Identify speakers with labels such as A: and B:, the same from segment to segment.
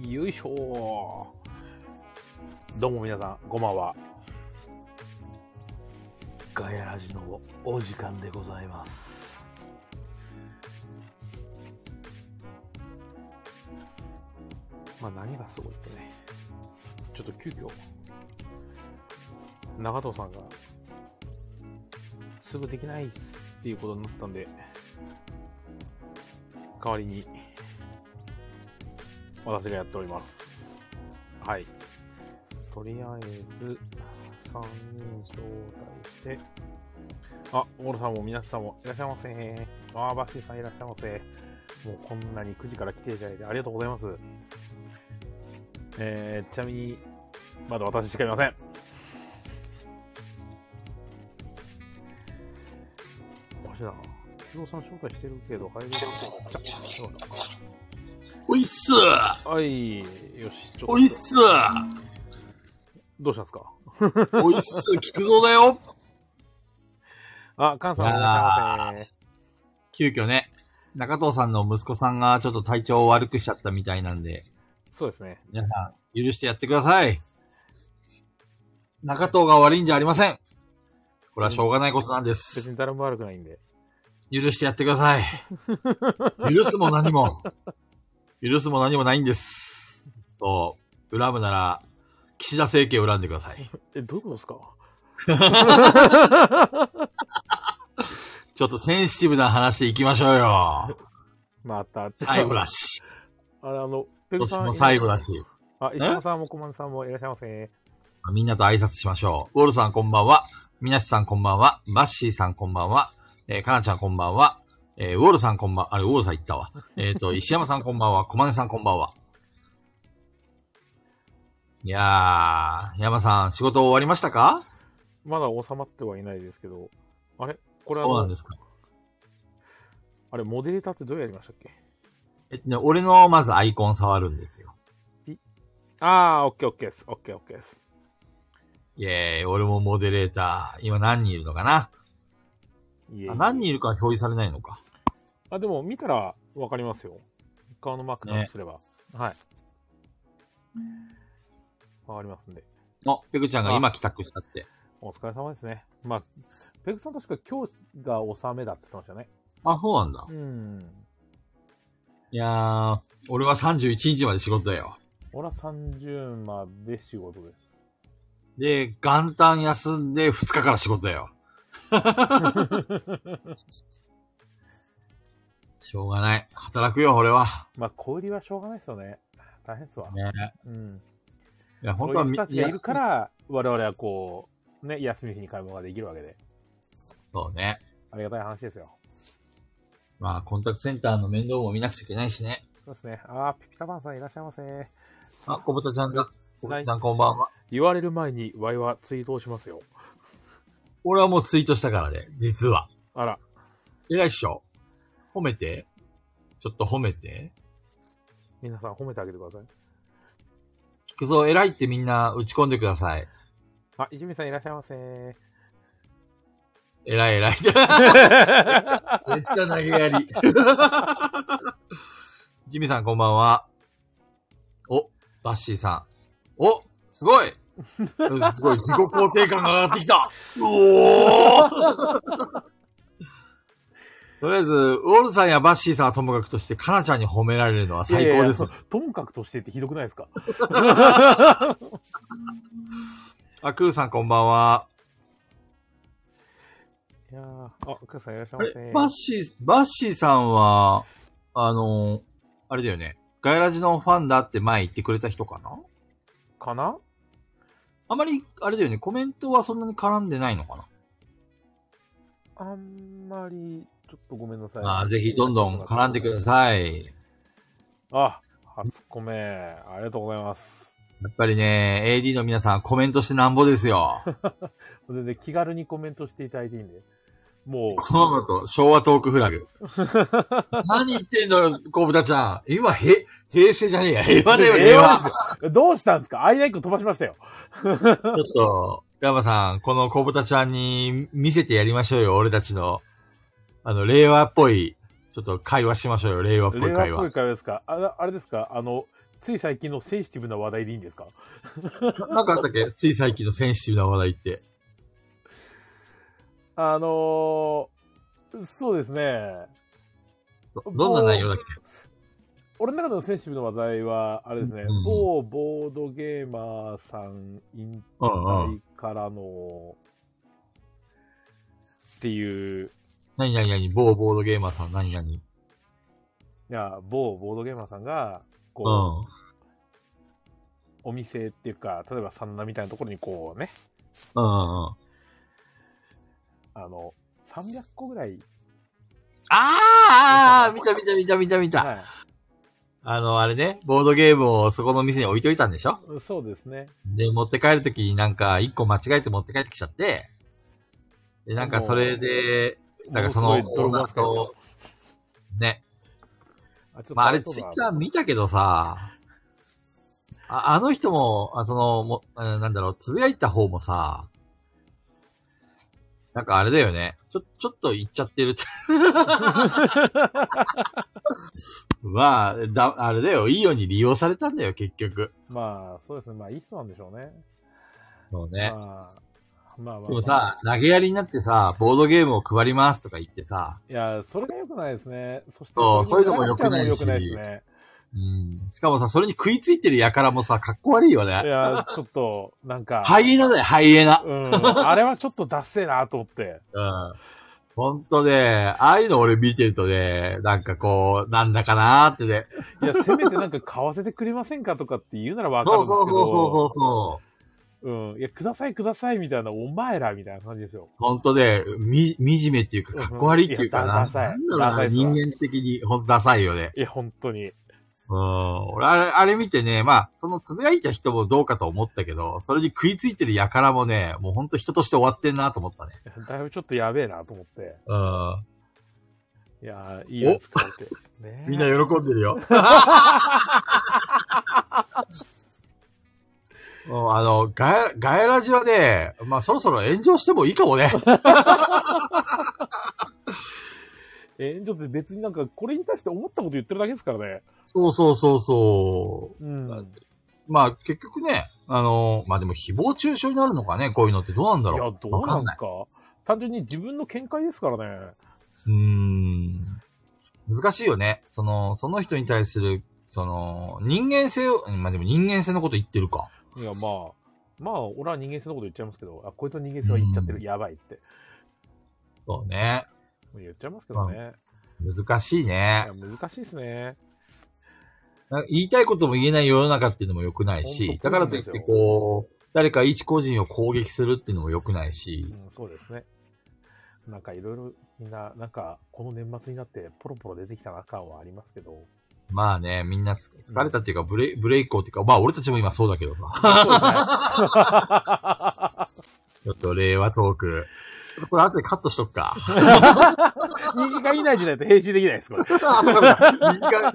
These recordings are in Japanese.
A: よいしょどうも皆さんこんばんはガヤラジのお時間でございますまあ何がすごいってねちょっと急遽長藤さんがすぐできないっていうことになったんで代わりに私がやっております。はい。とりあえず、3人招待して、あ、オールさんも皆さんもいらっしゃいませ。あー、バッシーさんいらっしゃいませ。もうこんなに9時から来ていただいてありがとうございます。えー、ちなみに、まだ私しかいません。おかしいな。不動さん招待してるけど、入れない。そうなのか
B: おいっす
A: はい、よし、ちょっと。
B: おいっす
A: どうしたんですか
B: おいっす菊蔵だよ
A: あ、カンさん、いらっしゃいませ。
B: 急遽ね、中藤さんの息子さんがちょっと体調を悪くしちゃったみたいなんで、
A: そうですね。
B: 皆さん、許してやってください中藤が悪いんじゃありませんこれはしょうがないことなんで
A: 別
B: す。
A: に誰も悪くないんで。
B: 許してやってください。許すも何も。許すも何もないんです。そう。恨むなら、岸田政権を恨んでください。
A: え、どういうことですか
B: ちょっとセンシティブな話で行きましょうよ。
A: また、
B: 最後だし。
A: あれ、あの、ペ
B: 今年
A: さん。
B: も最後だし。
A: あ、石山さんも小松さんもいらっしゃいませ。
B: みんなと挨拶しましょう。ウォルさんこんばんは。みなしさんこんばんは。バッシーさんこんばんは。えーかなちゃんこんばんは。えーウォルさんこんばん、あれ、ウォルさん言ったわ。 えっ、と、石山さんこんばんは。小金さんこんばんは。いやー、山さん、仕事終わりましたか
A: まだ収まってはいないですけど。あれこれあ
B: そうなんで
A: の、
B: すか。
A: あれ、モデレーターってどうやりましたっけ
B: えっとね、俺の、まずアイコン触るんですよ。
A: あー、オッケーオッケーです。オッケーオッケーです。
B: イェーイ、俺もモデレーター。今何人いるのかない
A: えいえ
B: あ何人いるかは表示されないのか。
A: あ、でも見たらわかりますよ。顔のマークな
B: ね
A: くすれば。はい。わかりますんで。
B: あ、ペグちゃんが今帰宅したって。
A: お疲れ様ですね。まあ、ペグさん確か今日が納めだって言ってましたね。
B: あ、そうなんだ。
A: うん。
B: いやー、俺は31日まで仕事だよ。
A: 俺は30まで仕事です。
B: で、元旦休んで2日から仕事だ よ。しょうがない。働くよ、俺は。
A: まあ、小売りはしょうがないですよね。大変ですわ。
B: ね
A: うん。
B: いや、
A: そう
B: 本
A: い
B: 当は
A: う人たちがいるか
B: いや
A: ら、我々はこう、ね、休みの日に買い物ができるわけで。
B: そうね。
A: ありがたい話ですよ。
B: まあ、コンタクトセンターの面倒も見なくちゃいけないしね。
A: そうですね。あー、ピピタパンさんいらっしゃいませ。
B: あ、小豚ちゃんが、小豚ちゃんこんばんは。
A: 言われる前に、ワイはツイートをしますよ。
B: 俺はもうツイートしたからね、実は。
A: あら、
B: 偉いっしょ。褒めて。ちょっと褒めて。
A: 皆さん褒めてあげてください。
B: 菊蔵偉いってみんな打ち込んでください。
A: あ、いじみさんいらっしゃいませ。
B: 偉い偉い。めっちゃ投げやり。ジミーさんこんばんは。お、バッシーさん。お、すごいうんすごい、自己肯定感が上がってきたうおーとりあえず、ウォルさんやバッシーさんはともかくとして、カナちゃんに褒められるのは最高です。
A: いやいやともかくとしてってひどくないですか
B: あ、クーさんこんばんは。
A: いやーあ、お母さんいらっしゃい
B: あ
A: ま
B: れ
A: せ。
B: バッシー、バッシーさんは、あの、あれだよね。ガイラジのファンだって前言ってくれた人かな
A: かな
B: あまり、あれだよね、コメントはそんなに絡んでないのかな
A: あんまり、ちょっとごめんなさい。
B: ああ、ぜひどんどん絡んでください。や
A: あ、初コメ、ありがとうございます。
B: っぱりね、AD の皆さんコメントしてなんぼですよ。
A: 全然気軽にコメントしていただいていいんで。もう、
B: このままと昭和トークフラグ。何言ってんのよ、小豚ちゃん。今、へ、平成じゃねえや。平和だよ、平
A: 平和
B: 和。
A: ですよどうしたんですかアイナイ君飛ばしましたよ。
B: ちょっと、山さん、この小豚ちゃんに見せてやりましょうよ、俺たちの。あの、令和っぽい、ちょっと会話しましょうよ、令和っぽ
A: 令
B: い
A: 和
B: 会
A: っぽい
B: 話。
A: 会話ですかああれですかあの、つい最近のセンシティブな話題でいいんですか
B: ななんかあったっけつい最近のセンシティブな話題って。
A: あのー、そうですね。
B: どどんな内容だっけ
A: 俺の中でのセンシティブな話題は、あれですね、
B: うん
A: 某ボードゲーマーさん引
B: うんうん。
A: 退からの、っていう、
B: 何何何某ボードゲーマーさん何何
A: いや、某ボードゲーマーさんが、こう、
B: うん。
A: お店っていうか、例えばサンナみたいなところにこうね、
B: うんうんうん。
A: あの、300個ぐらい。
B: あーあー見た見た見た見た見た。
A: は
B: あの、あれね、ボードゲームをそこの店に置いといたんでしょ
A: い、そうですね。
B: で、持って帰るときになんか、一個間違えて持って帰ってきちゃって、で、なんかそれで、なんかその、
A: ものすごい泥棒扱いですよ
B: ね、
A: あ、ちょっと
B: まああ
A: かわ
B: れ
A: いそう
B: ツイ
A: だな
B: ッター見たけどさ、ああの人も、あそのも、えーなんだろう、つぶやいた方もさ、なんかあれだよね。ちょ、ちょっと言っちゃってる。 まあ、だ、あれだよ。いいように利用されたんだよ、結局。
A: まあ、そうですね。まあ、いい人なんでしょうね。
B: そうね。
A: まあ、まあまあ、まあ。
B: でもさ、投げやりになってさ、ボードゲームを配りますとか言ってさ、
A: いや、それが良くないですね。そして、
B: そうそういうのも
A: な
B: 良
A: っ
B: く
A: ちゃうの
B: な
A: も
B: いし
A: 良くないですね。
B: うん。しかもさ、それに食いついてる輩もさ、かっこ悪いよ
A: い
B: ね。
A: や、ちょっと、なんか、
B: ハイエナだよ、ハイエナ。
A: うん、あれはちょっとダッセーなと思って。
B: うん。ほんとね、ああいうの俺見てるとね、なんかこう、なんだかなーってね。
A: いや、せめてなんか買わせてくれませんかとかって言うならわかるん
B: そ
A: で
B: う
A: すけど。
B: そうそうそうそうそう。
A: うん。いや、くださいくださいみたいな、お前らみたいな感じですよ。
B: ほんとね、み、惨めっていうか、かっこ悪いっていう
A: う
B: か
A: んい
B: な。
A: やダサい
B: なんだろう
A: ダサい
B: な、
A: っすわ
B: 人間的に、ほんとダサいよね。
A: いや、本当に。
B: うん。俺、あれ、あれ見てね、まあ、そのつぶやいた人もどうかと思ったけど、それに食いついてる輩もね、もうほんと人として終わってんなと思ったね。
A: だいぶちょっとやべえなと思って。
B: うん。
A: いやー、いいよ、使って。ねえ
B: みんな喜んでる よ。もうあの、ガヤ、ガヤラジはね、まあそろそろ炎上してもいいかもね。
A: え、ちょっと別になんか、これに対して思ったこと言ってるだけですからね。
B: そうそうそうそ
A: うん。
B: だう。まあ結局ね、あの、まあでも誹謗中傷になるのかね、こういうのってどうなんだ
A: いや、
B: ろ
A: どうなんですか単純に自分の見解ですからね。
B: う。うーん。難しいよね。その、その人に対する、その、人間性を、まあでも人間性のこと言ってるか。
A: いや、まあ、まあ、俺は人間性のこと言っちゃいますけど、あ、こいつの人間性は言っちゃってる、
B: うん
A: やばいって。
B: そうね。
A: 言っちゃいますけどね。
B: 難しい
A: い
B: ね
A: や。難しいですね。
B: なんか言いたいことも言えない世の中っていうのも良くないし、
A: 本当
B: だからといってこう、誰か一個人を攻撃するっていうのも良くないし
A: う、ん、そうですね。なんかいろいろみんな、なんかこの年末になってポロポロ出てきたな感はありますけ ど。
B: まあね、みんなつ疲れたっていうか、ブレ、ブレイクをっていうか、まあ俺たちも今そうだけどさ、ちょっと令和トーク。ちょっとこれ後でカットしとくか。
A: 2時間以内じゃないと編集できないです、これ。
B: あそうかそうか時間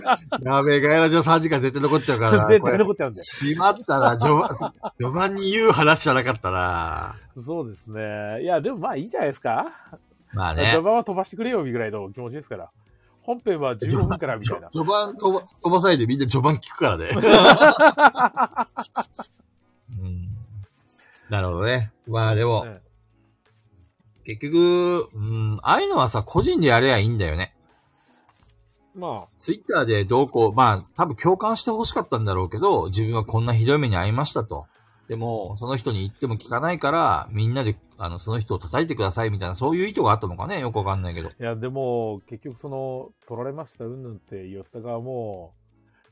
B: やべえ、ガイラジオ3時間絶対残っちゃうから な。
A: 絶
B: こ
A: 対
B: れ
A: 残っちゃうんで。
B: しまったな、序盤、序盤に言う話じゃなかったな。
A: そうですね。いや、でもまあいいんじゃないですか。
B: まあね
A: 序。盤は飛ばしてくれよ、ぐらいの気持ちですから。本編は
B: 序
A: 15分からみたいな。
B: 序盤飛ば飛ばさないでみんな序盤聞くか らね。うん、なるほどね。まあでも、
A: うん
B: 結局、うん、ああいうのはさ、個人でやればいいんだよね。
A: ま
B: ツイッターでどうこう、まあ多分共感して欲しかったんだろうけど、自分はこんなひどい目に遭いましたと。でも、その人に言っても聞かないから、みんなで、あの、その人を叩いてくださいみたいな、そういう意図があったのかねよくわかんないけど。
A: あ、いや、でも、結局その、取られました、うんぬんって言った側も、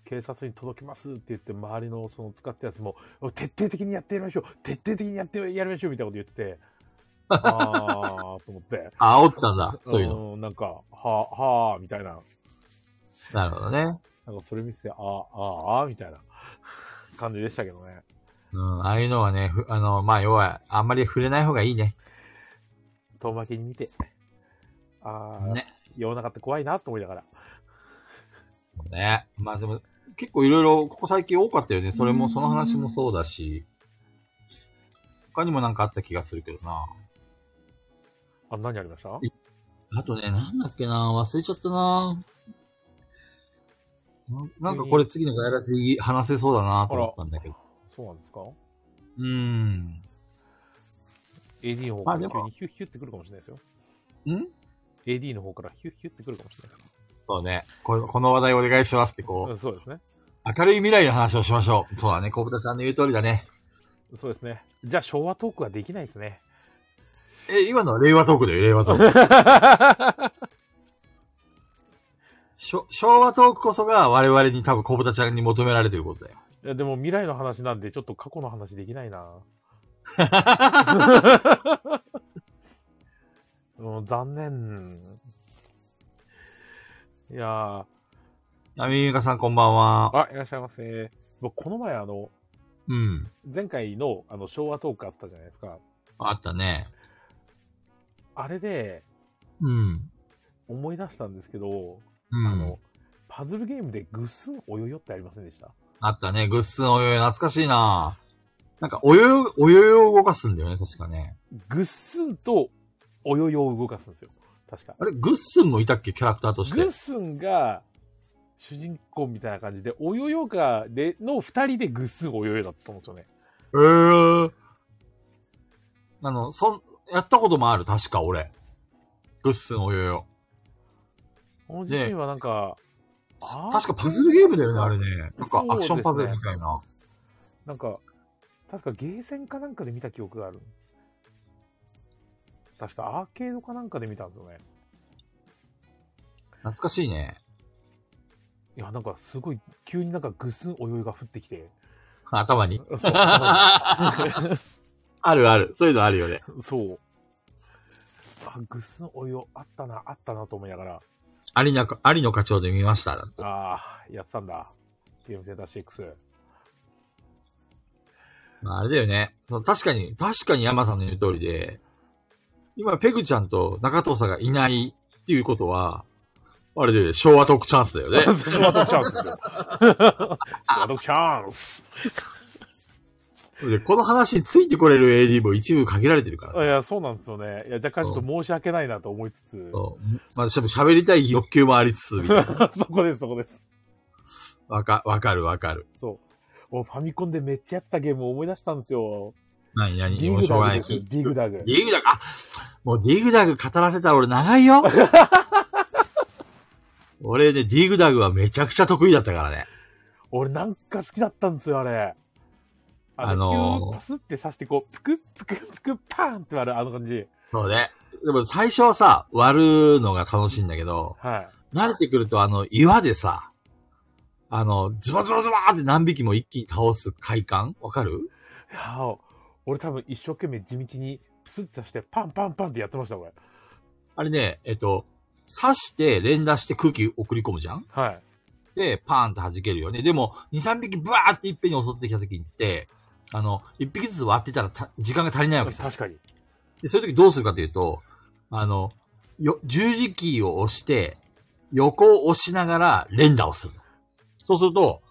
A: 警察に届きますって言って、周りのその使ったやつも、徹底的にやってやりましょう徹底的にやってやりましょうみたいなこと言ってて、ああ、と思って。
B: あ、煽ったんだ。そういうの。
A: んなんか、はあ、はあ、みたいな。
B: なるほどね。
A: なんかそれ見せて、ああ、ああ、みたいな感じでしたけどね。
B: うん、ああいうのはね、ふあの、まあ、要は、あんまり触れない方がいいね。
A: 遠巻きに見て。ああ、
B: ね。
A: 世の中って怖いなと思いながら。
B: ね。まあでも、結構いろいろ、ここ最近多かったよね。それも、その話もそうだし、他にもなんかあった気がするけどな。
A: あ、何ありました
B: あとね、なんだっけな忘れちゃったなななんかこれ次のガイラジ話せそうだなと思ったんだけど。
A: そうなんですか
B: うーん。
A: ?AD の方から
B: あで
A: 急
B: も
A: にヒュッヒュッってくるかもしれないですよ。
B: ん
A: AD の方からヒュッヒュッってくるかもしれないです
B: そうね。これこの話題お願いしますって、こ
A: うんそうですね。
B: う、明るい未来の話をしましょう。そうだね。小豚ちゃんの言う通りだね。
A: そうですね。じゃあ昭和トークはできないですね。
B: え、今のは令和トークだよ、令和トーク。しょ昭和トークこそが我々に多分小豚ちゃんに求められてることだよ。
A: いやでも未来の話なんでちょっと過去の話できないな。もう残念。いやー、
B: アミミカさんこんばんは。
A: あ、いらっしゃいませ。僕、この前あの、
B: うん。
A: 前回のあの昭和トークあったじゃないですか。
B: あったね。
A: あれで
B: うん。
A: 思い出したんですけど、
B: うん。
A: あの、パズルゲームでぐっすん泳よってありませんでした
B: あったね。ぐっすんおよよ、懐かしいななんか、およよ、およよを動かすんだよね、確かね。
A: ぐっすんと泳よを動かすんですよ。確か。
B: あれ、ぐっすんもいたっけ、キャラクターとして
A: グ。スンが主人公みたいな感じで、およよがでの2人でグッスンおよよだったと思うんですよね。
B: えー。あの、そん、やったこともある、確か、俺。ぐっすんおよよ。
A: この自身はなんか、あー
B: 確かパズルゲームだよね、あれね。なん
A: そう
B: か
A: ですね
B: アクションパズルみたいな。
A: なんか、確かゲーセンかなんかで見た記憶がある。確かアーケードかなんかで見たんですよね。
B: 懐かしいね。
A: いや、なんかすごい、急になんかグッスンおよよが降ってきて。
B: 頭に。
A: そう頭に
B: あるある。そういうのあるよね。
A: そう。あ、グッスンおよ、あったな、あったなと思いながら、
B: ありのか、ありの課長で見ました。だって
A: ああ、やったんだ。ゲームセンタ ー6。
B: まあ、あれだよね。その確かに、確かに山さんの言う通りで、今、ペグちゃんと中藤さんがいないっていうことは、あれで昭和トークチャンスだよね。
A: それはドチャンスですよ。ワドチャンス。
B: でこの話についてこれる AD も一部限られてるから
A: い
B: さ。
A: や、そうなんですよね。いや、若干ちょっと申し訳ないなと思いつつ、
B: そうまあ、しゃ喋りたい欲求もありつつ、みたいな。
A: そこです、そこです。
B: わか、わかるわかる。
A: そう。もうファミコンでめっちゃやったゲームを思い出したんですよ。
B: なにな
A: デ
B: に、
A: ィ
B: もう
A: グ
B: しょうが
A: ダ
B: な
A: グ
B: い。
A: です
B: デ
A: よ、ディグダグ。
B: ィグダグ、あ、もうディグダグ語らせたら俺長いよ。俺ね、ディグダグはめちゃくちゃ得意だったからね。
A: 俺なんか好きだったんですよ、あれ。
B: あのー
A: キューパスって刺してこう、プクップクップクッパーンって割る、あの感じ。
B: そうね。でも最初はさ、割るのが楽しいんだけど、
A: はい。
B: 慣れてくるとあの岩でさ、あの、ズバズバズバーって何匹も一気に倒す快感わか
A: い
B: る
A: やー俺多分一生懸命地道にプスッて刺してパンパンパンってやってました、俺。
B: あれね、えっと、刺して連打して空気送り込むじゃん
A: はい。
B: で、パーンと弾けるよね。でも、2、3匹ブワーっていっぺんに襲ってきた時って、あの、1匹ずつ割ってたらた時間が足りないわけさ。
A: 確かに。
B: で、そういう時どうするかというと、あの、よ、十字キーを押して、横を押しながら連打をする。そうすると、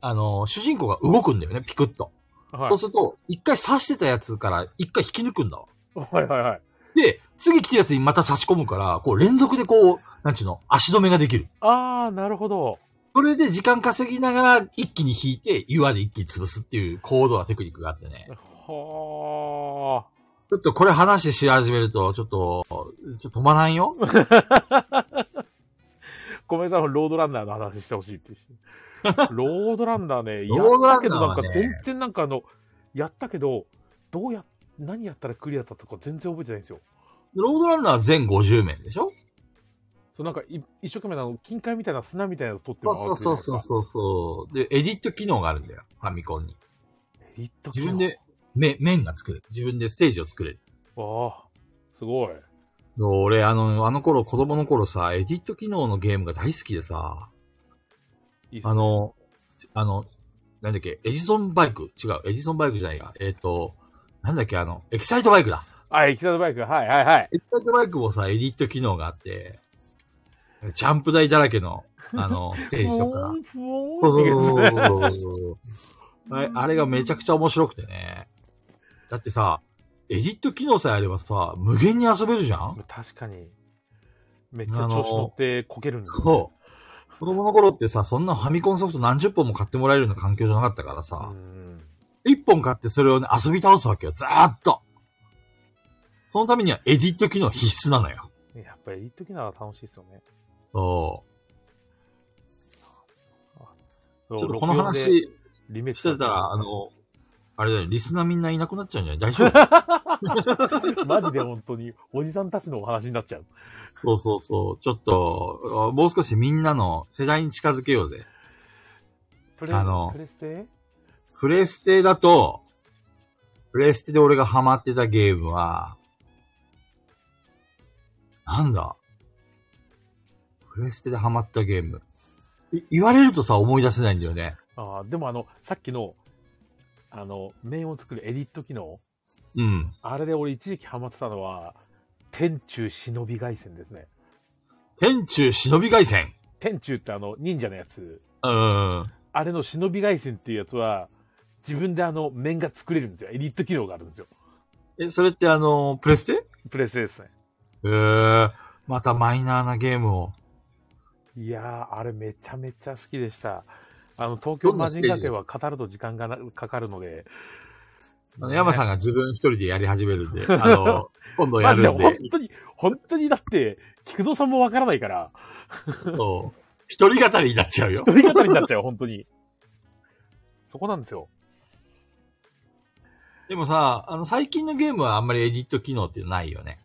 B: あの、主人公が動くんだよね、ピクッと。
A: はい
B: そうすると、一回刺してたやつから一回引き抜くんだわ。
A: はいはいはい。
B: で、次来たやつにまた差し込むから、こう連続でこう、なんちゅうの、足止めができる。
A: ああ、なるほど。
B: それで時間稼ぎながら一気に引いて、岩で一気に潰すっていう高度なテクニックがあってね。
A: は
B: ちょっとこれ話し始めると、ちょっと、ちょっと止まらんよ。
A: あ。ごめんなさい、ロードランナーの話してほしい っていうし。ロードランナーね、
B: ロード
A: や
B: ラ
A: ったけ
B: ンナー
A: どなんか
B: はね
A: 全然なんかあの、やったけど、どうや、何やったらクリアだったとか全然覚えてないんですよ。
B: ロードランナーは全50名でしょ
A: そうなんかい一生懸命あの、近海みたいな砂みたいなの取って
B: そう
A: も
B: そうそうそうそうそう。で、エディット機能があるんだよ。ファミコンに。自分。で、め、面が作れる。自分でステージを作れる。
A: わあ、すごい。
B: 俺、あの、あの頃、子供の頃さ、エディット機能のゲームが大好きでさ、
A: いいっすね
B: あ、の、あの、なんだっけ、エジソンバイク違う、エジソンバイクじゃないや。えっ、と、なんだっけ、あの、エキサイトバイクだ。
A: あ、エキサイトバイク、はいはいはい。
B: エキサイトバイクもさ、エディット機能があって、ジャンプ台だらけの、あ の、ステージとか。
A: ふお
B: そ
A: ーん
B: う
A: ふおーんって
B: そうそうそうあれあれがめちゃくちゃ面白くてね。だってさ、エディット機能さえあればさ、無限に遊べるじゃん
A: 確かに。めっちゃ調子乗ってこけるんですよね
B: そ子供の頃ってさ、そんなファミコンソフト何十本も買ってもらえるような環境じゃなかったから
A: う
B: さ、
A: ん。
B: 一、本買ってそれをね、遊び倒すわけよ。ずーっと。そのためにはエディット機能必須なのよ。
A: やっぱり、いい時なら楽しいっすよね。
B: そう。
A: そう
B: ちょっとこの、
A: 64で
B: 話
A: リメイク
B: し
A: され
B: てたら、あ、の、あれだよね、リスナーみんないなくなっちゃうんじゃない大丈 夫
A: マジで本当に、おじさんたちのお話になっちゃう。
B: そうそうそう。ちょっと、あもう少しみんなの世代に近づけようぜ。
A: プレ
B: あの
A: プレステ
B: プレステだと、プレステで俺がハマってたゲームは、なんだプレステでハマったゲーム。い言われるとさ、思い出せないんだよね。
A: ああ、でもあの、さっきの、あの、面を作るエディット機能。
B: うん。
A: あれで俺一時期ハマってたのは、天中忍び外線ですね。
B: 天中忍び外線。
A: 天中ってあの、忍者のやつ。
B: うん。
A: あれの忍び外線っていうやつは、自分であの、面が作れるんですよ。エディット機能があるんですよ。
B: え、それってあの、プレステ
A: プレステですね。
B: えー、またマイナーなゲームを。
A: いやー、あれめちゃめちゃ好きでした。あの、東京マジンガテは語ると時間がなかかるので、
B: あの、
A: ね
B: 山さんが自分一人でやり始めるんで、あの、今度や
A: マジで
B: るん
A: 本
B: で、
A: 当に、本当にだって、菊蔵さんもわからないから、
B: そう。一人語りになっちゃうよ
A: 一。 人語りになっちゃうよ、本当に。そこなんですよ。
B: でもさ、あの、最近のゲームはあんまりエディット機能ってないよね。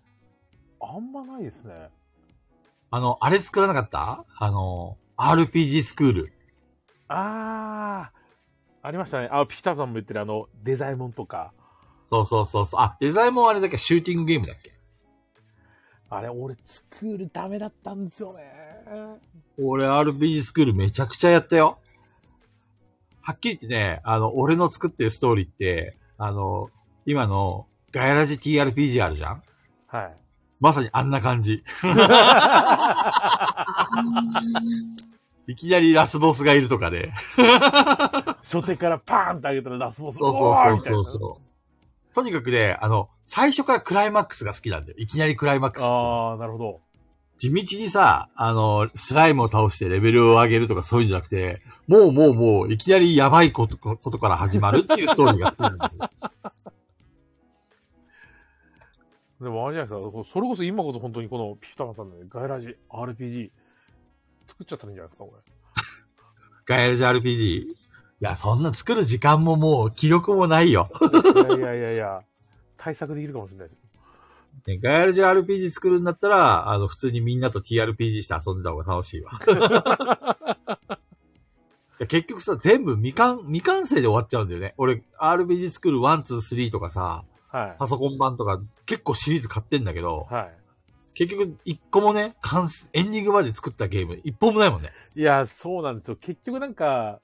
A: あんまないですね。
B: あの、あれ作らなかったあの、RPG スクール。
A: あー、ありましたね。あ、ピキターさんも言ってるあの、デザイモンとか。
B: そうそうそうそう。あ、デザインもあれだっけシューティングゲームだっけ
A: あれ、俺、スクールダメだったんですよね。
B: 俺 RPG スクールめちゃくちゃやったよ。はっきり言ってね、あの、俺の作ってるストーリーって、あの、今のガヤラジ TRPG あるじゃん
A: はい。
B: まさにあんな感じ。いきなりラスボスがいるとかで。
A: 初手からパーンって上げたらラスボス、
B: そう
A: おー
B: そう
A: みたい
B: そう
A: な
B: そう。そうとにかくね、あの、最初からクライマックスが好きなんだよ。いきなりクライマックス。
A: あー、なるほど。
B: 地道にさ、あの、スライムを倒してレベルを上げるとかそういうんじゃなくて、もうもうもう、いきなりやばいことことから始まるっていうストーリーが好きなんだよ。
A: でもあれじゃないですか、それこそ今こそ本当にこのピピタマンさんのねガイラジ、RPG、作っちゃったらいいんじゃないですか、これ。
B: ガヤルジ RPG。いや、そんな作る時間ももう、気力もないよ。
A: いやいやいやいや、対策できるかもしれないです。
B: ねガヤルジ RPG 作るんだったら、あの、普通にみんなと TRPG して遊んでた方が楽しいわ。い や結局さ、全部未完、未完成で終わっちゃうんだよね。俺、RPG 作る1、2、3とかさ、
A: は
B: パソコン版とか結構シリーズ買ってんだけど
A: い。、は
B: 結局一個もね、完成エンディングまで作ったゲーム、一本もないもんね。
A: い。いや、そうなんですよ。結局なんか、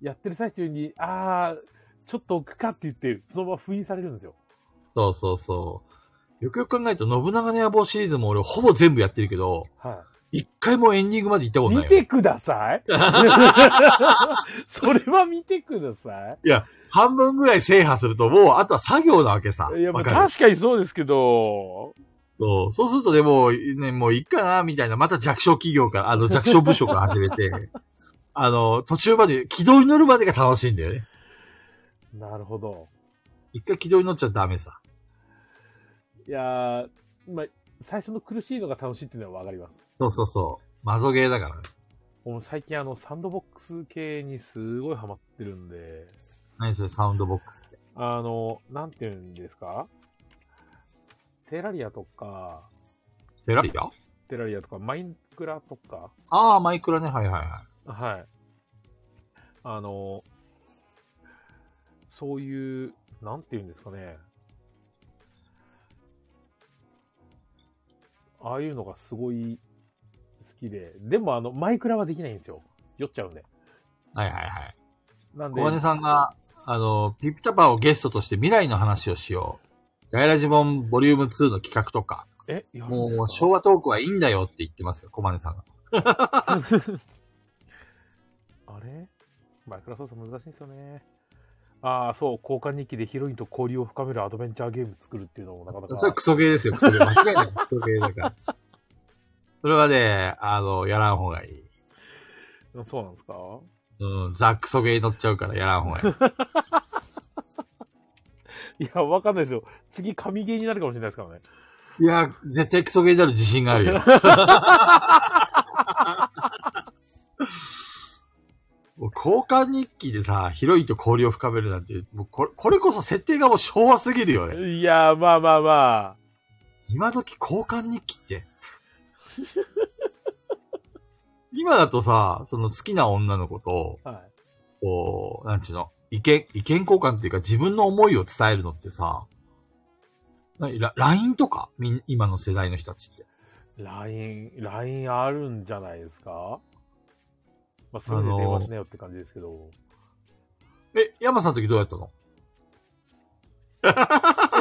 A: やってる最中に、あー、ちょっと置くかって言って、そのまま封印されるんですよ。
B: そうそうそう。よくよく考えると、信長の野望シリーズも俺ほぼ全部やってるけど、
A: は
B: 一回もエンディングまで行ったこ
A: い。
B: とな
A: 見
B: いよ。
A: てくださ いそれは見てください
B: いや、半分ぐらい制覇すると、もう、あとは作業なわけさ。
A: いや、まあ
B: わかる
A: 確かにそうですけど、
B: そう。そうするとでも、ね、もういいかな、みたいな、また弱小企業から、あの、弱小部署から始めて、 あの、途中まで、軌道に乗るまでが楽しいんだよね。
A: なるほど。
B: 一回軌道に乗っちゃダメさ。
A: いやー、まあ、最初の苦しいのが楽しいっていうのはわかります。
B: そうそうそう。マゾゲーだからね。
A: もう最近あの、サンドボックス系にすごいハマってるんで、
B: 何それ、サウンドボックスって。
A: あの、なんていうんですかテラリアとか、
B: テラリア
A: テラリアとか、マインクラとか、
B: ああ、マイクラね、はいはいは
A: はい。あの、そういう、なんていうんですかね。ああいうのがすごい好きで、でもあの、マイクラはできないんですよ。酔っちゃうんで。
B: い。はいはいはい。
A: なんで
B: 小、金さんが、あの、ピピタパをゲストとして未来の話をしよう。ガイラジボンボリューム2の企画とか、
A: え、やるんですか
B: もう昭和トークはいいんだよって言ってますよ、小金さんが。
A: あれマイクラ操作難しいんですよね。ああ、そう、交換日記でヒロインと交流を深めるアドベンチャーゲーム作るっていうのもなかなか。
B: それクソゲーですよ、クソゲー。間違いない。クソゲーだから。それはね、あの、やらん方がいい。
A: そうなんですか
B: うん、ザックソゲー乗っちゃうからやらんほうがいい。
A: いや、わかんないですよ。次、神ゲーになるかもしれないですからね。
B: いや、絶対クソゲーである自信がある よ。もう交換日記でさ、ヒロインと交流を深めるなんて、もうこれこれこそ設定がもう昭和すぎるよね。
A: いやー、まあまあま
B: 今時交換日記 って。今だとさ、その好きな女の子と、
A: あ。はい。
B: こう、なんちゅうの、意見、意見交換っていうか自分の思いを伝えるのってさ、なラ LINE とかみん今の世代の人たちって。
A: LINE、LINE あるんじゃないですかまあ、それで電話しなよって感じですけど。
B: え、山さんの時どうやったの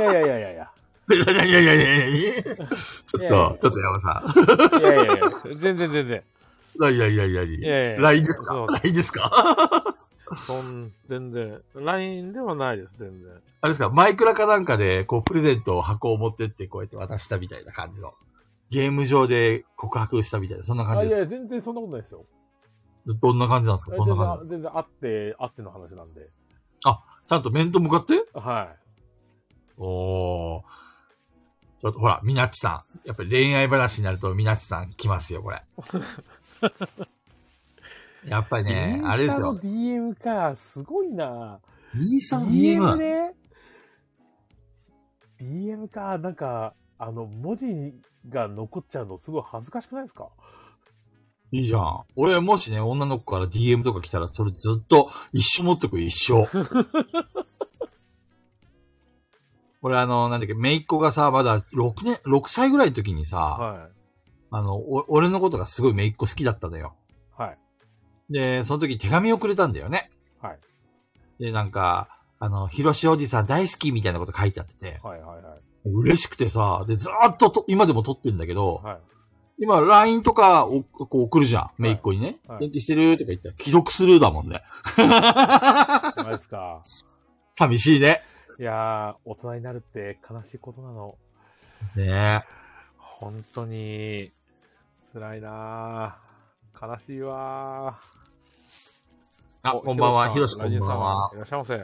A: いやいやいやいやいや。
B: いやいやいやいやいや いやちょっと、
A: い
B: ち
A: やいや
B: ょっと山さ
A: いやいやいや、全然全然。
B: ん。いやいやいやい
A: いや
B: や
A: い
B: いや。
A: や
B: LINE です
A: そ
B: か
A: う
B: ?LINE ですか
A: そん、全然。LINE ではないです、全然。
B: あれですかマイクラかなんかで、こう、プレゼントを箱を持ってって、こうやって渡したみたいな感じの。ゲーム上で告白したみたいな、そんな感
A: あ
B: じ
A: い
B: です
A: やい
B: か
A: や、全然そんなことないですよ。
B: どんな感じなんですかどんな
A: 全
B: 感じな
A: 然、全
B: んで
A: 然あって、あっての話なんで。
B: すかちゃんと面と向かって
A: は
B: おー。ちょっと、ほら、みなっちさん。やっぱり恋愛話になると、みなっちさん来ますよ、これ。やっぱり
A: い。
B: ね、あれですよ。
A: インスタの DM か、すごいな。
B: イーサの
A: DM
B: DM。
A: ね。DM か、なんか、あの、文字が残っちゃうのすごい恥ずかしくないですか
B: いいじゃん。俺、もしね、女の子から DM とか来たら、それずっと一生持ってくよ、一生。俺、あの、なんだっけ、めいっ子がさ、まだ6年、6歳ぐらいの時にさ、
A: は
B: あの、お俺のことがすごいめいっ子好きだったのよ。
A: い。はい。
B: で、その時手紙をくれたんだよね。
A: はい。
B: で、なんか、あの、ひろしおじさん大好きみたいなこと書いてあってて、
A: はいはいはい。
B: 嬉しくてさ、で、ずーっとと今でも撮ってんだけど、
A: はい。
B: 今、LINE とかをこう送るじゃん、めいっ子にね。
A: はい
B: 連携してるとか言ったら、既読スルーだもんね。
A: じゃないですか。
B: 寂しいね。
A: いやー、大人になるって悲しいことなの。
B: ね
A: 本当に、辛いなぁ。悲しいわぁ。
B: え。あ、こんばんは、ひろしこ
A: ラジ
B: ん
A: オ
B: ば
A: さ
B: んは。
A: いらっしゃいませ。い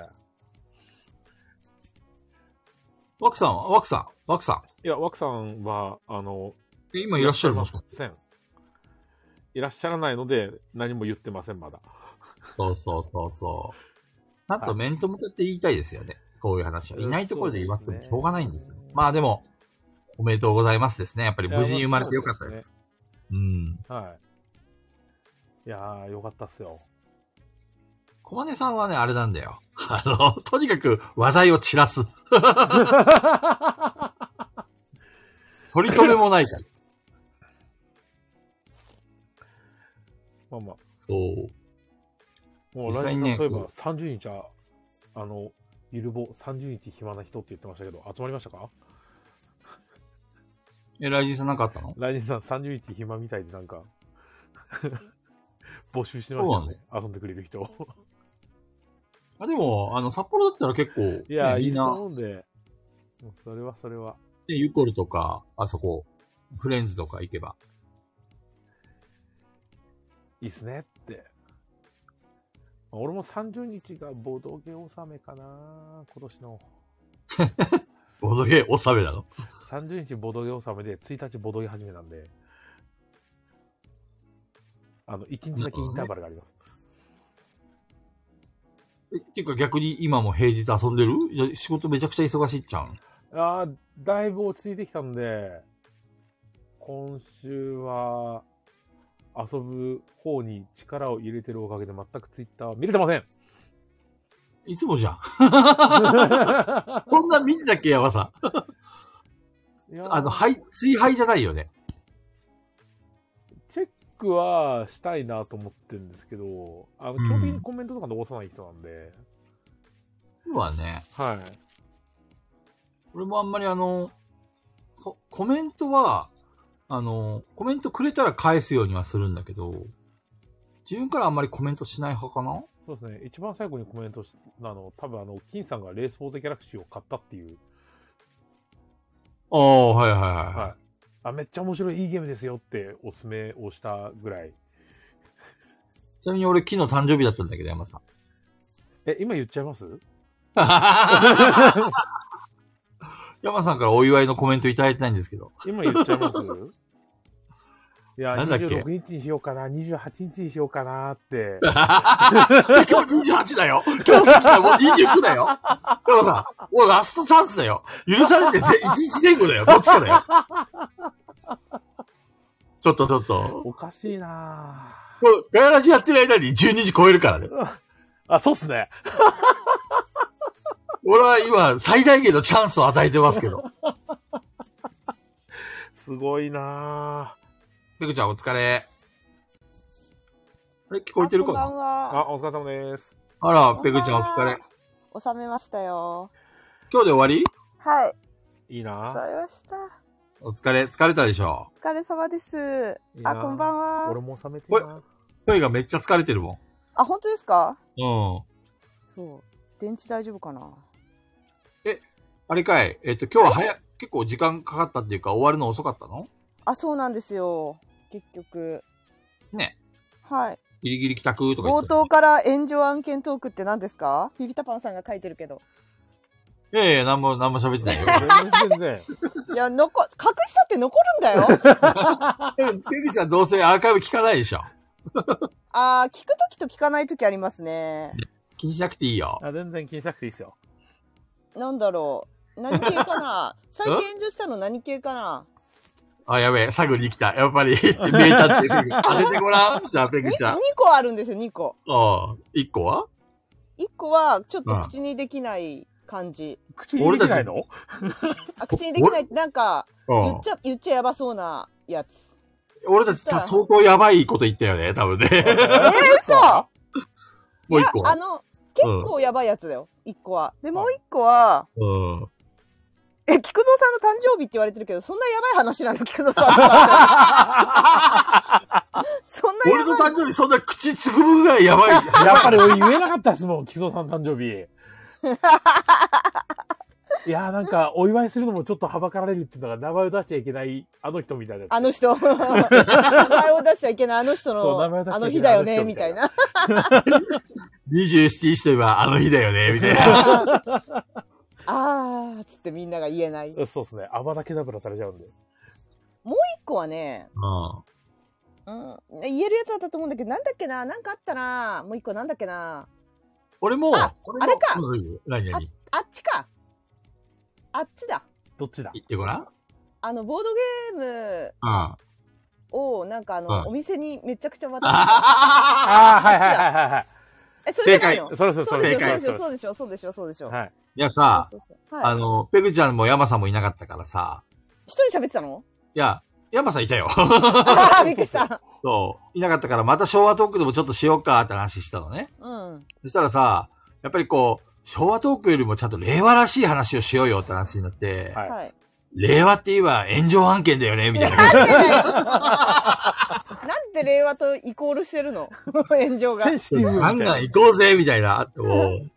B: ワクさんは、ワクさん、ワクさ
A: や、ワクさんは、あの、
B: ん。え今いらっしゃるの
A: いらっしゃいません。いらっしゃらないので、何も言ってません、まだ。
B: そうそうそうそう。なん
A: は
B: と
A: い
B: 面と向かって言いたいですよね。こういう話は。いないところで言わせてもしょうがないんですよ
A: そうですね
B: まあでも、おめでとうございますですね。やっぱり無事に生まれてよかった
A: いやま
B: で
A: あ
B: す。うん。
A: はい。いやー、よかったっす よ。
B: 小金さんはね、あれなんだよ。 あの、とにかく話題を散らす。取り留めもない から。
A: まあまあ。
B: そう。
A: も
B: 実
A: う来
B: 際
A: 年
B: に
A: さん、
B: ね
A: そういえば
B: こ
A: 30日は、あの、ゆるぼ30日暇な人って言ってましたけど、集まりましたか
B: え、ライジンさんなんかあったの
A: 来年さん30日暇みたいで なんか募集してましたよね遊んでくれる人
B: あ、でも、あの、札幌だったら結構、
A: いや、
B: ね
A: い
B: み
A: い
B: ん
A: と
B: な、ね、
A: 思うんでもうそれはそれは
B: ユコルとか、あそこ、フレンズとか行けば。
A: いいっすねってまあ俺も30日がボドゲ納めかな今年の
B: ボドゲー納めなの
A: 30日ボドゲ納めで1日ボドゲ始めなんであの1日だけインターバルがあります、
B: えっていうか逆に今も平日遊んでるいや仕事めちゃくちゃ忙しいっちゃうん。
A: ああだいぶ落ち着いてきたんで今週は遊ぶ方に力を入れてるおかげで全くツイッターは見れてません
B: いつも じゃん。こんな見んだっけ、山さ
A: いや
B: ん。
A: ー
B: あの、はい、追廃じゃないよね。
A: チェックはしたいなと思ってるんですけどあの
B: ん
A: 基本的にコメントとか残さない人なんで、
B: 今はね、
A: はい
B: 俺もあんまりあの、こコメントは、あの、コメントくれたら返すようにはするんだけど、自分からあんまりコメントしない派かな
A: そうですね一番最後にコメントしあの多分あの金さんがレース・フォー・ザ・ギャラクシーを買ったっていう、
B: ああ、はいはいはい。
A: はいあめっちゃ面白いいいゲームですよっておすすめをしたぐらい
B: ちなみに俺昨日誕生日だったんだけど、山 さん。
A: え、今言っちゃいます
B: 山さんからお祝いのコメントいただいてないんですけ ど。
A: 今言っちゃいますいや、
B: なんだっけ
A: 26日にしようかな、28日にしようかな って。
B: 今日28だよ今日さっきからもう29だよ山さん、もうラストチャンスだよ許されてぜ1日前後だよどっちかだよちょっとちょっと。
A: おかしいなぁ
B: これ、ガヤラジやってる間に12時超えるからね。
A: あ、そうっすね。
B: 俺は今、最大限のチャンスを与えてますけど。
A: すごいな
B: ペグちゃんお疲れ。あれ聞こえてるか
C: あ
A: ぁ
B: な
C: こんばんは。
A: あ、お疲れ様です。
B: あら、ペグちゃんお疲れ。
C: 収めましたよ。
B: 今日で終わり
C: はい。
A: いい
C: 収
A: な
C: めました。
B: お疲れ。疲れたでしょ
C: お疲れ様です。
A: ぁ
C: あ、こんばん
A: は俺
C: は。
A: も収めてえな
B: 声がめっちゃ疲れてるも
C: あ、本当ですか
B: ん。うん。
C: そう。電池大丈夫かな
B: あれかい。えっ、と、今日は早、結構時間かかったっていうか、終わるの遅かったの
C: あ、そうなんですよ。結局。
B: ね。
C: はい。
B: ギリギリ帰宅とか言っ
C: 冒
B: てた。
C: 頭から炎上案件トークって何ですかビビタパンさんが書いてるけど。
B: いやいや、なんも、なんも喋ってない よ。
A: 全然全然。
C: いや、残、隠したって残るんだ よ。
B: ペグちゃんどうせアーカイブ聞かないでしょ。
C: あー、聞くときと聞かないときありますね。
B: 気にしなくていいよ。
A: あ、全然気にしなくていいですよ。
C: なんだろう。何系か な最近炎上したの何系かな
B: あ、やべえ、探りに来た。やっぱり、見えたって、ペグ。当ててごらん。じゃあ、ペ
C: 2,
B: グちゃん。
C: 個あるんですよ、2個。
B: ああ、一個は
C: 一個はちょっと口にできない感じ。
A: 口にできないの
C: あ口にできないってなんか
B: う
C: 言
B: ん
C: っ。ちゃ言っちゃやばそうなやつ。
B: 俺たちさ、相当やばいこと言ったよね、多分ね。
C: えー、嘘
B: もう一個
C: いやあの結構やばいやつだよ。一個は。でもう一個は。
B: うん。
C: え、菊蔵さんの誕生日って言われてるけど、そんなやばい話なの菊蔵 さん。そんな
B: 俺
C: や
B: の
C: ばい。
B: 誕生日そんな口つぐむぐらいやばい。
A: やっぱり俺言えなかったですもん、木曽さん誕生 日。いやーなんか、お祝いするのもちょっとはばかられるっていうのが名前を出しちゃいけないあの人みたいな。
C: あの人。名前を出しちゃいけないあの
A: そ
C: 人
A: う
C: の、
A: 名前を出しちゃ
C: あ
A: いけない
C: の日だよ
A: あの
C: ね、
A: 人み
C: み
A: た
C: た
A: い
C: い
A: な
C: な。
B: 27日といえばあの日だよね、みたい な。
C: あー、つってみんなが言えない。もう
A: そうですね。アバダケダブラされちゃうんで。
C: 一個はね、
B: うん。
C: うん、言えるやつだったと思うんだけど、なんだっけな、なんかあったな、もう一個なんだっけな、
B: 俺も、
C: あ
B: 俺も
C: あれか
B: うん何何
C: あっちか。あっちだ。
A: どっちだ
B: 言ってごらん。
C: あの、ボードゲーム
B: うん。
C: を、なんかあの、
B: はい
C: お店にめちゃくちゃ渡し
B: あ
A: ああ、はいはいはいはいは
C: て。え、それじゃない
B: 正
C: の
A: い。それそれ
C: そ
A: そうれ。
C: で
B: 正
C: しょ、
B: 解
A: それ
C: そうでしょ、そうでしょ、そうでしょ、そうでしょ。
A: はい。
B: いやさ、
C: そうそうそう
B: あ
C: はい。
B: の、ペグちゃんもヤマさんもいなかったからさ、
C: 一人喋って たの
B: いや、ヤマさんいたよ。
C: あーびっくりした。
B: そう。いなかったから、また昭和トークでもちょっとしようかって話したのね。
C: うん。
B: そしたらさ、やっぱりこう、昭和トークよりもちゃんと令和らしい話をしようよって話になって、
A: はい
C: はい。
B: 令和って言えば炎上案件だよね、みたい な。
C: なんでだよなんで令和とイコールしてるの 炎上が
A: セ。ンシティブみ
B: ガ
A: たい
B: ンガン
A: な。
B: 行こうぜ、みたいな。あともう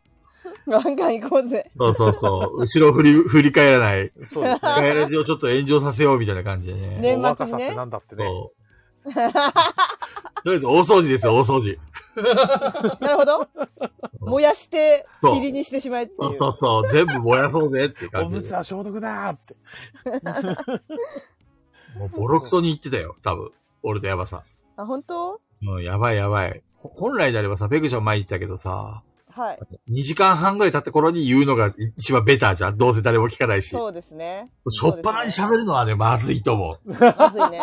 C: ガンガン行こうぜ。
B: そうそうそう。後ろ振り、 振り返らない。
A: そうですね。
B: ガヤラジをちょっと炎上させよう、みたいな感じでね。
C: ね年末に
A: 若さってなんだってね。
B: そう。とりあえず大掃除ですよ、大掃除。
C: なる ほど。燃やして、
B: そう
C: 霧にしてしまえっていう。
B: そうそうそう。全部燃やそうぜってい
A: お
B: う感
A: む
B: じ
A: つ
B: で。
A: は消毒だーって。
B: もうボロクソに言ってたよ、多分。俺とヤバさ
C: あ、本当
B: ん。もうやばいやばい。ほ本来であればさ、ペグちゃん前に言ったけどさ、
C: はい。
B: 2時間半ぐらい経った頃に言うのが一番ベターじゃん。どうせ誰も聞かないし。
C: そうですね。
B: しょっぱなに喋るのはね、まずいと思う。
C: まず いね。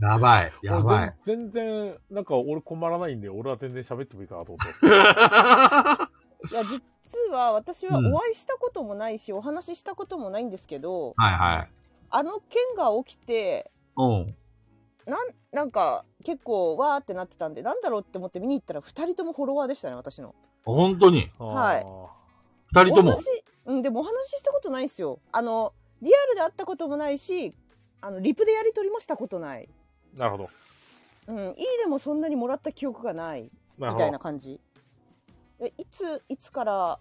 B: やばい、やばい。
A: 全全然、なんか俺困らないんで、俺は全然喋ってもいいかなと思って。
C: いや、実は私は
B: うん
C: お会いしたこともないし、お話ししたこともないんですけど、
B: はいはい。
C: あの件が起きて、
B: うん。
C: なん、なんか結構わーってなってたんで、なんだろうって思って見に行ったら、二人ともフォロワーでしたね、私の。
B: 本当に。
C: はい
A: い。
B: 二人と
C: お
B: も
C: 話。うん、でもお話ししたことないんですよ。あの、リアルで会ったこともないし、あの、リプでやり取りもしたことない。
A: なるほど。
C: うん、いいねもそんなにもらった記憶がない。
A: なる
C: み
A: ほ
C: たい
A: ど
C: な。感じえいついつから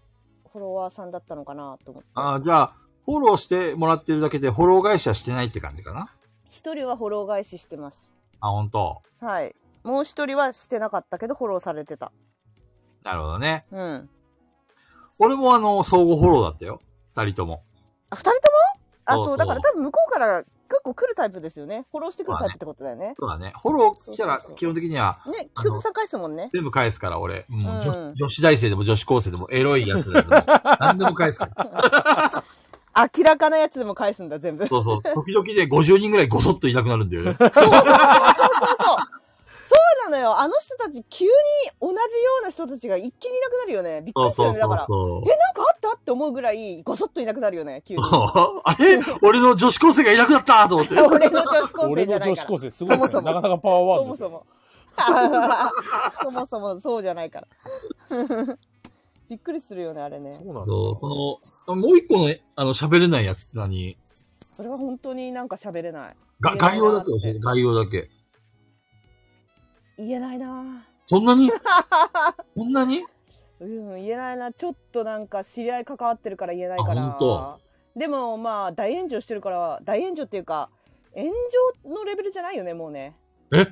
C: フォロワーさんだったのかなと思って
B: ああ、じゃあ、フォローしてもらってるだけで、フォロー会社してないって感じかな。
C: 一人はフォロー返ししてます
B: あ、本当。
C: はいもう一人はしてなかったけど、フォローされてた。
B: なるほどね。
C: うん。
B: 俺もあの、相互フォローだったよ。二人とも。
C: あ、二人ともあ、
B: そう
C: そ
B: そう
C: う、だから多分向こうから結構来るタイプですよね。フォローしてくるタイプってことだよね。
B: そうだね。フォロー来たら
C: そうそうそう
B: 基本的にはあ
C: ね、
B: の
C: 菊池さん返すもんね。
B: 全部返すから、俺。もう女
C: うん
B: 女子大生でも女子高生でもエロいやつでも 何でも返すから。
C: 明らかなやつでも返すんだ、 全部。そう
B: そうそう。時々で50人ぐらいごそっといなくなるんだよね。
C: そうそう。そうなのよ。あの人たち、急に同じような人たちが一気にいなくなるよね。びっく
B: そう
C: りする
B: そ う
C: よね、
B: そ
C: だか
B: う
C: ら。
B: そう
C: え、。なんかあったって思うぐらい、ごそっといなくなるよね、急に。
B: あれ俺の女子高生がいなくなったと思って。
C: 俺の女子高
A: 俺
C: 生じ
A: の
C: ゃない
A: 女子
C: から。
A: 高生すごいですね
C: そもそも
A: なかなかパワー
C: そ
A: ワード
C: も
A: です
C: そも。 そもそもそうじゃないから。 びっくりするよね、あれね。
A: そうなんだ
B: そう、この、もう一個の、あの、喋れないやつって何
C: それは本当になんか喋れない。
B: が、概要だけ教え
C: え
B: て、概要だけ。
C: 言えないな
B: そんなにそんなに
C: うん、言えないな。ちょっとなんか知り合い関わってるから言えないか
B: あ
C: ら
B: 本当。
C: でもまあ大炎上してるから、大炎上っていうか、炎上のレベルじゃないよね、もうね。
B: え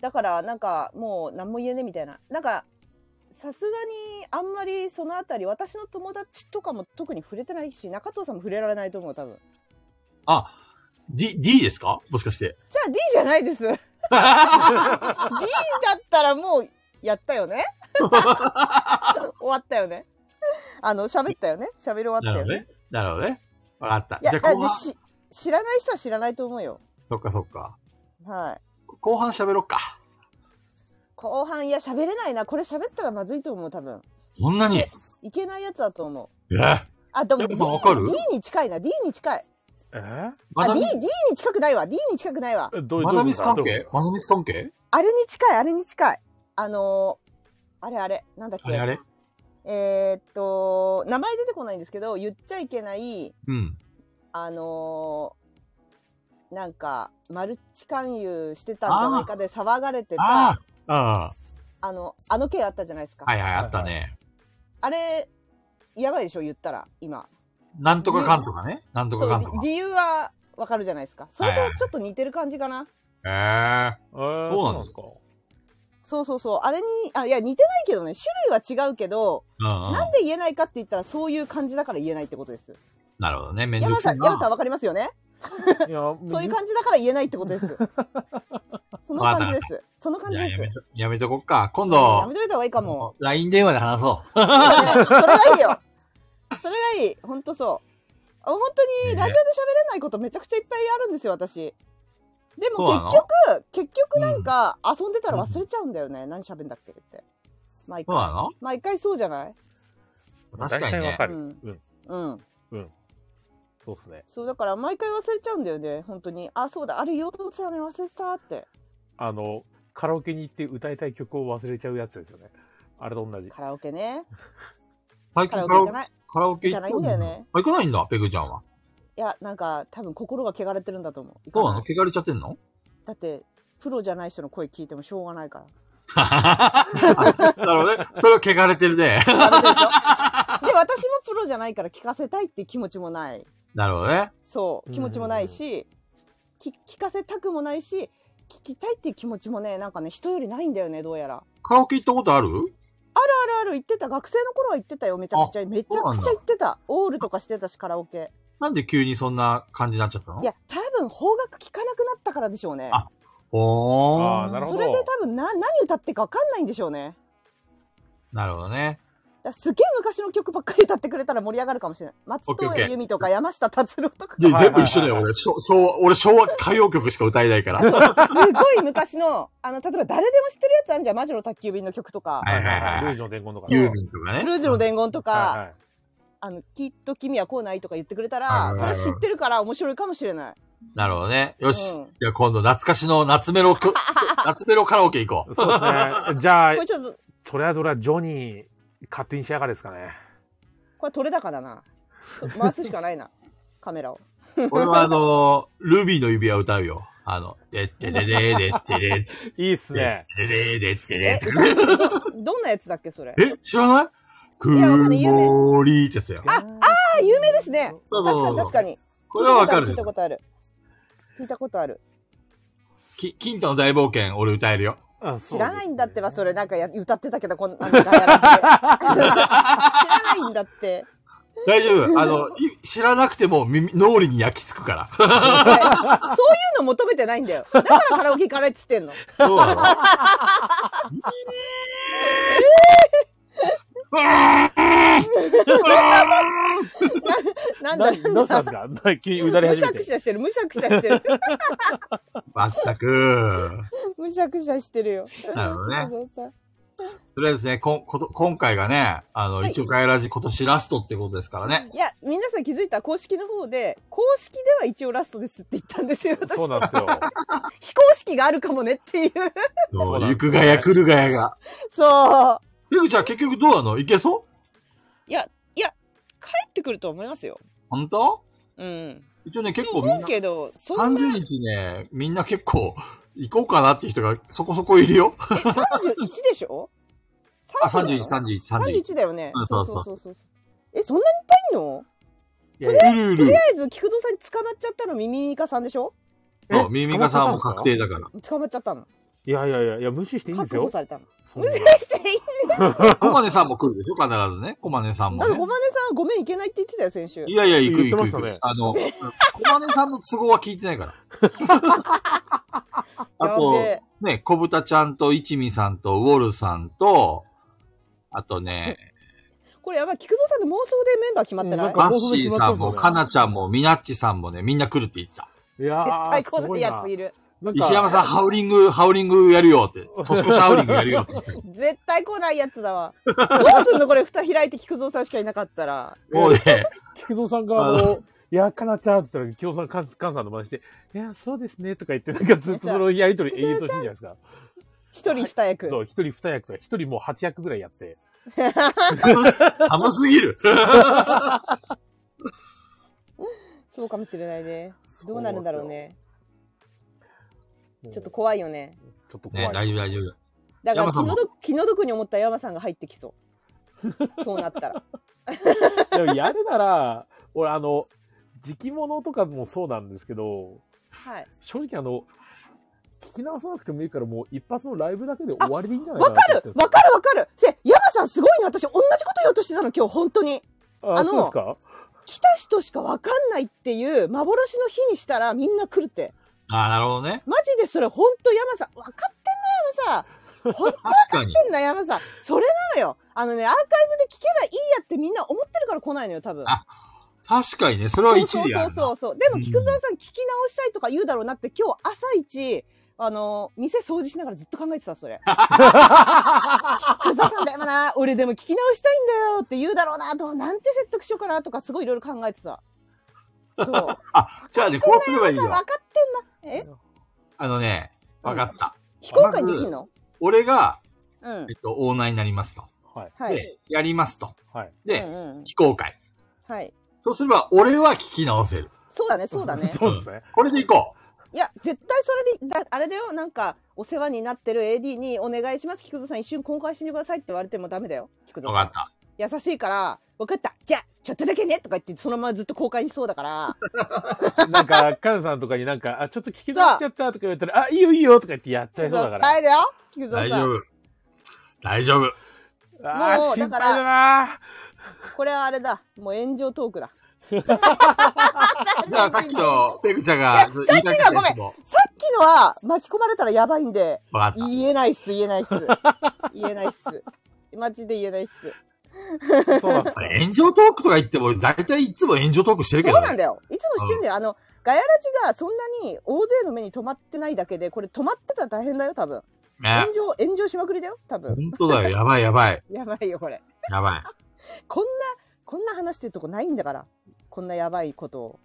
C: だからなんかもう何も言えねみたいな。なんか、さすがにあんまりそのあたり、私の友達とかも特に触れてないし、中藤さんも触れられないと思う、多分。
B: あ、D、D ですかもしかして。
C: じゃあ D じゃないです。D だったらもうやったよ ね。終わったよね。あの、喋ったよね。喋り終わっ
B: なる
C: たよ
B: ほど
C: ね。
B: ね。なるほどね。わかった。
C: いや、
B: じゃあ
C: だ
B: 後
C: って
B: 半、
C: し知らない人は知らないと思うよ。
B: そっかそっか。
C: はい。
B: 後半喋ろっか。
C: 後半、いや、喋れないな。これ喋ったらまずいと思う、多分。
B: そんなにえ
C: いけないやつだと思う。
B: え
C: あ、でも
B: やっ
C: D,
B: ぱわかる
C: D に近いな。D に近い。
A: えー
B: マ
C: あ、
B: ダ
C: D、
B: ミ
C: D に近くないわ。D に近くないわ。
A: えどういう
B: マダミス関
A: どういう
B: 係
A: こ
B: マダミス関係
C: あれに近い、あれに近い。あのーあれあれ、なんだっ
B: あれあ
C: け。
B: れ
C: えーっと、名前出てこないんですけど、言っちゃいけない、
B: うん。
C: あのーなんか、マルチ勧誘してたんじゃないかで騒がれてた、あ
B: あああ
C: の、あの件あったじゃないですか。
B: あ。はいはい、あったね。
C: あれ、やばいでしょ、言ったら、今。
B: なんとかかんとかね。なんと
C: そ
B: かかん
C: う
B: とか、。
C: 理由はわかるじゃないですか。それ
B: はいはい
C: とちょっと似てる感じかな。
B: ええ
A: とえー
B: そ
A: そうう
B: な
A: なんん
B: で
A: ですすか
C: そうそうそう。あれに、あ、いや、似てないけどね、種類は違うけど、
B: うんうん
C: な。んで言えないかって言ったら、そういう感じだから言えないってことです。
B: なるほどね。めんど
C: 山
B: くさ
C: 田さ
B: い
C: ん、
B: な。
C: 山田さんわかりますよね
A: いやもう
C: そういう感じだから言えないってことです。 その感じです。その感
B: い
C: じ
B: や
C: で
B: や
C: す
B: め。とやめとこっか。今
C: やめ
B: 度、
C: といた方がいいかも。
B: LINE 電話で話そう。
C: そうねそれがいいよ。それがいい。ほんとそう。あ本当に
B: ね
C: ラジオで喋れないことめちゃくちゃいっぱいあるんですよ、私。でも
B: そうなの
C: 結局、結局なんか遊んでたら忘れちゃうんだよね。何喋んだっけって。毎
B: そうな
C: 回。
B: の
C: 毎回そうじゃない
B: 確
A: 大
B: かに
A: 体
B: ね
A: わ。か
C: う
A: る、
C: ん
A: うん
C: うん。
A: そうっすね
C: そうだから毎回忘れちゃうんだよね、本当に。あ、そうだ、あれ言おうと思ってたのに忘れてたって。
A: あのカラオケに行って歌いたい曲を忘れちゃうやつですよねあれと同じ
C: カラオケね。
B: 最
C: カ
B: 近
C: ラオ
B: カラオ
C: ケ行かない。
B: カラオケ
C: 行かないんだよね。
B: あ、行かないんだ、ペグちゃんは。
C: いや、なんか、多分心が汚れてるんだと思う。
B: そう
C: 行
B: な
C: か
B: の
C: ない
B: 汚れちゃってんの
C: だって、プロじゃない人の声聞いてもしょうがないから。
B: なるほどね。それは汚れてるね。
C: ダメでしょで、私もプロじゃないから聞かせたいって気持ちもない。
B: なるほどね。
C: そう、気持ちもないし、き聞かせたくもないし、聞きたいっていう気持ちもね、なんかね、人よりないんだよね、どうやら。
B: カラオケ行ったことある
C: あるある言ってた。学生の頃は言ってたよ、めちゃくちゃ。めち
B: そ
C: ゃ
B: うなん
C: くち
B: だ
C: ゃ言ってた。オールとかしてたし、カラオケ。
B: なんで急にそんな感じになっちゃったの
C: いや、多分邦楽聞かなくなったからでしょうね。
B: あほ
A: あ
B: ー
A: あ
B: ん。
A: なるほ
C: そ
A: ど
C: れで多分な、何歌ってか分かんないんでしょうね。
B: なるほどね。
C: だからすげえ昔の曲ばっかり歌ってくれたら盛り上がるかもしれない。松
B: オッケーオッ
C: 任
B: ケー
C: 谷由実とか山下達郎とか。
B: で、
A: はいはい
B: 全部一緒だよ、俺。昭昭和、俺昭和歌謡曲しか歌えないから。はい
C: すごい昔の、あの、例えば誰でも知ってるやつあんじゃん。魔女の宅急便の曲とか、
B: はい
A: ル
B: は
A: ージュの伝言とか
B: い。ユーミンとかね。
C: ルージュの伝言と
A: はい
C: か、
A: はい
C: あの、きっと君はこうないとか言ってくれた
B: はい
C: ら、
B: はい
C: そ
B: はい
C: れ知ってるから面白いかもしれない。
B: なるほどね。よし。
C: うん
B: じゃあ今度懐かしの夏メロ曲、 夏メロカラオケ行こう。
A: そうです ねじゃあ
C: これちょっと、
A: とりあえず俺はジョニー勝手にしやがれですかね
C: これ取れ高だな。と回すしかないな。カメラを。
B: 俺はあのー、ルビーの指輪歌うよ。あの、でってでででってでって
A: いいっすね
B: でででってでって。
C: どんなやつだっけ、それ。
B: え知らないく
C: やわかんない有名
B: もりーってやつや。
A: ああ
C: 有名ですね
B: そうそう
C: 確
B: そうそう
C: かに確かに。
B: これはわか
C: 聞
B: る
C: いたことある。聞いたことある。
B: き、金太の大冒険俺歌えるよ。
A: あ
C: 知らないんだってば、そ
A: れ。
C: れなんかや歌ってたけど、こんな んかガヤラジで知らないんだって。
B: 大丈夫。あの、い知らなくても耳、脳裏に焼き付くから。
C: そういうの求めてないんだよ。だからカラオケ行かないっつって んの。
B: そうなの。
C: な
A: な
C: んだ
A: ど
C: な
A: うんしたんです
C: だ。
A: かな急にうだれ
C: む
A: 始
C: しゃ
A: め
C: く
A: て
C: し。ゃしてる、むしゃくしゃし てる。
B: まったく。
C: むしゃくしゃしてるよ。
B: なるほどね
C: そうそうそう
B: とりあえずね、こんこと今回がね、あの、
C: はい
B: 一応ガイラジ今年ラストってことですからね。
C: いや、皆さん気づいた公式の方で、公式では一応ラストですって言ったんですよ、私。
A: そうなんですよ。
C: 非公式があるかもねっていう。
B: そ
A: そううだ
B: 行くがや来るがやが。
C: そう。
B: ペグちゃん結局どうなのいけそう
C: 帰ってくると思いますよ。
B: 本当
C: うん。
B: 一応ね、結構みんな、
C: けど、そんな
B: 30日ね、みんな結構行こうかなっていう人がそこそこいるよ。
C: え、31でしょ
B: あ、31、31、
C: 三十
B: 31。
C: 一だよね
B: うん。
C: そう
B: そ
C: そううそうそう。え、そんなにいっぱいいんの
A: いやいや
B: うるうる。
C: とりあえず、菊蔵さんに捕まっちゃったのミミミカさんでしょ
B: そう、ミミカさんも確定だから。
C: 捕まっちゃったの。
A: いやいやいや、いや無視していいんです
C: 確
A: よ
C: 保。されたの。
A: そん
C: 無
A: な
C: 視 していい
B: コマネさんも来るでしょ必ずね。コマネさんも
C: だって小
B: ね。
C: 金さんごめん行けないって言ってたよ、先週
B: い。やいや、行く行く
A: 言ってま
B: 行
A: した
B: く
A: ね。
B: あの、コマネさんの都合は聞いてない から。あ
C: やべ
B: と
C: え、
B: ね、小豚ちゃんと一味さんとウォルさんと、あとね、
C: これやばい、菊蔵さんの妄想でメンバー決まって
A: うんな
C: なんい
A: か
B: バッシーさんも、かなちゃんも、みなっちさんもね、みんな来るって言ってた。
A: いや
C: 絶
A: ー、
C: 対
A: す
C: 来な
A: ご
C: い
A: い
C: や
A: な
C: つ。いる。
A: なんか
B: 石山さん、ハウリング、ハウリングやるよ って。年越しハウリングやるよって言ってた。
C: 絶対来ないやつだわ。どうすんのこれ蓋開いて菊蔵さんしかいなかったら。
B: もうね、
A: 菊蔵さんが、あ
B: あ
A: の、いや、かなちゃんって言ったら、京さん、かんかんさんの真似して、いや、そうですね、とか言って、なんかずっとそのやりとり永遠としてんじゃないですか。
C: 一人二役。
A: そう、一人二役とか、一人もう八役ぐらいやって。
B: 寒すぎる。
C: そうかもしれないね。どうなるんだろうね。
A: もう。
C: ちょっと怖いよね。
A: ちょっと怖
B: ね
A: い。、
B: 大丈夫大丈夫。
C: だから
B: 山さん
C: 気
B: も
C: の毒気の毒に思った山さんが入ってきそう。 そうなったら。
A: でもやるなら、俺、あの、時期物とかもそうなんですけど、
C: はい。
A: 正直あの、聞き直さなくてもいいから、もう一発のライブだけで終わりでいいんじゃない
C: わ
A: か
C: か
A: なって
C: るわかるわかるせ、山さんすごいね。私同じこと言おうとしてたの今日本当に。
A: るあ、
C: あの
A: そうですか
C: 来た人しかわかんないっていう幻の日にしたらみんな来るって。
B: ああ、なるほどね。
C: マジでそれ本当山さん。わかってんな山さん。本当
B: 確かに。
C: にな山さん。それなのよ。あのね、アーカイブで聞けばいいやってみんな思ってるから来ないのよ、多分。
B: あ確かにね、それは一
C: そう
B: 理あ
C: そう
B: るな。
C: そうそう。でも菊蔵さん聞き直したいとか言うだろうなって、今日朝一、あの、店掃除しながらずっと考えてた、 それ。菊蔵さんだよな、俺でも聞き直したいんだよって言うだろうな、と、なんて説得しようかなとか、すごいいろいろ考えてた。 そう。わか
B: あ、じゃあね、こうすればいい
C: ってん
B: よ
C: な。。え
B: あのね、わかった。
C: 非公開にできるの
B: 俺が、
C: うん
B: えっ。と、オーナーになりますと。
A: はい。
C: はい。
B: で、やりますと。
A: はい。
C: う
B: で、
C: んうん、
B: 非公開。
C: はい。
B: そうすれば、俺は聞き直せる。
C: そうだね、そうだね。
A: そうですね。
B: これでいこ
C: いや、絶対それで、だあれだよ、なんか、お世話になってる AD にお願いします、菊蔵さん一瞬公開してくださいって言われてもダメだよ、菊
B: う。
C: 蔵
B: わ
C: さん。
B: かった。
C: 優しいから、分かった、じゃあ、ちょっとだけねとか言って、そのままずっと公開にしそうだから、
A: なんか、カンさんとかになんか、あ、ちょっと聞き直しちゃったとか言われたら、あ、いいよいいよとか言ってやっちゃいそうだから。
C: 大だよ、菊蔵
B: 大
C: さ
B: 丈
C: ん。
B: 夫。大丈夫。
A: あ
C: も
A: ー、
C: う
A: 心配
C: だから
A: だな
C: これはあれだ、もう炎上ト ークだ。
B: じゃあさっきのペグちゃんが、言いかけたやつも。
C: さっきのは巻き込まれたらやばいんで、
B: わかっ
C: 言えないっす、言えないっす。言えないっす。マジで言えないっす。
A: ー。そうなんです
B: た。
A: よ。
B: 炎上トークとか言っても、だいたいいつも炎上トークしてるけ
C: そう
B: ど
C: なん
B: ね。
C: だよ。いつもしてんだよ。あの、ガヤラジがそんなに大勢の目に止まってないだけで、これ止まってたら大変だよ、多分。
B: ね
C: 炎。上、炎上しまくりだよ、多分。
B: 本当だよ。やばいやばい。
C: やばいよ、これ。
B: やばい。
C: こんな、こんな話してるとこないんだから。こんなやばいことを。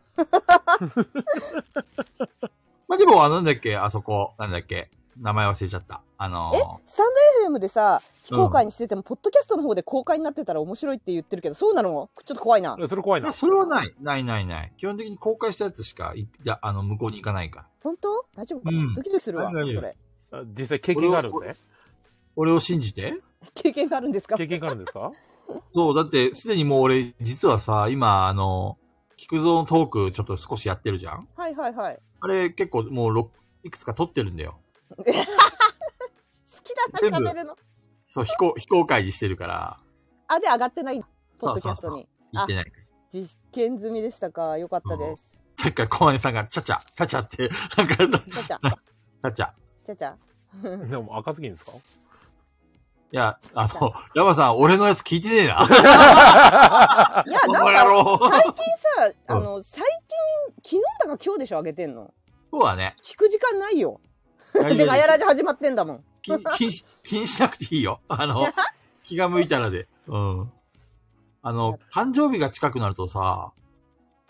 B: まあ、でも、あ、なんだっけ、あそこ、なんだっけ。名前忘れちゃった。あの
C: スタンド FM でさ、非公開にしてても、ポッドキャストの方で公開になってたら面白いって言ってるけど、そうなのちょっと怖いな。
A: それ怖い
B: ー、
A: な。
B: それはない。ないないない。基本的に公開したやつしか、いじゃあの、向こうに行かないから。
C: 本当大丈夫かな、
B: うん
C: ドキドキするわ、
B: 大
C: そ
B: 丈夫
C: れ。
A: あ実際経験があるんですね。
B: 俺を信じて
C: 経験があるんですか
A: 経験があるんですか
B: そう、だって、すでにもう俺、実はさ、今、あの、菊蔵のトーク、ちょっと少しやってるじゃん
C: はいはいはい。
B: あれ、結構、もう、ろいくつか撮ってるんだよ。
C: きだな、
B: 全部
C: 喋るの。
B: そう、非 公、非公開にしてるから、
C: あ、で、上がってない。ポッドキャストに。
B: 言ってない。
C: 実験済みでしたか。よかったです。
B: さっきから小金さんが、ちゃちゃ、ちゃちゃって、 なんか、ち
C: ちゃちゃ、
B: ゃちゃ。
C: ちゃちゃ。
A: でも赤ずきんですか
B: いや、あの、ラバさん、俺のやつ聞いてねえな。この野
C: いや、なんか、
B: 郎。
C: 最近さ、
B: う
C: あ
B: ん
C: の、最近、昨日だか今日でしょ、上げてんの。
B: そうだ ね。
C: 聞く時間ないよ。
B: 大丈
C: で、
B: 夫
C: ガヤラジ始まってんだもん。
B: 気気に気にしなくていいよ。あの、気が向いたらで。うん。あの、誕生日が近くなるとさ、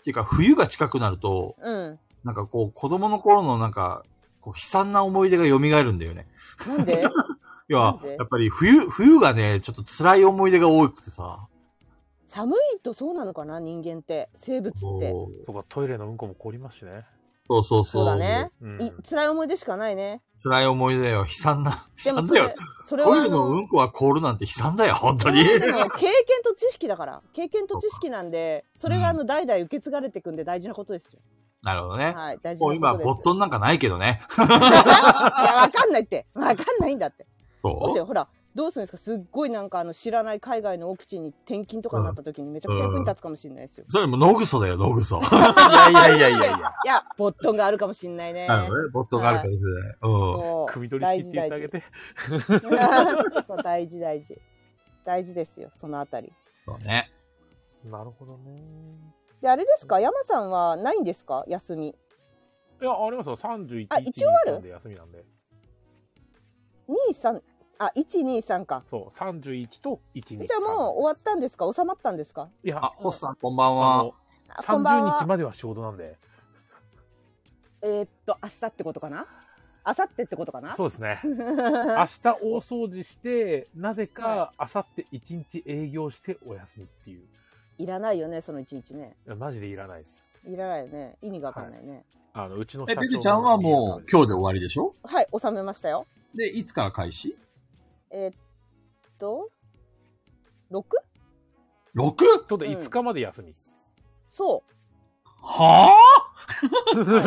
B: っていうか冬が近くなると、
C: うん。
B: なんかこう子供の頃のなんか、こう悲惨な思い出が蘇るんだよね。
C: な んで
B: い
C: な
B: や
C: んで、
B: やっぱり冬、冬がね、ちょっと辛い思い出が多くてさ。
C: 寒いとそうなのかな、人間って。生物って。
B: こう
A: そうか、トイレのうんこも凍りますしね。
B: そうそうそう。
C: そうだね。
A: うん
C: い辛い思い出しかないね。
B: 辛い思い出だよ。悲惨な。
C: で
B: 悲
C: も
B: 惨
C: そ
B: だ
C: れ
B: よ。、
C: それは
B: トイ
C: あ
B: レのう
C: の、
B: んこは凍るなんて悲惨だよ、本当に。
C: でも経験と知識だから。経験と知識なんで、それがあの、代々受け継がれていくんで大事なことですよ。
B: なるほどね。
C: はい、大事
B: もう
C: な
B: 今、
C: ことです。
B: ボットンなんかないけどね。
C: いや、わかんないって。わかんないんだって。も
B: そ
C: し
B: う
C: ほら、どうするんですかすっごいなんかあの、知らない海外の奥地に転勤とかになった時にめちゃくちゃ役に立つかもしれないですよ。
B: それもノグソだよ、ノグソ。
A: いやいやいやいやい や。
C: いや、ボットンがあるかもしれないね。
B: なるほどね。ボットがあるからですね。うん。
C: そう
A: 組み取り
C: 大
A: 引き
C: 事
A: って言っ
C: 大
A: てあげ
C: 事。
A: て。
C: そう大事 大事。大事ですよ、そのあたり。
B: そうね。
A: なるほどね。
C: で、あれですか山さんはないんですか休み。
A: いや、ありますよ。31
C: あ一応ある
A: 1で休みなんで。
C: 2、3、あ、1、2、3か。
A: そう、31と1、2、
C: じゃあもう終わったんですか収まったんですか
A: う、いや、
B: あ、ホッさん、こんばん
A: あ
B: は
A: の。、
C: あこんばん
A: 30日
C: は。
A: までは仕事なんで。
C: えーっと、明日ってことかな明後日ってことかな
A: そうです ね。明日大掃除して、なぜか明後日1日営業してお休みっていう。い
C: いらないよね、その1日ね。
A: やマジでいらないです。
C: いらないよね。意味がわかんないね。
A: あの、うちの
B: え、ペペちゃんはもう今日で終わりでしょ
C: はい、収めましたよ。
B: で、いつから開始
C: えーっと、6?
B: ?6?
A: ちょうど5日まで 休み。
C: そ
B: は
C: う。な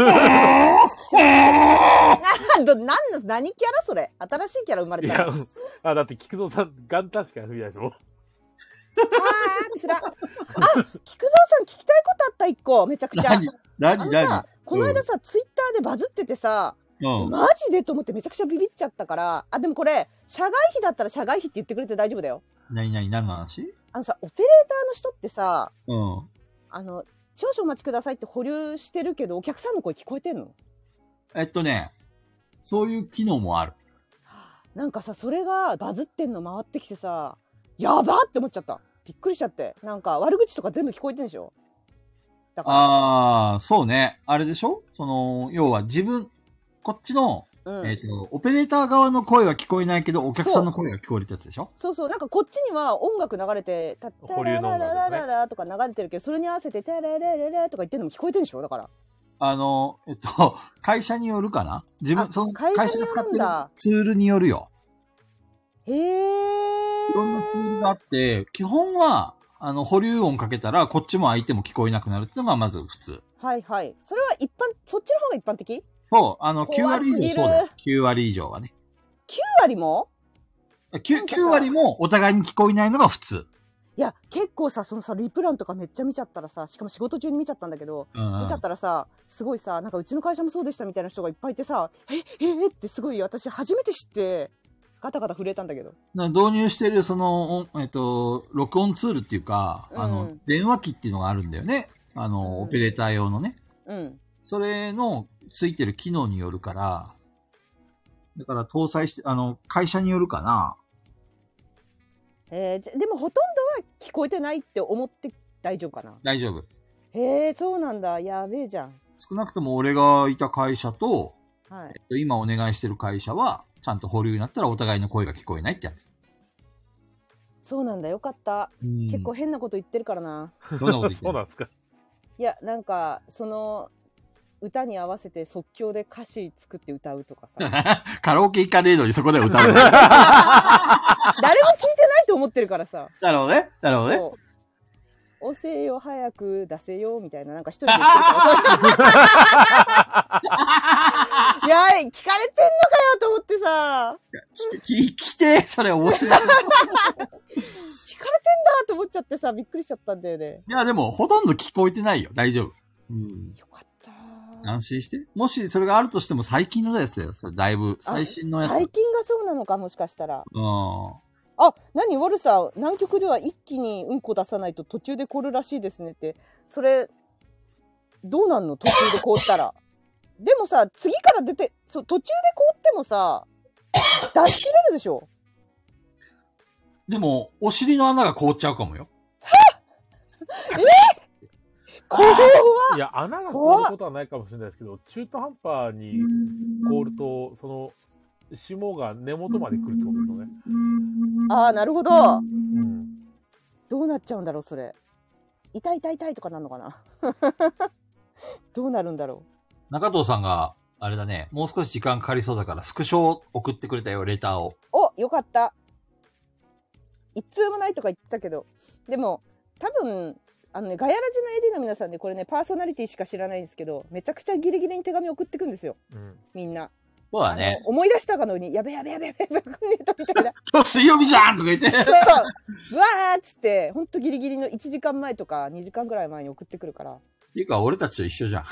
C: ん どなんの、何キャラそれ新しいキャラ生まれ
A: い
C: た
A: や
C: の。、
A: あ、だって菊蔵さん、元旦しか休みないですも ん。
C: あー、つら。あ、菊蔵さん聞きたいことあった、一個。めちゃく
B: ぁ
C: ちゃ。
B: 何
C: あ
B: 何
C: の
B: 何
C: さ、この間さ、ツイッターでバズっててさ、
B: うん。
C: マジでと思ってめちゃくちゃビビっちゃったから、あ、でもこれ、社外費だったら社外費って言ってくれて大丈夫だよ。
B: 何何何の話
C: あのさ、オペレーターの人ってさ、
B: うん。
C: あの、少々お待ちくださいって保留してるけど、お客さんの声聞こえてんの
B: えっとね、そういう機能もある。
C: なんかさ、それがバズってんの回ってきてさ、やばって思っちゃった。びっくりしちゃって。なんか悪口とか全部聞こえてんでしょだか
B: あー、そうね。あれでしょその、要は自分、こっちの、
C: ら。うん。
B: えっと、オペレーター側の声は聞こえないけど、お客さんの声が聞こえるってやつでしょ
C: そうそうなんかこっちには音楽流れて「たった
A: 保留
C: ら
A: の音
C: ら
A: 楽ですね
C: ららら」とか流れてるけどそれに合わせて「たらららら」とか言ってるのも聞こえてるんでしょだから
B: あの、えっと、 会社によるかな自分、
C: あ
B: その
C: 会
B: 会
C: 社
B: 社
C: に
B: に
C: よ
B: 使っ
C: るん
B: てる
C: だ
B: ツールによるよ。
C: へえ
B: いろんなツールがあって、基本は、あの、保留音かけたら、こっちも相手も聞こえなくなるっていうのがまず普通。
C: はいはいそれは一般そっちの方が一般的
B: そう、あの、9
C: 怖す
B: 割以
C: ぎる
B: 上そうだよ。9割以上はね。
C: 9割も
B: 9, 9割もお互いに聞こえないのが普通。
C: いや結構さそのさリプランとかめっちゃ見ちゃったらさしかも仕事中に見ちゃったんだけど
B: うん、う
C: 見
B: ん
C: ちゃ。ったらさすごいさなんかうちの会社もそうでしたみたいな人がいっぱいいてさ「えええってすごい私初めて知ってガタガタ震えたんだけど
B: な導入してる、その、おえっと、録音ツールっていうか、あの、
C: うん
B: 電話機っていうのがあるんだよね。あの、
C: うん
B: オペレーター用のね。
C: うん
B: それのついてる機能によるから、だから搭載して、あの、会社によるかな。
C: えーじゃでもほとんどは聞こえてないって思って大丈夫かな
B: 大丈夫。
C: へえそうなんだやべえじゃん
B: 少なくとも俺がいた会社と、
C: はい
B: えっと今お願いしてる会社は、ちゃんと保留になったらお互いの声が聞こえないってやつ。
C: そうなんだよかった、
B: うん
C: 結構変なこと言ってるからな
B: どんなこと言って
A: そう
B: る
A: なんですか。
C: いやなんかその歌に合わせて即興で歌詞作って歌う とかさ
B: カラオケ行かねえのにそこで歌 うの。
C: 誰も聞いてないと思ってるからさ
B: なるほどね。なるほどね。
C: そう押せよ早 く出せよみたいななんか一人で言ってるからいや、聞かれてんのかよと思ってさ、
B: き、きて、それ面白い。
C: 聞かれてんだと思っちゃってさ、びっくりしちゃったんだよね。
B: いや、でも、ほとんど聞こえてないよ。大丈夫。うん。
C: よかった。
B: 安心して。もし、それがあるとしても、最近のやつだよ。それ、だいぶ。最近のやつ。
C: 最近がそうなのか、もしかしたら。
B: うん。
C: あ、何ウォルさん、南極では一気にうんこ出さないと途中で凍るらしいですねって。それ、どうなんの途中で凍ったら。 でもさ、次から出て、そう、途中で凍ってもさ、出し切れるでしょ
B: でも、お尻の穴が凍っちゃうかもよ。
C: これはい
A: や、穴が凍ることはないかもしれないですけど、中途半端に凍ると、その、霜が根元まで来るってことですよね。
C: ああ、なるほど。
A: うん。
C: どうなっちゃうんだろう、それ。痛い痛い痛いとかなんのかな どうなるんだろ
B: 中藤さんが、あれだね、もう少し時間かかりそうだから、スクショを送ってくれたよ、レターを。
C: う。お、よかった。一通もないとか言ってたけど。でも、多分、あのね、ガヤラジの AD の皆さんで、これね、パーソナリティしか知らないんですけど、めちゃくちゃギリギリに手紙送ってくんですよ、
A: うん。
C: みんな。
B: そうだね
C: あ。の思い出したかのように、やべやべやべやべやべ、こんねえとみたいな。
B: 今日水曜日じゃんとか言って。
C: そううわーっつって、ほんとギリギリの1時間前とか2時間ぐらい前に送ってくるから。
B: ていうか、俺たちと一緒じゃん。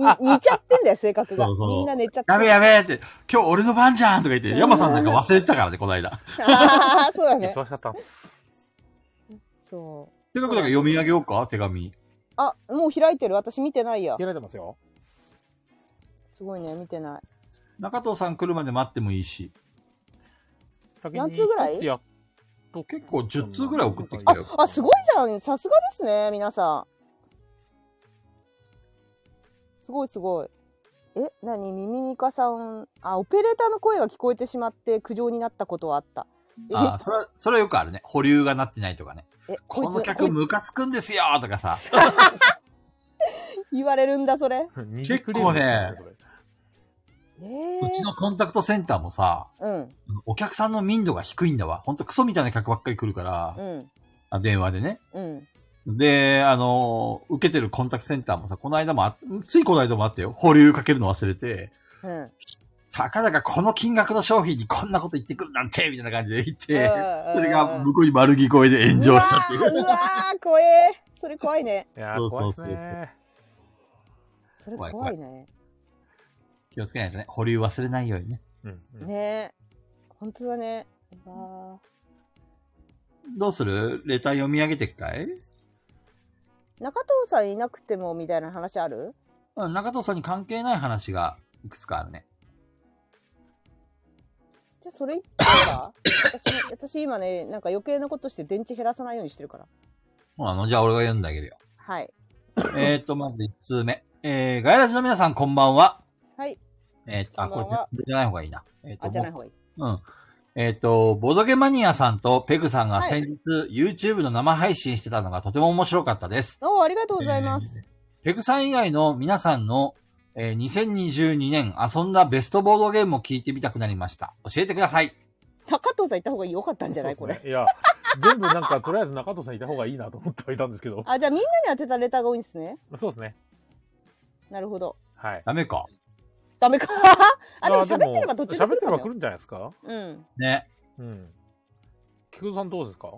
C: に似ちゃってんだよ、性格が。
B: そうそう
C: みんな寝ちゃって。
B: やべやべって、今日俺の番じゃんとか言って、山さんなんか忘れてたからね、この間。
C: ああ、そうだね。
A: 忙しかったんです。
C: そう。
B: せっかくだから読み上げようか、手紙。
C: あ、もう開いてる。私見てないや
A: 切。られてますよ。
C: すごいね、見てない。
B: 中藤さん来るまで待ってもいいし。
A: 先
C: 何通ぐらい
A: いや、
B: 結構10通ぐらい送ってき
A: あ
B: たよ。
C: あ、すごいじゃん。さすがですね、皆さん。すごいすごい。え、なに、ミミニカさん。あ、オペレーターの声が聞こえてしまって苦情になったことはあった。
B: ああ、それは、それはよくあるね。保留がなってないとかね。
C: え、え
B: この
C: こ
B: 客
C: いつ
B: ムカつくんですよとかさ。
C: 言われるんだ、それ。
A: 結
B: 構ね
C: えー
B: うちのコンタクトセンターもさ、
C: うん、
B: お客さんの民度が低いんだわ。ほんとクソみたいな客ばっかり来るから、
C: うん、
B: あ電話でね。
C: うん。
B: で、あのー受けてるコンタクトセンターもさ、この間もあ、ついこの間もあったよ。保留かけるの忘れて、
C: うん。
B: たかだかこの金額の商品にこんなこと言ってくるなんて、みたいな感じで言っ
C: うん
B: て、
C: うん
B: それが向こうに丸聞こえで炎上したっていう。
C: うわーうわー怖えそれ怖いね
A: いや
B: そう
A: ー、
B: そ
A: 怖
B: う
A: い
B: そ
A: で
B: う
A: す
B: そう
A: ね。
C: それ怖いね
B: 気をつけないとね、保留忘れないようにね。
A: うんうん
C: ね本当だねうわ
B: どうするレター読み上げていくかい
C: ー中藤さんいなくてもみたいな話ある
B: うん中藤さんに関係ない話がいくつかある ね。
C: じゃあそれ言ってか 私私今ねなんか余計なことして電池減らさないようにしてるから
B: そうなのじゃあ俺が読んであげるよ。
C: はい
B: えーと、まず1通目。えー、ガイラジの皆さんこんばんは。
C: はい
B: えーと、あ、
C: こ
B: こ
C: んばんは
B: れじゃじゃない方がいいな。えー
C: あ
B: と、
C: じゃない方がいい
B: もううん。えーと、ボドゲマニアさんとペグさんが先日、YouTube の生配信してたのがとても面白かったです。
C: おーありがとうございます、
B: えーペグさん以外の皆さんの、えー2022年遊んだベストボードゲームを聞いてみたくなりました。教えてください。
C: 中藤さんいた方がよかったんじゃない、
A: そ
C: こ
A: うで
C: れ
A: すねいや、全部なんか、とりあえず中藤さんいた方がいいなと思ってはいたんです けど。
C: あじゃあみんなに当てたレターが多いんですね
A: そうですね。
C: なるほど
A: はい。
B: ダメか。
C: ダメか あでも
A: いや
C: 喋ってればどっちで
A: 喋
C: も
A: ってれば
C: 来
A: 来
C: る
A: るんじゃないですか
C: かもようん
B: ね。
A: うん。菊蔵さんどうですか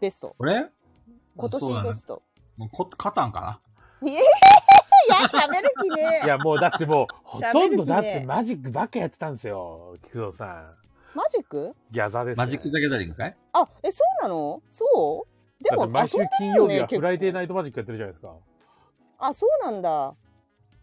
C: ベスト
B: これ
C: 今
B: そうだ
C: 年
B: ね
C: ベスト
B: もうこ、カタンかな
C: ええいや、食べる気ね
A: い。や、もうだってもう、ほとんどだっ
C: 喋る気
A: て
C: ね
A: マジックばっかやってたんですよ、菊蔵さ
C: マジック
A: ん。ギャザーです、ね。
B: マジック・ザ・ギャザリングかい
C: あ、え、そうなのそうで
A: だっ
C: も
A: て、毎週
C: 遊んで
A: 金
C: るよ
A: 曜
C: ね
A: 日はフライデー
C: 結構
A: ナイトマジックやってるじゃないですか。
C: あ、そうなんだ。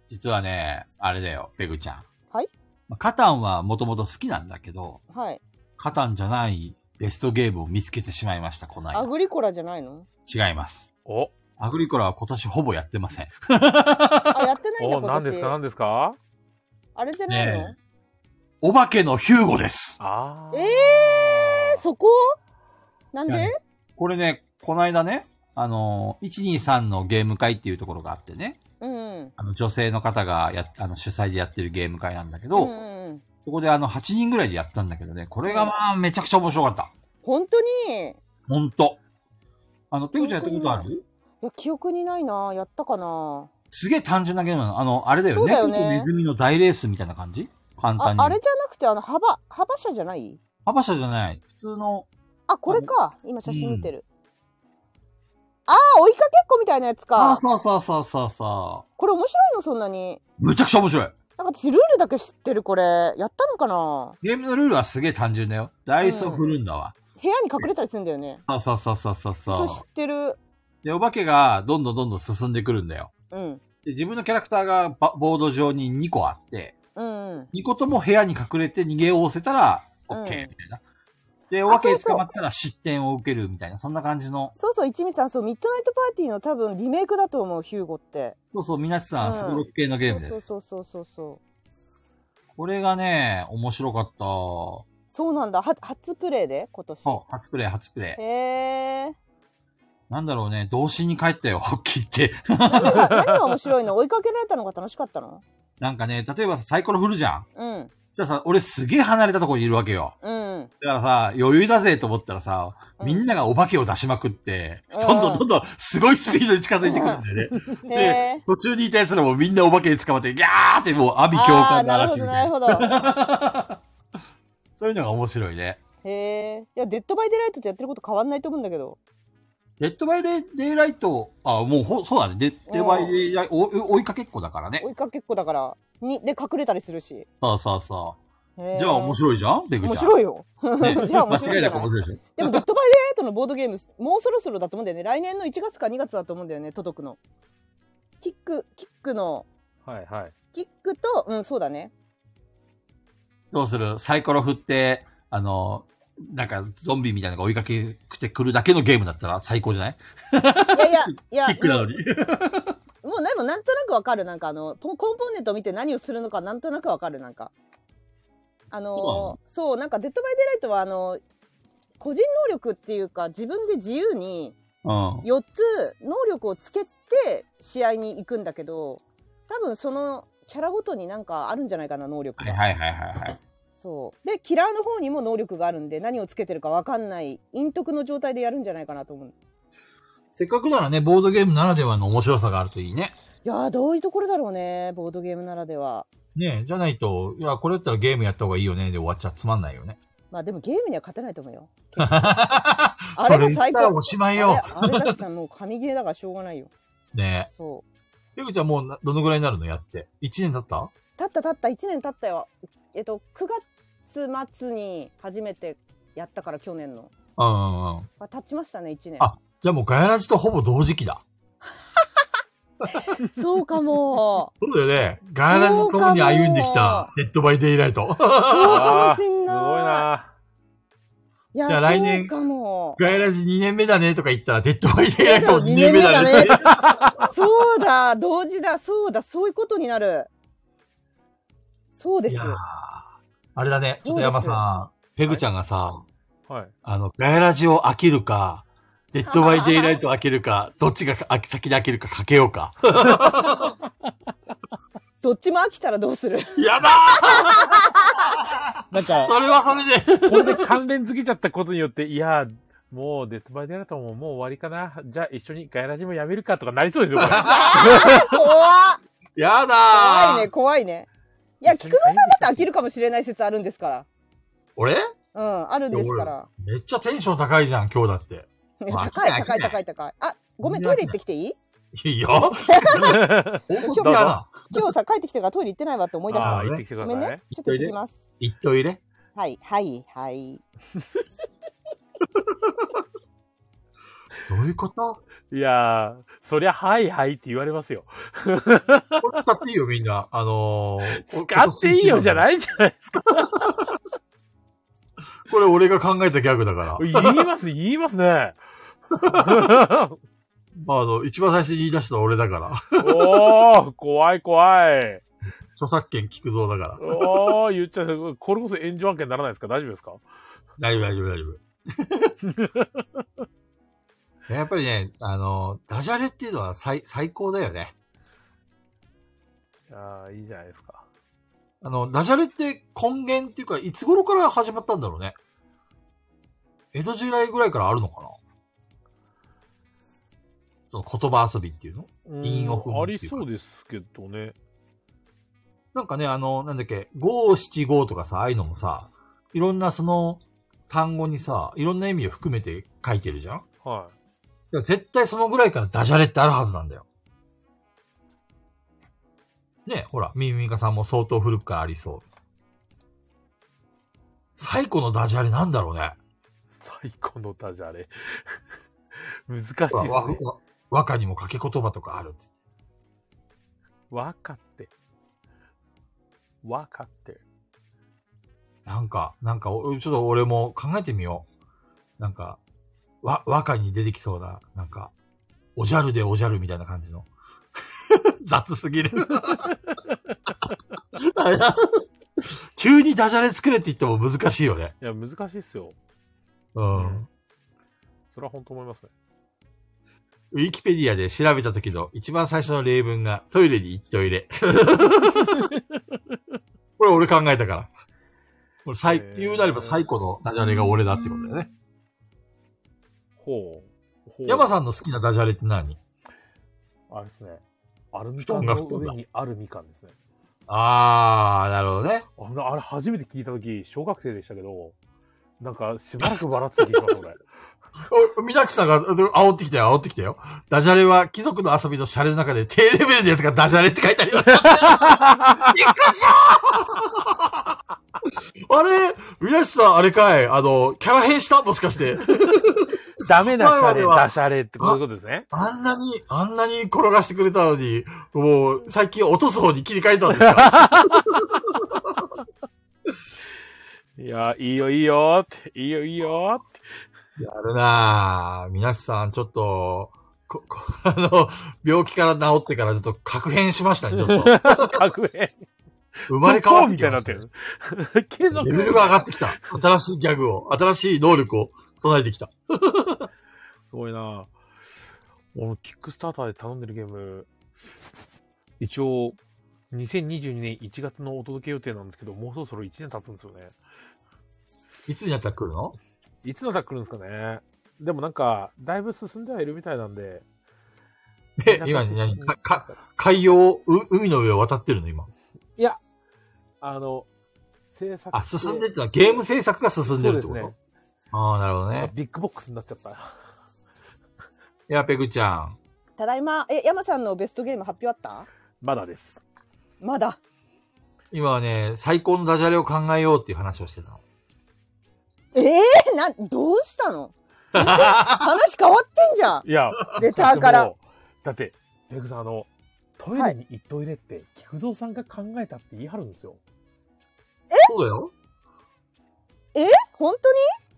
B: 実はね、あれだよ、ペグちゃん。
C: はい
B: まあカタンはもともと好きなんだけど、
C: はい。
B: カタンじゃないベストゲームを見つけてしまいました、この
C: ア
B: 間。
C: グリコラじゃないの
B: 違います。
A: お、
B: アグリコラは今年ほぼやってません。
C: あ、やってないんだ、
A: お、
C: 今
A: 何ですか
C: 年。
A: 何ですか
C: あれじゃないの
B: ねお化けのヒューゴです。
A: あー。
C: ええ、そこなん
B: いや
C: で
B: ねこれね、この間ね、あのー、123のゲーム会っていうところがあってね、
C: うんうん。
B: あの、女性の方がやっ、あの、主催でやってるゲーム会なんだけ
C: う
B: ど、
C: んうんうん。
B: そこであの、8人ぐらいでやったんだけどね、これがまあ、めちゃくちゃ面白かった。
C: 本当に、
B: ほんと。あの、ペグちゃんやったことある
C: いや、記憶にないな。やったかな。
B: すげえ単純なゲームなの。あの、あれだよ
C: そうだ
B: ね。
C: よ
B: 猫
C: ね
B: とネズミの大レースみたいな感じ簡単
C: あ
B: に。
C: あれじゃなくて、あの、幅、幅車じゃない
B: パパ車じゃない。普通の、
C: あ、これか。今写真見てる。ああ、追いかけっこみたいなやつ
B: ああ、
C: か。
B: そうそうそうそうそ
C: これ面白いの、そんなに。
B: う。むちゃくちゃ面白い。
C: なんか私、ルールだけ知ってる、これ。やったのかな
B: ゲームのルールはすげえ単純だよ。ダイスを振るんだわ。
C: 部屋に隠れたりするんだよね。
B: そうそうそうそうそう
C: そ
B: そう
C: う知ってる。
B: で、お化けがどんどんどんどん進んでくるんだよ。
C: うん。
B: で、自分のキャラクターがばボード上に2個あって、
C: うんうん。
B: 2個とも部屋に隠れて逃げおおせたら、
C: うん
B: OK みたいな。で、お化け
C: そうそう
B: 捕まったら失点を受けるみたいな、そんな感じの。
C: そうそう、一味さん、そう、ミッドナイトパーティーの多分リメイクだと思う、ヒューゴって。
B: そうそう、みなちさん、
C: うん
B: スゴロク系のゲームで
C: そう。そうそうそうそう。
B: これがね、面白かった。
C: そうなんだ。は初プレイで、今年。
B: そう、初プレイ、初プレイ。
C: へえ。
B: なんだろうね、童心に帰ったよ、 聞いて。
C: 何が、何が面白いの追いかけられたのが楽しかったの
B: なんかね、例えばサイコロ振るじゃん。
C: うん。
B: そしたらさ、俺すげえ離れたとこにいるわけよ。
C: うん。
B: だからさ、余裕だぜと思ったらさ、
C: うん
B: みんながお化けを出しまくって、
C: うん
B: どんどんどんどんすごいスピードに近づいてくるんだよね。
C: へ
B: で
C: え。
B: 途中にいた奴らもみんなお化けに捕まって、ギャーってもう阿鼻教
C: ああ
B: 官
C: ー、
B: の
C: なる
B: 嵐
C: ほ
B: み
C: ど、
B: た
C: ないる
B: な。
C: ほど。
B: そういうのが面白いね。
C: へえ。いや、デッドバイデイライトとやってること変わんないと思うんだけど。
B: デッドバイレイデイライト、あ、もうほ、そうだね。デッドバイデイライト、お追いかけっこだからね
C: 追。いかけっこだから。に、で、隠れたりするし。
B: そうそうそう。じ
C: じ
B: ゃあ面白いじゃんペグちゃん。
C: 面白いよ。
B: ね
C: じゃあ面
B: 間
C: 白いじ
B: 違
C: ゃ
B: いなく
C: ない
B: 面白いでしょ。
C: でも、デッドバイデイライトのボードゲーム、もうそろそろだと思うんだよね。来年の1月か2月だと思うんだよね、届くの。キック、キックの、
A: はいはい。
C: キックと、うん、そうだ ね。
B: どうするサイコロ振って、あの、なんかゾンビみたいなのが追いかけてくるだけのゲームだったら最高じゃない
C: いやいや、いや、
B: キックなのに。
C: もうでもなんとなくわかる。なんかあの、ポンコンポーネントを見て何をするのかなんとなくわかる。なんか。あ
B: そうなの
C: のーそう、なんかデッドバイデイライトはあのー、個人能力っていうか自分で自由に
B: うん。
C: 4つ能力をつけて試合に行くんだけど、多分そのキャラごとになんかあるんじゃないかな、能力
B: はい
C: が。
B: はいはいはいはい。
C: そう。で、キラーの方にも能力があるんで、何をつけてるかわかんない、陰徳の状態でやるんじゃないかなと思う。
B: せっかくならね、ボードゲームならではの面白さがあるといいね。
C: いやー、どういうところだろうね、ボードゲームならでは。
B: ねえ、じゃないと、いや、これだったらゲームやった方がいいよね、で終わっちゃつまんないよね。
C: まあでもゲームには勝てないと思 うよ。あ
B: それ
C: れが
B: 言っ
C: 最
B: たら
C: 高
B: お。しまいよ。
C: あれ、あれだけさんもう神ゲーだからしょうがないよ。
B: ね
C: そ
B: え。ペグちゃんもうなどのぐらいになるのやって。1年経った
C: う。たったたった1年経ったよ。えっと、9月末に初めてやったから去年の。
B: うんうんうん。
C: あ、経ちましたね、1年。
B: あじゃあもうガヤラジとほぼ同時期だ。
C: そう かも。
B: そうだよね。ガヤラジと共に歩んできた、デッドバイデイライト。
C: そうかもしん
A: すごい
C: な。
A: ない
C: いや、
B: じゃあ来年
C: そうかも。
B: ガヤラジ2年目だねとか言ったら、デッドバイデイライト2
C: 2
B: 年
C: 年
B: 目
C: 目
B: だ
C: だ
B: ね。
C: ね。そうだ、同時だ、そうだ、そういうことになる。そうで
B: い
C: す
B: やー
C: よ。
B: あれだね。ちょっと山さん、ペグちゃんがさ、
A: はい。
B: あの、ガヤラジを飽きるか、デッドバイデイライトを飽きるか、どっちが飽き先で飽きるかかけようか。
C: どっちも飽きたらどう する
B: やだ
A: なん
B: ー
A: か、
B: それはそれで。
A: これで関連づけちゃったことによって、いやー、もうデッドバイデイライトももう終わりかな。じゃあ一緒にガヤラジもやめるかとかなりそうですよ、これ。
C: 怖っ
B: やだ
C: 怖い
B: ー
C: ね怖いねいや菊蔵さんだって飽きるかもしれない説あるんですか
B: 俺
C: らうんあるんですから
B: めっちゃテンション高いじゃん、今日だって。
C: ね
B: 俺
C: 高い
B: 飽きな
C: 高
B: い
C: い高い高いあごめんトイレ行ってきていい
B: いい よ。ほんとつやな。
C: 今日さ帰ってきてからトイレ行ってないわ って思い出し
A: あ
C: た
A: あー、行ってきてく
C: ご
A: だ
C: め
A: さい
C: ん
A: ね
C: ね。ちょっと行ってきます
B: 言っといれ。
C: はいはいはい
B: どういうこと
A: いやー、そりゃ、はいはいって言われますよ。
B: これ使っていいよ、みんな。あのー、
A: 使っていいよじゃ
B: い
A: ないじゃないですか。
B: これ俺が考えたギャグだから。
A: 言います、言いますね。
B: まあ、あの、一番最初に言い出したのは俺だから。
A: おー、怖い怖い。
B: 著作権聞くぞだから。
A: おー、言っちゃう。これこそ炎上案件にならないですか大丈夫ですか
B: 大丈夫、大丈夫、大丈 夫。やっぱりね、あの、ダジャレっていうのは最、最高だよね。
A: ああ、いいじゃないですか。
B: あの、ダジャレって根源っていうか、いつ頃から始まったんだろうね。江戸時代ぐらいからあるのかなその言葉遊びっていうの
A: うん
B: 韻を踏む
A: あ
B: ってい
A: り
B: うか
A: そうですけどね。
B: なんかね、あの、なんだっけ、五七五とかさ、ああいうのもさ、いろんなその単語にさ、いろんな意味を含めて書いてるじゃん
A: はい
B: や絶対そのぐらいからダジャレってあるはずなんだよ。ねえ、ほら、ミミミカさんも相当古くからありそう。最古のダジャレなんだろうね。
A: い。最高のダジャレ。 難しいっす
B: ほらわ
A: ね。
B: わ和歌にも掛け言葉とかある。
A: わかって。わかって。
B: なんか、なんか、おちょっと俺も考えてみよう。なんか、わ、和歌に出てきそうな、なんか、おじゃるでおじゃるみたいな感じの。 雑すぎる。 急にダジャレ作れって言っても難しいよね。
A: いや、難しいっすよ。
B: うん。
A: それは本当思いますね。
B: ウィキペディアで調べた時の一番最初の例文がトイレに行っておい れ。これ俺考えたから。これ最
A: へ、ー
B: 言うなれば最古のダジャレが俺だってことだよね。
A: ほう。ほう
B: 山さんの好きなダジャレって何
A: あれですね。アルミ
B: 布団
A: 缶
B: が
A: の
B: 布団だ
A: 上にあるみかんですね。
B: あー、なるほどね。
A: あのあれ初めて聞いたとき、小学生でしたけど、なんかしばらく笑ってた気がします、俺。
B: お、みなちさんがうん煽ってきたよ、煽ってきたよ。ダジャレは貴族の遊びのシャレの中で低レベルのやつがダジャレって書いてありました。びっくりしたあれ、みなちさん、あれかい、あの、キャラ変したもしかして。
A: ダメなシャ
B: 前まで
A: レ、
B: は
A: ダシャレってこういうことですね。
B: あんなに、あんなに転がしてくれたのに、もう、最近落とす方に切り替えたんですか
A: いや、いいよいいよって、いいよいいよって。
B: やるなぁ。みなちさん、ちょっと、こ、 こ、あの、病気から治ってからちょっと確変しましたね、ちょっ と。
A: 格変。
B: 生まれ変わって
A: み
B: き
A: たいになっ
B: ましてたね
A: る。継続
B: レ。ベルが上がってきた。新しいギャグを、新しい能力を備えてきた。
A: すごいな俺もキックスターターで頼んでるゲーム、一応、2022年1月のお届け予定なんですけど、もうそろそろ1年経つんですよね。
B: いつになったら来るの
A: いつのた来るんですかね。でもなんか、だいぶ進んではいるみたいなんで。
B: え、今に何か、か、海洋を、う海の上を渡ってるの今。
A: いや、あの、制作
B: あ、進んでるってのはゲーム制作が進んでるって
A: そう
B: こ
A: で
B: と、
A: すね
B: ああ、なるほどね。
A: ビッグボックスになっちゃった。
B: いや、ペグちゃん。
C: ただいま、え、山さんのベストゲーム発表あった
A: まだです。
C: まだ。
B: 今はね、最高のダジャレを考えようっていう話をしてたの。
C: ええな、どうしたの話変わってん じゃん。
A: いや、
C: レターから
A: でも。だって、ペグさん、あの、トイレに行っといれって、菊蔵さんが考えたって言い張るんですよ。
B: そうだよ。
C: 本当に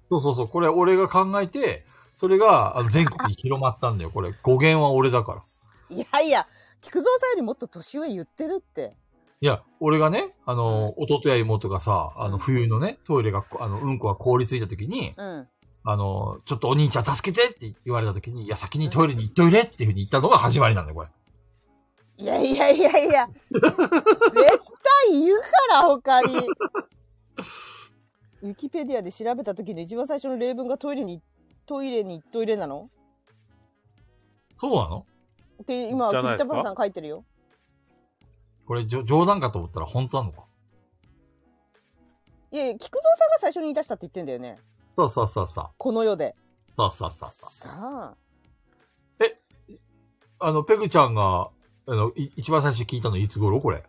B: そうそうそう。これ俺が考えて、それがあの全国に広まったんだよ。これ、語源は俺だから。
C: いやいや、菊蔵さんよりもっと年上言ってるって。
B: いや、俺がね、あの、弟や妹がさ、あの、冬のね、トイレが、あの、うんこが凍りついた時に、
C: うん。
B: あの、ちょっとお兄ちゃん助けてって言われた時に、いや、先にトイレに行っといれっていうふうに言ったのが始まりなんだよ、これ。
C: いやいやいやいや。絶対いるから、他に。ウィキペディアで調べた時の一番最初の例文がトイレに、トイレにトイレなの
B: そうなの
C: って今、
A: じゃ
C: 菊
A: ないですか
C: 田パンさん書いてるよ。
B: これ、じょ冗談かと思ったら本当なのか。
C: いやいや、菊蔵さんが最初に言い出したって言ってんだよね。
B: そうそうそうそう。
C: この世で。
B: そうそうそうそう。
C: さあ。
B: あの、ペグちゃんが、あの、い一番最初聞いたのいつ頃これ。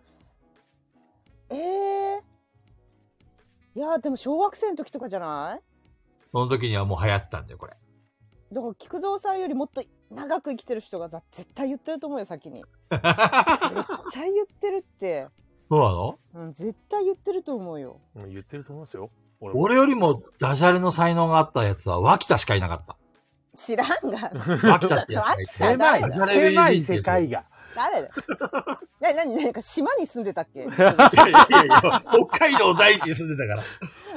C: ええいやーでも小学生の時とかじゃない
B: その時にはもう流行ったんだよ、これ。
C: だから菊蔵さんよりもっと長く生きてる人がざ絶対言ってると思うよ先 に絶対言ってるって、
B: そうなの
C: うん、絶対言ってると思うよ
A: うん言ってると思いますよ。俺も
B: 俺よりもダジャレの才能があったやつは、脇田しかいなか っ
C: 知らんが
B: た。脇田ってやつがい
C: 脇
B: て
A: 狭
C: 田。
A: い、
C: ダジ
B: ャレ名人
A: 狭い世界が。
C: 誰だよなななんか島に住んでたっ け
B: いやいやいや、北海道第一に住んでたから。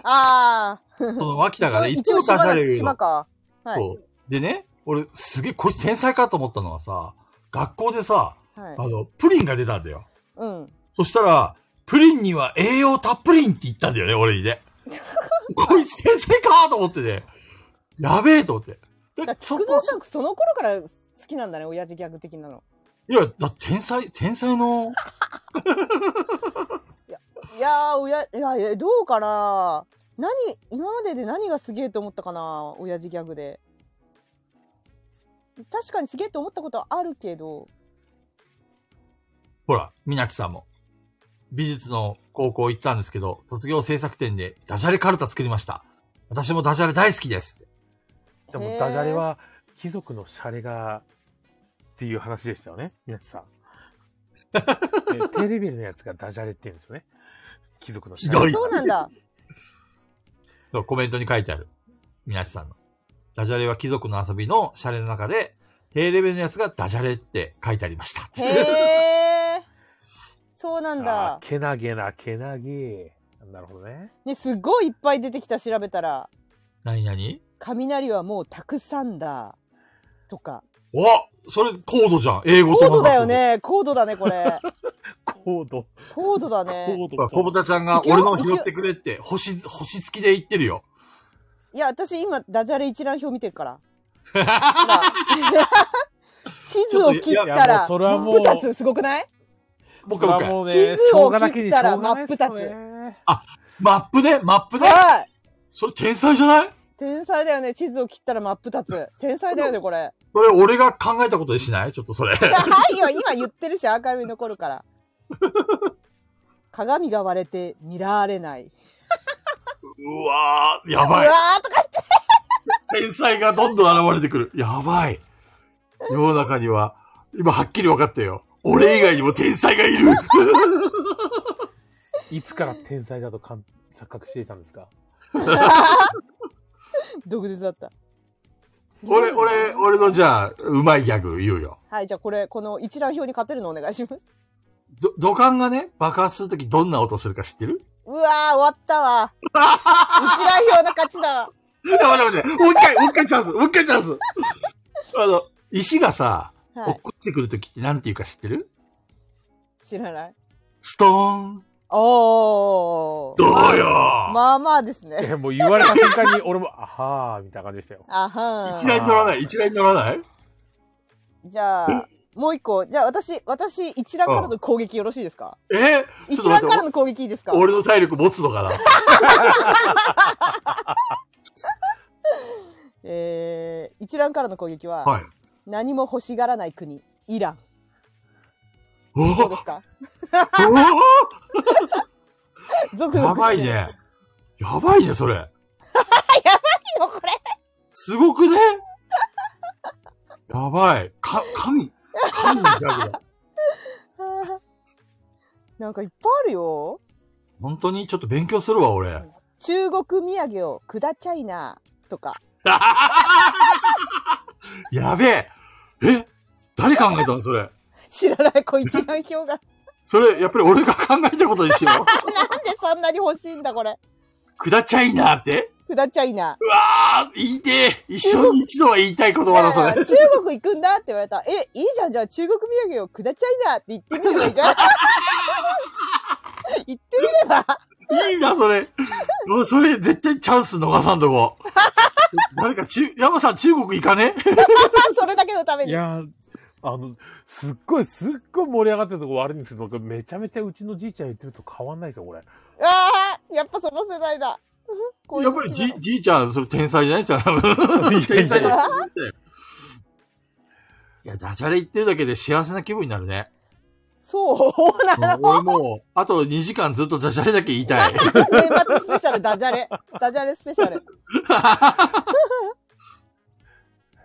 C: あ
B: その脇田が
C: あ
B: ね、一応出される
C: 島
B: よ。
C: かはい、
B: そう。でね、俺、すげえ、こいつ天才かと思ったのはさ、学校でさ、あ
C: はい、
B: の、プリンが出たんだよ。
C: うん
B: そしたら、プリンには栄養たっぷりんって言ったんだよね、俺に ね。こいつ天才かと思ってね。やべえと思って。で
C: だから
B: そ
C: 菊蔵さんその頃から好きなんだね、親父ギャグ的なの。
B: いや、だ、天才、天才の、
C: いやー、親、いや、えどうかな何、今までで何がすげえと思ったかな親父ギャグで。確かにすげえと思ったことはあるけど、
B: ほら、みなきさんも。美術の高校行ったんですけど、卒業制作展でダジャレカルタ作りました。私もダジャレ大好きです。
A: で
C: へ
A: も
C: ー
A: ダジャレは貴族のシャレがっていう話でしたよね、皆さん。でテレビのやつがダジャレって言うんですよね。貴族のシャレ。
B: ひどい
C: そうなんだ。
B: そうコメントに書いてある。みなしさんの。ダジャレは貴族の遊びのシャレの中で、低レベルのやつがダジャレって 書いてありました。
C: へえ。そうなん
A: あー。
C: だ
A: けなげな、けなげ。なるほどね。
C: ね、すごいいっぱい出てきた、調べたら。
B: 何々
C: 雷はもうたくさんだ。とか。
B: おそれコードじゃん。英語
C: コ
B: と
C: ードだよ。ね。コードだね、これ。
A: コード。
C: コードだ
A: コ
C: ね。
A: ード
B: ほら
A: か。
B: 小豚ちゃんが俺のを拾ってくれって、星、星付きで言ってるよ。
C: いや、私今、ダジャレ一覧表見てる から。ほら地図を切った
A: いやも
C: ら、
A: うそれはもう
C: 真っ二つ、すごくない
B: もう一
A: それ
B: 回も
A: は
B: う一回。
A: もう
C: 地
A: ね、
C: 図
A: し
C: を
A: ょうがなきに
C: 切ったら
A: しょうがないですよね
C: 真
B: マップでマップで
C: はい。
B: それ天才じゃない
C: 天才だよね。地図を切ったら真っ二つ。天才だよね、これ。
B: それ俺が考えたことにしないちょっとそれ。
C: はいよ、今言ってるし、アーカイブに残 るから。鏡が割れて見られない。
B: うわー、や
C: うわ
B: ばい。
C: ーとか
B: 天才がどんどん現れてくる。やばい。世の中には、今はっきり分かったよ。俺以外にも天才がいる。
A: いつから天才だとかん錯覚していたん ですか
C: 毒舌だった。
B: 俺、俺、俺のじゃあ、うまいギャグ言うよ。
C: はい、じゃあこれ、この一覧表に勝てるのお願いし ます。
B: ど、土管がね、爆発するときどんな音するか知ってる
C: うわー、終わったわ。一覧表の勝ちだわ。
B: やばいやばいやばいもう一回、もう一回チャンス、もう一回チャンス。あの、石がさ、
C: は
B: 落っ
C: い、
B: こちてくるときってなんていうか知ってる
C: 知らない。
B: ストーン。
C: おー。
B: どうよ、
C: まあまあですね。
A: え、もう言われた瞬間に俺も、あはー、みたいな感じで したよ。
C: あは
B: 一
C: ーん。
B: 覧に乗らない一覧に乗らない
C: じゃあ、もう一個。じゃあ私、私、一覧からの攻撃よろしいですか
B: えちょっ
C: 一
B: と待
C: 覧
B: っ
C: から
B: て、
C: の攻撃いいですか
B: 俺の体力持つの かな
C: えー、一覧からの攻撃は、
B: はい。
C: 何も欲しがらない国、イラン。
B: お
C: どう
B: お
C: ですか
B: お
C: ゾクゾク
B: やばいね。
C: や
B: やばいね、それ。
C: ばいのこれ。
B: すごくねやばい。か、神。神のギャグだ。
C: なんかいっぱいあるよ。
B: 本当にちょっと勉強するわ、俺。
C: 中国土産をくだちゃいなとか。
B: やべえ。え誰考えたのそれ。
C: 知らない子一覧表が。なんで
B: それ、やっぱり俺が考えたことにしよう。
C: そんなに欲しいんだこれ。
B: くだちゃいなって。
C: くだちゃいな。
B: うわー、言いてえ。一生に一度は言いたい言葉だ、そ
C: いやいや
B: れ。
C: 中国行くんだって言われた。え、いいじゃん、じゃあ中国土産をくだちゃいなって言ってみればいいじゃん。 言ってみれば。
B: いいな、それ。俺それ、絶対チャンス逃さんとこ。誰か、中、山さん中国行かね
C: それだけのため
A: い
C: に。
A: やーあの、すっごい、すっごい盛り上がってるとこ悪いんですけど、僕めちゃめちゃうちのじいちゃん言ってると変わんないですよ、これ。
C: ああ、やっぱその世代だ。こう い
B: や
C: う
B: っ
C: の
B: ぱ
C: 好
B: り
C: きな
B: じ
C: の、
B: じいちゃん、それ天才じゃないですか、多 分天才だよ。いや、ダジャレ言ってるだけで幸せな気分になる ね。
C: そう なの。
B: 俺もう、あと2時間ずっとダジャレだけ言いた い。
C: 年末スペシャル、ダジャレ。ダジャレスペシャル。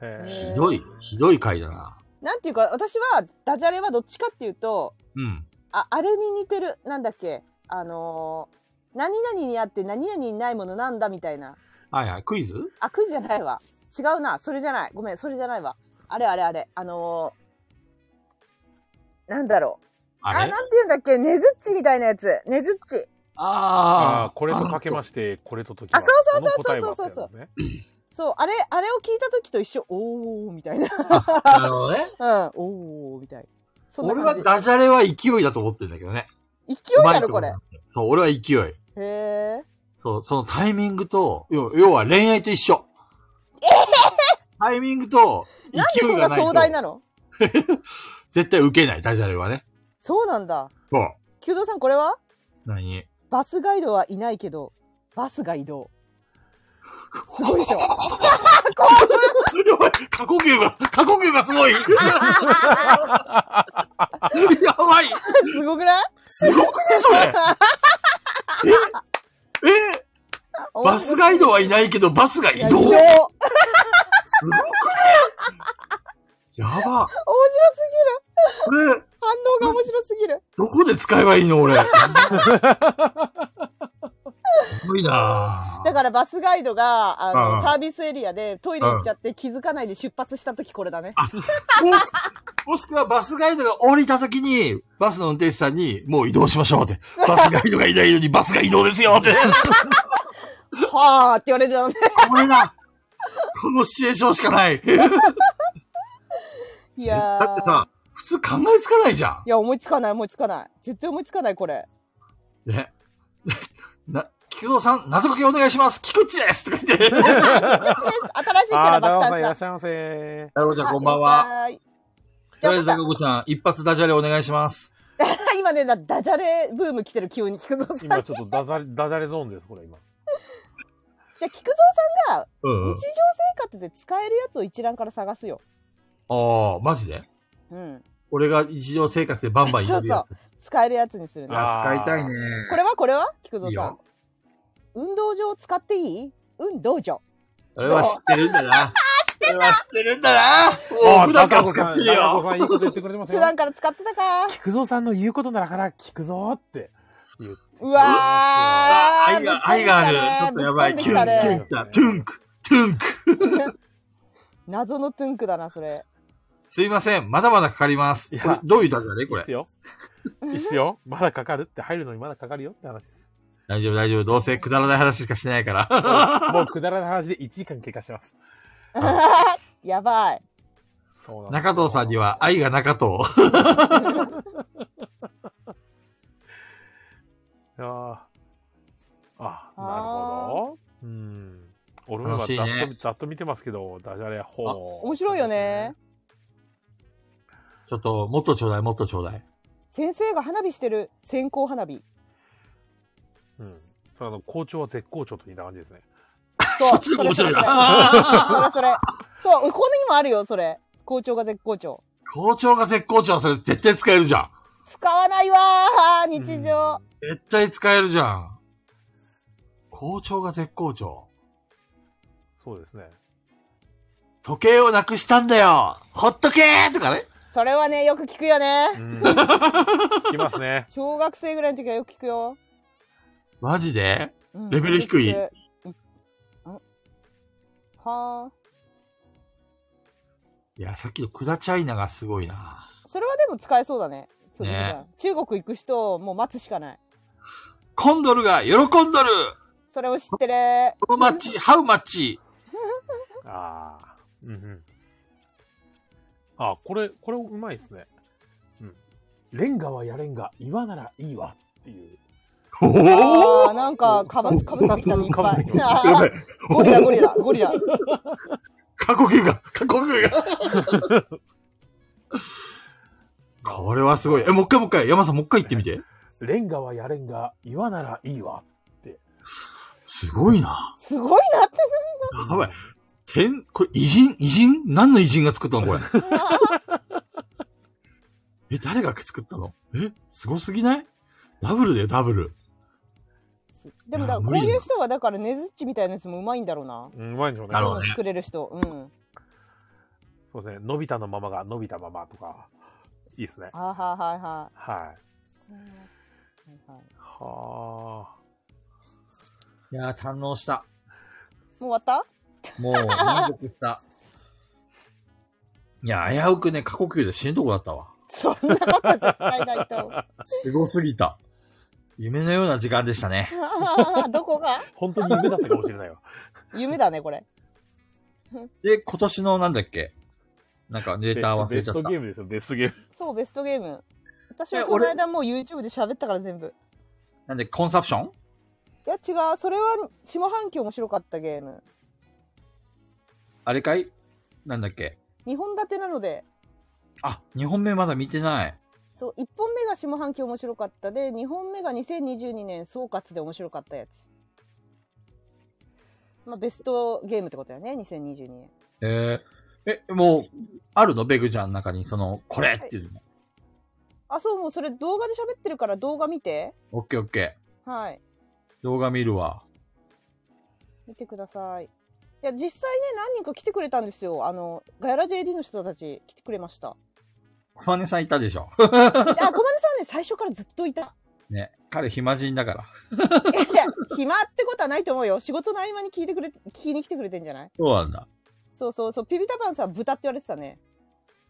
A: へ
B: ひどい、ひどい回だな。
C: なんていうか、私は、ダジャレはどっちかっていうと、
B: うん。
C: あ、あれに似てる。なんだっけ。あのー何々にあって何々にないものなんだみたいな。
B: はいはい、クイズ
C: あ、クイズじゃないわ。違うな。それじゃない。ごめん、それじゃないわ。あれあれあれ。あのーなんだろう。あ
B: あれ
C: なんて言うんだっけ。ねずっちみたいなやつ。ねずっち。
A: あ
B: あ
A: あ、これとかけまして、これと解きまして。
C: あそうそうそ
A: こ
C: う
A: の答えは
C: そうそうそう
A: ってやつね
C: そう、あれ、あれを聞いた時と一緒。おー、みたいな。
B: あなるほどね。
C: うん、おー、みたい。 そんな
B: 俺
C: 感
B: は
C: じ。
B: ダジャレは勢いだと思ってるんだけどね。
C: 勢いだろ、これ
B: うまい。と思う。そう、俺は勢い。
C: へえ。
B: そう、そのタイミングと、要要は恋愛と一緒。タイミングと
C: なんでそんな壮大なの
B: 絶対受けない、ダジャレはね。
C: そうなんだ。
B: そう。
C: 久蔵さん、これは
B: 何
C: バスガイドはいないけど、バスが移動。すごい でしょ
B: やばい過呼吸が、過呼吸がすごい やばい
C: すごくない
B: すごくね、それええ バスガイドはいないけど、バスが移動
C: 移
B: す
C: 動
B: ごく
C: 面
B: ねや
C: 白
B: ば
C: す
B: これ、
C: 反応が面白すぎる。
B: どこで使えばいいの俺。 すごいな
C: だからバスガイドが、あ
B: うん
C: の、サービスエリアでトイレ行っちゃって気づかないで出発した時これだね。
B: ぁもしもしくはバスガイドが降りた時に、バスの運転手さんに、もう移動しましょうって。バスガイドがいないのにバスが移動ですよって。
C: はーって言われるだ ろうね。
B: これだこのシチュエーションしかない。
C: いや
B: だって
C: ー。
B: さ、普通考えつかないじゃ
C: いや、思いつかない、思いつかない。絶対思いつかない、これ。
B: ん。ね。 な、菊蔵さん、謎かけお願いします。菊池ですとか 言って。
C: 新しいキャ
A: あ
C: ラ
A: ー、ダ
C: 爆
A: オ
C: 誕
A: さんい
C: し
A: ら
C: た
A: っ。しゃいませ。
B: 太郎ちゃん、こんばんは。
C: はい。じ
B: と
C: ゃ
B: りあえ
C: あ
B: ず、
C: ま
B: 高子ちゃん、一発ダジャレお願いします。
C: た、今ね、だダジャレブーム来てる、急に菊蔵さん。じゃ
A: 今ちょっとダジャレ、ダジャレゾーンです、これ今。
C: あ、菊蔵さんが
B: うんうん
C: 日常生活で使えるやつを一覧から探すよ。
B: ああ、マジで
C: うん。
B: 俺が日常生活でバンバン言えるやつ。
C: 使えるやつにするね。
A: あ
B: あ
A: ー
B: 使いたいね。
C: これはこれは菊
B: い
C: 蔵
B: い
C: さん
B: よ。
C: 運動場を使っていい運動場。
B: 俺は知ってるんだ な。俺は知ってるんだな。もう
A: あ
B: 普
A: ー、
B: 段
A: ダ
B: か
A: カ
B: ら
A: 子
B: 使
A: さ
B: っ
A: ん、
B: てる
A: ダカ子
B: よ。
A: さんいいこと言ってくれてます
C: 普
A: よ。
C: 段から使ってたか。
A: 菊蔵さんの言うことならから聞くぞって言って。
C: うわー
B: あ愛が、愛がある。ちょっとやばい。
C: ぶっ
B: キ
C: 飛
B: ュ
C: んできた
B: ン、
C: ね
B: キュンだ。トゥンク、トゥンク。
C: 謎のトゥンクだな、それ。
B: すいません。まだまだかかります。
A: いや
B: これどういうダジャレこ
A: いいっす
B: れ。
A: よ。いいっすよ。まだかかるって入るのにまだかかるよって話です。
B: 大丈夫、大丈夫。どうせくだらない話しかしないから。
A: もうくだらない話で1時間経過してます。
C: やばい。
A: そうなんです
B: 中藤さんには愛が中藤。
A: いやーあ、なるほど。うん。俺も今ざ
B: 楽し
A: っ
B: い
A: と、
B: ね
A: ざっと見てますけど、ダジャレ、ほう。
C: 面白いよね。。
B: ちょっと、もっとちょうだい、もっとちょうだい。
C: 先生が花火してる。線香花 火。
A: うん。それあの、校長は絶好調と似た感じですね。
C: そう。
B: すごい面白い
C: それそれ
B: な。
C: それそれ。そう、このにもあるよ、それ。校長が絶好調。
B: 校長が絶好調、それ絶対使えるじゃん。
C: 使わないわー、日常。
B: 絶対使えるじゃん。校長が絶好調。
A: そうです ね。
B: 時計をなくしたんだよほっとけーとかね。
C: それはね、よく聞くよね。
A: うん。きますね。
C: 小学生ぐらいの時はよく聞くよ。
B: マジで
C: うん
B: レベル低い
C: よく聞くんはあ。
B: いや、さっきのくだちゃいながすごいな。
C: それはでも使えそうだね。そうで
B: ね
C: すね。中国行く人、もう待つしかない。
B: コンドルが喜んどる
C: それを知ってる。
B: このマッチ、ハウマッチ
A: ああ。うんうん。あ、これ、これうまいですね。うん。レンガはやレンガ、岩ならいいわっていう。
B: おお
C: あーなんか、かぶす、かぶさってきたね、いっぱ
A: かぶ
C: い
A: ってき。
C: あ
A: た
B: やばい
C: ーゴリラ、ゴリラ、ゴリラ。
B: 過呼吸が、過呼吸が。これはすごい。え、もう一回もう一回。山さんもう一回言ってみて。
A: レンガはやレンガ、岩ならいいわ。
B: すごいな。
C: すごいなって。
B: やばい。天、これ偉人偉人何の偉人が作ったのこれ。 え、誰が作ったのえ、すごすぎないダブルだよ、ダブル。
C: でもだから、こういう人はだから、ねずっちみたいなやつもうまいんだろうな。
A: うん、うまいんでしょうね。
B: なるほどね
C: 作れる人。うん。
A: そうですね。伸びたのままが伸びたままとか、いいですね。
C: あーはいはいは
A: はい。
C: い。はいはい
A: はあ。
B: いやー、堪能した。
C: もう終わった
B: もう、満足した。いや、危うくね、過呼吸で死ぬとこだったわ。
C: そんなこと絶対ないと思う。
B: すごすぎた。夢のような時間でしたね。
C: どこが
A: 本当に夢だったかもしれない わ。
C: 夢だね、これ。
B: で、今年のなんだっけなんかネタ忘れちゃっ
A: ベスト
B: た
A: ゲ。ームですよ、ベストゲーム。
C: そう、ベストゲーム。私
B: え
C: はこの間もう YouTube で喋ったから全部。
B: なんで、コンサプション
C: いや、違う。それは、下半期面白かったゲーム。
B: あれかいなんだっけ
C: 2本立てなので、
B: あ、2本目まだ見てない。
C: そう、1本目が下半期面白かったで、2本目が2022年総括で面白かったやつ。まあ、ベストゲームってことだよね、2022年。
B: えー、え、もう、あるのベグちゃんの中に、その、これっていうの。
C: あ、そう、もうそれ動画で喋ってるから動画見て。
B: オッケーオッケ
C: はい。
B: ー。動画見るわ。
C: 見てください。いや、実際ね、何人か来てくれたんですよ。あの、ガヤラ JD の人たち来てくれました。
B: コマネさんいたでしょ。
C: あ、小金さんはね、最初からずっといた。
B: ね。彼暇人だから。
C: いや、暇ってことはないと思うよ。仕事の合間に聞いてくれ、聞きに来てくれてんじゃない
B: そうなんだ。
C: そうそうそう。ピピタパンさん、豚って言われてたね。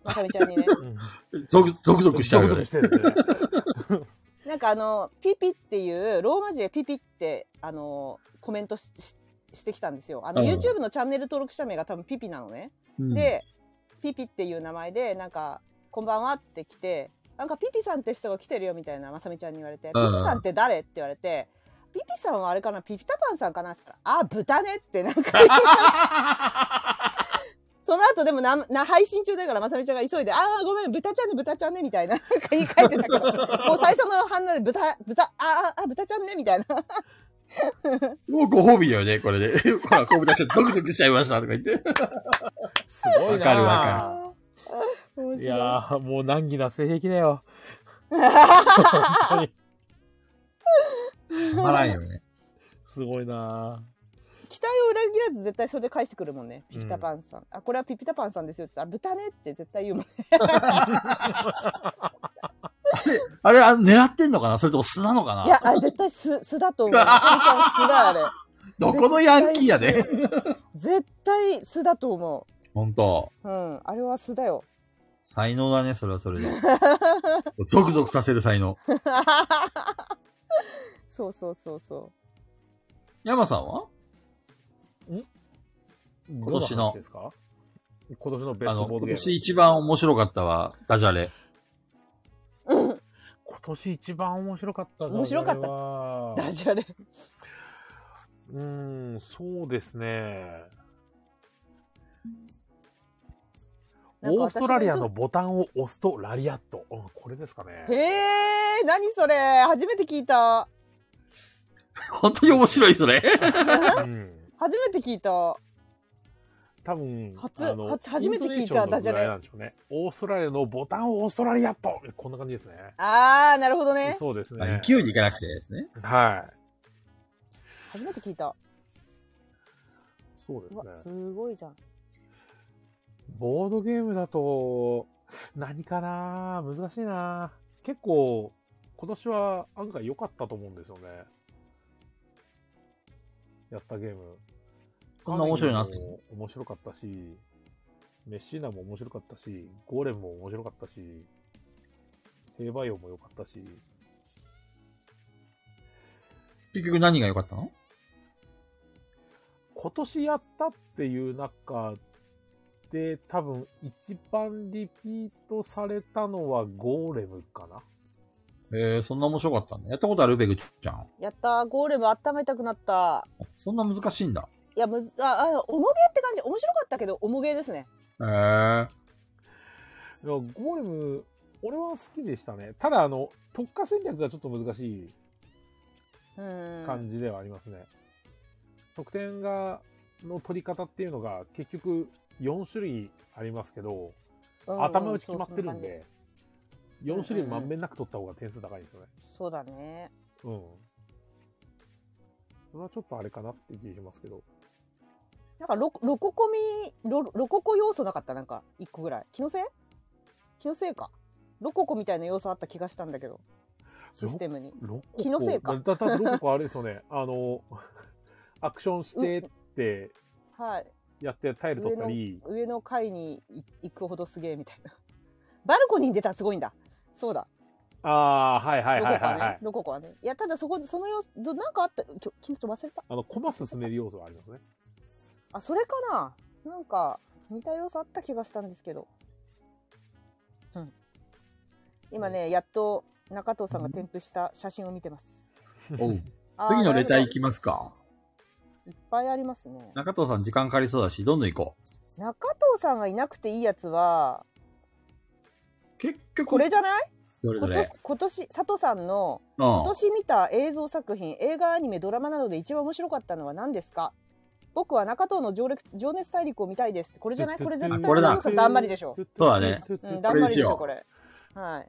C: まさみちゃんに ね。
A: うん
B: ゾク、ゾクゾクしちゃう
A: ゾ
B: よ
A: ク
B: ね。
A: ゾクしてるね。
C: なんかあの、ピピっていう、ローマ字でピピって、あの、コメントしししてきたんですよ。あの、
B: うん
C: YouTube のチャンネル登録者名が多分ピピなのね。
B: うん、
C: で、ピピっていう名前で、なんか、こんばんはって来て、なんかピピさんって人が来てるよみたいな、まさみちゃんに言われて、ピ
B: うん
C: ピさんって誰って言われて、ピピさんはあれかな、ピピタパンさんかなって言ったら、あ、豚ねってなんかその後でもな、な、配信中だから、まさみちゃんが急いで、ああ、ごめん、豚ちゃんね、豚ちゃんね、みたいな、なんか言い換えてたけど、もう最初の反応で、豚、豚、ああ、あ、豚ちゃんね、みたいな。
B: もうご褒美だよね、これで。 ほら、こぶたちょっとゾクゾクしちゃいましたとか言 って。
A: すごいな。
B: わかるわ
C: あー 面白
A: いやー、もう難儀な性癖だ よ。本当に
B: たまらんよね。
A: すごいな
C: 期待を裏切らず絶対それで返してくるもんねピピタパンさん、あこれはピピタパンさんですよって言ったら「豚ね」って絶対言うもんね
B: あれ、あの狙ってんのかなそれとも素なのか
C: いや
B: な
C: あれ絶対素 素だと思うピピタパン素だあれ
B: どこのヤンキーやで。
C: 絶対素だと思
B: ほんと。
C: ううんあれは素だよ
B: 才能だね、それはそれ で。ゾクゾクさせる才能。
C: そうそうそうそ
B: 山さんは
A: 今
B: 年の
A: ですか今年のベス
B: あ
A: ト
B: の、
A: ボー
B: 今
A: ドゲーム。
B: 年一番面白かったは、ダジャレ。
A: 今年一番面白かった
C: 面白かったう
A: た
C: ダジャレ
A: うーん、そうですね。
C: なんか
A: オー
C: 私
A: ストラリアのボタンを押すとラリアット。うん、これですか
C: へ
A: ね。
C: え何それ初めて聞いた
B: 本当に面白い、それ。
A: うん、
C: 初めて聞いた
A: 多分
C: 初
A: あの
C: 初初めて聞いた
A: イントネーションのぐらいなんでしょうね。オーストラリアのボタンを押すとラリアット。こんな感じですね。
C: あーなるほどね
A: そうです ね。
B: 勢いでいかなくてですね。
A: はい。
C: 初めて聞いた
A: そうで
C: う
A: すね
C: わ。すごいじゃん
A: ボードゲームだと、何かな難しいな結構、今年は案外良かったと思うんですよね。やったゲーム。
B: こんな面白いなって
A: カーネギーも面白かったし、メッシーナも面白かったし、ゴーレムも面白かったし、兵馬俑も良かったし、
B: 結局何が良かったの
A: 今年やったっていう中で多分一番リピートされたのはゴーレムかな。
B: えー、そんな面白かったんだ。やったことあるベグちゃん。
C: やったーゴーレム温めたくなった
B: そんな難しいんだ。
C: いやむずああ重げって感じ面白かったけど重げですね
B: えー。
A: いや、ゴーレム、俺は好きでしたね。ただ、あの、特化戦略がちょっと難しいう
C: ーん
A: 感じではありますね。得点が、の取り方っていうのが、結局、4種類ありますけど、
C: うんうん
A: 頭打ち決まってるん
C: そう
A: で、4種類まんべんなく取った方が点数高いんですよね。
C: そうだね
A: うん。それはちょっとあれかなって気がしますけど。
C: なんかロロココミロロココ要素なかったなんか一個ぐらい気のせい気のせいかロココみたいな要素あった気がしたんだけどシステムに
A: ロココ
C: 気のせいか
A: だだロココあれですよ ね。あの、アクションしてって
C: はい
A: やってタイル取ったり、
C: 上の階にい行くほどすげえみたいなバルコニーに出たらすごいんだそうだ
A: ああ、はいはいはいはい、はい。
C: ロココはねロココはねいやただそこその要素なんかあったきょきっと忘れた
A: あの、コマ進める要素はありますね。
C: あそれかななんか似た要素あった気がしたんですけど、うん、今ねやっと中藤さんが添付した写真を見てます
B: おう
C: あー
B: 次のレター
C: なる
B: 行きますか。
C: ほどいっぱいありますね
B: 中藤さん時間かかりそうだし、どんどん行こ
C: 中藤さんがいなくていいやつは、
B: 結局、
C: これじゃない
B: どれど
C: 今
B: れ
C: 年、今年、佐藤さんの、
B: う
C: 今年見た映像作品、映画、アニメ、ドラマなどで一番面白かったのは何ですか僕は中藤の情熱情熱大陸を見たいですって。これじ ゃないこれ絶対
B: あこれだ
C: 中藤さんだんまりでしょ。
B: そうだね。
C: うん、だ
B: こ
C: ん
B: れにし
C: まりでし
B: よ
C: ょ、
B: う
C: これ。はい。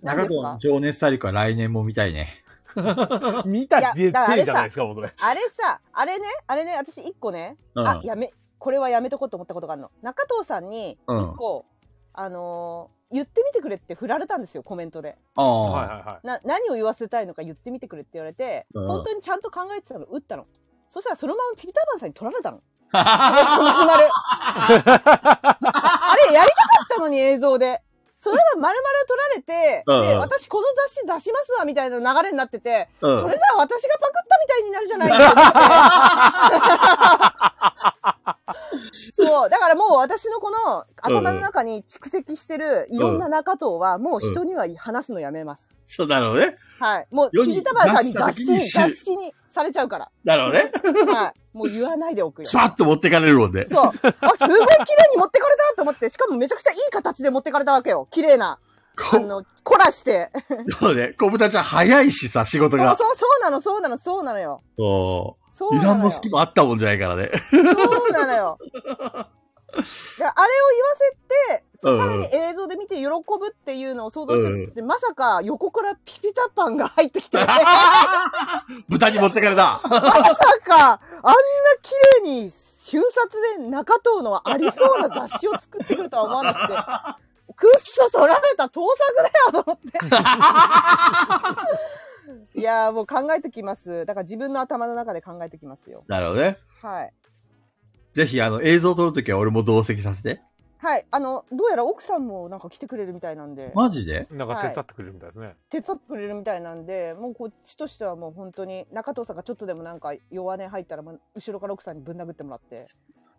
B: ん。中
C: 何で
B: 藤
C: すか
B: の情熱大陸は来年も見たいね。
A: 見たって言ってるじゃないですか、もうそれ。
C: あれさ、あれね、あれね、私一個ね、
B: うん。
C: あ、やめ、これはやめとこうと思ったことがあるの。中藤さんに、
B: うん
C: 一個、あのー言ってみてくれって振られたんですよ、コメントで。
B: ああ、
A: はいはいはい。
C: な、何を言わせたいのか言ってみてくれって言われて、
B: うん
C: 本当にちゃんと考えてたの、打ったの。そしたらそのままピーターパンさんに取られたの。なく なる。あれ、やりたかったのに映像で。それは丸々取られて、
B: うん
C: で、私この雑誌出しますわ、みたいな流れになってて、
B: うん
C: それじゃあ私がパクったみたいになるじゃないかと思って。そう。だからもう私のこの頭の中に蓄積してるいろんな中藤はもう人には話すのやめます。
B: そうだろうね。
C: はい。もう、
B: 世に
C: キジタバさんに雑
B: 出し
C: 誌
B: た時
C: に、
B: に
C: 雑誌にされちゃうから。
B: だろうね。
C: はい。もう言わないでおくよ
B: ス。パッと持ってかれるもんで。
C: そう。あ、すごい綺麗に持ってかれたと思って、しかもめちゃくちゃいい形で持ってかれたわけよ。綺麗な。あ
B: こ
C: の、凝らして。
B: そうね。小豚ちゃん早いしさ、仕事
C: そう
B: が。
C: そう、そうなの、そうなの、そうなのよ。
B: そ。
C: そう
B: 油
C: うな
B: 断
C: の
B: も
C: よ。
B: 隙もあったもんじゃないからね。
C: そうなのよ。であれを言わせて、さらに映像で見て喜ぶっていうのを想像して、
B: うん
C: でまさか横からピピタパンが入って きて、まさ
B: 豚に持ってかれた。
C: か、あんな綺麗に瞬殺で中藤のありそうな雑誌を作ってくるとは思 わなくて、くっそ取られた盗作だよと思 って。いやーもう考えときます。だから自分の頭の中で考えときますよ。
B: なるほどね。
C: はい。
B: ぜひ、あの、映像撮るときは俺も同席させて。
C: はい。あの、どうやら奥さんもなんか来てくれるみたい なんで。
B: マジで
A: なんか手伝ってくれるみたいですね。
C: 手伝ってくれるみたいなんでもうこっちとしてはもう本当に中藤さんがちょっとでもなんか弱音入ったらもう後ろから奥さんにぶん殴ってもらって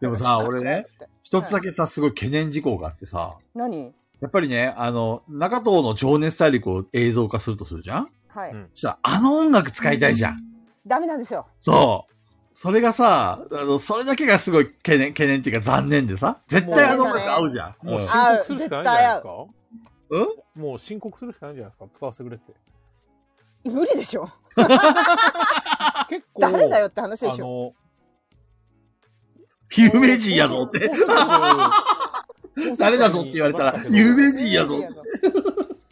B: でも
C: な
B: さ、
C: んか
B: 俺ね
C: し、っかりしろっつ
B: 一
C: って
B: つだけさ、すごい懸念事項があってさ、
C: 何
B: やっぱりね、あの、中藤の情熱大陸を映像化するとするじゃん
C: はい、
A: うん
B: そしたら、あの音楽使いたいじゃん。
C: ダメなんですよ
B: そう。それがさ、あの、それだけがすごい懸念、懸念っていうか残念でさ、絶対あの音楽合うじゃん。
A: もう
B: うん
A: 申
C: あ
A: 告するしかないんじゃないですか
B: うん
A: もう申告するしかないんじゃないですか使わせてくれって。
C: 無理でしょ
A: 結構。
C: 誰だよって話で
A: あ
C: しょ
A: の、
B: 有名人やぞって。 誰だぞって言われたら、有名人やぞ。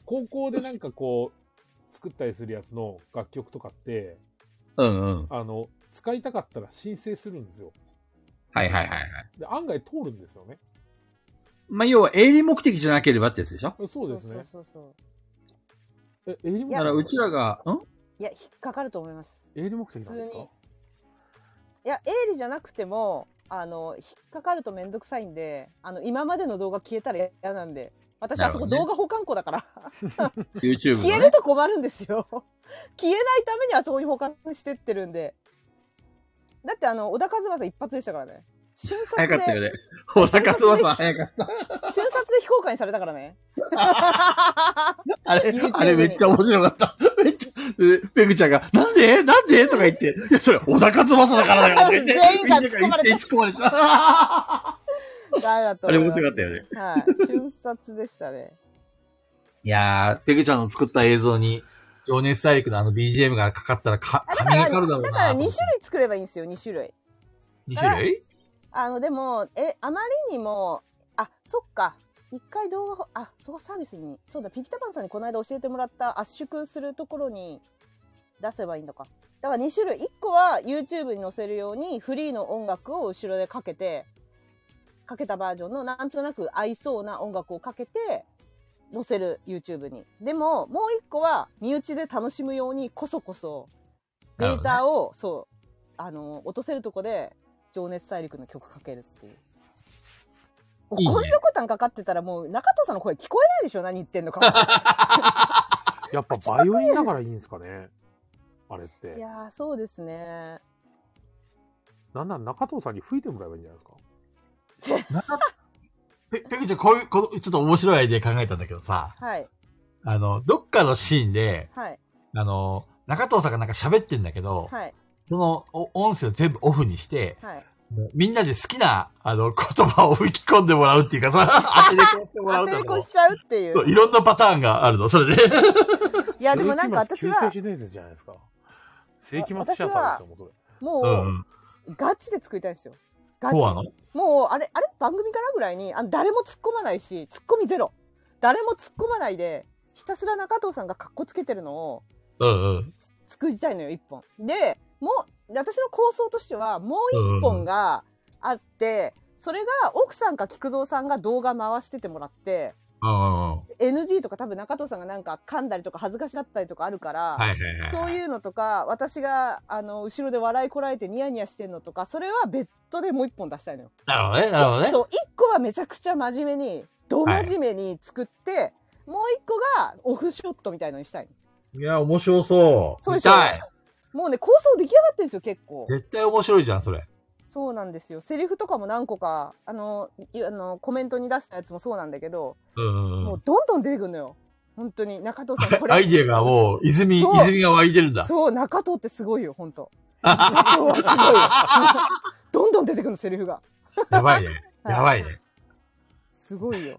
A: 高校でなんかこう、作ったりするやつの楽曲とかって、
B: うんうん。
A: あの、使いたかったら申請するんですよ。
B: はいはいはいはい。
A: で、案外通るんですよね。
B: まあ、要は営利目的じゃなければってやつでしょ
A: そうですね。
C: そうそうそう
A: え、営利目
C: いや
B: だから、うちらが、ん
C: いや引っかかると思います
A: 営利目的
C: 普
A: な
C: 通
A: ん
C: に
A: ですか
C: いや営利じゃなくてもあの引っかかると面倒くさいんであの今までの動画消えたら嫌なんで私あそこ
B: なるほ
C: 動
B: どね
C: 画保管庫だから
B: ?YouTube の、ね。
C: 消えると困るんですよ 消えないためにあそこに保管してってるんでだってあの小田和正さん一発でしたからね瞬殺
B: 早か
C: で、
B: ったよね。小坂翼さん早かった。
C: 瞬殺で非公開にされたからね
B: あれ
C: YouTube、に
B: あれめっちゃ面白かった。めっちゃ、でペグちゃんが、なんでなんでとか言って、いや、それ、小高翼だからだからって言って、
C: 全員が突っ込まれて
B: みんなが一斉に突っ込ま れた。あ
C: ダメだと
B: れ
C: 思い
B: 面白
C: ます
B: かったよね。
C: はい瞬殺でしたね
D: いやー、ペグちゃんの作った映像に、
E: 情熱大陸のあの BGM がかかったらか、
C: あだか
E: 神がか
C: らだか
E: るだろうな。
C: ら2種類作ればいいんですよ2種類
E: 2種類
C: あのでもえあまりにもあそっか一回動画ほあそうサービスにそうだピピタパンさんにこの間教えてもらった圧縮するところに出せばいいのかだから2種類1個は YouTube に載せるようにフリーの音楽を後ろでかけてかけたバージョンのなんとなく合いそうな音楽をかけて載せる YouTube にでももう1個は身内で楽しむようにこそこそデータを、そうあの落とせるとこで情熱大陸の曲かけるっていう。もう
E: いいね
C: こんなことんかかってたらもう中藤さんの声聞こえないでしょ何言ってんのか。
A: やっぱバイオリンだからいいんですかねあれっ
C: い
A: て。
C: やーそうですね。
A: なんなら中藤さんに吹いてもらえばいいんじゃないですか
E: ペペグちゃん、こういう、この、ちょっと面白いアイデア考えたんだけどさ、
C: はい
E: あの、どっかのシーンで、
C: はい
E: あの、中藤さんがなんか喋ってんだけど、
C: はい
E: そのお音声を全部オフにして、
C: はい。
B: もうみんなで好きな、あの、言葉を吹き込んでもらうっていうか さ、当てでこしてもら
C: 当
B: う
C: て
B: と
C: れこ
B: か
C: し。ちゃうっていう
B: そ。う、いろんなパターンがあるの、それで。
C: いや、でもなんか私は
A: 旧世、紀伝説じゃないですか。世紀末シャーパーですよ、もうそれ。
B: う
C: も
B: ん。
C: う、ガチで作りたいんですよ。ガチ。
B: そうなの
C: もう、あれ、あれ番組かなぐらいに、あの誰も突っ込まないし、突っ込みゼロ。誰も突っ込まないで、ひたすら中藤さんが格好つけてるのを
B: うんうん。
C: 作りたいのよ、一本。で、もう、で私の構想としては、もう一本があって、それが奥さんか菊蔵さんが動画回しててもらって、
B: うんうんうん。
C: NG とか多分中藤さんがなんか噛んだりとか恥ずかしがったりとかあるから、
B: はいはいはい。
C: そういうのとか、私が、あの、後ろで笑いこらえてニヤニヤしてんのとか、それは別途でもう一本出したいのよ。
B: なるほどね、なるほどね。
C: そう、一個はめちゃくちゃ真面目に、ど真面目に作って、もう一個がオフショットみたいのにしたい。
B: いや、面白そう。
C: そうで
B: 見
C: しょ
B: たい。
C: もうね、構想出来上がってるんですよ、結構。
B: 絶対面白いじゃん、それ。
C: そうなんですよ。セリフとかも何個か、あの、いあのコメントに出したやつもそうなんだけど、
B: うんうん
C: も
B: うん。
C: うどんどん出てくるのよ。本当に。中藤さん、これ。
B: アイディアがもう、泉、
C: そう
B: 泉が湧いてるんだ。
C: そう、中藤ってすごいよ、本 当。中藤はすごいよ。どんどん出てくるの、セリフが。
B: やばいね。
C: はい
B: やばいね。
C: すごいよ。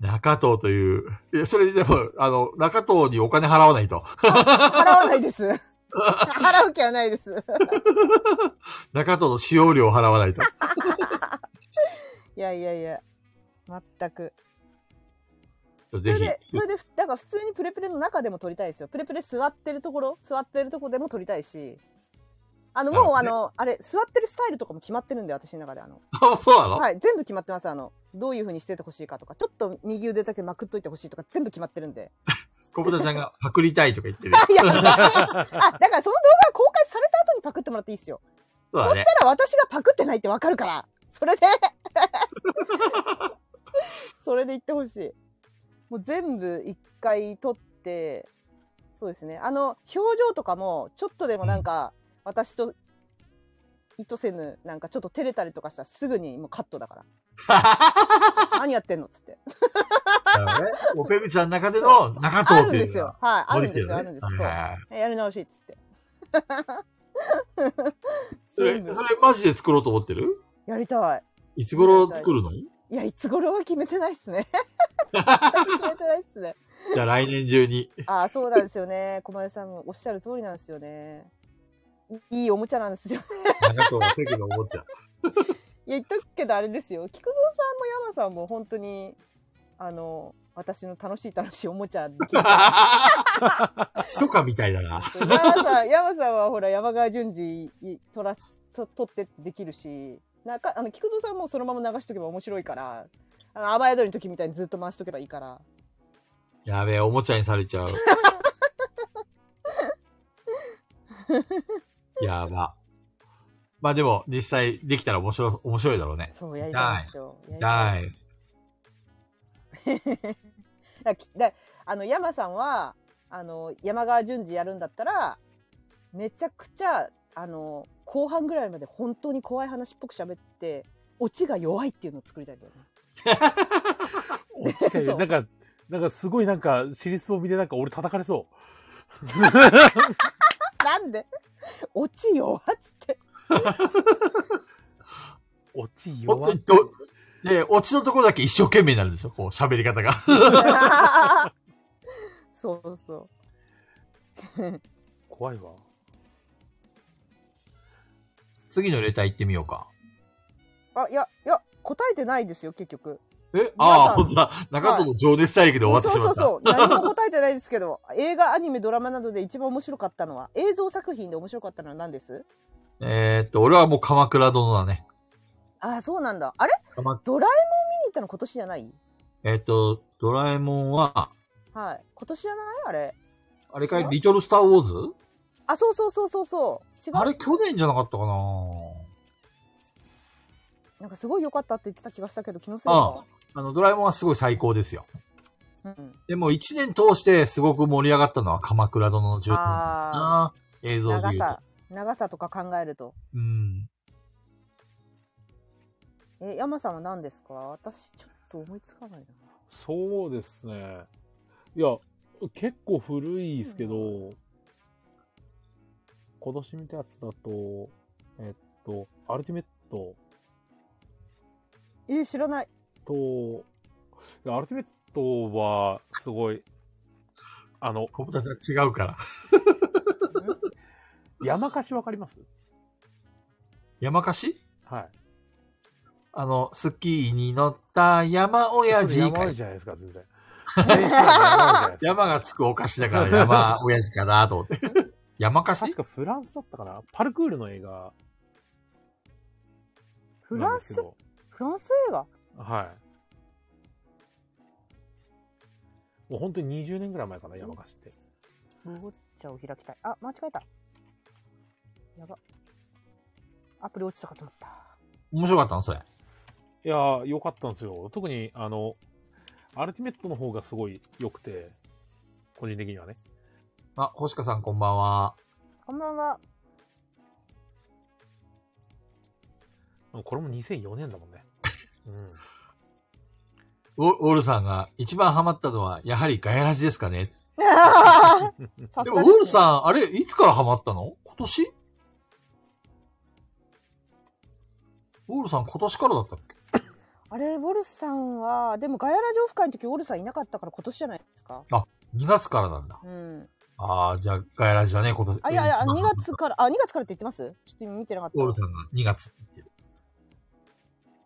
B: 中藤という、いやそれでも、あの、中藤にお金払わないと。
C: 払わな いです。払う気はないです。
B: 中藤の使用料を払わない と。
C: いやいやいや、全く。そ
B: ぜ
C: れ
B: ひ。
C: で、それで、だから普通にプレプレの中でも撮りたいですよ。プレプレ座ってるところ、座ってるとこでも撮りたいし。あの、もう、
B: な
C: あ
B: る
C: の、あれ、座ってるスタイルとかも決まってるんで、私の中で、あの。
B: あ、そうなの、
C: はい、全部決まってます。あの、どういう風にしててほしいかとか、ちょっと右腕だけまくっといてほしいとか、全部決まってるんで。
B: 小豚ちゃんがパクりたいとか言 ってる。
C: いや、あ、だからその動画が公開された後にパクってもらっていいですよ。
B: そうだ
C: そし
B: ね。
C: たら私がパクってないってわかるから。それで それで言ってほしい。もう全部一回撮って、そうですね。あの、表情とかも、ちょっとでもなんか、私と意図せぬ、なんかちょっと照れたりとかしたらすぐにもうカットだから。何やってんのっつって。
B: なるほどねおペグちゃんの中での中
C: あ
B: 藤
C: る
B: っ
C: ん
B: て
C: で
B: いう
C: す
B: の
C: よ
B: が。
C: はい。ある
B: 出
C: ん
B: てる
C: です
B: ね
C: よ。あるんです。
B: はいはいはい
C: そう。やり直しっつって。
B: それ、
C: 全部
B: それマジで作ろうと思ってる
C: やりたい。
B: いつ頃作るの
C: いや、いつ頃は決めてないっ すね。決めてないっすね。
B: じゃあ来年中に。
C: ああ、そうなんですよね。小林さんもおっしゃる通りなんですよね。いいいおもちゃなんですよ。
B: 中藤ペグのおもちゃ。
C: いや、言っとくけどあれですよ。菊蔵さんも山さんも本当に、あの、私の楽しい楽しいおもちゃできる。
B: 密かみたいだな。
C: 山さん、山さんはほら、山川淳二取ら、と取ってできるし、なんか、あの、菊蔵さんもそのまま流しとけば面白いから、あの、雨宿りの時みたいにずっと回しとけばいいから。
B: やべえ、おもちゃにされちゃ う。やば。まあでも、実際できたら面白、面白いだろうね。
C: そう、やりたいんですよ。やりたい
B: はい。
C: だきだあの山さんはあの山川淳二やるんだったらめちゃくちゃあの後半ぐらいまで本当に怖い話っぽく喋ってオチが弱いっていうのを作りたいんだよね。
A: お近い
C: そう
A: なんか、なんかすごいなんか、尻すぼみでなんか俺叩かれそう。
C: なんで オチ弱っつって
A: 落ち
B: 本
A: 弱
B: 当にど、で、オチのところだけ一生懸命になるんでしょこう、喋り方が。
C: そうそう
A: 怖いわ。
B: 次のレター行ってみようか。
C: あいやいや答えてないですよ結局
B: え
C: 皆
B: あ
C: さ
B: あ、ほ
C: ん
B: んとだ。中藤の情熱大陸で終わってしまった。
C: そうそうそう何も答えてないですけど映画アニメドラマなどで一番面白かったのは映像作品で面白かったのは何です
B: えーっと、俺はもう鎌倉殿だね。
C: あそうなんだあれ
B: 鎌
C: ドラえもん見に行ったの今年じゃない
B: えーっと、ドラえもんは、
C: はい。今年じゃないあれ。
B: あれかいリトルスターウォーズ
C: あ、そうそうそうそうそう。違う。
B: あれ去年じゃなかったかな
C: なんかすごい良かったって言ってた気がしたけど、気のせいか。
B: あの、ドラえもんはすごい最高ですよ。
C: うん。
B: でも一年通してすごく盛り上がったのは鎌倉殿の住宅かな。映像で
C: 長
B: 言うと
C: さ。、長さとか考えると。
B: うん。
C: え、山さんは何ですか私、ちょっと思いつかないな。
A: そうですね。いや、結構古いですけど、今年見たやつだと、えっと、アルティメット
C: えー知らない。
A: と、いやアルティメットは、すごい、あの、
B: コブタちは違うから。
A: 山貸しわかります
B: 山かし
A: はい。
B: あの、スキーに乗った山親父
A: 山多
B: か
A: いじゃないですか、全然。全然山多いじゃないですか
B: 山がつくお菓子だから山親父かなと思って。山かし
A: 確かフランスだったかなパルクールの映画
C: フ
A: な
C: ラ
A: ん
C: ン
A: です
C: ス
A: け、ど。
C: フランス映画
A: はい。もう本当に20年ぐらい前かな、山貸しって。
C: ウォッチャーを開きたい。あ、間違えた。やば。アプリ落ちたかと思った。
B: 面白かったのそれ。
A: いやー、良かったんですよ。特に、あの、アルティメットの方がすごい良くて、個人的にはね。
B: あ、星香さんこんばんは。
C: こんば んは。
A: これも2004年だもんね。うん。
B: ウォウォルさんが一番ハマったのは、やはりガヤラジですかね。
C: さ
B: ですも、
C: が
B: ウ
C: です
B: ォ
C: ね
B: ルさん、あれ、いつからハマったの今年ウォルさん、今年からだったっけ
C: あれ、ウォルさんは、でもガヤラジオフ会の時ウォルさんいなかったから今年じゃないですか。
B: ?2 月からなんだ。
C: うん。
B: ああ、じゃあ、ガヤラジだね、今年。
C: あ、いやいや、
B: うん
C: 2月から、あ、2月からって言ってますちょっと今見てなかっ
B: ウォル
C: た。
B: さんが2月って言ってる。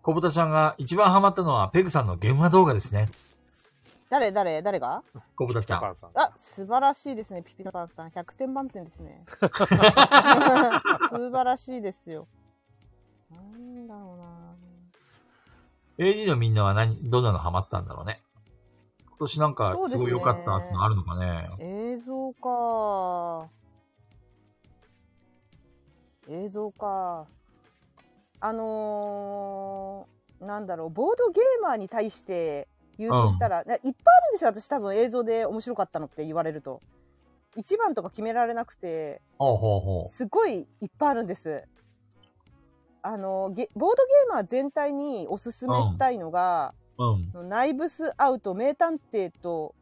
B: 小豚ちゃんが一番ハマったのは、ペグさんのゲーム動画ですね。
C: 誰、誰、誰が
B: 小豚ちゃ
A: 高
B: ん。
A: 原さん。
C: あ、素晴らしいですね。ピピのパンさん。100点満点で すね。素晴らしいですよ。なんだろうな
B: AD のみんなは何、どんなのハマったんだろうね。今年なんか
C: そう、です
B: す
C: ね
B: ごい良かったってのあるのかね。
C: 映像か映像かあのー、なんだろうボードゲーマーに対して言うとしたら、ないっぱいあるんですよ私多分映像で面白かったのって言われると一番とか決められなくて
B: ほうほうほう。
C: すごいいっぱいあるんですあのゲボードゲーマー全体におすすめしたいのが、
B: うん。
C: ナイブスアウト名探偵と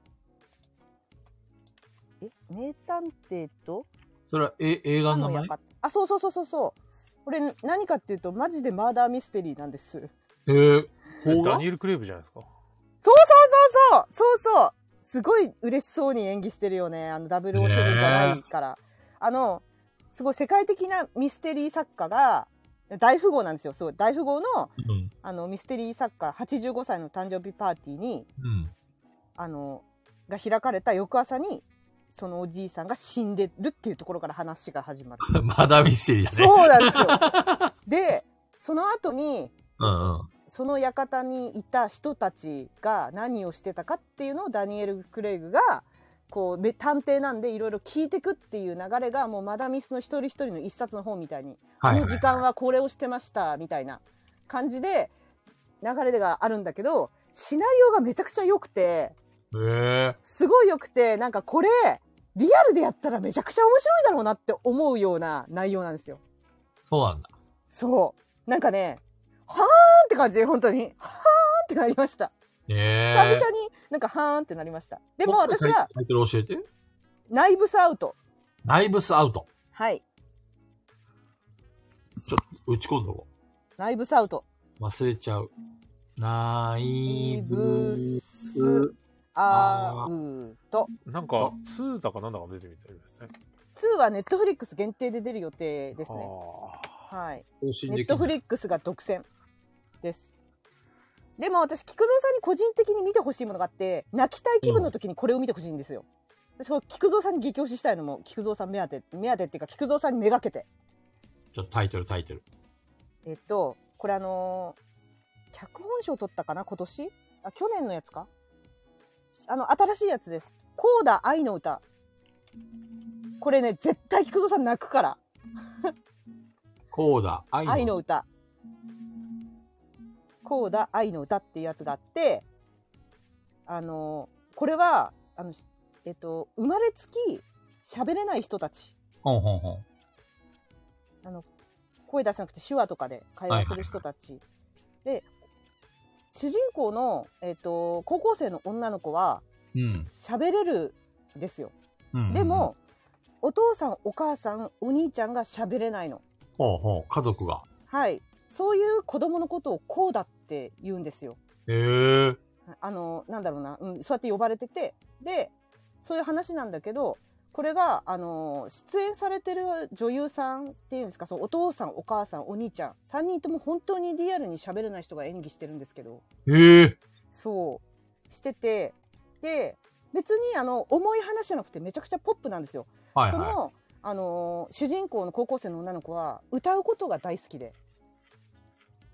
C: え名探偵と
B: それは、え、映画
C: あ
B: の
C: の
B: 名前
C: 館あそうそうそうそうそうこれ何かっていうとマジでマーダーミステリーなんですそう
B: えー、邦
A: ダ
B: 画
A: ニエル・クレーブじゃないですか。
C: そうそうそうそうそうすごい嬉しそうに演技してるよねあの007じゃないから、あのすごい世界的なミステリー作家が大富豪なんですよすごい大富豪の
B: うん。
C: あのミステリー作家85歳の誕生日パーティーに
B: うん。
C: あのが開かれた翌朝にそのおじいさんが死んでるっていうところから話が始まる。
B: まだミステリーだね。
C: そうなんですよ。 でその後に
B: うんうん。
C: その館にいた人たちが何をしてたかっていうのをダニエル・クレイグがこうめ探偵なんでいろいろ聞いてくっていう流れがもうマダミスの一人一人の一冊の本みたいに
B: は
C: こ
B: い
C: の。時間はこれをしてましたみたいな感じで流れがあるんだけどシナリオがめちゃくちゃ良くて。
B: え
C: すごい良くて、なんかこれ、リアルでやったらめちゃくちゃ面白いだろうなって思うような内容なんですよ。
B: そうなんだ。
C: そう。なんかね、はーんって感じ、本当に。はーんってなりました。
B: え
C: 久
B: え
C: 々になんかはーんってなりました。でも私は、
B: タイトル教えて。
C: ナイブスアウト。
B: ナイブスアウト。
C: はい。
B: 打ち込んどこ
C: ナイブスアウト。
B: う。忘れちゃう。ナイブス
C: ス。アウト。
A: なんか、2だかなんだか出てみたいですね。
C: 2はネットフリックス限定で出る予定ですね。
A: あー
C: はい。
B: 更新
C: ネ
B: で
C: ッ
B: き
C: トフ
B: る。
C: リックスが独占です。でも私、菊蔵さんに個人的に見てほしいものがあって、泣きたい気分の時にこれを見てほしいんですよ。私、これ菊蔵さんに激推ししたいのも、菊蔵さん目当て、目当てっていうか、菊蔵さんにめがけて。
B: ちょっとタイトルタイトル。
C: えっと、これあのー脚本賞取ったかな今年あ、去年のやつかあの、新しいやつです。コーダ愛の歌。これね、絶対菊蔵さん泣くから。
B: コーダ、愛の
C: 愛の歌。コーダ愛の歌っていうやつがあって、あの、これは、あの、しえっと、生まれつき喋れない人たち、
B: ほんほんほん。
C: 声出せなくて手話とかで会話する人たち。で、主人公の、えっと、高校生の女の子は
B: うん
C: 喋れるんですよ。
B: うん。
C: で、も、お父さん、お母さん、お兄ちゃんが喋れないの。
B: ほうほう、家族が。
C: はい。そういう子供のことをこうだって言うんですよ。
B: へえ。
C: あの、なんだろうな、うん、そうやって呼ばれてて、で、そういう話なんだけど、これが、あの、出演されてる女優さんっていうんですか、そのお父さん、お母さん、お兄ちゃん、3人とも本当にリアルに喋れない人が演技してるんですけど、
B: へえ。
C: そう、してて、で、別にあの、重い話じゃなくてめちゃくちゃポップなんですよ。
B: はい
C: そ
B: は
C: の、あのー主人公の高校生の女の子は歌うことが大好きで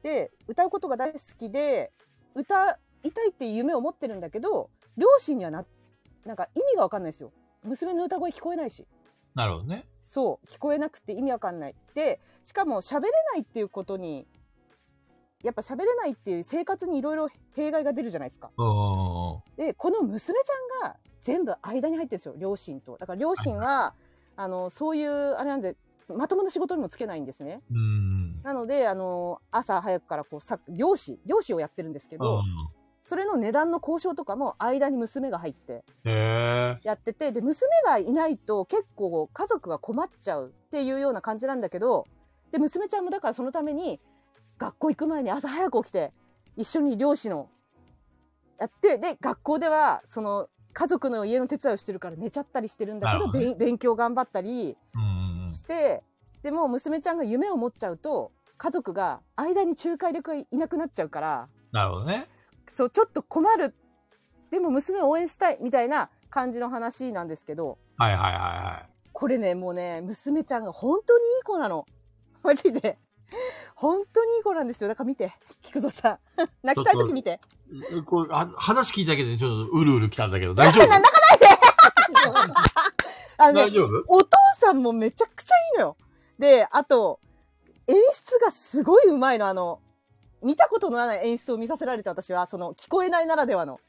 C: で歌うことが大好きで歌いたいっていう夢を持ってるんだけど両親にはななんか意味が分かんないですよ娘の歌声聞こえないし
B: い。なるほどね。
C: そう聞こえなくて意味わかんないでしかも喋れないっていうことにやっぱ喋れないっていう生活にいろいろ弊害が出るじゃないですか
B: うんうんうん。
C: で、この娘ちゃんが全部間に入ってるんですよ、両親と。だから両親は、あの、そういう、あれなんで、まともな仕事にもつけないんですね。
B: うん。
C: なので、あの、朝早くからこう、さ漁師、漁師をやってるんですけ
B: う
C: ど、
B: ん。
C: それの値段の交渉とかも間に娘が入って
B: へえ。
C: やってて、で、娘がいないと結構家族が困っちゃうっていうような感じなんだけど、で、娘ちゃんもだからそのために、学校行く前に朝早く起きて、一緒に漁師のやって、で、学校では、その、家族の家の手伝いをしてるから寝ちゃったりしてるんだけ
B: なるほ
C: ど、
B: どね
C: 勉勉強頑張ったり
B: うんうんうん。
C: して、でもう娘ちゃんが夢を持っちゃうと、家族が間に仲介力がいなくなっちゃうから、
B: なるほどね。
C: そう、ちょっと困る。でも娘を応援したいみたいな感じの話なんですけど、
B: はいはいはいは
C: これね、もうね、娘ちゃんが本当にいい子なの。 マジで。本当にいい子なんですよ。だから見て、菊蔵さん。 泣きたい時見て。
B: い。これ、あ話聞いただけでちょっとうるうる来たんだけど、大 丈夫
C: あの
B: 大
C: ね、
B: 丈夫
C: お父さんもめちゃくちゃいいのよ。で、あと、演出がすごい上手いの。あの、見たことのない演出を見させられて私は、その、聞こえないならではの。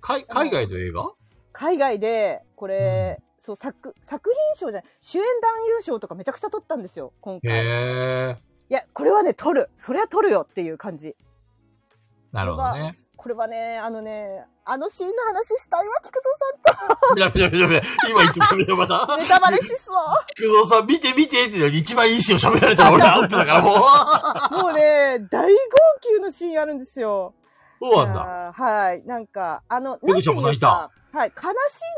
B: 海海外の映画
C: 海外で、これ、そう、作、作品賞じゃない、主演男優賞とかめちゃくちゃ取ったんですよ、今回。い
B: へえ。
C: や、これはね、取る。そりゃ取るよっていう感じ。
B: なるほどね。
C: これはね、あのね、あのシーンの話したいわ、菊
B: やべやべやべ。今言ってたけど、ま た
C: 蔵 さん。ネタバレしそ
B: 菊蔵さん、見て見てっていうのに一番いいシーンを喋られたら俺アウトだから、もう。
C: う。もうね、大号泣のシーンあるんですよ。
B: そうなんだ。
C: あーはい。なんか、あの、
B: ペグちゃんも
C: なんてい
B: 泣
C: うかはい。悲し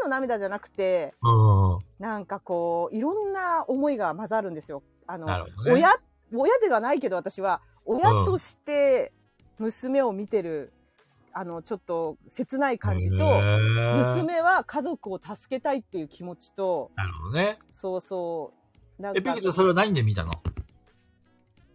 C: いの涙じゃなくて、
B: うん。
C: なんかこう、いろんな思いが混ざるんですよ。あの、
B: なるほどね
C: 親。、親ではないけど私は、親として娘を見てる、あの、ちょっと切ない感じ
B: へ
C: と、
B: ー
C: 娘は家族を助けたいっていう気持ちと、
B: なるほどね。
C: そうそう。なん
B: え、ペ
C: か
B: グちゃん、それは何で見たの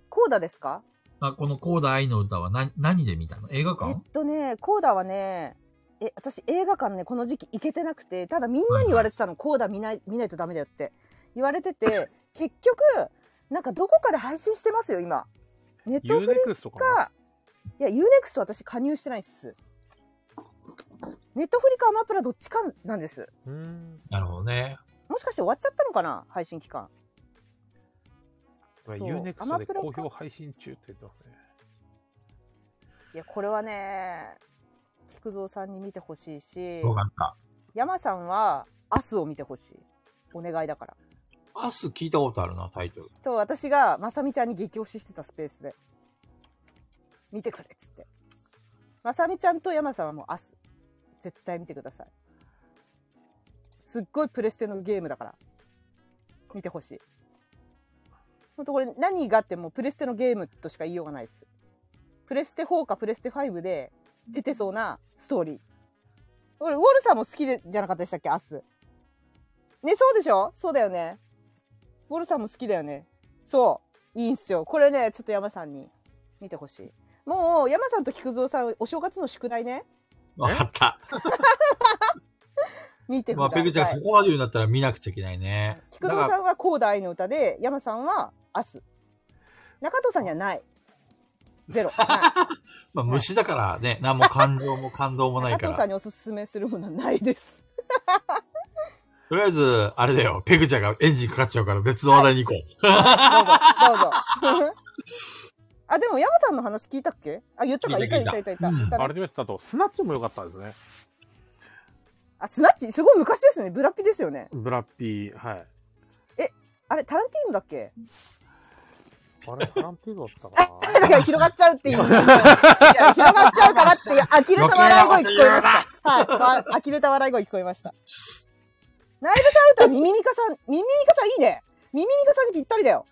C: コーダですか
B: あこのコーダ愛の歌は何何で見たの映画
C: えっ
B: 館
C: とね、コーダはね、え、私映画館ね、この時期行けてなくて、ただみんなに言われてたの、コーダ見ない、見ないとダメだよって言われてて、結局、なんかどこかで配信してますよ、今。ネッ
A: ユー
C: トフ
A: ネ
C: リ
A: クストかな
C: か、いや、ユーネクスト私加入してないっす。ネットフリかアマプラどっちかなんです。
A: うーん。
B: なるほどね。
C: もしかして終わっちゃったのかな配信期間。
A: ユ
C: そう
A: ーネクス
C: ア
A: ト
C: マ
A: で
C: プラか
A: 好評配信中って言ってますね。
C: いや、これはね、菊蔵さんに見てほしいし、
B: よかった。
C: 山さんは、明日を見てほしい。お願いだから。
B: アス聞いたことあるな、タイトル。
C: と私がまさみちゃんに激推ししてたスペースで見てくれっつってまさみちゃんと山さんはもう明日絶対見てくださいすっごいプレステのゲームだから見てほしいほんとこれ何があってもプレステのゲームとしか言いようがないですプレステ4かプレステ5で出てそうなストーリー俺ウォルさんも好きでじゃなかったでしたっけ明日ねそうでしょそうだよねウォルさんも好きだよね。そう。いいんすよ。これね、ちょっと山さんに見てほしい。もう、山さんと菊蔵さん、お正月の宿題ね、
B: わかった。
C: 見てく
B: まあ、
C: ださ
B: ペグ
C: い。
B: ちゃん、そこまで言うんだったら見なくちゃいけないね。
C: 菊蔵さんは高台の歌で、山さんは明日。中藤さんにはない。ゼロ。な
B: まあ、虫だからね、何も感情も感動もないい
C: 中
B: か
C: 藤さ
B: ら。
C: んにおすすめするものはないです。
B: とりあえず、あれだよ、ペグちゃんがエンジンかかっちゃうから別の話題に行 こう。
C: ど うぞ。あ、でも山さんの話聞いたっけあ、言ったか、
B: 聞
C: 言
B: い
C: ったた、
B: 聞
C: 言
B: い
C: ったた、言った、言った。
B: うん
C: 言った
A: あ
C: ね
A: れで見てたと、スナッチも良かったですね。
C: あ、スナッチ、すごい昔ですね。ブラッピですよね。
A: ブラッピー、はい。
C: あれ、タランティーノだっけ
A: あ れ、タランティーノだったか
C: だから広がっちゃうっていう。いや広がっちゃうからっていう、呆れた笑い声聞こえました。はい。わ呆れた笑い声聞こえました。ナイブサウトはミミミカさん、ミミミカさんいいね。ミミミカさんにぴったりだよ。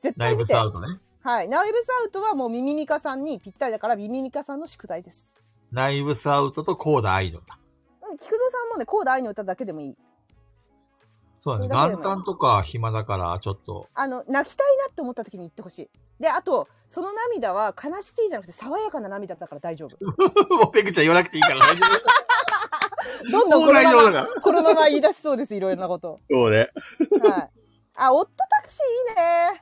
C: 絶
B: ラ
C: 対
B: イ
C: 見
B: ブ
C: て
B: ス。アウトね。
C: はい。ナイブサウトはもうミミミカさんにぴったりだから、ミミミカさんの宿題です。
B: ライブスアウトとコーダアイドルだ。
C: うん菊蔵さんもね、コーダ愛の歌だけでもいい。
B: そうだね。
C: それだけで
B: 元
C: も
B: 旦とか暇だから、ちょっ と。
C: あの、泣きたいなって思った時に言ってほしい。で、あと、その涙は悲しいじゃなくて爽やかな涙だから大丈夫。
B: もうペグちゃん言わなくていいから大丈夫。
C: どんど
F: も
C: んこ
F: う
C: の
F: 大丈
C: ま
F: 夫だ
C: ま
F: か、
C: このまま言い出しそうです、いろいろなこと。
F: そうね。
C: はい。あ、オットタクシー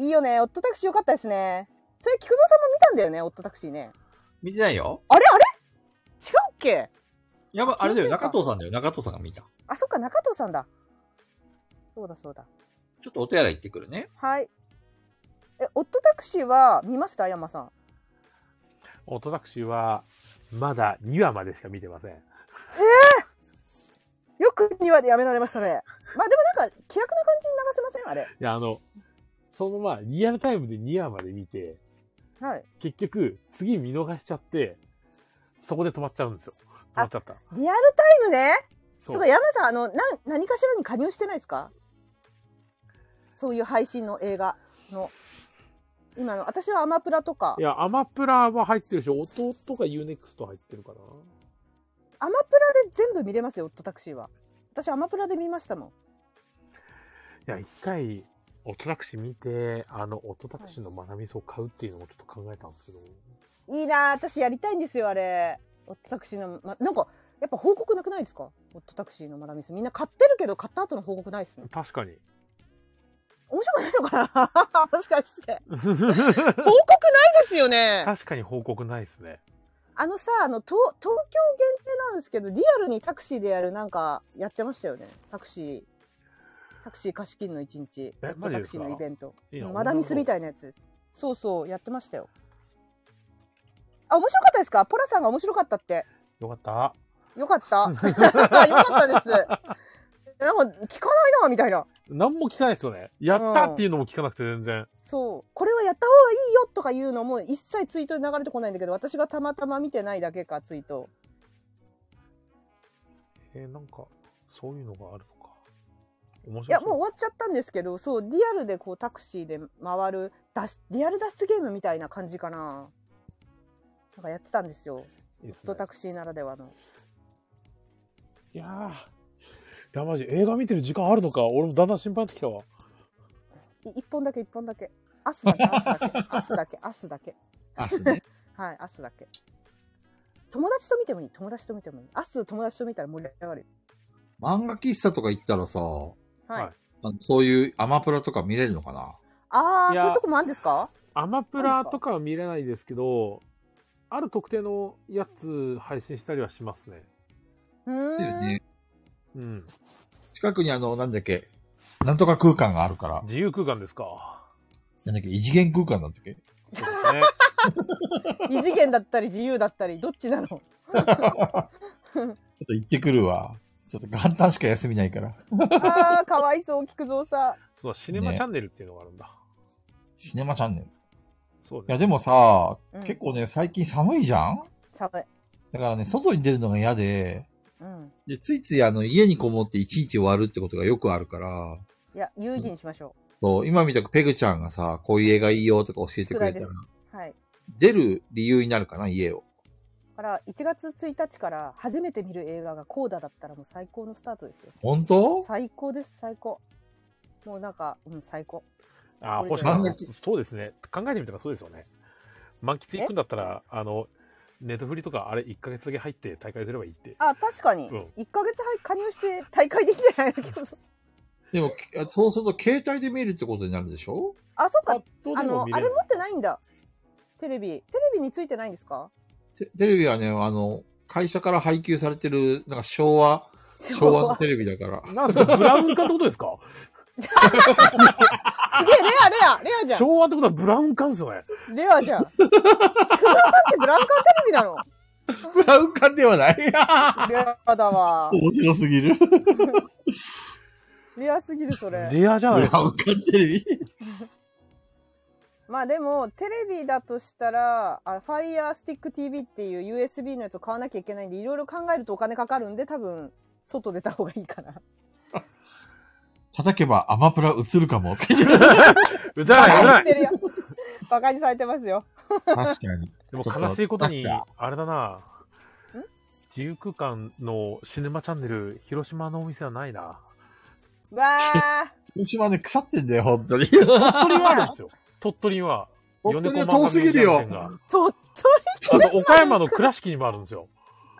C: いいね。いいよね。オットタクシーよかったですね。それ、菊蔵さんも見たんだよね、オットタクシーね。
F: 見てないよ。
C: あれあれ違うっけ
F: やば、あれだよ。
C: 見てない
F: 中藤さんだよ。中藤さんが見た。
C: あ、そっか、中藤さんだ。そうだそうだ。
F: ちょっとお手洗い行ってくるね。
C: はい。え、オットタクシーは見ました山さん。
A: オートタクシーは、まだ2話までしか見てません。
C: よく2話でやめられましたね。まあでもなんか、気楽な感じに流せませんあれ。
A: いや、あの、そのまあ、リアルタイムで2話まで見て、
C: はい。
A: 結局、次見逃しちゃって、そこで止まっちゃうんですよ。止まっちゃった。
C: リアルタイムね。
A: そ
C: そう
A: う
C: か、。山さん、あの、な、何かしらに加入してないですかそういう配信の映画の。今の、私はアマプラとか
A: い、や、アマプラは入ってるし、弟が UNEXT 入ってるかな。
C: アマプラで全部見れますよ、オットタクシーは。私、アマプラで見ましたもん。
A: いや、一回、オトタクシー見て、あの、オトタクシーの学びそを買うっていうのもちょっと考えたんですけど、
C: いいなあ私やりたいんですよ、あれ。オットタクシーの、ま、なんか、やっぱ報告なくないですかオットタクシーのマダミス。みんな買ってるけど、買った後の報告ないっすね。
A: 確かに。
C: 面白くないのかな もしか して。報 告ないですよね。
A: 確かに報告ないですね。
C: あのさ、あの、東、東京限定なんですけど、リアルにタクシーでやるなんか、やってましたよね。タクシー、タクシー貸し切りの一日。
A: えマジ
C: タ
A: で
C: ク
A: す
C: シ
A: か
C: ーのイベント。
A: いいな
C: マダミスみたいなやつです。そうそう、やってましたよ。あ、面白かったですかポラさんが面白かったって。
A: よかった。
C: よか った。よかったです。なんか、聞かないな、みたいな。
A: 何も聞かないですよね。やったっていうのも聞かなくて全然。
C: そう。これはやった方がいいよとかいうのも一切ツイートで流れてこないんだけど、私がたまたま見てないだけか、ツイートを。
A: えーなんか、そういうのがあるのか。面白
C: いやもう終わっちゃったんですけどそうリアルでこうタクシーで回る脱出リアル脱出ゲームみたいな感じかななんかやってたんですよ
A: う、いいです
C: ド
A: ね
C: タクシーならではの
A: いやー。いや、マジ、映画見てる時間あるのか。俺もだんだん心配になってきたわ。
C: い一本だけ一本だけ明日だけ明日だけ明日だけ
F: あ、すね。
C: はい明日だけ友達と見てもいい友達と見てもいい明日友達と見たら盛り上がるよ
F: 漫画喫茶とか行ったらさ、あ
C: はい、
A: はい
F: のそういうアマプラとか見れるのかな
C: ああ
A: いや
C: そういうとこもあるんですか
A: アマプラとかは見れないですけど、ある特定のやつ配信したりはしますね。
C: う
F: だよ
C: ーん、
F: ね。
A: うん。
F: 近くにあの、なんだっけ、なんとか空間があるから、
A: 自由空間ですか。
F: なんだっけ、異次元空間なんだっけ
A: そうですね。
C: 異次元だったり自由だったりどっちなの
F: ちょっと行ってくるわ。ちょっと元旦しか休みないから。
C: ああかわいそう菊蔵さん
A: そうだ、シネマ
F: ね
A: チャンネルっていうのがあるんだ。
F: シネマチャンネル。い
A: そうね。
F: や、でもさ、
C: うん
F: 結構ね、最近寒いじゃん
C: 寒い
F: だからね、外に出るのが嫌で、
C: うん
F: で、ついついあの、家にこもっていちいち終わるってことがよくあるから、
C: いや有意義にしましょ
F: そう、今見たくペグちゃんがさ、こういう映画いいよとか教えてくれたら
C: 宿題、うはい
F: 出る理由になるかな、家を。
C: だから1月1日から初めて見る映画がコーダだったらもう最高のスタートですよ。
F: 本当
C: 最高です、最高。もうなんか、うん、最高。
A: ああ、
C: これ
A: 星野さん
F: 満喫
A: そうですね。考えてみたらそうですよね。満喫行くんだったら、あの、ネットフリとかあれ1ヶ月だけ入って大会すればいいって。
C: あ、確かに。
A: うん
C: 1ヶ月半加入して大会できてないけど。
F: でも、けそうすると携帯で見るってことになるでしょ
C: あ、そっ
A: パッ
C: か。
A: と
C: あ
A: でも
C: の
A: 見、
C: あ
A: れ
C: れ
A: る
C: 持。ってないんだ。テレビ。テレビについてないんですか
F: テテレビはね、あの、会社から配給されてる、なんか昭和、 昭和のテレビだ から。
A: なんですかブラウン管ってことですか
C: すげえ、レア、レア、レ アじゃん。
A: 昭和ってことはブラウン管ですよね。
C: レア じゃん。菊蔵さんってブラウンカンテレビなの
F: ブラウン管では ない。
C: レアだわ。
F: 面白すぎる。
C: レアすぎる、それ。
A: レアじゃ
F: ブ
A: ない
F: ラウ
A: ですか。
F: ン管テレビ。
C: まあでも、テレビだとしたら、あ、Fire Stick TV っていう USB のやつを買わなきゃいけないんで、いろいろ考えるとお金かかるんで、多分、外出た方がいいかな。
B: 叩けばアマプラ映るか
A: う
B: も。
A: ざない、うざ
C: バカ
A: な
C: に
A: い
C: してるよ。バカにされてますよ。
B: 確かに。
A: でも
B: ちょっと
A: 悲しいことに
B: なんか、
A: あれだな。
C: ん
A: 自由空間のシネマチャンネル、広島のお店はないな。
C: わあ、
B: 広島ね、腐ってんだよ、本当に。
A: 鳥取はあるんですよ。鳥取は。
B: 鳥取
A: 米
B: は
A: 子漫画
B: 遠すぎるよ
A: ミュージアム店が
C: 鳥取、
A: あと、岡山の倉敷にもあるんですよ。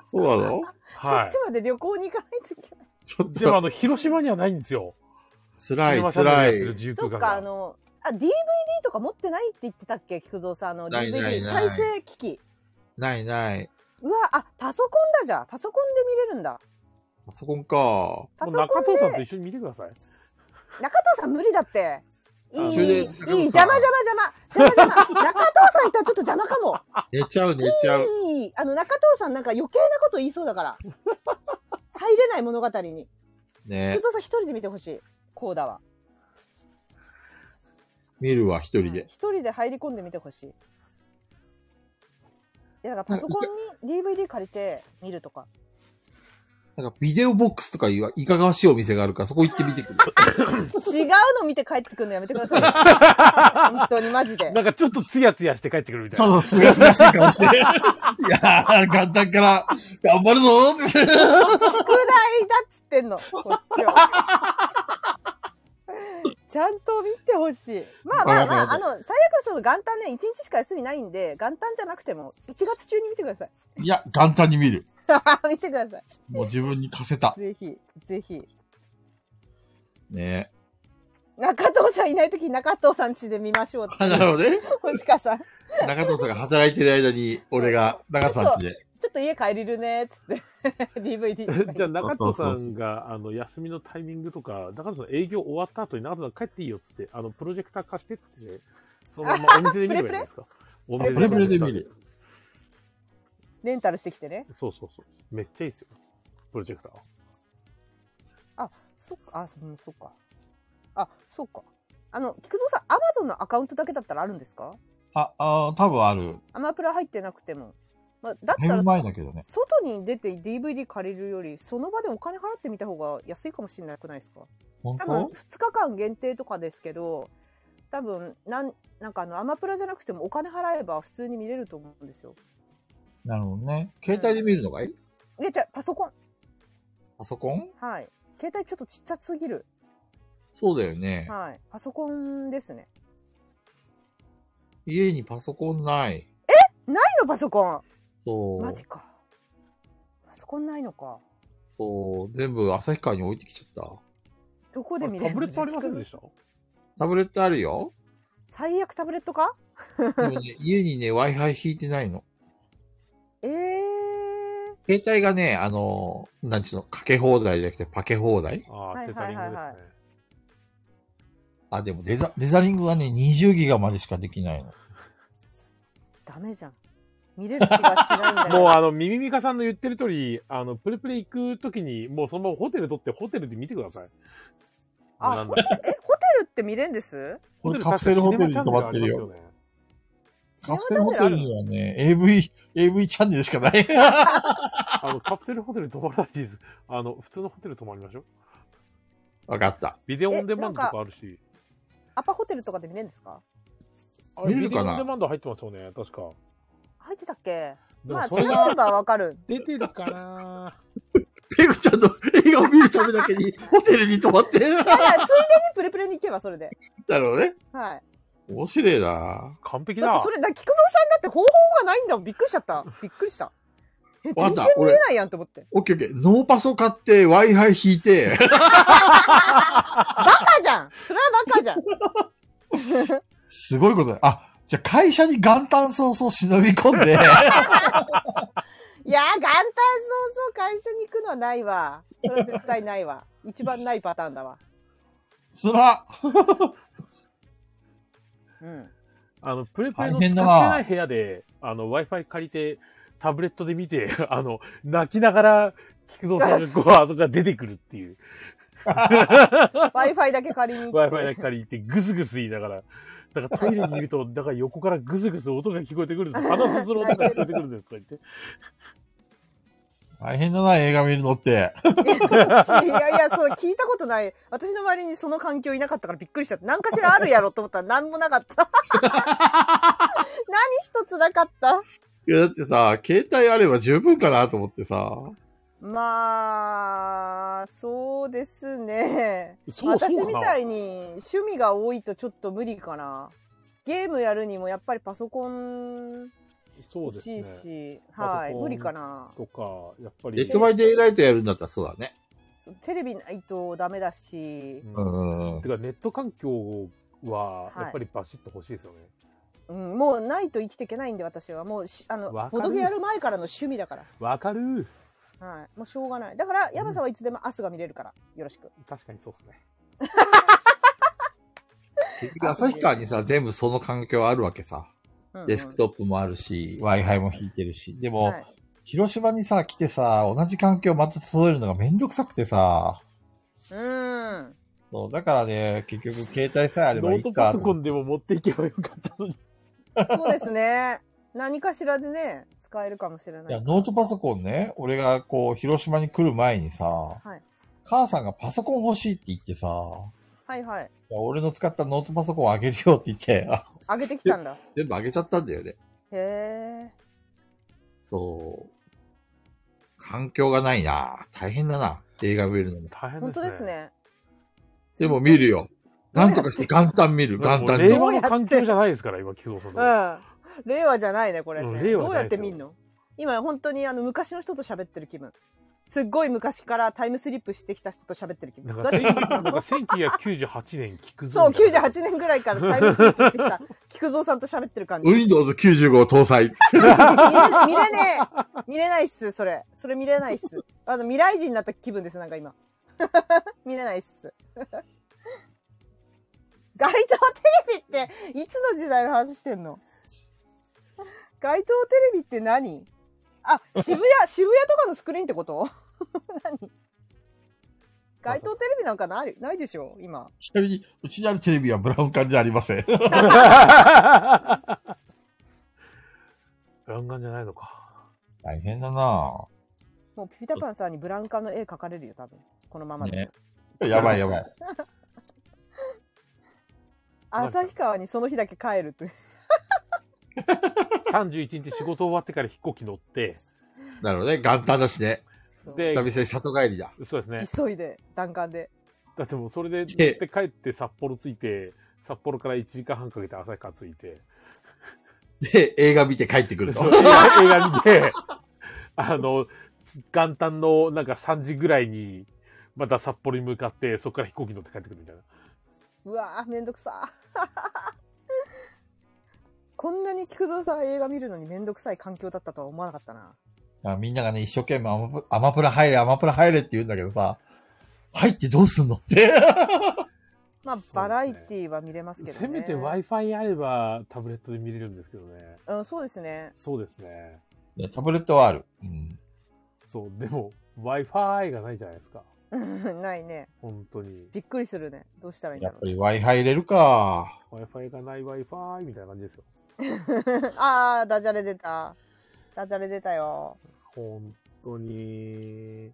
B: そうなの
A: はい
C: そっちまで旅行に行かないといけない。
B: ちょっ。
A: でも、
B: と、
A: あの、広島にはないんですよ。
B: 辛い、
A: シネマチャンネ
B: 辛
A: ルやってる
B: い。
A: 自由
C: そ
A: 空
C: っ
A: 間
C: か、あ
A: が。
C: の、あ、DVD とか持ってないって言ってたっけ菊蔵さん、あの、
B: ないない
C: DVD
B: ない
C: 再生機器。
B: ないない。
C: うわ、あ、パソコンだじゃん。パソコンで見れるんだ。
B: パソコンか。
C: パ
A: もう
C: ソ
A: 中
C: コン
A: 藤
C: で。
A: さ
C: 中
A: んと一緒に見てください。
C: 藤さん無理だって。いい、いい、
B: それ
C: い
B: で
C: い、
B: 中藤さん
C: 邪魔邪魔邪魔。邪魔邪魔。中藤さんいったらちょっと邪魔かも。
B: 寝ちゃう、寝ちゃう。
C: いい、あの、中藤さんなんか余計なこと言いそうだから。入れない物語に。
B: ね
C: 菊蔵さん一人で見てほしい。こうだわ。
B: 見るわ、一人
C: うん
B: で。
C: 一人で入り込んでみてほしい。いや、だからパソコ ンに DVD 借りて見るとか。
B: なんか、ビデオボックスとかいう、いかがわしいお店があるから、そこ行ってみてくる。
C: 違うの見て帰ってくるのやめてください。 本当にマジで。
A: なんかちょっとツヤツヤして帰ってくるみたいな。
B: そうそう、すがすがしい顔して。いやー、簡単から、頑張るぞーって。
C: 宿題だっつってんの、こっ ちは。ちゃんと見てほしい。まあまあまあ、あ
B: わかり
C: の、最悪はその元旦ね、1日しか休みないんで、元旦じゃなくても、1月中に見てくだ
B: いや、簡単に見る。
C: さい。 見てください。
B: もう自分に課せた。
C: ぜひ、ぜひ。
B: ね
C: 中藤さんいないとき、中藤さん家で見ましょうって
B: なるほどね。
C: 星川さん。ち
B: 中藤さんが働いてる間に、俺が、中藤さんちで。
C: ょっと家帰れるね、っつって。DVD。
A: じゃあ中藤さんがあの休みのタイミングとか、中藤さん営業終わった後に中藤さん帰っていいよっつって、あのプロジェクター貸してって、そのまま お店で見ればいいんですか。お店
B: プレプレで見る。
C: レンタルしてきてね。
A: そうそうそう。めっちゃいいですよ。プロジェクターは。
C: そっか、あ、うん、そっか。あ、そっか。あの、菊蔵さん、アマゾンのアカウントだけだったらあるんですか
B: あ、あー多分ある。
C: アマプラ入ってなくても。まあ、だ
B: だ
C: った
B: い
C: ら
B: ぶ、前だけどね。
C: 外に出て DVD 借りるより、その場でお金払ってみた方が安いかもしれなくないですか
B: 本
C: 多分、2
B: 当
C: 日間限定とかですけど、多分、なん、なんかあの、アマプラじゃなくてもお金払えば普通に見れると思うんですよ。
B: なるほどね。携帯で見るのがいい
C: いや、じゃあパソコン。
B: パソコン
C: はい。携帯ちょっとちっちゃすぎる。
B: そうだよね。
C: はい。パソコンですね。
B: 家にパソコンない。
C: ないのパソコン
B: そう。
C: マジか。パソコンないのか。
B: そう。全部旭川に置いてきちゃった。
C: どこで
A: タ
C: 見れる
A: ブレットありません
C: ね
A: でした
B: タブレットあるよ。
C: 最悪タブレットか
B: でもね、家にね、Wi-Fi 引いてないの。
C: ええ
B: 携帯がね、あのー、なんちゅうの、かけ放題じゃなくてパケ放題
A: ああ、
C: い
A: テ
C: は
A: ザ
C: い
A: リン
C: はい
A: グです
C: はい
A: ね。
B: あ、でもデザ、デザリングはね、20ギガまでしかできないの。
C: ダメじゃん。見れる気がしないんだよ。
A: もうあの、ミミミカさんの言ってる通り、あの、プレプレ行くときに、もうそのままホテル取ってホテルで見てください。
C: あ、
A: なん
C: ホ
A: だ
C: テル、え、ホテルって見れるんです
B: これカプセルホテルに泊まってるよ。
C: シ
B: カ
C: ネマ
B: プセ
C: チャ
B: ル
C: ン
B: ホ
C: ネルあ
B: テル
C: る
B: にはね、AV、AV チャンネルしかない。
A: あの、カプセルホテルに泊まらないです。あの、普通のホテル泊まりましょう。
B: わかった。
A: ビデオオンデマンドとかあるし。
C: アパホテルとかで見れるんですか
A: あれ
B: 見
A: ビ
B: れる
A: デオ
B: か
A: オ
B: な
A: ンデマンド入ってますよね、確か。
C: 入ってたっけ
A: で
C: ま
A: も
C: あ、
A: そ
C: 調べ
A: れ
C: れ
A: が
C: ばわかる。
A: 出てるかな
B: ペグちゃんの映画を見るためだけに、ホテルに泊まって。
C: いやいや、ついでにプレプレに行けばそれで。
B: だろうね。
C: はい。
B: 面白いな
A: 完璧
C: だって
A: だ
C: そ。れ、だって菊蔵さんだって方法がないんだもん。びっくりしちゃった。びっくりした。え、
B: わかっ
C: 全
B: た
C: 然見れないやんと思って。
B: オッケーオッケー。ノーパソ買って、Wi-Fi 引いて、
C: バカじゃんそれはバカじゃん
B: すごいことだよ。あ、じゃあ会社に元旦早々忍び込ん で、
C: いやー、元旦早々会社に行くのはないわ。それは絶対ないわ。一番ないパターンだわ。
B: つら
C: うん。
A: あの、プレプレの
B: 大
A: 使っ
B: 変
A: て
B: だな
A: ない部屋で、あの、Wi-Fi 借りて、タブレットで見て、あの、泣きながら、菊蔵さんがこう、あそこから出てくるっていう。
C: Wi-Fi だけ借りに行って。
A: Wi-Fi だけ借りて、ぐすぐす言いながら、だからトイレにいると、だから横からぐずぐず音が聞こえてくるん です。鼻すする音が聞こえてくるんです。とか言って。
B: 大変だな、映画見るのって。
C: いやいや、そう、聞いたことない。私の周りにその環境いなかったからびっくりしちゃって、何かしらあるやろと思ったら何もな かった。何一つなかった。
B: いや、だってさ、携帯あれば十分かなと思ってさ。
C: まあ、そうですね。
A: そう
C: 私
A: そう
C: み
A: か
C: たいに趣味が多いとちょっと無理かな。ゲームやるにもやっぱりパソコン
A: そう
C: 欲
A: です
C: しいし、
A: ね。
C: は
A: パソ
C: い、
A: コン
C: 無理かな。
A: とか、やっぱ
B: デ
A: り
B: ッ。ドバイデイライトやるんだったらそうだね。
C: そうテレビないとダメだし、
A: うん
B: ん。
A: てか、ネット環境は
C: は、い
A: やっぱりバシッと欲しいですよね。
C: うん、もうないと生きていけないんで私はもうしあの
A: わかる
C: ボドゲやる前からの趣味だから。
A: わかる
C: はい、もうしょうがない。だから、山さんはいつでも明日が見れるから、よろしく。
A: 確かにそうですね。
B: 結局、旭川にさ、全部その環境あるわけさ。
C: うんうん
B: デスクトップもあるし、Wi-Fi も引いてるし。でも
C: は、い
B: 広島にさ、来てさ、同じ環境また揃えるのがめんどくさくてさ。
C: うーん。
B: そう、だからね、結局、携帯さえあれば
A: ノ
B: い
A: ート
B: い
A: パ
B: か
A: ソ
B: と
A: コ
B: 思って。
A: ンでも持っていけばよかったのに。
C: そうですね。 何かしらでね、使えるかもしれないい。
B: や、ノートパソコンね、俺がこう、広島に来る前にさ、
C: はい
B: 母さんがパソコン欲しいって言ってさ、
C: はいはい。
B: いや俺の使ったノートパソコンをあげるよって言って、あ
C: 上げてきたんだ。
G: 全部あげちゃったんだよね。
C: へえ。
G: そう。環境がないな。大変だな。映画見るのも。
A: 大変ですね。
C: 本当です。ね。
G: でも見るよ。なんとかして元旦見 る、元
A: もう
G: 旦
A: 令
G: の。
A: 和の環境じゃないですから、今、木造さん
C: う
A: の。
C: ん。令和じゃないね、これ、
A: う
C: ね
A: ん令和
C: ど
A: じ
C: う
A: ゃな
C: や
A: い
C: っ
A: です
C: て
A: よ
C: 見んの今、本当にあの昔の人と喋ってる気分。すっごい昔からタイムスリップしてきた人と喋ってる気
A: な
C: 分。
A: んか
C: どうやって見んの
A: なんか1998年聞く
C: そ
A: ぞ
C: う、
A: みたいな。
C: 98年ぐらいからタイムスリップしてきた、菊蔵さんと喋ってる感じ。
G: Windows 95搭載。
C: 見れ見れねえ見れないっす、それ。それ見れないっす。あの、未来人になった気分です、なんか今。 見れないっす。 街頭テレビって、いつの時代の話してんの街頭テレビって何あ、渋谷、渋谷とかのスクリーンってこと 何街頭テレビなんかない、ないでしょ今。
B: ちなみに、うちにあるテレビはブラウン管じゃありません。
A: ブラウンガンじゃないのか。
B: 大変だな
C: もうピピタパンさんにブラウン管の絵描かれるよ、多分。このままで。
B: ね。やばいやばい。
C: 旭川にその日だけ帰るって。
A: 31日仕事終わってから飛行機乗って、
G: なるほどね。元旦だしね。
A: で
G: 久、々に里帰りだ。
A: そうですね。
C: 急いで弾丸で
A: だってもうそれで乗っ
G: で
A: て帰って札幌着いて、札幌から1時間半かけて旭川着いて、
G: で、映画見て帰ってくると
A: そう。映画映画見て、あの、元旦のなんか3時ぐらいに、また札幌に向かって、そこから飛行機乗って帰ってくるみたいな。
C: うわーめん どくさこんなに菊蔵さんが映画見るのにめんどくさい環境だったとは思わなかったな
B: だからみんながね、一生懸命アマプアマプラ入れ、アマプラ入れって言うんだけどさ、入ってどうすんの って。
C: ま
A: そう
C: あ、
A: ですね
C: バラエティーは見れますけどね
A: せめて Wi-Fi あればタブレットで見れるんですけどね。
C: うん、そうですね
A: そうですね。
B: いやタブレットはある。うん。
A: そう、でも Wi-Fi がないじゃないですか。
C: うんないね
A: 本当に。
C: びっくりするねどうしたらいいん
B: や
C: だ
B: っ
C: ろ
B: ぱり Wi-Fi 入れるか。
A: Wi-Fi がない Wi-Fi みたいな感じですよ。
C: う あーダジャレ出たダジャレ出たよ
A: 本当に。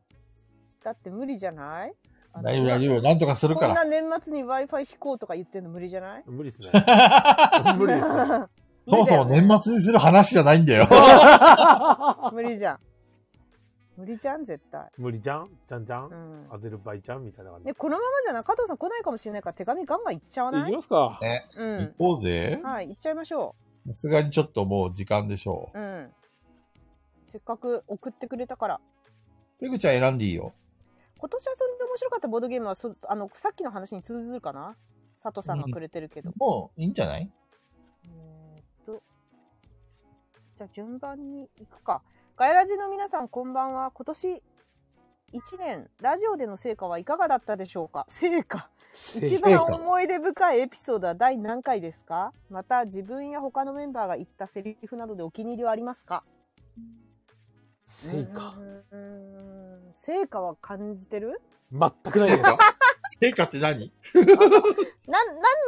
C: だって無理じゃないあの
B: 大丈夫大丈夫。なんとかする
C: こ
B: か
C: ん
B: ら。
C: な年末に Wi-Fi 引こうとか言ってんの無理じゃない
A: 無理 ですね。無理ですね。
B: そもそも
C: 無理だよね
B: 年末にする話じゃないんだよ。
C: 無理じゃん無理じゃん絶対
A: 無理じゃんじゃんじゃ
C: うんん
A: アゼルバイジャンみたいな感じ。
C: ね、このままじゃ中藤さん来ないかもしれないから手紙ガンガンいっちゃわ
A: い
C: な
A: き
C: い
A: ますか。
C: う
B: 行
C: ん。
B: こうぜ。
C: はい、いっちゃいましょ
B: さすがにちょっともう時間でしょ
C: う。うん。せっかく送ってくれたから。
B: う。ペグちゃん選んでいいよ。
C: 今年遊んで面白かったボードゲームはそあのさっきの話に通ずるかな佐藤さんがくれてるけど。
B: もういいんじゃない
C: えーっと。じゃあ順番に行くか。ガヤラジの皆さんこんばんは。今年1年、ラジオでの成果はいかがだったでしょうか成果
B: 成
C: 一番
B: 果
C: 思い出深いエピソードは第何回ですかまた自分や他のメンバーが言ったセリフなどでお気に入りはありますか
A: 成果。
C: うーん成果は感じてる
A: 全くないです。
H: 陛下って何
C: な、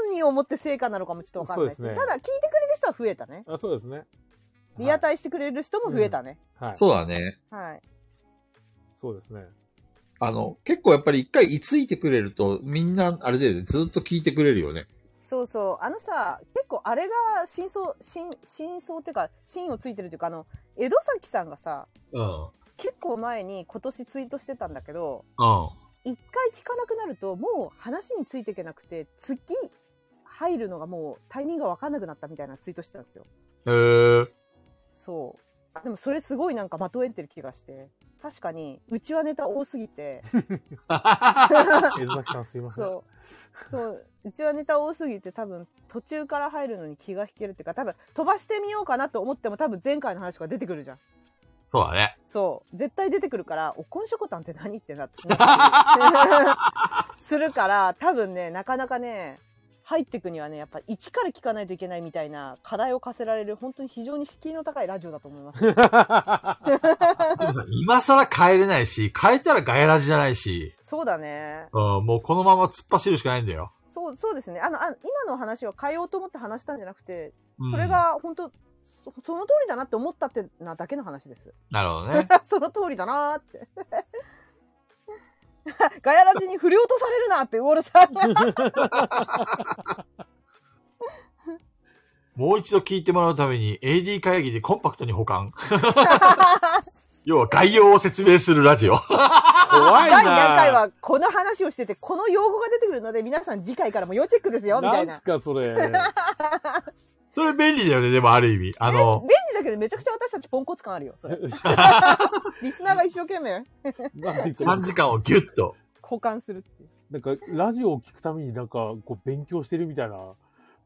C: 何をもって成果なのかもちょっとわかんないです
A: そうですね
C: ただ聞いてくれる人は増えたね。
A: あそうですね。
C: リアタイしてくれる人も増えたね。
A: はい。
H: そうだね。
C: はい。
A: そうですね。
H: あの、結構やっぱり一回居ついてくれると、みんな、あれだよね、ずっと聞いてくれるよね。
C: そうそう。あのさ、結構あれが真相、真、真相っていうか、真をついてるっていうか、あの、江戸崎さんがさ、
H: うん。
C: 結構前に今年ツイートしてたんだけど、
H: うん。
C: 一回聞かなくなると、もう話についていけなくて、次入るのがもうタイミングがわかんなくなったみたいなツイートしてたんですよ。
H: へー。
C: そう。あでもそれすごいなんかまとえてる気がして。確かに、うちはネタ多すぎて、
A: 江崎さんすいません。
C: そう。そう。うちはネタ多すぎて多分途中から入るのに気が引けるっていうか、多分飛ばしてみようかなと思っても多分前回の話が出てくるじゃん。
B: そうだね。
C: そう。絶対出てくるから、おこんしょこたんって何ってなって、 するから、多分ね、なかなかね、入ってくにはね、やっぱ一から聞かないといけないみたいな課題を課せられる、本当に非常に敷居の高いラジオだと思います。
B: でもさ今更変えれないし、変えたらガヤラジじゃないし、
C: そうだね。
B: うん、もうこのまま突っ走るしかないんだよ。
C: そう、そうですね。あの、あ今の話を変えようと思って話したんじゃなくて、
B: うん
C: それが本当、そその通りだなって思ったってなだけの話です。
B: なるほどね。
C: その通りだなーって。 ガヤラジに振り落とされるなって、ウォルさんが。
B: もう一度聞いてもらうために AD 会議でコンパクトに保管。要は概要を説明するラジオ。
A: 怖いな。
C: 第何回はこの話をしてて、この用語が出てくるので、皆さん次回からも要チェックですよ、みたい
A: なん
C: な
A: す。かそれ。
B: それ便利だよね、でもある意味。あ
C: 便
B: の
C: 利、だけど、めちゃくちゃ私たちポンコツ感あるよ、それ。リスナーが一生懸命
A: なんていうか
B: 3時間をギュッと。
C: 交換するっていう。
A: なんかラジオを聞くためになんかこう勉強してるみたいな。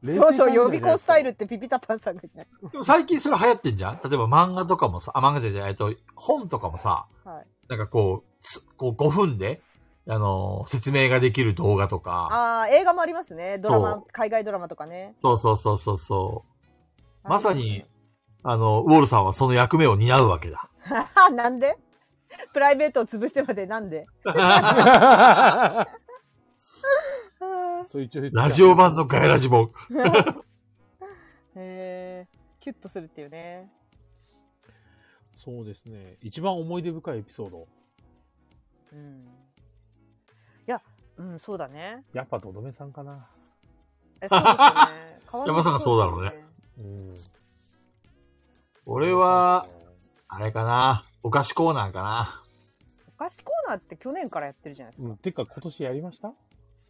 C: そうそう、予備校スタイ
A: ル。
C: ルってピピタパンさんが言って
B: でも最近それ流行ってんじゃん例えば漫画とかもさ、あ、漫画じゃない、えっと、本とかもさ、
C: はい。
B: なんかこう、つこう5分で、あのー説明ができる動画とか。
C: ああ、映画もありますね。ドラ
B: そ
C: マ、海外ドラマとかね。
B: そうそうそうそうそう。まさに
C: あ
B: あの、ウォールさんはその役目を担うわけだ。
C: りますね。 なんでプライベートを潰してまでなんで
A: そう一応言っちゃう
B: ラジオ版のガヤラジも。
C: へえキュッとするっていうね。
A: そうですね。一番思い出深いエピソード。
C: うん。いや、うん、そうだね。
A: やっぱドドメさんかな。
C: え そうですよね。
B: 山さんがそうだろうね。
A: うん。
B: 俺は、あれかな。お菓子コーナーかな。
C: お菓子コーナーって去年からやってるじゃないです
A: う
C: か。
A: ん。てか今年やりました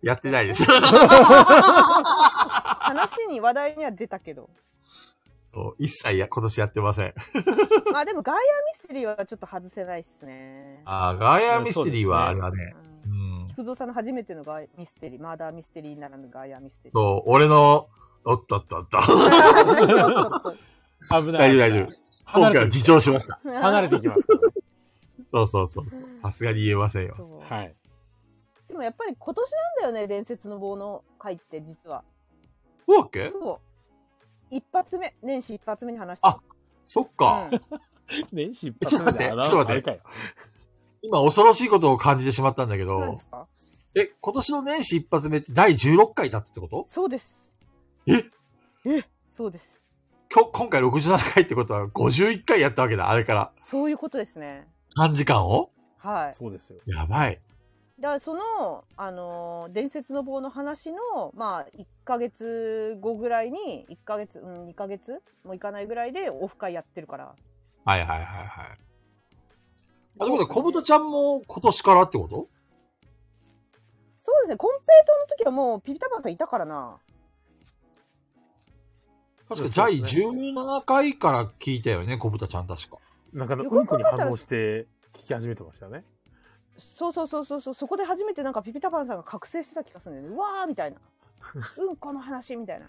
B: やってないです。
C: 話に話題には出た けど。
B: そう一切や、今年やってません。
C: まあでもガイアミステリーはちょっと外せないっすね。
B: あーガヤミステリーはあれだ
C: う
B: ね。
C: ん
B: うん。
C: 菊蔵さんの初めてのガイミステリー、マーダーミステリーならぬガイアミステリー。
B: そう、俺の、おっとっとっと。
A: 危ない。離れ
B: 大丈夫大丈夫。今回は
A: て
B: 自重しました。
A: 離れていきますからね。
B: そうそうそうそう。さすがに言えませんよ。
C: そう
A: はい。
C: でもやっぱり今年なんだよね、伝説の棒の回って実は。
B: そうだっけ
C: そう。一発目、年始一発目に話した。
B: あそっか。
C: うん
A: 年始一
B: えちょっと待っ
A: 発目で
B: てちょっと待って
A: あらあれかよ
B: 今恐ろしいことを感じてしまったんだけ
C: 何
B: ど
C: で、すか
B: え、今年の年始一発目って第16回だったってこと
C: そうです。
B: え
C: えそうです。
B: 今日、今回67回ってことは51回やったわけだ、あれから。
C: そういうことですね。
B: 3時間を
C: はい。
A: そうですよ。
B: やばい。
C: だからその、あのー伝説の棒の話の、まあ、1ヶ月後ぐらいに、1ヶ月、うん、2ヶ月もいかないぐらいでオフ会やってるから。
B: はいはいはいはい。あ、ということは、小豚ちゃんも今年からってこと
C: そうですね、コンペイトーの時はもうピピタパンさんいたからな。
B: 確か、
A: そ
B: 第
A: うですね
B: 17回から聞いたよね、小豚ちゃん確か。
A: なんかあの、
C: よ
A: う
C: く
A: んこ
C: 考え
A: に
C: たら
A: 反応して聞き始めてましたね。
C: そうそうそうそうそう、そこで初めてなんかピピタパンさんが覚醒してた気がするんだよね。うわー みたいな。うん、この話みたいな。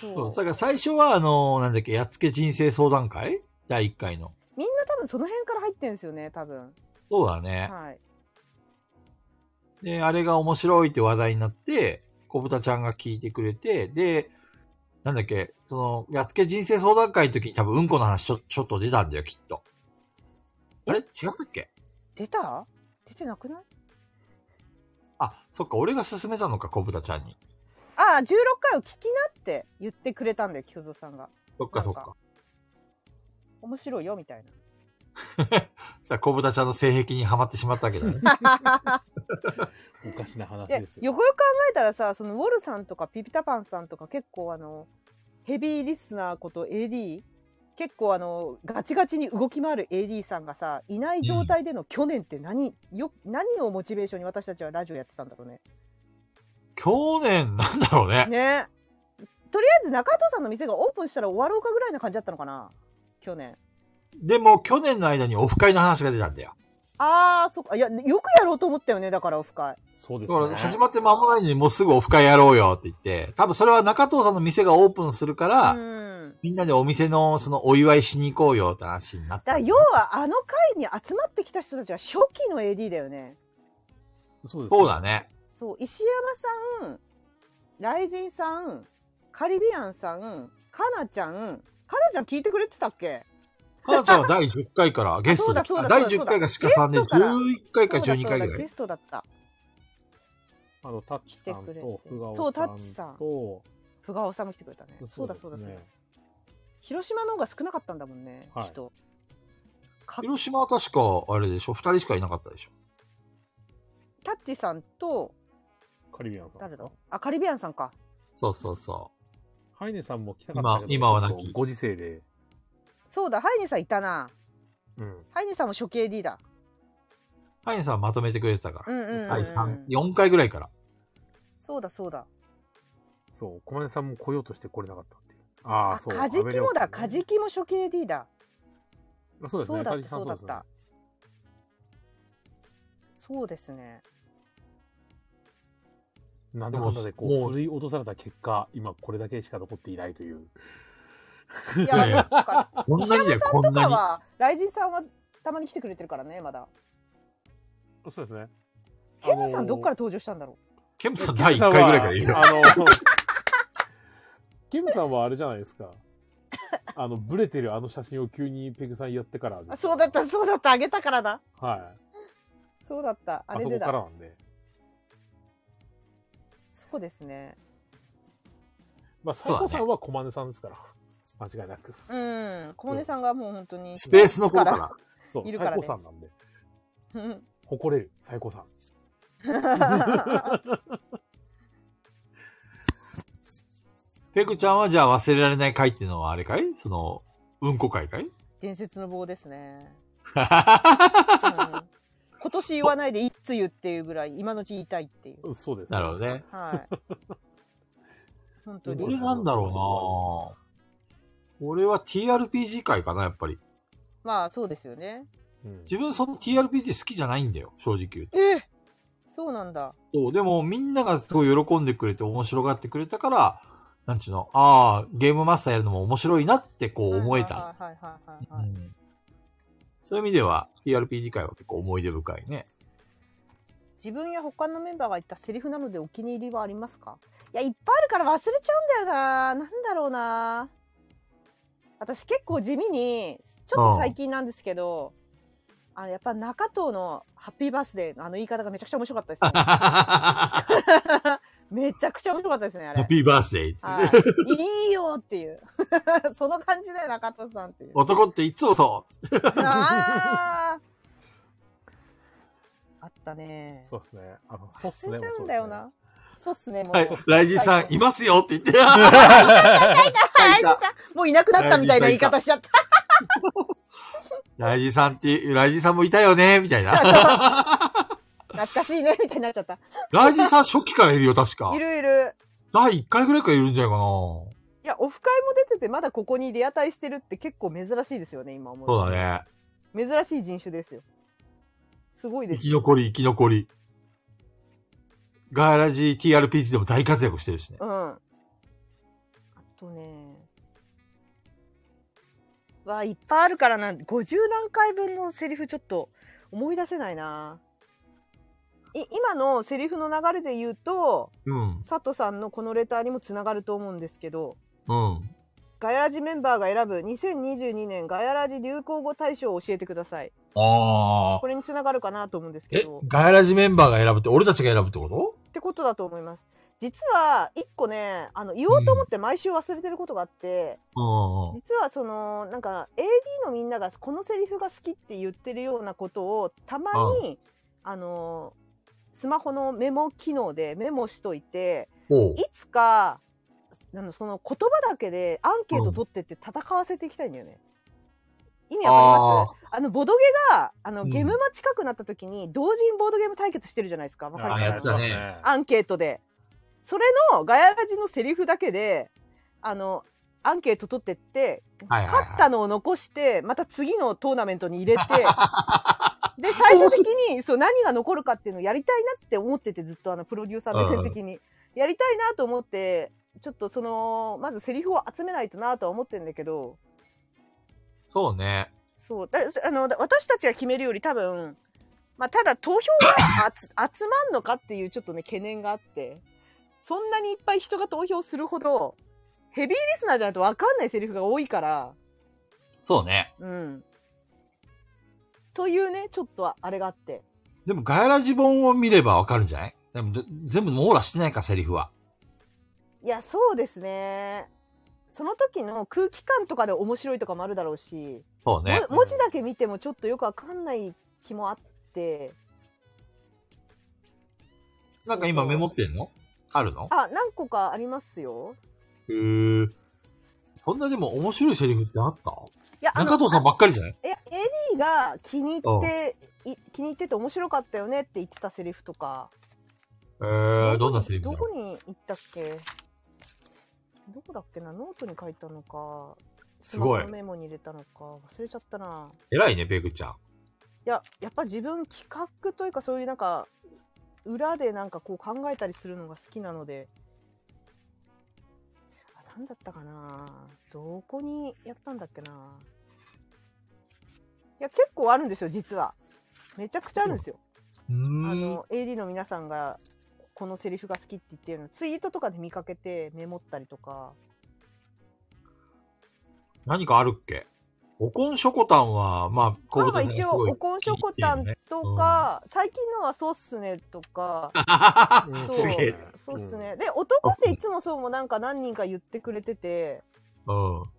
B: そ
C: そう
B: う。だから最初は、あの、なんだっけ、やっつけ人生相談会第1回の。
C: みんな多分その辺から入ってんですよね、多分。
B: そうだね。
C: はい。
B: で、あれが面白いって話題になって、小豚ちゃんが聞いてくれて、で、なんだっけ、その、やっつけ人生相談会の時に多分うんこの話ちょちょっと出たんだよ、きっと。あれ違ったっけ
C: 出た出てなくない
B: あ、そっか、俺が勧めたのか、小豚ちゃんに。
C: ああ、16回を聞きなって言ってくれたんだよ、菊蔵さんが。
B: そっか、
C: な
B: そ
C: ん
B: っ
C: か
B: か。
C: 面白いよ、みたいな。
B: さあ、小豚ちゃんの性癖にはまってしまったわけだね。
A: おかしな話
C: で
A: ですよ。
C: よくよく考えたらさそのウォルさんとかピピタパンさんとか結構あのヘビーリスナーこと AD 結構あのガチガチに動き回る AD さんがさいない状態での去年って何,、よ何をモチベーションに私たちはラジオやってたんだろうね。
B: 去年、なんだろうね。
C: ねとりあえず中藤さんの店がオープンしたら終わろうかぐらいな感じだったのかな去年。
B: でも、去年の間にオフ会の話が出たんだよ。
C: あーそっかいやよくやろうと思ったよねだからオフ会。
A: そうで
B: だから、
A: す
B: 始
A: ね。
B: まって間もないのに、もうすぐオフ会やろうよって言って、多分それは中藤さんの店がオープンするから、
C: うん
B: みんなでお店の、その、お祝いしに行こうよって話になっ
C: だ
B: た
C: から
B: んだ
C: 要
B: よ。
C: はあの会に集まってきた人たちは初期の AD だよね。
A: そうですね
B: そうだね。
C: そう、石山さん、雷神さん、カリビアンさん、かなちゃん、かなちゃん聞いてくれてたっけ
B: かなちゃんは第10回からゲストで来
C: そう
B: た。
C: だそうだ
B: 第
C: そうだ
B: 10回が鹿さんで、
C: ゲストから
B: 11回か12
C: そう
B: 回ぐ
C: だそうだ
B: ら
C: ゲ
B: い。
C: ストだった。
A: あの、タッチさん
C: 来てくれ
A: と、
C: て
A: ふが
C: そ
A: お
C: うタ
A: さ
C: ッチさん
A: んと、
C: ふがおさんも来てくれたね。そうだそうだ
A: です
C: そう
A: ね
C: だ。広島の方が少なかったんだもんね、
A: はい
C: 人。か
B: 広島は確か、あれでしょ、二人しかいなかったでしょ。
C: タッチさんと、
A: カリビアンさんで
C: 誰
A: す
C: だ
A: か。
C: あ、カリビアンさんか。
B: そうそうそ
A: ハイネさんも来たかったけど、
B: 今今はなき
A: ちょっとご時世で。
C: そうだ、ハイネさんいたな。
A: うん。
C: ハイネさんも初期 AD だ。
B: う。ハイネさんはまとめてくれてたか
C: う
B: ら。
C: んうん、うん。
B: 第三4回ぐらいから。
C: そうだそうだ。
A: そう、小金さんも来ようとして来れなかったっていう。ああ、
C: あ、
A: そう。
C: カジキもだ、カジ
A: キ。
C: キも初期 AD だ。
A: あそうです
C: そう
A: ね。
C: だ
A: カ
C: っ
A: ジキ
C: た、
A: さん
C: そう
A: そうです
C: だっ
A: ね。
C: た。そうです ね。
A: なんだかんだでこ
B: でも
A: う、振り落とされた結果、今これだけしか残っていないという。
C: いや、
B: いやいや
C: なんか
B: こんなにだよ、こん
C: 今
B: なに。
C: は雷神さんはたまに来てくれてるからねまだ
A: そうですね。
C: ケムさんどっから登場したんだろ
B: ケムさん第1回ぐらいからいるよ。
A: あの、 ケムさんはあれじゃないです か。あの、ブレてるあの写真を急にペグさんやってからです
C: う、あそうだった そうだったあげたからだ
A: はい。
C: そうだったあ
A: あ
C: れ
A: そ
C: で
A: こ
C: だ
A: からなんで。
C: そうですね
A: まあ、
B: う
A: 斉
B: だね
A: 藤さんは駒根さんですから。 間違いなく。
C: うん小根さんがもう本当に
B: スペースの頃から。
A: そう、
C: いるから
A: 最高
C: ね
A: さんなんで。
C: うん
A: 誇れる、最高さん。
B: ペグちゃんはじゃあ忘れられない回っていうのはあれかいその、うんこ会かい
C: 伝説の棒です ね、うん今年言わないでいつ言っていうぐらい今のうち言いたいっていう
A: そうです、
B: なるほどね。
C: はい本当
A: 俺
B: 俺
C: に
B: なんだろうな俺は TRPG 会かな、やっぱり。
C: まあそうですよね
A: うん
B: 自分その TRPG 好きじゃないんだよ、正直言うと。
C: えそうなんだ
B: そう、でもみんながすごい喜んでくれて面白がってくれたから、なんちゅうの、ああ、ゲームマスターやるのも面白いなってこう思えた。
C: はいはいはいはい、
B: う
C: はい
B: んそういう意味では、TRPG 会は結構思い出深いね。
C: 自分や他のメンバーが言ったセリフなのでお気に入りはありますかいやいっぱいあるから忘れちゃうんだよななんだろうな私結構地味にちょっと最近なんですけどあのやっぱ中藤の「ハッピーバースデー」のあの言い方がめちゃくちゃ面白かったですね
B: ハ
C: めちゃくちゃ面白かったですねあ
B: ッ
C: れ、
B: ピーバースデー
C: はい、いいよっていう その感じだよ中藤さんっていう
B: 男っていつもそう
C: あーあったね
A: そうですね。あの、そうっす
C: 忘
A: ね。
C: れちゃ
A: も
C: う
A: そうんですね
C: だよな。そうっすねもう
B: はい
C: そうっす、ね
B: ライジンさん、いますよって言って。
C: あいつさんもういなくなったみたいな言い方しちゃった。
B: ライジンさんって、ライジンさんもいたよね、みたいな。
C: 懐かしいね、みたいになっちゃった。
B: ライジンさん初期からいるよ、確か
C: い。るいる。
B: 第1回ぐらいからいるんじゃないかな。
C: いや、オフ会も出てて、まだここにリアタイしてるって結構珍しいですよね、今思う。
B: そうだね。
C: 珍しい人種ですよ。すごいで
B: 生
C: す。
B: き残り、生き残り。ガーラジ TRPG でも大活躍してるしね。
C: うん。あとね。わあ、いっぱいあるからな。50何回分のセリフちょっと思い出せないな。い今のセリフの流れで言うと、
B: うん。
C: 佐藤さんのこのレターにもつながると思うんですけど、
B: うん。
C: ガヤラジメンバーが選ぶ2022年ガヤラジ流行語大賞を教えてください。
B: ああ。
C: これにつながるかなと思うんですけ
B: え
C: ど、。
B: ガヤラジメンバーが選ぶって、俺たちが選ぶってこと
C: ってことだと思います。実は、一個ね、あの、言おうと思って毎週忘れてることがあって、
B: うんうん。
C: 実はその、なんか、AD のみんながこのセリフが好きって言ってるようなことを、たまに、あの、スマホのメモ機能でメモしといて、
B: おう
C: いつか、あの、その言葉だけでアンケート取ってって戦わせていきたいんだよね。意味わかりますあの、ボドゲが、あの、
B: うん
C: ゲムマ近くなった時に、同人ボードゲーム対決してるじゃないですか。わかり
A: あ
C: ま
A: ー
C: す
B: やったね
C: アンケートで。それのガヤラジのセリフだけで、あの、アンケート取ってって、
B: はいはいはい
C: 勝ったのを残して、また次のトーナメントに入れて、で、最終的に、そう、何が残るかっていうのをやりたいなって思ってて、ずっとあの、プロデューサー目線的に。やりたいなと思って、ちょっとその、まずセリフを集めないとなとは思ってんだけど、
B: そうね。
C: そう、だあの、だ私たちが決めるより多分、まあ、ただ投票が集集 まんのかっていうちょっとね、懸念があって、そんなにいっぱい人が投票するほど、ヘビーリスナーじゃないとわかんないセリフが多いから、
G: そうね。
C: うん。というね、ちょっとあれがあって。
B: でも、ガヤラジ本を見ればわかるんじゃないでもで全部網羅してないか、セリフは。
C: いや、そうですね。その時の空気感とかで面白いとかもあるだろうし、
B: そうね。
C: も文字だけ見てもちょっとよくわかんない気もあって、
B: なんか今メモってんのあるの
C: あ、何個かありますよ。
B: へえ。こんなでも面白いセリフってあった
C: いや、あの
B: 中藤さんばっかりじゃない
C: え、エリーが気に入って、い気に入ってて面白かったよねって言ってたセリフとか。
B: えー、どんなセリフだ
C: ど
B: ろう
C: こに行ったっけどこだっけなノートに書いたのか。
B: すごい
C: スマホのメモに入れたのか。忘れちゃったな。
B: 偉いね、ペグちゃん。
C: いや、やっぱ自分企画というかそういうなんか、裏でなんかこう考えたりするのが好きなので。あ、なんだったかなどこにやったんだっけないや、結構あるんですよ、実は。めちゃくちゃあるんですよ。
B: うー
C: あ
B: ん。
C: の、AD の皆さんが、このセリフが好きって言ってるの、ツイートとかで見かけてメモったりとか。
B: 何かあるっけおこんしょこたんは、まあ、小
C: まあ
B: 豚
C: まあ
B: さんが
C: 一
B: す
C: 応、
B: ごい
C: お。こんしょこたんとか、最近のはそうっすねとか、
A: うん
C: そう
F: すげえ
C: そうっすね。で、男っていつもそうもなんか何人か言ってくれてて、
B: うん。
C: ど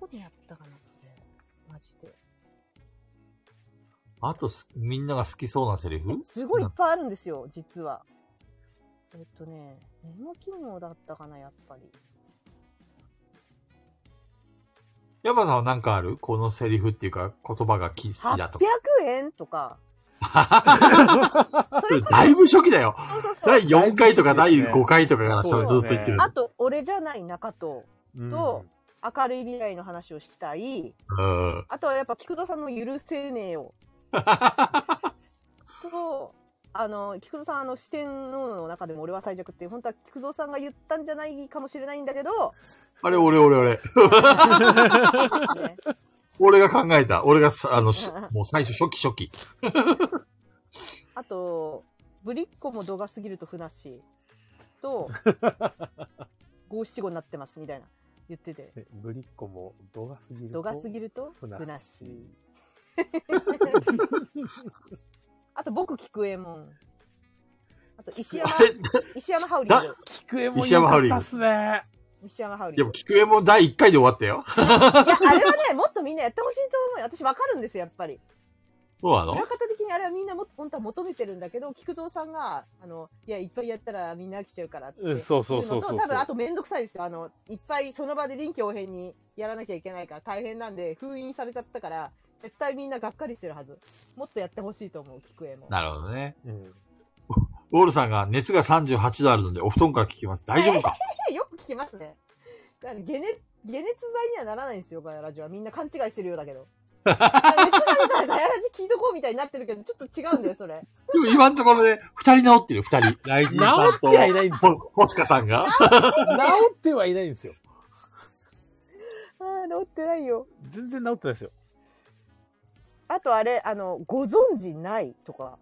C: こでやったかな、それ。マジで。
B: あとす、みんなが好きそうなセリフ
C: すごいいっぱいあるんですよ、実は。えっとね、メモ機能だったかな、やっぱり。
B: ヤマさんは何かあるこのセリフっていうか、言葉がき好きだと
C: 800
B: か。
C: 円 とか。それこ
B: だいぶ初期だよ。
C: そ、そうそう
B: 第
C: そう。
B: 4回とか第5回とかからそ
A: そう
B: れ
A: で
B: ず
A: すね
B: っと言ってる。
C: あと、俺じゃない中と、
A: うん
C: と明るい未来の話をしたい。
B: うん。
C: あとはやっぱ菊田さんの許せねえ よ。と、あの、菊田さん、あの、四天王の中でも俺は最弱って、本当は菊蔵さんが言ったんじゃないかもしれないんだけ ど、
B: あれ、俺、俺、俺。
C: ね
B: 俺が考えた。俺がさ、あ の、しもう最初、初期、初期。
C: あと、ぶりっ子も度が過ぎるとふなっし ーと、五七五になってますみたいな言ってて、
A: えぶりっ子も度が過ぎると。
C: 度が過ぎるとふな
A: ふな
C: っ
A: っ
C: し
A: し
C: ー
A: ー。
C: あと、僕、菊右衛門。あと、石山
B: あ、れ、
C: 石山ハウリング。
A: 菊江も
B: 石山ハウリン
A: 良かったっすね。
C: 石山ハウリン
B: で
C: グ
B: も、。菊江も第1回で終わったよ。
C: いや、あれはね、もっとみんなやってほしいと思うよ。私わかるんですよ、やっぱり。
B: そうなの
C: 裏方的にあれはみんなも、本当は求めてるんだけど、菊蔵さんが、あの、いや、いっぱいやったらみんな飽きちゃうからって。
A: うんそうそうそうそうそう
C: いうのと多分、あとめんどくさいですよ。あの、いっぱいその場で臨機応変にやらなきゃいけないから大変なんで、封印されちゃったから、絶対みんながっかりしてるはず。もっとやってほしいと思う、菊江も。
B: なるほどね。
A: うん。
B: ウォルさんが熱が38度あるので、お布団から聞きます。大丈夫か
C: よく聞きますね。だから解熱、解熱剤にはならないんですよ、ガヤラジは。みんな勘違いしてるようだけ ど。熱が出たらガヤラジ聞いとこうみたいになってるけど、ちょっと違うんだよ、それ。
B: でも今のところね、二人治ってる、二人。ライジンさん
A: 治
B: と
A: ってはいないんですよ。
B: ほ、ほしかさんが。
A: 治ってはいないんですよ。
C: ああ、治ってないよ。
A: 全然治ってないですよ。
C: あとあれ、あの、ご存知ないとか、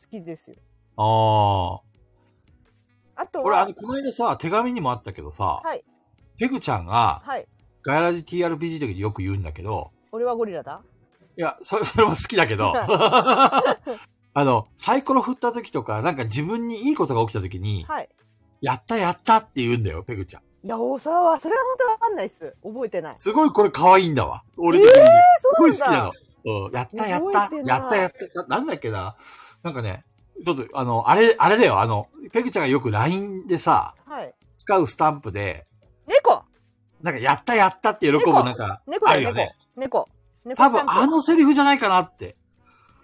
C: 好きですよ。
B: ああ。
C: あと
B: 俺、あ
C: は
B: の、、この間さ、手紙にもあったけどさ、
C: はい。
B: ペグちゃんが、
C: はい。
B: ガヤラジ TRPG の時によく言うんだけど、
C: 俺はゴリラだ。
B: いや、それ それも好きだけど、 あの、サイコロ振った時とか、なんか自分にいいことが起きた時に、
C: はい。
B: やったやったって言うんだよ、ペグちゃん。
C: いや、おそれは、それは本当にわかんないっす。覚えてない。
B: すごいこれ可愛いんだわ。俺的に。す
C: えそ
B: ご
C: う
B: い好
C: なん
B: き
C: だ。
B: なの。うん、やったやった
C: 覚えてない
B: やったやった。ななんだっけななんかね、ちょっと、あの、あれ、あれだよ、あの、ペグちゃんがよく LINE でさ、
C: はい。
B: 使うスタンプで、
C: 猫
B: なんか、やったやったって喜ぶ、
C: 猫
B: なんか、
C: 猫
B: あ
C: だ
B: る
C: よ、
B: よね。
C: 猫。猫。
B: 多
C: 猫
B: 分
C: ス、タ
B: あ
C: ンプ
B: のセリフじゃないかなって。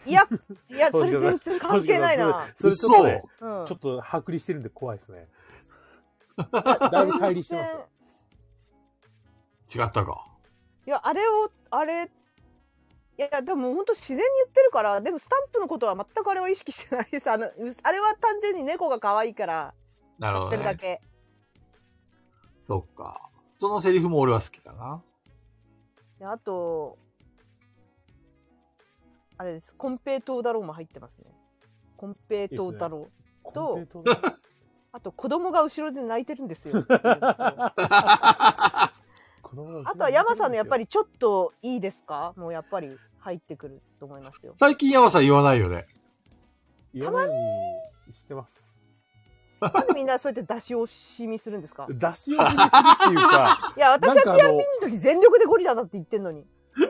C: いや、い や、それ全然関係ないな。
A: それちょっとね、
C: うん
A: ちょっと剥離してるんで怖いですね。だいぶ乖離してますよ。
B: 違ったか。
C: いや、あれを、あれ、いやいや、でも本当自然に言ってるから、でもスタンプのことは全くあれは意識してないです。あの、あれは単純に猫が可愛いから、
B: なる
C: 言
B: ほ
C: って
B: ど
C: るだ
B: ね。
C: け。
B: そっか。そのセリフも俺は好きかな。
C: であと、あれです。コンペイトウダロウも入ってますね。コンペイトウダロウ。
A: コンペイトーだ
C: あと、子供が後ろで泣いてるんです
A: 子
C: よ。
A: 供がうち
C: あ
A: に
C: とは山さんのやっぱりちょっといいですかもうやっぱり入ってくると思いますよ。
B: 最近ヤマさん言わないよね。
A: 言わないようにしてます。
C: なんでみんなそうやって出し惜しみするんですか
A: 出し惜しみするっていう か、
C: いや、私
A: なん
C: は
A: かあの
C: TRPG の時全力でゴリラだって言ってんのに。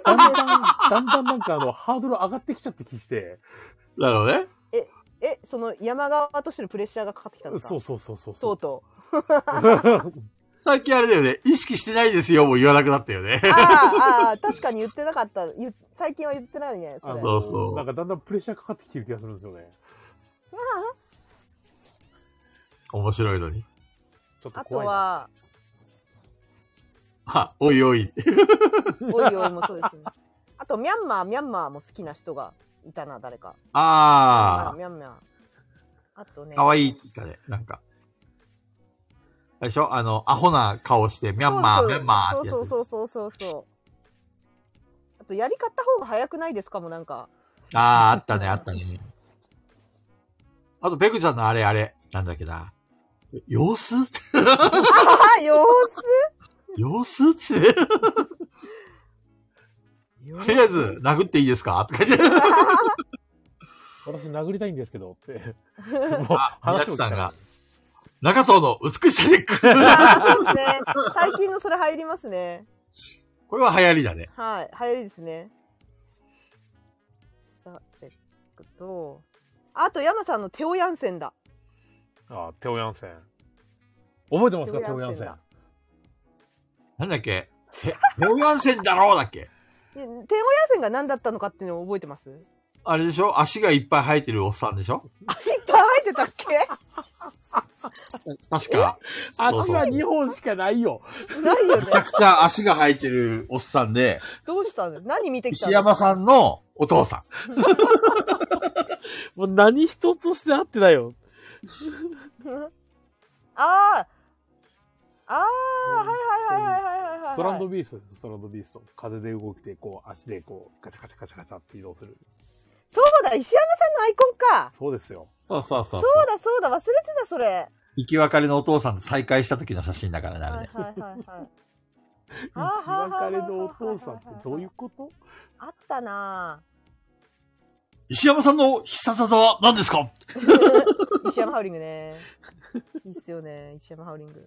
A: だんだん、だんだんなんかあの、ハードル上がってきちゃってきして。
B: なるほどね。
C: え、その山側としてのプレッシャーがかかってきたんですか
A: そうそうそうそう。
C: と
A: そう
C: とう。
B: 最近あれだよね。意識してないですよ、もう言わなくなったよね。
C: ああ、ああ、確かに言ってなかった。言う最近は言ってないね。それ
A: あ
B: そうそ
A: の、
B: う
A: なんかだんだんプレッシャーかかってきてる気がするんですよね。
B: 面白いのに。
A: ちょっと
C: あと
A: 怖いな。
C: は、
B: あ、おいおい。
C: おいおいもそうですね。 あと、ミャンマー、ミャンマーも好きな人がいたな、誰か。
B: あ
C: ミャンマー。あとね。
B: あ、かわいいって言ったね。なんか。あれでしょあの、アホな顔して、ミャンマー、
C: そう
B: ミ
C: そう
B: ャンマーってやつ。
C: そうそうそうそうそう。あと、やり方方が早くないですかも、なんか。
B: ああ、あったね、あったね。あと、ペグちゃんのあれあれ、なんだっけな。様子
C: あ、よ
B: 様子 って。とりあえず、殴っていいですかとか言って。
A: 私殴りたいんですけどって。
B: あ、皆
A: も聞か
B: さん
A: ない
B: が、中藤の美しさチェック。
C: あーそうですね。最近のそれ入りますね。
B: これは流行りだね。
C: はい。入りですね。さあ、チェックと。あと、山さんのテオヤンセンだ。
A: あ、テオヤンセン。覚えてますか、
C: テ
A: テ
C: オ
A: オ
C: ヤ
A: ヤ
C: ン
A: ン
C: セ
A: セ
C: ン
A: ン
C: だ。
B: なんだっけえ、溶岩線だろうだっけ
C: でテオヤンセンが何だったのかっていうのを覚えてます
B: あれでしょ足がいっぱい生えてるおっさんでしょ
C: 足いっぱい入ってたっけ
B: 確か。そう
A: 足
B: そう
A: が2本しかないよ。
C: ないよね
B: めち。ゃくちゃ足が生えてるおっさんで、
C: どうしたの何見てきた
B: 石
C: の
B: 山さんのお父さん。
A: もう何一つして合ってないよ。
C: ああ。ああ、はいはいはいはいはいはいはい。
A: ストランドビーストです、ストランドビースト。風で動いて、こう、足でこう、ガチャガチャガチャガチャって移動する。
C: そうだ、石山さんのアイコンか。
A: そうですよ。
B: そうそうそうそう。
C: そうだそうだ、忘れてた、それ。
B: 生き別れのお父さんと再会した時の写真だからね、あれ
C: はい
B: ね。
C: はいはいはい。
A: 生 き別れのお父さんってどういうこと
C: あったな
B: 石山さんの必殺技は何ですか
C: ぁ。石山ハウリングね。いいっすよね、石山ハウリング。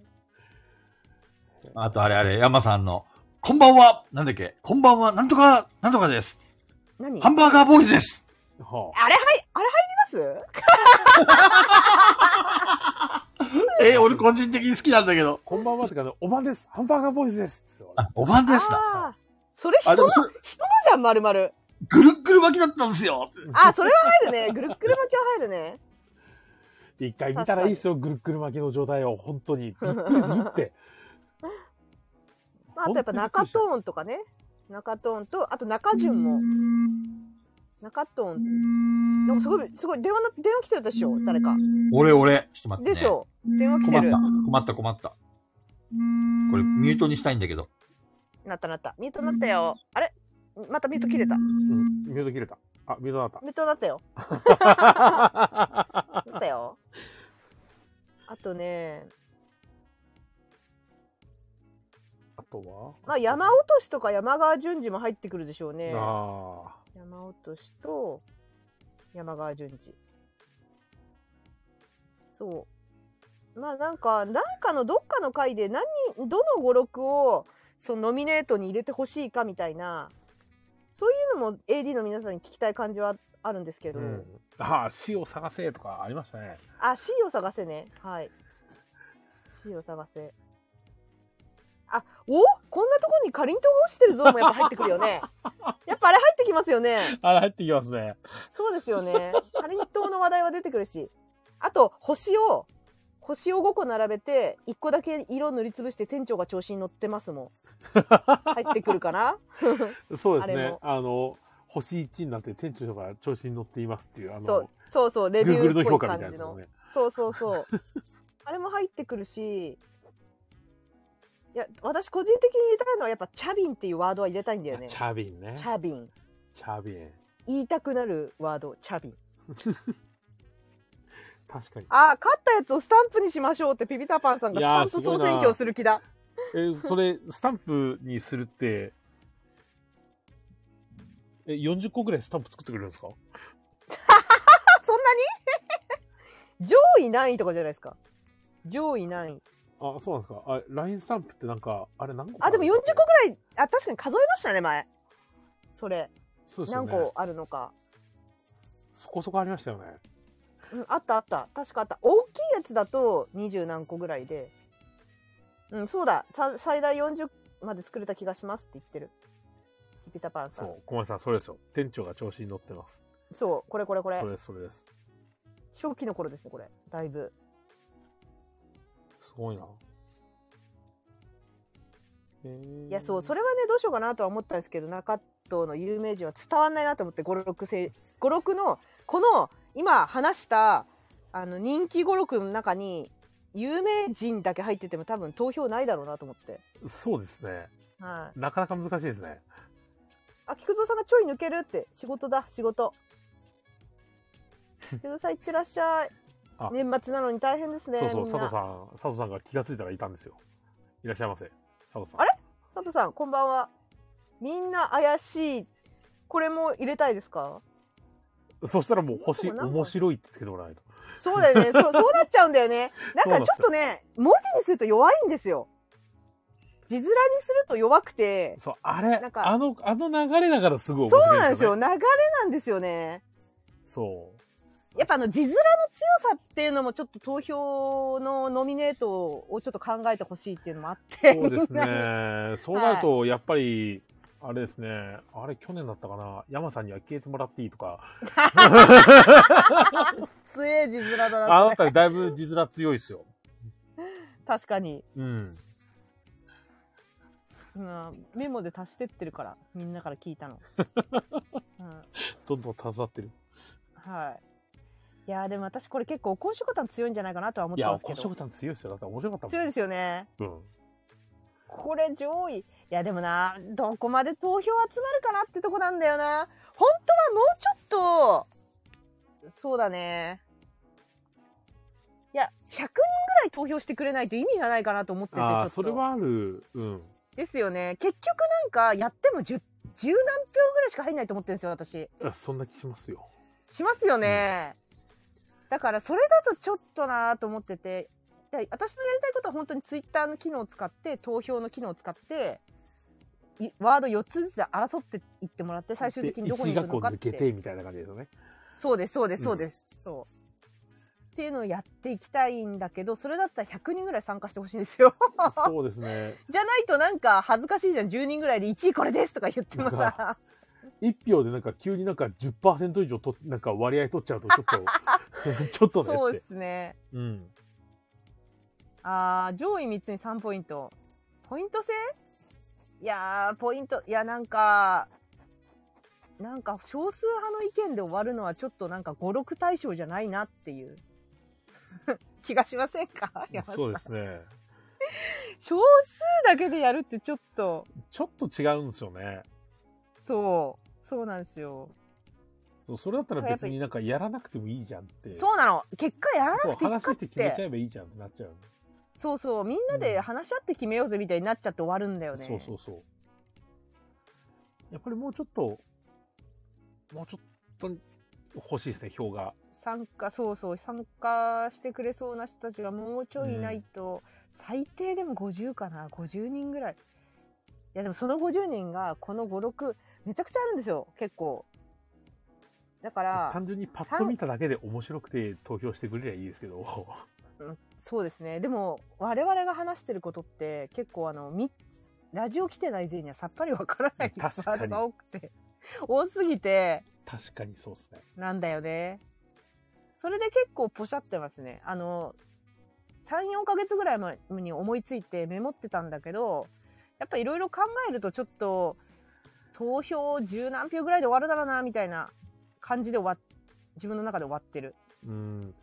B: あとあれあれ、山さんの、こんばんは、なんだっけ、こんばんは、なんとか、なんとかです。
C: 何
B: ハンバーガーボーイズです。
A: はあ、
C: あれ、はい、あれ入ります
B: えー俺個人的に好きなんだけど。
A: こんばんはってかね、おばんですハンバーガーボーイズですつって
B: あ、おばんですな。
C: ああ。それ人
B: あ、で
C: の
B: も、それ
C: 人のじゃん、まるまる。
B: ぐるっぐる巻きだったんですよ。
C: あ、それは入るね。ぐるっぐる巻きは入るね。
A: 一回見たらいいですよ、ぐるっぐる巻きの状態を、本当に。びっくりするって。
C: まあ、あとやっぱ中トーンとかね。中トーンと、あと中順も。中トーン。でもすごい、すごい、電話の、電話来てるでしょ誰か。
B: 俺、俺。ちょっと待って、ね。
C: でしょ電話来
B: 困っ
C: てる
B: た。。困った、困った。これ、ミュートにしたいんだけど。
C: なったなった。ミュートなったよ。あれまたミュート切れた。ミ
A: うん、ミュート切れた。あ、ミュートだ った。
C: ュートなったよ。なったよ。あとね、
A: とは
C: まあ、山落としとか山川淳二も入ってくるでしょうね。
A: あ
C: 山落としと山川淳二。そう。まあなんか、なんかのどっかの回で何人、どの語録をそのノミネートに入れてほしいかみたいな、そういうのも AD の皆さんに聞きたい感じはあるんですけ
A: ー
C: ど、
A: うん。ああ、死を探せとかありましたね。
C: あ、C を探せね。はい。C を探せ。あ、おこんなとこにかりんとうが落ちてるぞもやっぱ入ってくるよ ね。やっぱあれ入ってきますよね。
A: あれ入ってきますね。
C: そうですよね。かりんとうの話題は出てくるし。あと、星を、星を5個並べて、1個だけ色塗りつぶして店長が調子に乗ってますもん。入ってくるかな
A: そうです
C: あれ
A: ね
C: も。
A: あの、星1になって店長が調子に乗っていますって いう、あ
C: そ
A: の
C: う、、そうそう、レビュ
A: Google
C: ー
A: の
C: っ
A: 評
C: ぽい
A: 価みたいなやつ
C: 感じ
A: です
C: の
A: ね。。
C: そうそうそう。 あれも入ってくるし、いや、私個人的に入れたいのはやっぱチャビンっていうワードは入れたいんだよね。
A: チ
C: チ
A: ャビンね。
C: ャビン。
A: チャビン。
C: 言いたくなるワード、チャビン。
A: 確かに。
C: あー、勝ったやつをスタンプにしましょうってピピタパンさんが
A: い
C: ス
A: や
C: タ
A: ー
C: ンプ総選挙をする気だ。
A: えーそれ、スタンプにするって、え、40個ぐらいスタンプ作ってくれるんですか
C: あ、そんなに 上位何位とかじゃないですか。上位何位。
A: あ、そうなんですか。あ、LINE スタンプってなんか、あれ何個か
C: あ、でも40個
A: 個
C: ぐらい、あ、確かに数えましたね、前。それ。
A: そうですよ
C: 何
A: ね。
C: 個あるのか。
A: そこそこありましたよね。
C: うん、あったあった。確かあった。大きいやつだと二十何個ぐらいで。うん、そうだ。さ最大40まで作れた気がしますって言ってる。ピピタパンさ
A: そ、
C: ん。そう
A: 小林さん、それですよ。店長が調子に乗ってます。
C: う、これこれこれ
A: それ。です、それです。
C: 初期の頃ですね、これ。だいぶ。
A: すごいな。えー
C: いや、そう、それはね、どうしようかなとは思ったんですけど、中藤の有名人は伝わんないなと思って、5、6せ、五六の、この、今話した、あの、人気5、6の中に、有名人だけ入ってても多分投票ないだろうなと思って。
A: そうですね。
C: はい。
A: なかなか難しいですね。
C: あ、菊蔵さんがちょい抜けるって、仕事だ、仕事。菊蔵さん、いってらっしゃい
A: あ。
C: 年末なのに大変ですね。
A: そうそう、
C: みん
A: 佐
C: な
A: 藤さん、佐藤さんが気がついたらいたんですよ。いらっしゃいませ。佐藤さん。
C: あれ佐藤さん、こんばんは。みんな怪しい。これも入れたいですか
A: そしたらもう星、
C: いつも何本
A: 面白いってつけてもらえないと。
C: そうだ よね。そう、そうなっちゃうんだよね。
A: そう
C: な
A: なんんで
C: かちょ
A: す
C: っとね、文字にすると弱いんですよ。字面にすると弱くて。
A: そう、あれ
C: なん、か
A: あの、あの流れだからすごい面
C: そう
A: 白い
C: なんですよ。
A: ね。
C: 流れなんですよね。
A: そう。
C: やっぱあの字面の強さっていうのもちょっと投票のノミネートをちょっと考えてほしいっていうのもあって。
A: そうです
C: みんなに
A: ね。そうなると、やっぱり、あれですね。あれ、去年だったかな。山さんには消えてもらっていいとか。
C: 強え字面だ
A: あ
C: な
A: の。たりだいぶ字面強いですよ。
C: 確かに、
A: うん。
C: うん。メモで足してってるから、みんなから聞 いたの。うん、
A: どんどん携わってる。
C: はい。いやーでも私これ結構、公職団強いんじゃないかなとは思っ
A: い
C: て
A: や、
C: ま
A: お
C: すけ
A: こし
C: ど
A: ょ。たん強いですよ。だって面白かったもん。
C: 強いですよね。
A: うん。
C: これ上位。いやでもな、どこまで投票集まるかなってとこなんだよな。本当はもうちょっと、そうだね。いや、100人ぐらい投票してくれないと意味がないかなと思ってて、ちょっ
A: ああ、
C: と。
A: それはある。うん。
C: ですよね。結局なんか、やっても10、十何票ぐらいしか入んないと思ってるんですよ、私。
A: あそんな気しますよ。
C: しますよね。だから、それだとちょっとなぁと思ってて、で私のやりたいことは本当にツイッターの機能を使って、投票の機能を使って、いワード4つずつ争っていってもらって、最終的にどこに
A: で
C: 行
A: 一
C: くの
A: 学
C: か
A: 校
C: っ
A: 抜
C: て。
A: けてみたいな感じですよ ね。
C: そうです、そうです、
A: うん
C: そうです。そう。っていうのをやっていきたいんだけど、それだったら100人ぐらい参加してほしいんですよ。
A: そうですね。
C: じゃないとなんか恥ずかしいじゃん。10人ぐらいで1位これですとか言っても
A: なん
C: さ。
A: 一票でなんか急になんか10%以上と、なんか割合取っちゃうと、ちょっと、 ちょっとねって。
C: そうですね。
A: うん。
C: あー上位3つに3ポイント。ポイント制いやー、ポイント、いや、なんか、なんか少数派の意見で終わるのはちょっとなんか5、6対象じゃないなっていう 気がしませんか山田さん
A: そうですね。
C: 少数だけでやるってちょっと、
A: ちょっと違うんですよね。
C: そう、そうなんですよ。
A: そうそれだったら別になんかやらなくてもいいじゃんって。
C: そうなの結果やらな
A: そう
C: くていい
A: 話
C: かっ
A: して決めちゃ
C: て。
A: えばいいじゃんってなっちゃう。
C: そうそう、みんなで話し合って決めようぜみたいになっちゃって終わるんだよね。
A: そうそうそう。やっぱりもうちょっと、もうちょっと欲しいですね、票が。
C: 参加、そうそう、参加してくれそうな人たちがもうちょいいないと、最低でも50かな、50人ぐらい。いや、でもその50人が、この5、6、めちゃくちゃあるんですよ、結構。だから、
A: 単純にパッと見ただけで面白くて投票してくれりゃいいですけど。
C: そうですね。でも、我々が話してることって、結構あの、み、ラジオ来てない勢にはさっぱりわからないパ
A: 確かに
C: ートが多くて、多すぎて、
A: 確かにそうですね。
C: なんだよね。それで結構ポシャってますね。あの、3、4ヶ月ぐらい前に思いついてメモってたんだけど、やっぱいろいろ考えるとちょっと、投票十何票ぐらいで終わるだろうな、みたいな感じで終わっ、自分の中で終わってる。
A: うん。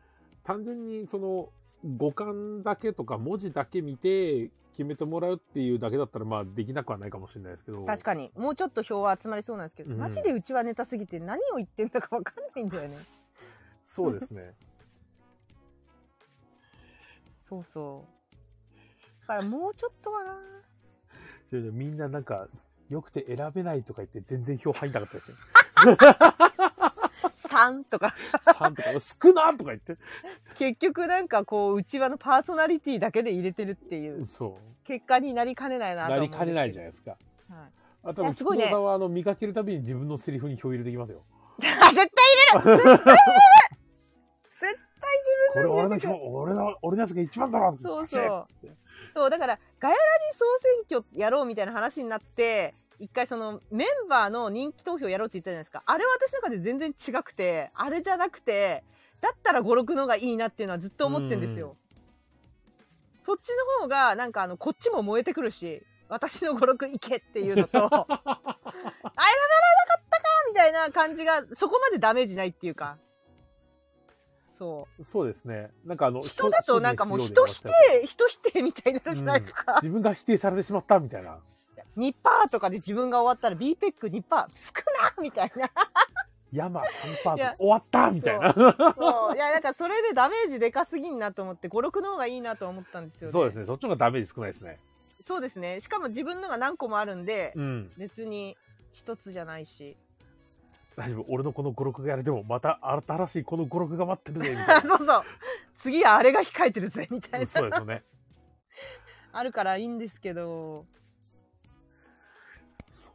A: 単純にその、五感だけとか文字だけ見て決めてもらうっていうだけだったら、まあできなくはないかもしれないですけど。
C: 確かに。もうちょっと票は集まりそうなんですけど、
A: うん
C: マジでうちはネタすぎて何を言ってんだかわかんないんだよね。
A: そうですね。
C: そうそう。だからもうちょっとはな。
A: それでみんななんか、良くて選べないとか言って全然票入んなかったです ね。
C: 3とか。
A: 3とか、少なとか言って。
C: 結局なんかこう、うちわのパーソナリティだけで入れてるっていう
A: そう。
C: 結果になりかねないなと
A: な
C: 思
A: り
C: うんです
A: かねないじゃないですか。
C: はい
A: あと
C: い
A: は、
C: やすごいね
A: 菊蔵さんはあの、磨けるたびに自分のセリフに票入れてきますよ。
C: あ絶対入れる絶対入れる
A: これ俺の票、 俺の、俺のやつが一番だろ
C: そうそう
A: つって
C: 絶対そう、だから、ガヤラジ総選挙やろうみたいな話になって、一回そのメンバーの人気投票やろうって言ったじゃないですか。あれ私の中で全然違くて、あれじゃなくて、だったら5、6のがいいなっていうのはずっと思ってんですよ。そっちの方が、なんかあの、こっちも燃えてくるし、私の5、6いけっていう のと、あ、選ばれなかったかみたいな感じが、そこまでダメージないっていうか。そう。
A: そうですね。なんかあの、
C: 人だとなんかもう人否定、人否定みたいになるじゃないです か。
A: 自分が否定されてしまったみたいな。
C: 2%とかで自分が終わったら BPEC2% 少なみたいな。
A: 山3%
C: いや
A: で終わったみたいな。
C: そう。いや、なんかそれでダメージでかすぎんなと思って、5、6の方がいいなと思ったんですよ ね。
A: そうです
C: ね。
A: ね。そっちの方がダメージ少ないですね。
C: そうですね。しかも自分のが何個もあるんで、
A: うん。
C: 別に一つじゃないし。
A: 大丈夫。俺のこの5、6がやれても、また新しいこの5、6が待ってるぜ、みた
C: あ
A: い
C: そうそう。次はあれが控えてるぜ、みたい
A: な。
C: な。
A: そうですよね。
C: あるからいいんですけど。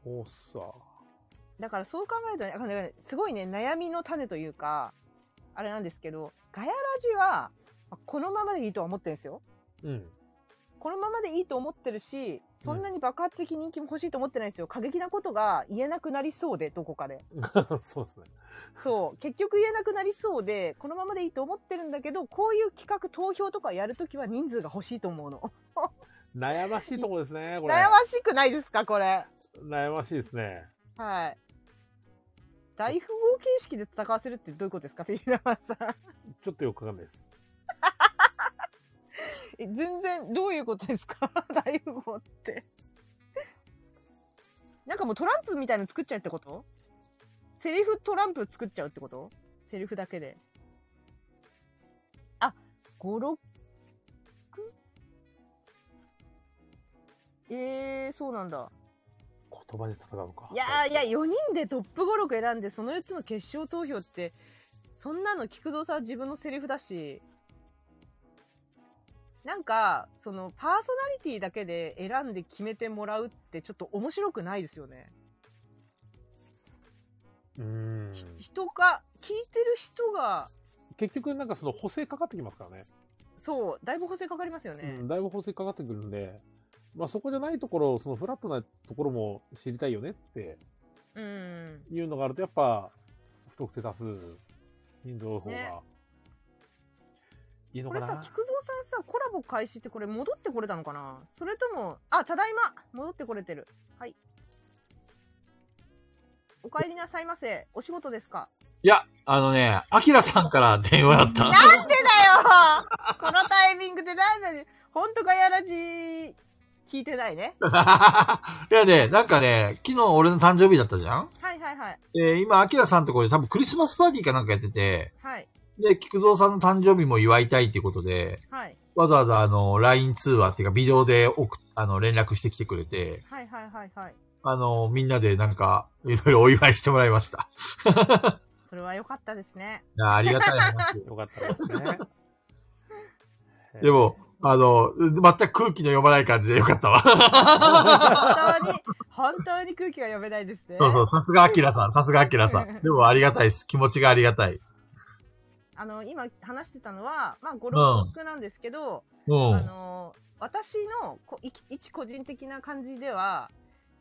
A: そうさ。
C: だからそう考えるとねあのね、すごいね、悩みの種というか、あれなんですけど、ガヤラジは、まあこのままでいいとは思ってるんですよ。
A: うん。
C: このままでいいと思ってるし、そんなに爆発的人気も欲しいと思ってないんですよ。過激なことが言えなくなりそうで、どこかで。
A: そうですね。
C: そう。結局言えなくなりそうで、このままでいいと思ってるんだけど、こういう企画、投票とかやるときは人数が欲しいと思うの。
A: 悩ましいとこですね、これ。
C: 悩ましくないですか、これ。
A: 悩ましいですね。
C: はい。大富豪形式で戦わせるってどういうことですか、フィーラマンさん。
A: ちょっとよくわかんないです。
C: え 全然どういうことですか 大富豪ってなんかもうトランプみたいの作っちゃうってことセリフトランプ作っちゃうってことセリフだけであ五56えー、そうなんだ
A: 言葉で戦うのか。
C: いやーいや4人でトップ5 6選んでその4つの決勝投票ってそんなの菊蔵さんは自分のセリフだしなんかそのパーソナリティだけで選んで決めてもらうってちょっと面白くないですよね、
A: うーん。
C: ひ人が聞いてる人が
A: 結局なんかその補正かかってきますからね。
C: そうだいぶ補正かかりますよね、
A: うん、だいぶ補正かかってくるんで、まあそこじゃないところ、そのフラットなところも知りたいよねって
C: うん
A: いうのがあると、やっぱ、不特定多数、人数多い方
C: ね
A: が、いいの
C: こ
A: か
C: れ
A: な。
C: さ菊蔵さんさコラボ開始ってこれ戻ってこれたのかなそれともあただいま戻ってこれてるはいお帰りなさいませお仕事ですか
B: いや、あのね、アキラさんから電話だった。
C: なんでだよ このタイミングでなんだよほんとガヤラジ聞いてないね
B: いやね、なんかね、昨日俺の誕生日だったじゃん
C: はいはいはい
B: で、今、アキラさんとこで多分クリスマスパーティーかなんかやってて、
C: はい
B: で、菊蔵さんの誕生日も祝いたいっていうことで、
C: はい
B: わざわざあの、LINE 通話っていうか、ビデオで送っあの、連絡してきてくれて、
C: はいはいはいはい。
B: あの、みんなでなんか、いろいろお祝いしてもらいました。
C: それは良かったで すね。
B: いやありがたい話。
A: よかったです ね。
B: でも、あの、全く空気の読まない感じでよかったわ。
C: 本当に、本当に空気が読めないで すね。
B: そうそう、さすがアキラさん、さすがアキラさん。でもありがたいです。気持ちがありがたい。
C: あの、今話してたのは、まあ、語録なんですけど、
B: う
C: あ
B: ん。
C: の、私のこいき一個人的な感じでは、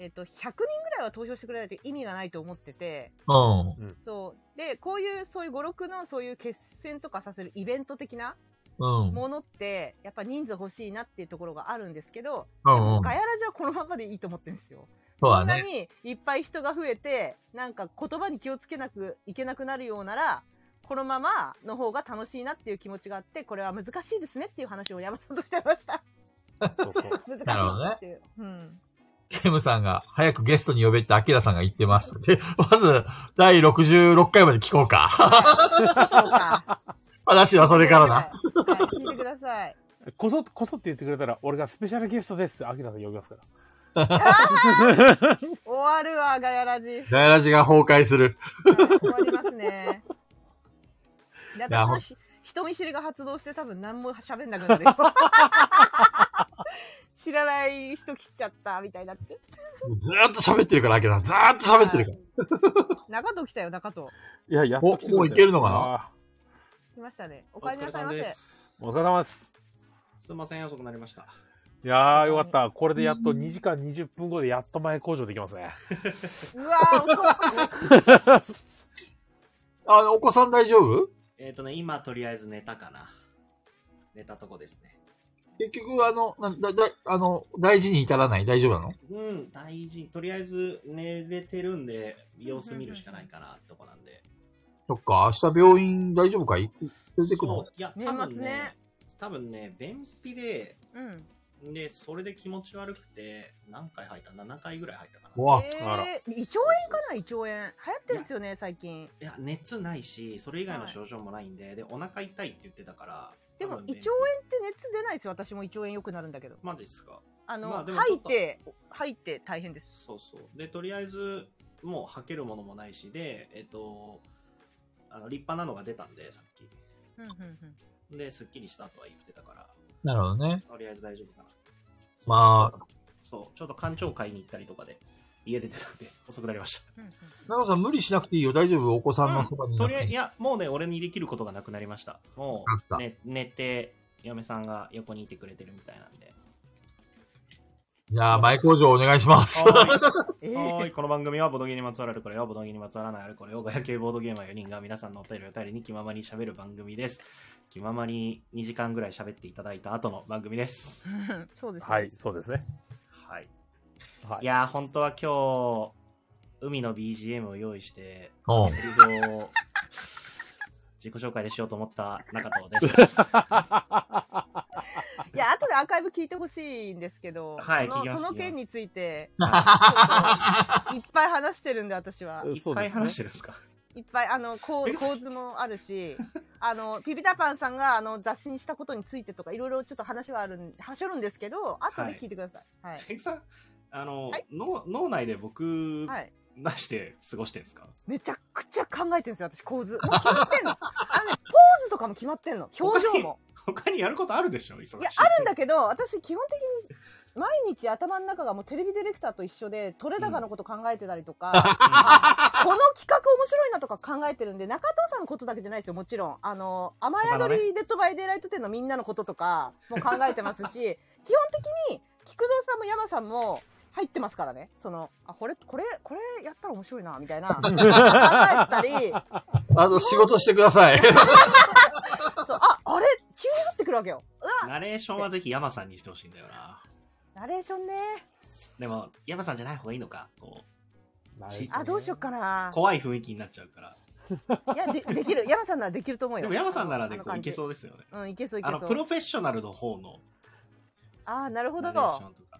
C: えっと、100人ぐらいは投票してくれないと意味がないと思ってて、
B: うん。
C: そう。で、こういう、そういう語録のそういう決戦とかさせるイベント的な
B: うん。
C: ものって、やっぱ人数欲しいなっていうところがあるんですけど、
B: うんうん。
C: ガヤラジはこのままでいいと思ってるんですよ。
B: そう
C: こ
B: だ
C: んな
B: ね。
C: にいっぱい人が増えて、なんか言葉に気をつけなくいけなくなるようなら、このままの方が楽しいなっていう気持ちがあって、これは難しいですねっていう話を山さんとしてました。
A: そうそう。
C: 難しい
B: なるほどね
C: っていう。うん。
B: ケムさんが、早くゲストに呼べってアキラさんが言ってます。で、まず、第66回まで聞こうか。
C: そうか。
B: 話はそれからな。
C: はい。はい聞いてください。
A: こそ、こそって言ってくれたら、俺がスペシャルゲストですって、アキラさん呼びますから。
C: 終わるわ、ガヤラジ。はい
B: ガヤラジが崩壊する。
C: 終わりますね。だって
B: いや
C: そ
B: ほ
C: の
B: ん
C: ひ人見知りが発動して多分何も喋んなくなるよ。 知らない人来ちゃったみたいになって。
B: ずーっと喋ってるから、アキラさん。ずーっと喋ってるから。
C: 中戸来たよ、中戸。
A: いや、やっと来てくれたよ
B: おもういけるのかな
A: あ
C: 来ましたね。お
I: お
C: 帰り
I: 疲
C: な
I: れ
C: さい
I: 様
C: ませ。
I: です。
A: ーお疲れ様です。
I: すいません、遅くなりました。
A: いやー、よかった。これでやっと2時間20分後でやっと前工場できますね。
C: うわー、
B: あの、お子さん大丈夫
I: えっ、とね、今とりあえず寝たかな。寝たとこですね。
B: 結局、あの、なだだあの大事に至らない大丈夫なの
I: うん、大事。とりあえず寝れてるんで、様子見るしかないかなってとこなんで。
B: そっか、明日病院大丈夫かい連れてく
I: そ
B: の
I: う、いや、
C: 年
I: 多
C: 末
I: 分
C: ね
I: ね、多分ね、便秘で、
C: うん。
I: で、それで気持ち悪くて、何回吐いた ?7 回ぐらい吐いたかな。
B: う
I: い
B: わ、
A: あら
C: えー、胃腸炎かな胃腸炎。流行ってんですよね、最近。
I: や、熱ないし、それ以外の症状もないんで、で、お腹痛いって言ってたから。
C: でも
I: 多、分
C: 胃
I: 便秘
C: 腸炎って熱出ないですよ。私も胃腸炎良くなるんだけど。
I: マジっすか
C: あの、
I: まあでもち
C: 吐
I: ょ
C: い
I: っと
C: て、吐いて大変です。
I: そうそう。で、とりあえず、もう履けるものもないしで、えっと、あの、立派なのが出たんで、さっき。
C: うんうんうん。
I: で、すっきりしたとは言ってたから、
B: なるほどね。
I: とりあえず大丈夫かな。
B: ま
I: あ。そう、ちょっと館長会に行ったりとかで、家出てたんで、遅くなりました。
C: うんうん
B: 長さん無理しなくていいよ。大丈夫お子さんのそば
I: うん
B: にいな
I: と
B: く
I: りあ
B: て
I: えず、
B: も
I: いや、もうね、俺にできることがなくなりました。も
B: よかっ
I: う、
B: た
I: ね、寝て、嫁さんが横にいてくれてるみたいなんで。
B: じゃあ、前工場お願いします。
C: え
I: は
C: ー
I: ーい、この番組はボードゲームにまつわるあれこれをボードゲームにまつわらないあれこれをガヤ系ボードゲーマー4人が皆さんのお便りを頼りに気ままに喋る番組です。気ままに2時間ぐらい喋っていただいた後の番組です。
C: うん そうですね。
A: はい、そうですね。
I: はい。
A: はい
I: いやー、本当は今日、海の BGM を用意して、
B: うん
I: セリフを自己紹介でしようと思ってた中 藤です。
C: いや、後でアーカイブ聞いてほしいんですけど、
I: はい
C: その
I: 聞きます
C: その件につい て、
I: は
C: ちょっといっぱい話してるんで、私は。
I: い、いっぱい話してるんですか
C: いっぱい、あの、こう構図もあるし、あの、ピピタパンさんが、あの、雑誌にしたことについてとか、いろいろちょっと話はあるん、はしょるんですけど、後で聞いてください。はい。
I: ペグさん、あの、
C: はい
I: 脳脳内で僕、
C: はい。
I: なして過ごしてるんですか
C: めちゃくちゃ考えてるんですよ、私、構図。もう決まってんの。あのね、ポーズとかも決まってんの。表情も。
I: 他にやることあるでしょ忙しい。
C: いや、あるんだけど、私、基本的に、毎日頭の中がもうテレビディレクターと一緒で、撮れ高のこと考えてたりとか、あこの企画面白いなとか考えてるんで、中藤さんのことだけじゃないですよ、もちろん。あの、雨宿りデッドバイデイライト店のみんなのこととかも考えてますし、基本的に、菊蔵さんも山さんも入ってますからね。その、あ、これ、これ、これやったら面白いな、みたいな。考えてたり、
B: あと、仕事してください。
C: そうあ、あれ、急に降ってくるわけよ。うわ
I: ナレーションはぜひ山さんにしてほしいんだよな。
C: ナレーションね。
I: でも、山さんじゃない方がいいのか。こ
C: あ、どうしよっかな
I: う、。怖い雰囲気になっちゃうから。
C: いや、でできる。山さんならできると思うよ。
I: でも山さんならね、
C: あの
I: こういけそうですよね。
C: あの感じうん、いけそういけそ
I: あの、プ
C: う。
I: ロフェッショナルの方の
C: ああ、なるほど
I: ナレ。ーションとか。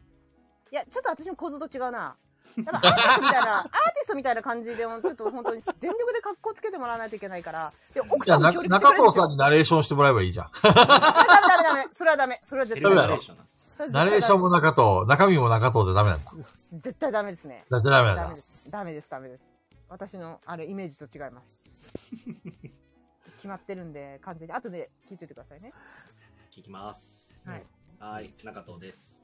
C: いや、ちょっと私も構図と違うな。やっぱアーティストみたいな、アーティストみたいな感じで、ちょっと本当に全力で格好つけてもらわないといけないから。で、奥
J: じゃ
C: さ
J: あ、
C: ん
J: な
C: も協力してく
J: 中
C: れるんで
J: 藤
C: す
J: さん
C: よ。
J: にナレーションしてもらえばいいじゃん。
C: あダメダメダメ。それはダメ。それは絶
I: セ
C: 対
I: ル
C: ダ
I: フ
C: メ。
I: ナレーションなんです。
C: それは絶対ダ
J: ナ
C: メ
J: レーションも中藤、中身も中藤じゃダメなんだ。
C: 絶対ダメですね。
J: だってダメなん
C: ダ
J: だ
C: メで。す。ダメです。ダメです。私の、あれ、イメージと違います。 決まってるんで、完全に。後で聞いててくださいね。
I: 聞きます。
C: はい。
I: はい、中藤です。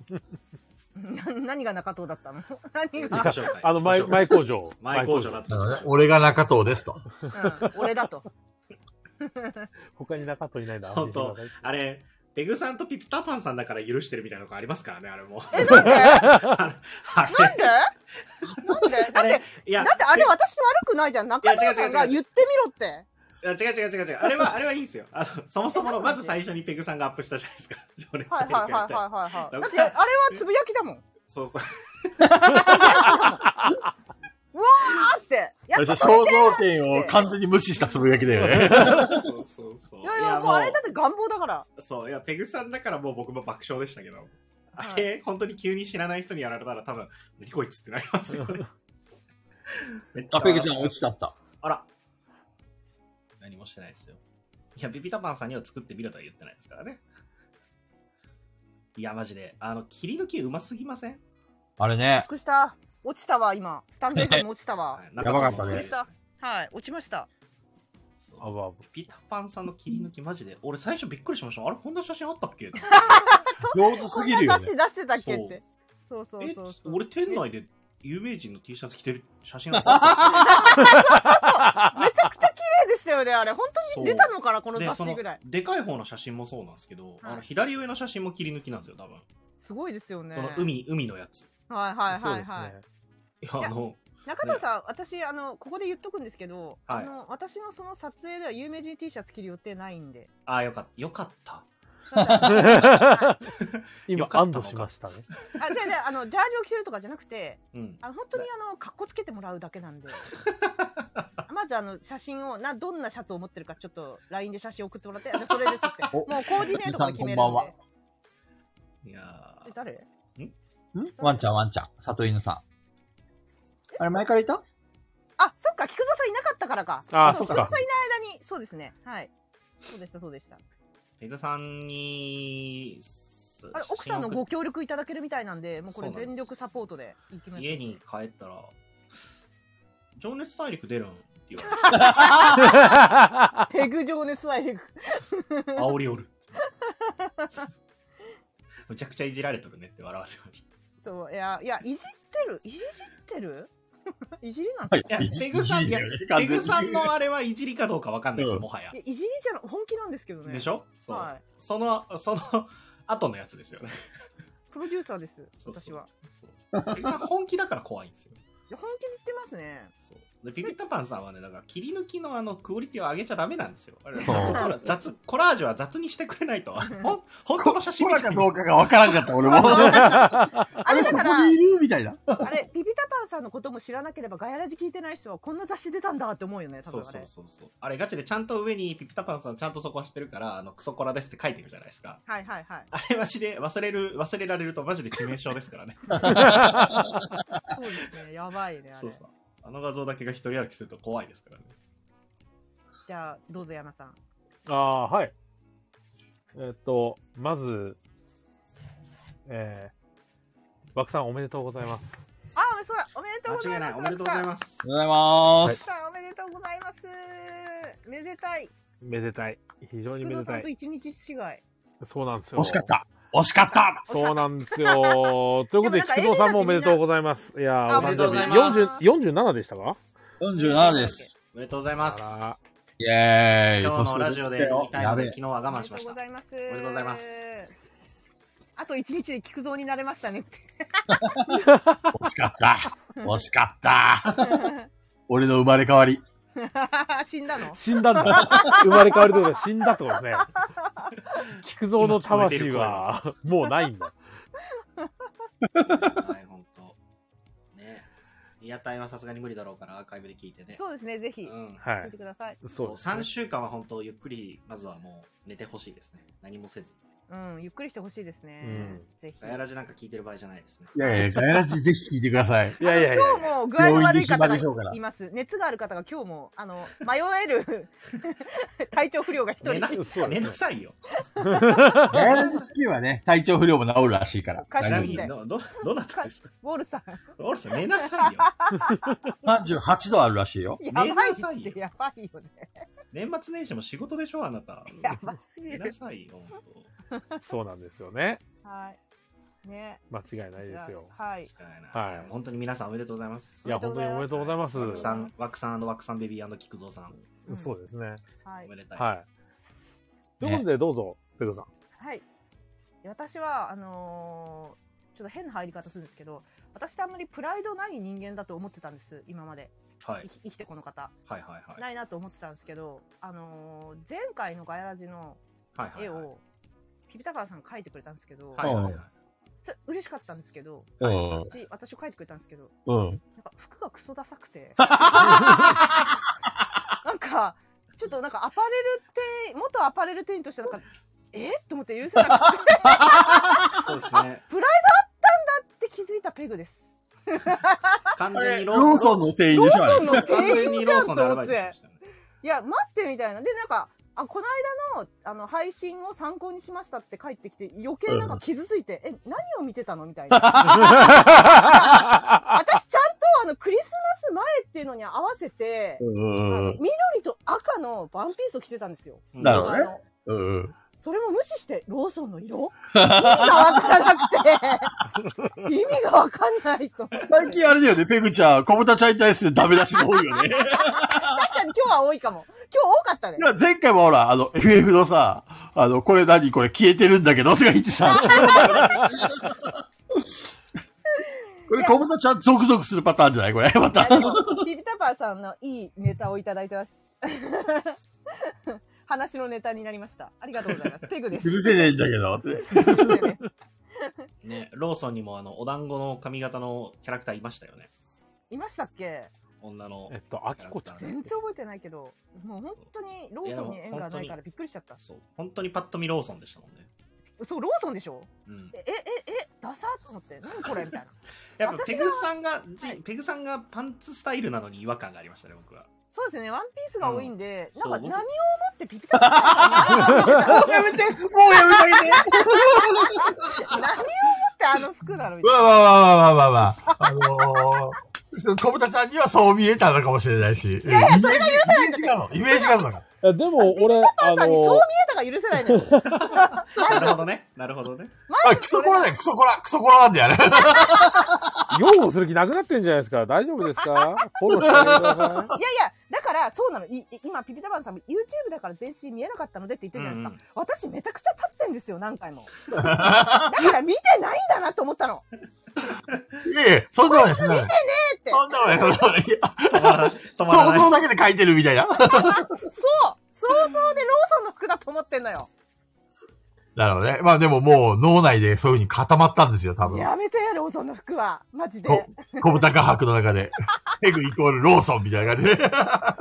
C: な何が中藤だったの 何
I: 自
C: が、
I: 己紹介
A: あの、前、前工場。
I: 前工場だっ
J: な
I: た
J: る
I: ん
J: ほど
I: で
J: ね
I: すよ。
J: 俺が中藤ですと。
C: うん、俺だと。
A: 他に中藤いないな。
I: 本当あれ、ペグさんとピピタパンさんだから許してるみたいなとこありますからね、あれ も。
C: え、なんでなん
I: あれ
C: でなんでだ
I: あ
C: って、
I: れ、いや
C: だ、ってあれ私悪くないじゃん。中村さんが
I: いや違う違う違
C: 言
I: う
C: ってみろって。
I: いや違う違う違う違う。あれは、あれはいいんですよ。あの、そもそもの、まず最初にペグさんがアップしたじゃないですか。 情熱
C: はい
I: 大
C: はい
I: 陸や
C: はい
I: って。
C: はいはいはい。だ
I: だ
C: っ
I: か
C: て
I: ら
C: あれはつぶやきだもん。
I: そうそう。
C: うわーって。や
B: あれ
C: っ
B: じゃ
C: ぱ
B: 肖像権を完全に無視したつぶやきだよね。
I: そうそうそう。
C: いやいや、もうあれだって願望だから。
I: そう、いや、ペグさんだからもう僕も爆笑でしたけど。
C: はい
I: あれ、本当に急に知らない人にやられたら多分、何こいつってなります よね。めっち
K: あ、ペグちゃん落ちちゃった。
I: あら。何もしてないですよ。いや、ビビタパンさんには作ってみろとは言ってないですからね。いや、マジで。あの、切り抜きうますぎません
K: あれね。
C: くした。落ちたわ、今。スタンド FM 落ちたわ。
I: や
K: ばかったね
C: 落ちた。はい、落ちました。
A: あぶあぶ。
I: ピタパンさんの切り抜きマジで俺最初びっくりしましたあれこんな写真あったっけ
K: 上手
C: こ
K: す
C: ん
K: ぎ
C: な
K: るよ
C: 雑
K: ね。
C: 誌出してたっけって。そうそう
I: え
C: そうそう。
I: 俺店内で有名人の T シャツ着てる写真あった
C: めちゃくちゃ綺麗でしたよね、あれ。本 当に出たのかな、この
I: で
C: 雑
I: そ
C: 誌
I: の
C: ぐらい。
I: でかい方の写真もそうなんですけど、あの左上の写真も切り抜きなんですよ多分、
C: すごいですよね。
I: その。海海のやつ
C: はいはい
A: そう
C: は
A: で
C: い
A: す
C: はい
A: ね。。
I: いやあの
C: 中田さん、私あのここで言っとくんですけど、
I: はい
C: あの私のその撮影では有名人 T シャツ着る予定ないんで。
I: あよかったよかった
C: はい
A: 今
I: よ、かっ
A: 安
I: た
A: 堵
I: のか
A: しました ね。
C: あ、じゃあじゃああ のジャージを着てるとかじゃなくて、
I: うん
C: あの本当にあの格好つけてもらうだけなん で。まずあの写真をなどんなシャツを持ってるかちょっと LINE で写真送ってもらって、あじゃあこれですって。もうコーディネートから決める
K: こんばん
C: の
K: はい
C: で。
I: いや
C: え誰？
K: ワンちゃん、ワンちゃん。里犬さん。あれ、前からいた
C: あ、そっか、菊蔵さんいなかったからか。
A: あー
C: そう
A: そっか
C: 菊蔵さんいない間に、そうですね。はい。そうでした、そうでした。
I: ペグさんに
C: あれ、奥さんの
I: 写真
C: ご
I: 送っ
C: 協力いただけるみたいなんで、もうこれ
I: そうなんです
C: 全力サポートで行きます。
I: 家に帰ったら「情熱大陸出るん?」って言われて
C: ペグ情熱大陸。
I: 煽りおる。 むちゃくちゃいじられとるねって笑わせまし
C: そう、いや、いや、いじってるいじって るいじりなん
K: はい
I: た。いや、ペグさん、いや、ペグさんのあれはいじりかどうかわかんないです、
K: うん
I: もはや
C: い。やいじりじゃな本気なんですけどね。
I: でしょそう、
C: はい。
I: その、その後のやつで すよね。
C: プロデューサーです、
I: そうそう
C: 私は。
I: そうペグさん本気だから怖いんですよ。
C: いや本気で言ってますね。
I: そうでピピッタパンさんはね、だから切り抜きのあのクオリティを上げちゃダメなんですよ。あれ雑
K: そう
I: コラ雑コラージュは雑にしてくれないと。ほん本当の写
B: コ
I: 真み
B: ラ
I: た
B: か
I: い
B: ど
I: に
B: う。かがわからんかった、俺も。
C: あれだか
B: こ
C: ら
B: こ、にいるみたいな。
C: あれ、ピピタパンさんのことも知らなければ、ガヤラジ聞いてない人は、こんな雑誌出たんだって思うよね、多
I: そう
C: 分あ
I: そう
C: れ。
I: そうそう。あれガチでちゃんと上にピピタパンさんちゃんとそこはしてるから、あのクソコラですって書いてるじゃないですか。
C: はいはいはい。
I: あれマジで忘れる、忘れられるとマジで致命傷ですからね。
C: そうですね、 やばいね、あ
I: そう
C: れ。
I: そう。あの画像だけが一人歩きすると怖いですからね。
C: じゃあ、どうぞ、山さん。
A: ああ、はい。えっと、まず、えー、枠さんおめでとうございます。
C: あ、そうだ、おめでとうございます。す。
I: す。
K: おはようございます。
C: おめでとうございます。めでたい。
A: めでたい。非常にめ
C: 工
A: で
C: 藤さ
A: た
C: んと
A: い。
C: 一日違い。
A: そうなんですよ。
B: 惜しかっ。た。惜しかった。
A: そうなんですよ。ということで、
C: でもなんか
A: 菊蔵さんもおめでとうございます。いやー、
C: あ
A: お
C: おめ
A: 誕
C: でとう
A: 生
C: ご
A: 日
C: ざい
I: ます
A: 40 47でしたか
K: 47です。
I: おめでとうございます。
A: あ
K: イェーイ。
I: 今日のラジオで言いたい
K: や
I: の
K: べ
I: で
K: え
I: 昨。日は我慢しまし
C: お
I: た。
C: めでとうございます。おめ
I: でとうございます。
C: あと一日で菊蔵になれましたねっ て。
B: 惜しかった。惜しかった。俺の生まれ変わり。
C: 死んだの
A: ー死んだんだ。生まれ変わるってことは死んだってことですね。菊蔵の魂は、もうないんだ。
I: はい、本当。ねえ。リアタイはさすがに無理だろうからアーカイブで聞いてね。
C: そうですね、ぜひ。
I: う
C: 聞
I: ん。
A: はいい
C: て。ください。
A: そう
I: そう
A: ですね
I: 3週間は本当ゆっくりまずはもう寝てほしいですね何もせず
C: ううん、ゆっくりしてほしいですね。
A: うん
C: ぜひ。
I: ガヤラジなんか聞いてる場合じゃないですね。
B: いやいや、ガヤラジぜひ聞いてくだ さい。
A: いやいやいや
C: 今日も具合の悪い方
B: 病院に暇でしょうか
C: が
B: ら
C: います。熱がある方が今日も、あの、迷える体調不良が一
I: 寝
C: 人
I: な。
A: そう
I: 寝なさいよ。
B: ガヤラジ聞けばね、体調不良も治るらしいから。
C: か
I: ち
C: し
I: な
B: 大
C: こ
I: みに、
B: 丈
I: ど、ど、どなたですか
C: ウォールさん。
I: オールさん、寝なさいよ。
B: 夫。38度あるらしいよ。
C: やばい
I: 寝なさい
C: っ
I: よ
C: て、やばいよね。
I: 年末年始も仕事でしょ、あなた。
C: やばすぎ
I: 寝
C: る
I: な。さいよ、本当。
A: そうなんですよね。
C: はい。ね。
A: 間違いないですよ。
C: はい。
I: しかないな。
A: はい
I: 本当に皆さんおめでとうございます。
A: いや、本当におめでとうございます。
I: ワクさん、ワクさんワクさんベビー菊蔵さん。
C: うん
A: そうですね。
C: は
I: お
C: い
I: め。でたい。
A: はい。ということで、どうぞ、ペ グさん。
C: はい。私は、あのーちょっと変な入り方するんですけど、私ってあんまりプライドない人間だと思ってたんです、今まで。
I: は
C: 生。
I: い
C: き生きてこの方。
I: はいはいはい。
C: ないなと思ってたんですけど、あのー前回のガヤラジの
I: はいはい
C: 絵
I: はい。
C: を、ピピタパンさんが描いてくれたんですけど、
I: はいはいはい。
C: そ嬉しかったんですけど、
B: うん。
C: 私私を描いてくれたんですけど、
B: うん。
C: なんか服がクソダサく て。なんか、ちょっとなんかアパレル店、元アパレル店員としてなんか、えと思って許せなくて
I: そうですね。
C: って気づいたペグです。
I: 完全に
B: ローソンの店員でしょ、あれ
C: ローソンの
I: 完全
C: 店
I: に
C: 員じ
I: ロ
C: ゃ
I: ー
C: ん
I: ソ
C: と
I: ンでアル
C: 思
I: バ
C: っ
I: イトしてま。したね。
C: いや、待ってみたいな。で、なんか、あ、この間の、あの、配信を参考にしましたって帰ってきて、余計なんか傷ついて、え、何を見てたのみたいな。 私、ちゃんとあの、クリスマス前っていうのに合わせて、
B: うんうんうん。
C: 緑と赤のワンピースを着てたんですよ。
I: うん
B: なるほど
C: あ
B: ね
C: の
B: うんうん。
C: それも無視して、ローソンの色意味がわからな くて、意味がわかんないと。確
B: 最近あれだよね、ペグちゃん、小豚ちゃんに対するダメ出しが多いよね。
C: かに今日は多いかも。今日多かったね
B: い。や、前回もほら、あの、FF のさ、あの、これ何これ消えてるんだけどとか言って さ、ちょっとこれ小豚ちゃんゾクゾクするパターンじゃないこれ、ま
C: いや
B: た。
C: でもビビタパーさんのいいネタをいただいてます。 話のネタになりました。ありがとうございます。ペ グです。
B: 許せねえんだけど。って
I: ね、ローソンにもあの、お団子の髪型のキャラクターいましたよね。
C: いましたっけ
I: 女の
A: えっ。と、あきこちゃん。
C: 全然覚えてないけど、もう本当にローソンに縁がないからびっくりしちゃった。
I: そう。本当にパッと見ローソンでしたもんね。
C: そう、ローソンでしょ
I: うん。
C: え、え、え、え、ダサーと思って、何これみたいな。
I: やっぱペ
C: 私が
I: グさんが、じペグさんがパンツスタイルなのに違和感がありましたね、僕は。
C: そうですね、ワンピースが多いんで、
I: うんそう
C: なんか
I: 僕
C: 何をもってピピタパーさんが
B: や めてもうやめてあげて
C: 何をもってあの服なのみたい
B: わ
C: な。
B: あわあわあわあわあわあ。あのー、小豚ちゃんにはそう見えたのかもしれないし。いやいや、それが許せない。イメージがあるのか。
A: えでも、俺、あ
C: パンさんにそう見
A: の、
C: えたが許せないのよ。
I: なるほどね。なるほどね。
B: あ、クソコラだよ、クソコラ、クソコラなんだよね。
A: 擁護する気なくなってんじゃないですか。大丈夫ですかフォローしてあげてください。
C: いやいや、だから、そうなの。いい今、ピピタパンさんも YouTube だから全身見えなかったのでって言ってるじゃないですか。私、めちゃくちゃ立ってんですよ、何 回も。だから、見てないんだなと思ったの。
B: いやいや、そんなことない。そんなことない
C: えって。
B: そんなことないそんなことない。いや
I: 止まらない。止まら
B: 想
I: ない
B: 像だけで書いてるみたいな。
C: そう想像でローソンの服だと思ってんのよ。
B: なるほどね。まあでももう脳内でそういう風に固まったんですよ、多分。
C: やめて、ローソンの服は。マジ
B: こ
C: で。
B: 小豚画伯の中 で。ペグイコールローソンみたいな感じで。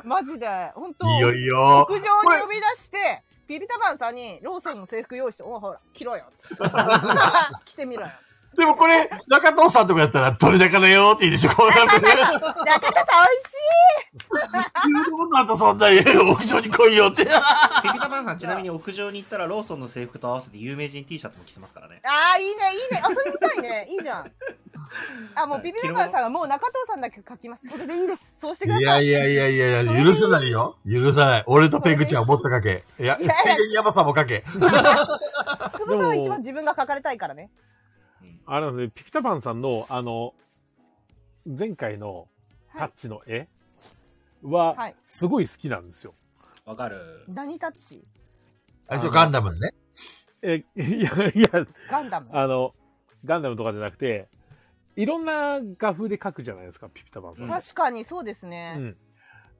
C: マジで。本当
B: いいよいいよ。
C: 屋上に呼び出して、ピピタパンさんにローソンの制服用意して、おうほら、着ろよ。つって着てみろよ。
B: でもこれ、中藤さんとかやったら、どれだけだよって言うでしょ、こうなってね。
C: 中田さん、美味しい
B: 自分のことだとそんなに屋上に来いよって。
I: ピピタパンさん、ちなみに屋上に行ったら、ローソンの制服と合わせて有名人 T シャツも着てますからね。
C: ああ、いいね、いいね。あ、それ見た いね。いいじゃん。あ、もうビビルマンさんがもう中藤さんだけ書きます。それでいいです。そうしてください。
B: いやいやいやいやいや、許せないよ。許さない。俺とペグちゃんをもっとかけ。いや、ついでにヤバさんもかけ。
C: 福田さんは一番自分が書かれたいからね。
I: うん
A: あれなんですね、ピピタパンさんの、あの、前回のタッチの絵は、
C: はい
A: すごい好きなんですよ。
I: わかる。
C: 何タッチ
B: 最初ガンダムのね。
A: え、いや、いや、
C: ガンダム。
A: あの、ガンダムとかじゃなくて、いろんな画風で描くじゃないですか、ピピタパンさん。
C: 確かにそうです
A: う
C: ね。
A: ん。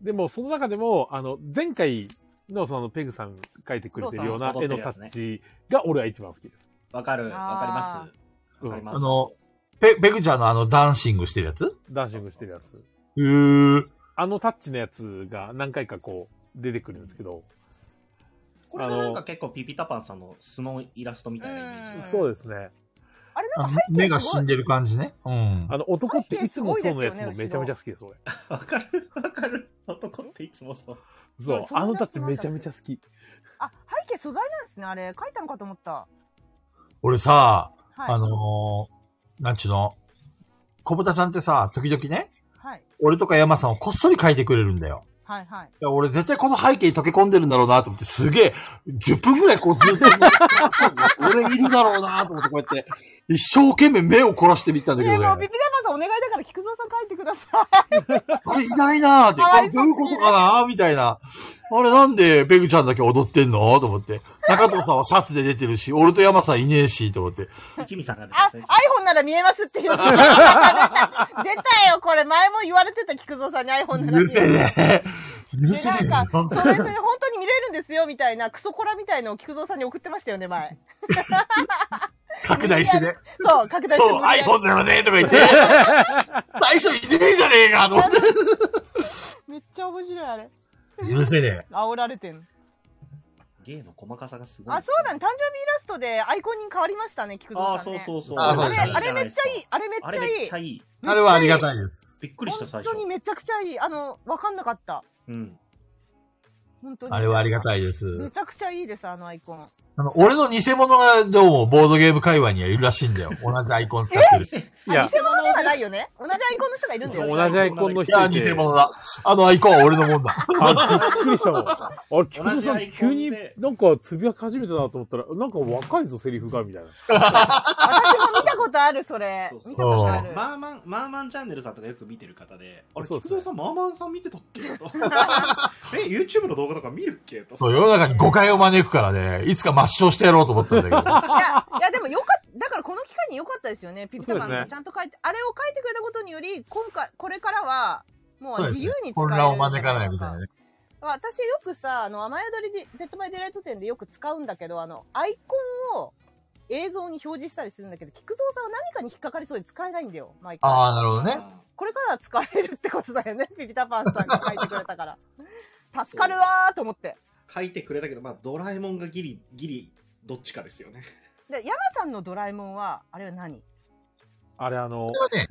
A: でも、その中でも、あの、前回のそのペグさん描いてくれてるような絵のタッチが俺は一番好きです。
I: わかる。わかります。
A: あー
I: わかります。
B: あの、ペ、ペグちゃんのあの、ダンシングしてるやつ
A: ダンシングしてるやつ。
B: うー。
A: あのタッチのやつが何回かこう出てくるんですけど、
I: これがなんか結構ピピタパンさんの素のイラストみたいなイメージ
C: うん
A: そうですね。
C: あれなん
B: あ
C: か背
B: 目
C: 景
B: が
C: す
B: 死んでる感じね。うん。
A: あの、男っていつもそうのやつもめちゃめちゃ好きです、俺。
I: わかるわかる男っていつもそう
A: そ
C: そうう、そんな
A: あのタッチめちゃめちゃ好き。
C: あ、背景素材なんですね、あれ。書いたのかと思った。
B: 俺さ、
C: はい。
B: あのー、なんちゅうの、小豚ちゃんってさ、時々ね、
C: はい。
B: 俺とか山さんをこっそり書いてくれるんだよ。
C: はい、はい。
B: いや俺絶対この背景に溶け込んでるんだろうなと思って、すげえ、10分ぐらいこうずっと、 俺いるだろうなと思って、こうやって、一生懸命目を凝らしてみたんだけ
C: で
B: ど
C: も、
B: ね
C: ビ、ピダマさんお願いだから、菊蔵さん書いてください。
B: これいないなーって、
C: かわ
B: あ
C: い
B: ど
C: そうう
B: いう
C: す
B: こ
C: ぎ
B: と
C: る
B: かなーみたいな。あれなんでペグちゃんだけ踊ってんのと思って。中藤さんはシャツで出てるし、俺と山さんいねえし、と思って。
I: 一味さんが出て
C: あ、
I: ますね
C: iPhone なら見えま すっていう。出たよ、これ。前も言われてた菊蔵さんに iPhone
B: う
C: なら見える
B: るせえね。うる
C: で
B: せえ
C: なん
B: よ
C: か、それで本当に見れるんですよ、みたいな、クソコラみたいのを菊蔵さんに送ってましたよね、前。
B: 拡大してね。
C: そう、拡大して
B: そう、
C: 無理やり
B: iPhone なのね、とか言 って。最初いねえじゃねえか、と思って。
C: めっちゃ面白い、あれ。
B: うるせえね。
C: 煽られてん。
I: 芸の細かさがすごい
C: あ、そうだね。誕生日イラストでアイコンに変わりましたね、菊
I: あ
C: 蔵
I: あ
C: さん、
I: そう
C: ね。う
I: そうそう
B: あ
C: あれ、
B: はい
C: あれめっちゃいい。あれめっ
I: あ
C: ち
I: れ
C: ゃ
I: め
C: い
I: っ
C: い
I: ちゃ。いい
B: あれはありがたいです。
I: びっくりした最
C: 本
I: 初
C: 当にめちゃくちゃいい。あの、わかんなかった。
I: うん
C: 本当に。
B: あれはありが
C: い。
B: たいで
C: め
B: す。
C: ちゃくちゃいいです、あのアイコン。
B: あの、俺の偽物がどうもボードゲーム界隈にはいるらしいんだよ。同じアイコン使ってる。
A: いや、
C: 偽物ではないよね。同じアイコンの人がいるんだ
A: そ
C: よ
A: う
C: ね。
A: 同じアイコンの
B: い
A: 人
B: や、
A: いて
B: 偽物だ。あのアイコンは俺のもんだ。
A: あびっくりしたもん。あれ、菊
I: 同
A: 田
I: じ
A: さ
I: ア
A: ん
I: イコン
A: 急
I: で
A: になんかつぶやき始めたなと思ったら、なんか若いぞ、セリフが、みたいな。
C: 私も見たことある、それ。
I: そうそう
C: 見たことある。
I: マーマン、マーマンチャンネルさんとかよく見てる方で、あれ、
A: そう
I: 菊
A: ですね
I: 蔵さん、マーマンさん見てたっけと。え、YouTube の動画とか見るっけと。
B: そう世の中に誤解を招くからね、いつか抹消してやろうと思ったんだけど。
C: いや、いやでもよかった、だからこの機会に良かったですよね。ピピタパン
A: そうです
C: が
A: ね
C: ちゃんと書いて、あれを書いてくれたことにより、今回、これからは、も
B: そう
C: う
B: です
C: 自由
B: ね
C: に使え
B: 混
C: る。
B: 乱を招かないみたいなね。
C: 私よくさ、あの、雨宿りで、デッドマイデイライト店でよく使うんだけど、あの、アイコンを映像に表示したりするんだけど、菊蔵さんは何かに引っかかりそうで使えないんだよ、毎回。
B: ああ、なるほどね。
C: これからは使えるってこと だよね、ピピタパンさんが書いてくれたから。助かるわーと思って。
I: 書いてくれたけど、まあ、ドラえもんがギリ、ギリ、どっちかですよね。
C: で、山さんのドラえもんは、あれは何
A: あれ、あの
B: こ、れはね、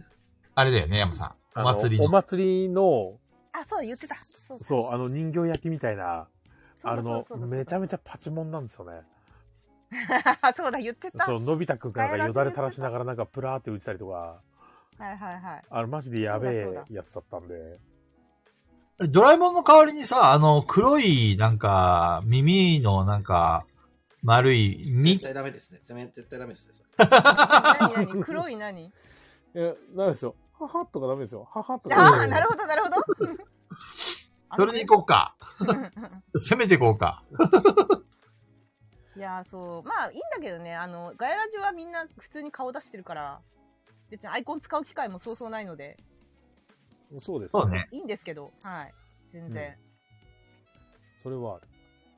B: あれだよね、山さん。
A: あの
B: お祭り
A: お
B: の。
A: 祭りの、
C: あ、そうだ、言ってた。そうだ
A: そう、あの人形焼きみたいな、あの、めちゃ
C: め
A: めちゃパチモンなんですよね。
C: ゃ。そうだ、言ってた。
A: そ
C: は
A: う、
C: い
A: のび太くんがなんかよだれ垂らしながらなんかプラーって打ったりとか、
C: はいはい。
A: あれマジでやべ
C: そうだそう
A: えやつだったんで。
B: ドラえもんの代わりにさ、あの、黒い、なんか、耳の、なんか、丸い、に
I: 絶、対ダメですね。絶対絶対ダメですね。それ
C: 何何黒い何
A: え、ダメですよ。ははとかダメですよ。ははとか。
C: ああ、なるほど、なるほど。
B: それに行こうか。攻めてこうか。
C: いやー、そう。まあ、いいんだけどね。あの、ガヤラジはみんな普通に顔出してるから、別にアイコン使う機会もそうそうないので、
A: そうです、
B: そうね。
C: いいんですけど、はい。全然。
A: それはある。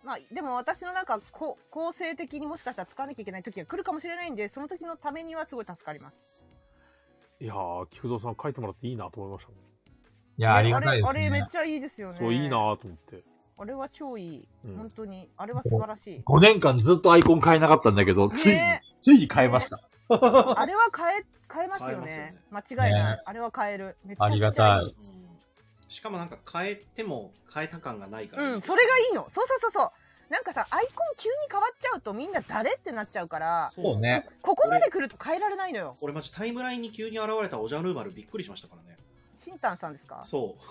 C: まあ、でも私のなんか、こう構成的にもしかしたら使わなきゃいけない時が来るかもしれないんで、その時のためにはすごい助かります。
A: いやー、菊蔵さん書いてもらっていいなと思いましたもん
B: いや、ありがたいです
C: あれ、あれめっ
B: ね。
C: ちゃいいですよね。
A: そう、いいな。ーと思って。
C: あれは超いい。
A: うん
C: 本当に。あれは素晴らしい。
B: 5年間ずっとアイコン変えなかったんだけど、 ついに
C: ね、
B: ついに変えました。
C: あれは変え、変えますよ
I: 変えま
C: ね
I: す。
C: 間違いない。
B: ね
C: あれは変える。めちゃ
B: あ
C: くちゃい
B: り
C: い。
B: がたい。
I: うんしかもなんか変えても変えた感がないから、
C: うん、それがいいの。そうそうそうそう。なんかさ、アイコン急に変わっちゃうとみんな誰ってなっちゃうから、
B: そう。ね。
C: ここまで来ると変えられないのよ。
I: 俺マジタイムラインに急に現れたおじゃる丸びっくりしましたからね。
C: しんたんさんですか
I: そう。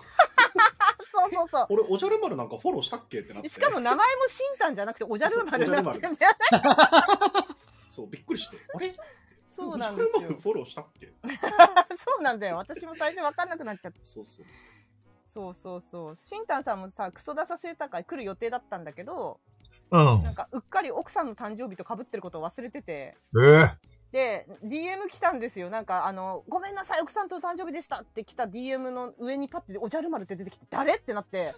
C: そうそうそ
I: 俺おじゃる丸なんかフォローしたっけってなって。
C: う。しかも名前もしんたんじゃなくておじゃる丸になってんだよね。
I: そう、びっくりして。あれ
C: そう
I: おじ
C: な
I: ゃ
C: んで
I: る
C: す
I: 丸
C: よ。
I: フォローしたっけ
C: そうなんだよ。私も最初わかんなくなっちゃった。
I: そうそう。
C: そうそうそう。しんたんさんもさ、クソダサ生高い来る予定だったんだけど、
B: う
C: なん
B: ん。
C: かうっかり奥さんの誕生日と被ってることを忘れてて、
B: ええ。
C: で、DM 来たんですよ。なんか、あの、ごめんなさい、奥さんとお誕生日でしたって来た DM の上にパッて、おじゃる丸って出てきて、誰って なって、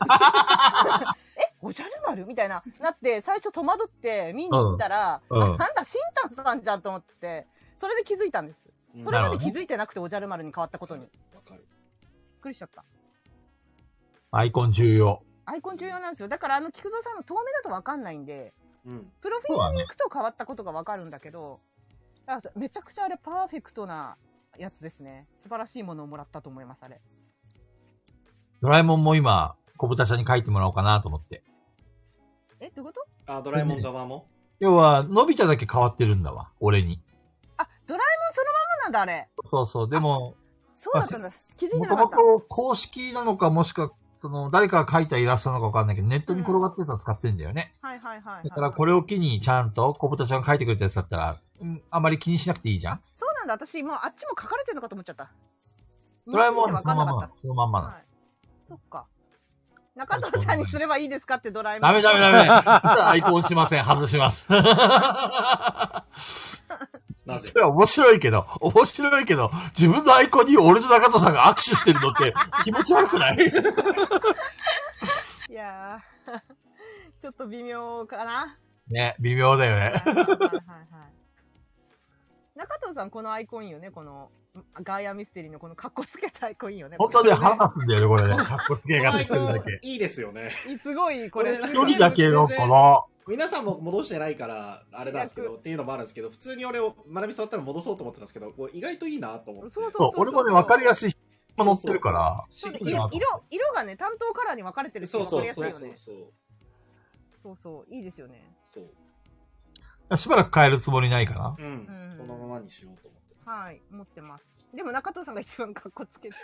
C: え、おじゃる丸みたいな、なって、最初戸惑って見に行ったら、
B: うんうん
C: あなんだ、しんたんさんじゃんと思って、それで気づいたんです。
I: うん
C: それ
B: な
C: ま
B: るほ
C: で
B: ど
C: 気づいてなくて、おじゃる丸に変わったことに。びっ
I: わかる。
C: くりしちゃった。
B: アイコン重要。
C: アイコン重要なんですよ。だから、あの、菊蔵さんの遠目だとわかんないんで、
I: うん。
C: プロフィールに行くと変わったことがわかるんだけど、あめちゃくちゃあれパーフェクトなやつですね。素晴らしいものをもらったと思います、あれ。
B: ドラえもんも今、小豚ちゃんに書いてもらおうかなと思って。
C: え、どういうこと
I: あ、ドラえもん側も
B: 要は、のび太だけ変わってるんだわ、俺に。
C: あ、ドラえもんそのままなんだ、あれ。
B: そうそう、でも、
C: そうだったんだ。気づいて
B: も
C: な
B: と
C: か
B: も
C: った。
B: と公式なのか、もしくは、その、誰かが書いたイラストなのかわかんないけど、ネットに転がってたら使ってんだよね。
C: はいはいはい、はい。
B: だからこれを機にちゃんと小豚ちゃんが書いてくれたやつだったら、うん、あまり気にしなくていいじゃん
C: そうなんだ、私、もうあっちも書かれてるのかと思っちゃった。
B: ドラえもんは
C: わ
B: その
C: か
B: ま
C: んなかっ
B: ま、そのまんま
C: た。
B: なの。
C: はい。そっか。中藤さんにすればいいですかってドラえもん。
B: ダメダメダメ。そしたらアイコンしません。外します。
I: な ぜ
B: それは 面白いけど、面白いけど、自分のアイコンに俺と中藤さんが握手してるの って気持ち悪くない
C: いやー ちょっと微妙かな。
B: ね、微妙だよ
C: はい
B: ね。
C: はいはいはい中藤さん、このアイコンいいよね、この、ガイアミステリーのこの格好つけたアイコンいいよね。
B: 本当ね、
C: これ
B: 腹立つんだよね、これね。かっこつけ
I: こ
B: 方
I: のア
B: 一
I: イ
B: 人
I: コン
B: だけ。
I: いいですよね。
C: すごい、これ。
I: これ
B: 一人だけのこの、
I: 皆さんも戻してないから、あれなんですけど、っていうのもあるんですけど、普通に俺を学び触ったら戻そうと思ってたんですけど、こう意外といいなと思って。
C: そうそう
B: そう、俺もね、わかりやすいも乗ってるから。
C: そうで
I: シンプル
C: 色
I: な
C: 色色がね、担当カラーに分かれてるって
I: そう
C: 分か
I: そ
C: り
I: う
C: やすい
I: そう
C: よ
I: そう
C: ね。そ
I: そう。
C: うそう、いいですよね。
I: そう。
B: しばらく変えるつもりないかな。
I: うん。
C: うん
I: このままにしようと思って。
C: はい、持ってます。でも中藤さんが一番格好つけて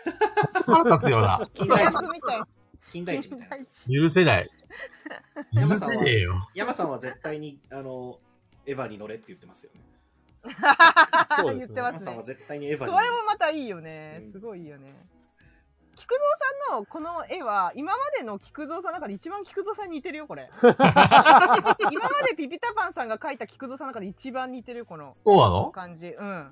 B: 腹立つような。
I: 金
C: る。
I: 田
C: 役
I: 一
C: みたい。
I: 金田一みたいな。
B: 許せ ない。許
I: 山さんは
B: せねえよ。
I: 山さんは絶対に、あの、エヴァに乗れって言ってますよね。
A: そうで
C: 言っ
A: す
C: て
A: ね
C: ま
I: 山
C: す
I: さん
C: ね
I: は。絶対にエヴァ
C: そ
I: に
C: れ
I: 乗
C: も
I: れ。
C: またいいよね
I: う。ん
C: すごいいいよね。菊蔵さんのこの絵は、今までの菊蔵さんの中で一番菊蔵さんに似てるよ、これ。今までピピタパンさんが描いた菊蔵さんの中で一番似てるよ、この
B: そうなの
C: 感じ。うん。あ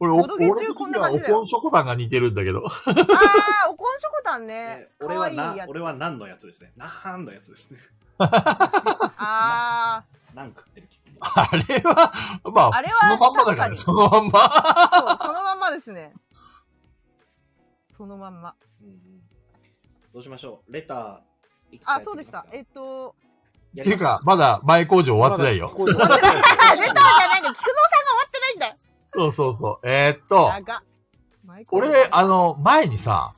B: 俺、お
C: ボドゲ
B: 俺
C: 中
B: 的
C: こん
B: に
C: な
B: は
C: 感
B: お
C: じだよ
B: こんしょこたんが似てるんだけど。
C: あ、おこんしょこたんね
I: ね。 俺
C: 可
I: は
C: 愛い
I: な
C: や、つ。
I: 俺は何のやつですね。なんのやつですね。
C: あ
I: 何食ってる気分
B: あれは、まあ、
C: あれは
B: そのまんまだからね、
C: 確
B: そのまんま。
C: あ、そう、そのまんまですね。そのまんま。
I: うんうんどうしましょうレターいくつか
C: あ、そうでした。えっと、
B: っ
I: や
B: てい
I: りま
B: う
I: しょ
B: か、まだ前工場終わってないよ。
A: まだここ
C: あ、出たんじゃないんだ。菊蔵さんが終わってないんだよ。
B: そうそうそう。えーっと、
C: 長っ。
B: 俺、あの、前にさ、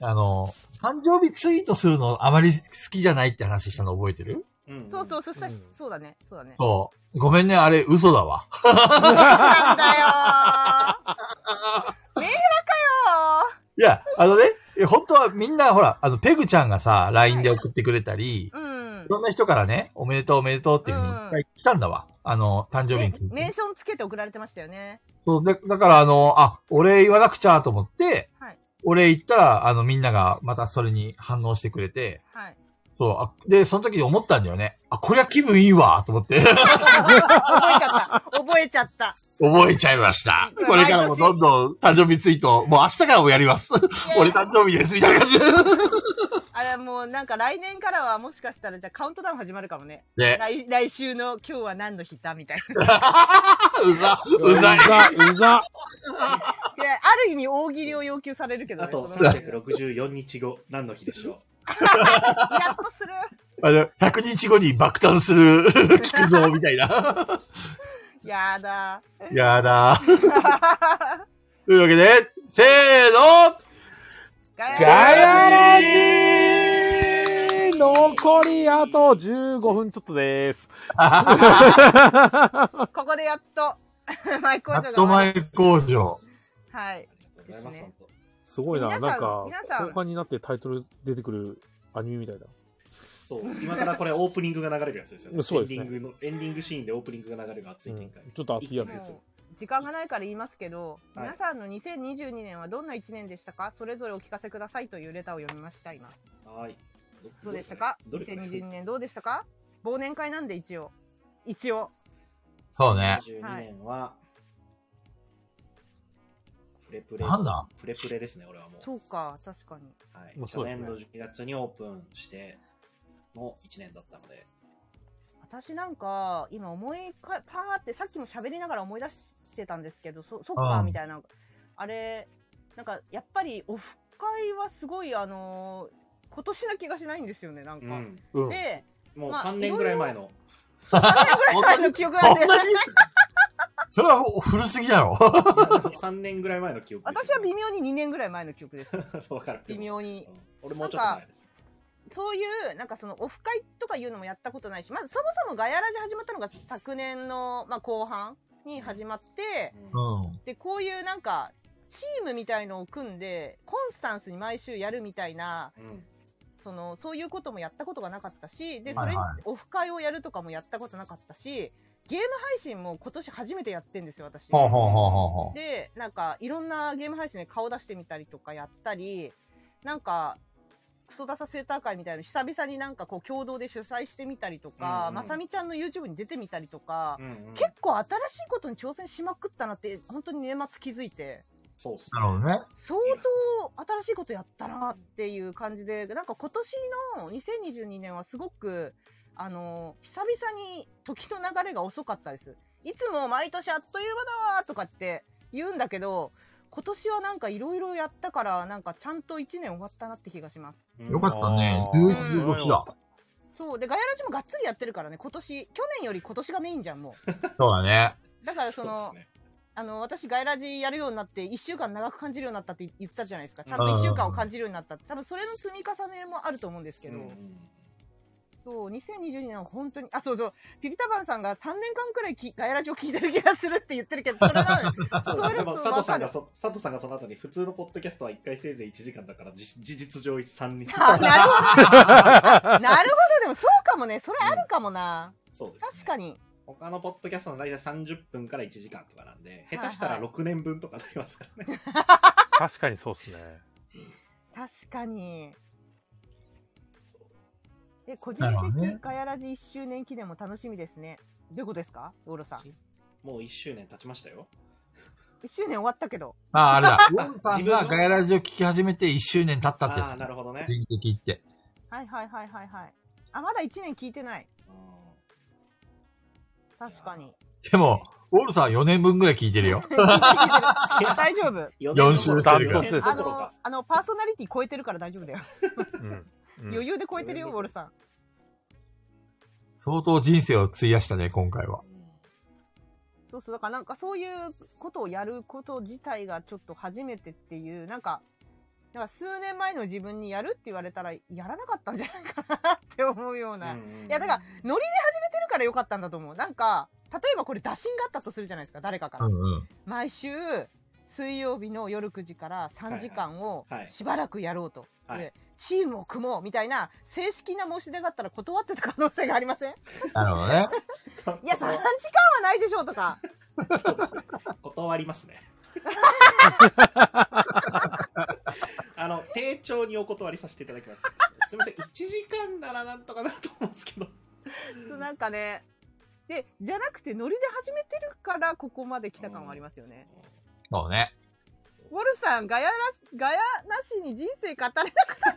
B: あの、誕生日ツイートするのあまり好きじゃないって話したの覚えてる
I: うんうん
C: そうそう、そしたら、
A: うん
C: そうだね、そうだね。
B: そう。ごめんね、あれ嘘だわ。
C: なん だよー。迷惑
B: いや、あのね、いや本当はみんな、ほら、あの、ペグちゃんがさ、LINE で送ってくれたり、
C: かよー。
B: いろんな人からね、おめでとうおめでとうっていうふうに一回来たんだわ。あの、誕
C: う
B: 生
C: ん。
B: 日に
C: ね
B: ついて
C: メンションつけて送られてましたよね。
B: そう、だだからあの、あ、お礼言わなくちゃと思って、
C: はい
B: お礼言ったら、あの、みんながまたそれに反応してくれて、
C: はい。
B: そう、あで、その時に思ったんだよね。あ、こりゃ気分いいわと思って、
C: 覚えちゃった。覚えちゃった。
B: 覚えちゃいました。これからもどんどん誕生日ツイート、もう明日からもやります。 俺誕生日です、みたいな感じで。
C: あれもうなんか来年からはもしかしたらじゃあカウントダウン始まるかもね。
B: ね
C: 来来週の今日は何の日だみたい な。
B: うざ、う ざい。
A: うざ、うざ。
C: いや、ある意味大喜利を要求されるけどね。
I: あと
C: このや
I: 364日後何の日でしょ
C: っとする。
B: あの、100日後に爆誕する、聞くぞ、みたいな。
C: やだ。
B: やだー。というわけで、せーの
C: ガ
A: ガヤラジー残りあと15分ちょっとです。
C: ここでやっと、 マイ工
B: や
C: 場
B: っ
C: が終
B: と
C: わる。
B: 前工場。
C: はい。
I: うござ
C: で
I: います、
C: すね
I: 本当
A: すごいな、な
C: 皆さ
A: ん
C: ん
A: か
C: 皆さ、ん
A: 後半になってタイトル出てくるアニメみたいだ。
I: そう今からこれオープニングが流れるやつですよね
A: そうですね
I: エンディングのエンディングシーンでオープニングが流れる熱い展開、
A: うんちょっと熱いやつ
I: です
C: 時間がないから言いますけど、
I: はい
C: 皆さんの2022年はどんな1年でしたかそれぞれお聞かせくださいというレターを読みました今
I: はいど
C: どうでしたか
I: どれから
C: 2022年どうでしたか忘年会なんで一応一応
B: そうね。
I: 2022年は、プレプレ
B: なんだ
I: プレプレですね俺はもう
C: そうか確かに
I: はい
A: もうそう
I: 去
A: です
I: 年
A: ね
I: の12月にオープンしての1年だったので
C: 私なんか今思いかパーってさっきも喋りながら思い出してたんですけどそそ
B: う
C: っか
B: ん
C: みたいなあれなんかやっぱりオフ会はすごいあのー今年な気がしないんですよねなんか、
I: うん
A: うん。
C: で
I: もう
C: まあ
I: 3年ぐらい前の、
C: ぐらいの記憶なんで
B: そんなにそれは古すぎだろ。
I: 3年ぐらい前の記憶です
C: 私は微妙に2年ぐらい前の記憶 です。
I: 分かる
C: 微妙に
I: うん。俺もうちょっと前です
C: そういう、なんかそのオフ会とかいうのもやったことないし、まずそもそもガヤラジ始まったのが昨年の、まあ、後半に始まって、
I: うん
B: うん。
C: で、こういうなんか、チームみたいのを組んで、コンスタンスに毎週やるみたいな、
I: うん
C: その、そういうこともやったことがなかったし、で、そ
B: はい
C: れに
B: は
C: オフ会をやるとかもやったことなかったし、ゲーム配信も今年初めてやってんですよ、私。
B: ほうほうほうほうほ
C: で、なんか、いろんなゲーム配信で顔出してみたりとかやったり、なんか、クソダサセーター会みたいなの久々になんかこう共同で主催してみたりと
I: うん
C: か
I: う、ん
C: まさみちゃんの YouTube に出てみたりとか、
I: うんうん
C: 結構新しいことに挑戦しまくったなって、本当に年末気づいて、
I: そうっす
B: う。なるほどね。
C: 相当新しいことやったなっていう感じで、なんか今年の2022年はすごく、あの、久々に時の流れが遅かったです。いつも毎年あっという間だわーとかって言うんだけど、今年はなんかいろいろやったから、なんかちゃんと1年終わったなって気がします。
I: うん
B: よかったね。
A: うん
B: 11、15だ。
C: そう。で、ガヤラジもがっつりやってるからね、今年、去年より今年がメインじゃん、もう。
B: そうだね。
C: だからそ
I: そ
C: う
I: です
C: の、
I: ね
C: あの、私、ガイラジやるようになって、1週間長く感じるようになったって言ったじゃないですか。ちゃんと1週間を感じるようになったって。多分、それの積み重ねもあると思うんですけ
I: う
C: ど。
I: んうん
C: そう、2022年は本当に、あ、そうそう、ピピタバンさんが3年間くらいきガイラジを聞いてる気がするって言ってるけど、それなんです。
I: そう
C: それ
I: でも
C: そう
I: 佐藤さん
C: わか
I: が
C: る
I: そ佐藤さんがその後に普通のポッドキャストは1回せいぜい1時間だからじ事実上3 人
C: あ、なるほ ど。なるほど、でもそうかもね。それあるかもな。
I: そうです、ね、
C: 確かに。
I: 他のポッドキャストの大体30分から1時間とかなんで
C: はい
I: 下手したら6年分とかになりますからね、
A: 確かにそうっすね。
C: 確かに。で、個人
B: なるほどね
C: 的ガヤラジ1周年記念も楽しみですね。どういうことですかウォロさん。
I: もう1周年経ちましたよ
C: 1周年終わったけど。
B: ああ、あれだ。ウ
I: あ
B: ォンさん
I: 自
B: が
I: 分の
B: ガヤラジを聞き始めて1周年経ったって
I: ああ
B: や
I: なるほどね
B: つ。人的って。
C: はいはいはいはいはい。あ、まだ1年聞いてない。
I: うん
C: 確かに。
B: でも、ウォルさん4年分ぐらい聞いてるよ。
C: 大丈夫。
I: 四
B: 四周してる
A: から
I: 四年ど
C: あ
I: ころ
C: の
I: か、
C: あの、パーソナリティ超えてるから大丈夫だよ。
A: うん。うん
C: 余裕で超えてるよ、ウォルさん。
B: 相当人生を費やしたね、今回は。
C: そうそう、だからなんかそういうことをやること自体がちょっと初めてっていう、なんか、なんか数年前の自分にやるって言われたら、やらなかったんじゃないかなって思うような。
I: うんうん
C: いや、だから、ノリで始めてるからよかったんだと思う。なんか、例えばこれ打診があったとするじゃないですか、誰かか
B: う
C: ら。
B: んうん。
C: 毎週、水曜日の夜9時から3時間を
I: はいはい
C: しばらくやろうと。
I: はい
C: でチームを組もうみたいな正式な申し出があったら断ってた可能性がありま せん
B: なるほどね。
C: いや、3時間はないでしょうとか。
I: そうですね断りますね あの丁重にお断りさせていただきますすみません1時間ならなんとかなると思うんですけど
C: そうなんかね。で、じゃなくて、ノリで始めてるから、ここまで来た感はありますよね。
B: そうね。
C: ウォルさん、ガヤら、ガヤなしに人生語れなく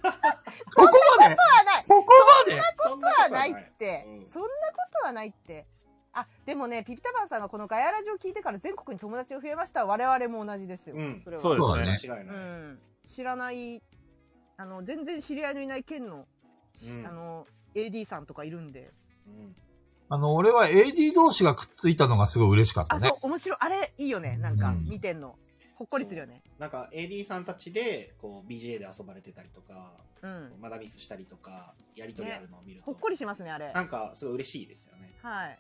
C: は
B: そこまで
C: ない
B: そこまで
I: そんな
C: ことはないって
I: う。ん
C: そんなことはないって。あ、でもね、ピピタパンさんがこのガヤラジを聞いてから全国に友達が増えました。我々も同じですよ。
I: うん
C: それは。
A: そうですね。
B: そうだね
I: 間違いうない、
C: ん。知らない、あの、全然知り合いのいない県の、し
I: うん
C: あの、AD さんとかいるんで。
I: うん
B: あの、俺は AD 同士がくっついたのがすごい嬉しかった
C: あ、
B: ね
C: そう。、面白い。あれ、いいよね。なんか、
B: うん
C: 見てんの。ほっこりするよね。
I: なんか AD さんたちでこう BGA で遊ばれてたりとか、
C: うん。
I: マダミスしたりとかやりとりあるのを見ると、
C: ほっこりしますね、あれ。
I: なんかすごい嬉しいですよね
C: はい。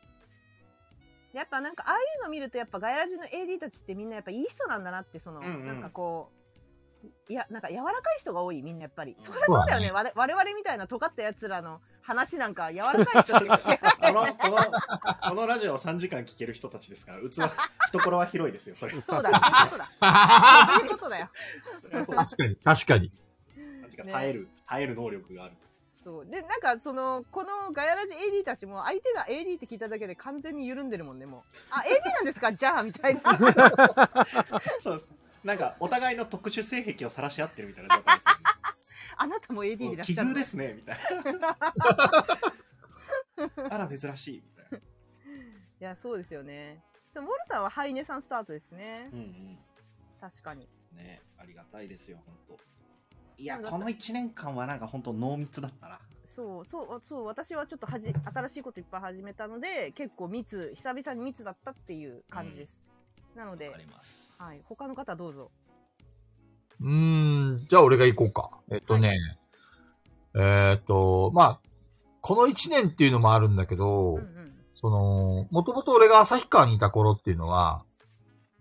C: やっぱなんか、ああいうの見ると、やっぱガヤラジの AD たちってみんなやっぱいい人なんだなって、その、
I: うんうん
C: なんかこう、いや、なんか柔らかい人が多い、みんなやっぱり。
I: うん
C: そりゃそうだよね。われ我々みたいな尖った奴らの話なんか柔らかい 人って
I: このこのこのラジオを3時間聴ける人たちですから器懐は広いですよそれ
C: そう だ、そういうことだ。そういうことだよ。
I: それはそうです
B: 確かに、確かに。
I: なんていうか耐える、耐える能力がある
C: そう。で、なんかその、このガヤラジ AD たちも、相手が AD って聞いただけで完全に緩んでるもんね、もう。あ、AD なんですか じゃあ、みた いな。
I: そうですなんかお互いの特殊性癖を晒し合ってるみたいな状態ですよね
C: あなたも AD で いらっ
I: 奇
C: しゃる
I: 遇
C: の。
I: ですねみたいなあら珍しいみたいな、
C: いや、そうですよね。そう、ウォルさんはハイネさんスタートですね。
I: うんうん
C: 確かに。
I: ねありがたいですよ本当いやこの1年間はなんか本当濃密だったな
C: そう、そう、そう、私はちょっとはじ、新しいこといっぱい始めたので、結構密、久々に密だったっていう感じです。なの
I: わ
C: で
I: か、ります。
C: はい、他の方どうぞ。
B: うーん、じゃあ俺が行こうか。えっとね、えーっと、まあ、この一年っていうのもあるんだけど、
C: うんうん。
B: その、もともと俺が旭川にいた頃っていうのは、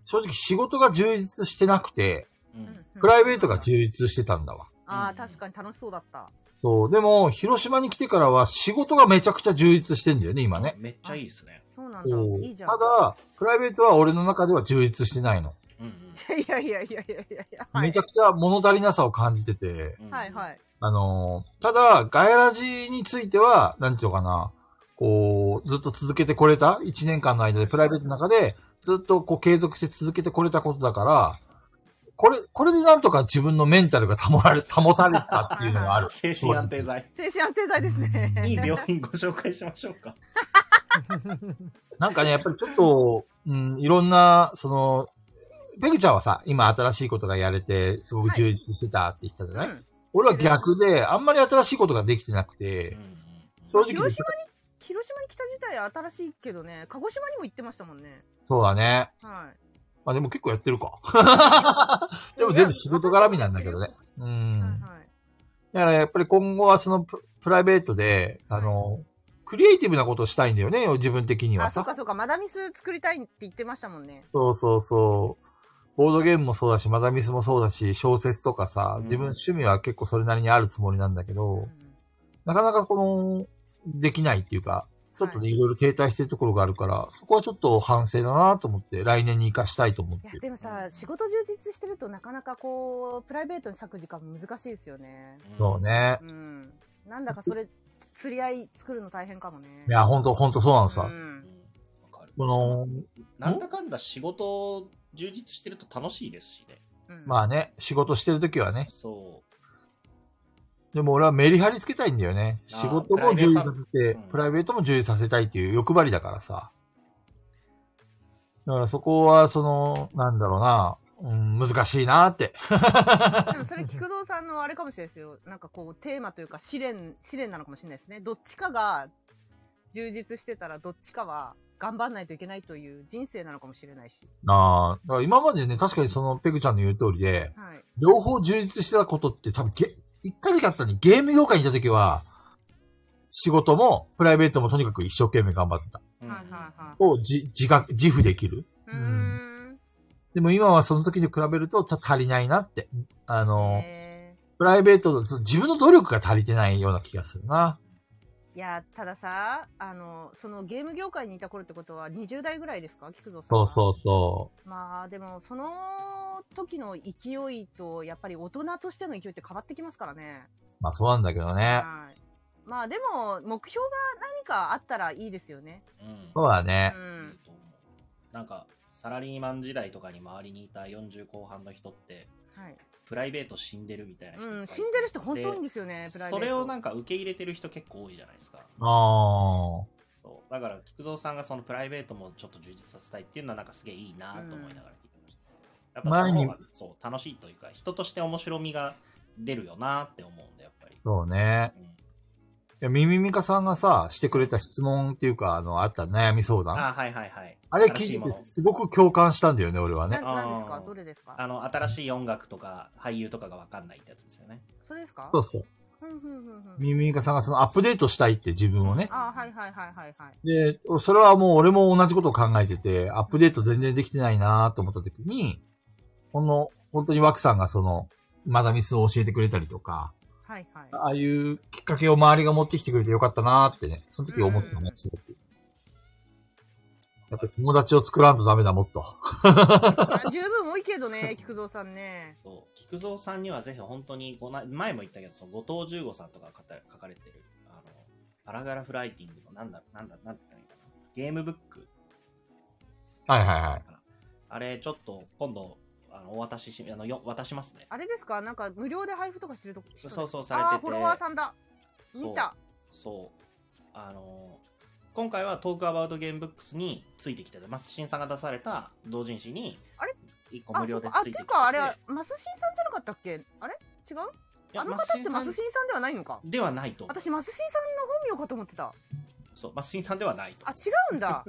B: 正直仕事が充実してなくて、
I: うん
C: うんうん
B: プライベートが充実してたんだわ。
C: ああ、確かに楽しそうだった。
B: そう。でも、広島に来てからは仕事がめちゃくちゃ充実してんだよね、今ね。
I: めっちゃいいですね。
C: そうなんだ
B: そ。う
C: いいじゃん。
B: ただ、プライベートは俺の中では充実してないの。
I: うん
C: いやいやいやいやいやいや。はい
B: めちゃくちゃ物足りなさを感じてて、
I: うんうん。
C: はいはい。
B: あのー、ただ、ガヤラジについては、なんていうのかな、こう、ずっと続けてこれた ?1 年間の間で、プライベートの中で、ずっとこう継続して続けてこれたことだから、これ、これでなんとか自分のメンタルが保られ、 保たれたっていうのがある
I: 精神安定剤。
C: 精神安定剤ですね。
I: いい病院ご紹介しましょうか。
B: なんかね、やっぱりちょっと、うん、いろんな、その、ペグちゃんはさ、今新しいことがやれて、すごく充実してたって言ったじゃない、
C: うん
B: 俺は逆で、あんまり新しいことができてなくて、正直言っ
C: 広
B: て
C: 島に、広島に来た自体新しいけどね、鹿児島にも行ってましたもんね。
B: そうだね。
C: はい。
B: まあでも結構やってるか。でも全部仕事絡みなんだけどね。う
C: はい
B: ん。
C: はい。
B: だからやっぱり今後はそのププライベートで、あの、クリエイティブなことをしたいんだよね、自分的には
C: あ、そう
B: さ。
C: かそうか、マダミス作りたいって言ってましたもんね。
B: そうそうそう。ボードゲームもそうだし、マダミスもそうだし、小説とかさ、自分趣味は結構それなりにあるつもりなんだけど、
C: うん
B: なかなかこの、できないっていうか、ちょっとね、い、ろいろ停滞してるところがあるから、そこはちょっと反省だなと思って、来年に活かしたいと思っ
C: い
B: て
C: や
B: る。
C: でもさ、仕事充実してるとなかなかこうプライベートに割く時間も難しいですよね。
B: そうね。
C: うん。なんだかそれ釣り合い作るの大変かもね。
B: いや、ほんと、ほんとそうなのさ。
C: うん。
I: わかる
B: この、
I: なんだかんだ仕事充実してると楽しいですしね。
C: うん
B: まあね、仕事してる時はね。
I: そ
B: でも俺はメリハリつけたいんだよね。
I: あー
B: 仕事も充実させて、
I: プ
B: プ
I: ラ
B: ラ
I: イ
B: イベートも充実させたいっていう欲張りだからさ。だからそこは、その、なんだろうな、うん、難しいなって。
C: でもそれ菊蔵さんのあれかもしれないですよ。 なんかこうテーマというか試練試練なのかもしれないですね。どっちかが充実してたらどっちかは頑張んないといけないという人生なのかもしれないし。
B: ああ、だから今までね、確かにその、ペグちゃんの言う通りで、
C: はい。
B: 両方充実してたことって多分ゲ、一回だけあったのにゲーム業界にいた時は、仕事もプライベートもとにかく一生懸命頑張ってた。
I: う。うん
C: はいはいは
B: を自、自覚、自負できる。
C: い。うーん。
B: でも今はその時に比べるとちょっと足りないなって。あの、
C: へー
B: プライベートの、ちょっと自分の努力が足りてないような気がするな。
C: いやたださあのそのゲーム業界にいた頃ってことは20代ぐらいですか菊蔵さん
B: そ
C: は
B: うそうそ
C: まあでもその時の勢いとやっぱり大人としての勢いって変わってきますからね。
B: う。まあそうなんだけどね。
C: はい。まあでも目標が何かあったらいいですよね。
I: うん
B: そうだ
C: う
B: ね。
C: ん。
I: なんか、サラリーマン時代とかに周りにいた40後半の人って、
C: はい。
I: プライベート死んでるみたいな人いっぱいいて、
C: うん。死んでる人本当多いんですよね。プライベ
I: そ
C: ート。
I: れをなんか受け入れてる人結構多いじゃないですか。
B: ああ。
I: そう。だから、菊蔵さんがそのプライベートもちょっと充実させたいっていうのは、なんかすげえいいなと思いながら聞いてました。やっぱその方がそう、楽しいというか、人として面白みが出るよなって思うんで、やっぱり。
B: そうね。
I: うん
B: いや、ミミミカさんがさ、してくれた質問っていうか、あの、あった悩み相談。
I: あ、はいはいはい。
B: あれ
I: 新し
B: 聞
I: い
B: い
I: もの
B: てすごく共感したんだよね、俺は
C: な
B: ね。
C: んなんです
I: あ
C: か
I: ー
C: どれですか
I: あの、新しい音楽とか俳優とかがわかんないってやつですよね。
C: それですか
B: そうそう。
C: ふんふんふんふん
B: ミミミカさんがそのアップデートしたいって自分をね。
C: あーはいはいはいはいはい。
B: で、それはもう俺も同じことを考えてて、アップデート全然できてないなと思った時に、この、本当に枠さんがその、マダミスを教えてくれたりとか、
C: はい はい。
B: ああいうきっかけを周りが持ってきてくれてよかったなってね、その時思ったね、すごく。やっぱ友達を作らんとダメだ、もっと。
C: まあ十分多いけどね、菊蔵さんね。
I: そう。菊蔵さんにはぜひ本当にこな、前も言ったけど、その後藤十五さんとか書か書かれてる、あの、パラグラフライティングの、なんだ、なんだ、なんだったらいいかな。ゲームブック
B: はいはいはい。
I: あれ、ちょっと、今度、あの、お渡しし、あの、よ、渡しますね。
C: あれですかなんか無料で配布とかしてるとこ
I: そうそう、されてて。
C: ああー、フォロワーさんだ。
I: そう
C: 見た。
I: そう。あのー今回はトークアバウトゲームブックスについてきてて、マスシンさんが出された同人誌に、
C: あれ
I: 一個
C: あ、
I: 無
C: そ
I: 料
C: う
I: で
C: か
I: つ
C: あ、
I: い
C: て
I: てきて
C: い
I: て。
C: うか、あれは、マスシンさんじゃなかったっけあれ違う
I: や
C: あの方ってマ
I: マ
C: ス
I: スシンさ
C: シンさんではないのか
I: んではないと思う。
C: 私マスシンさんの本名かと思ってた
I: そう、マスシンさんではないと
C: あ違うん だ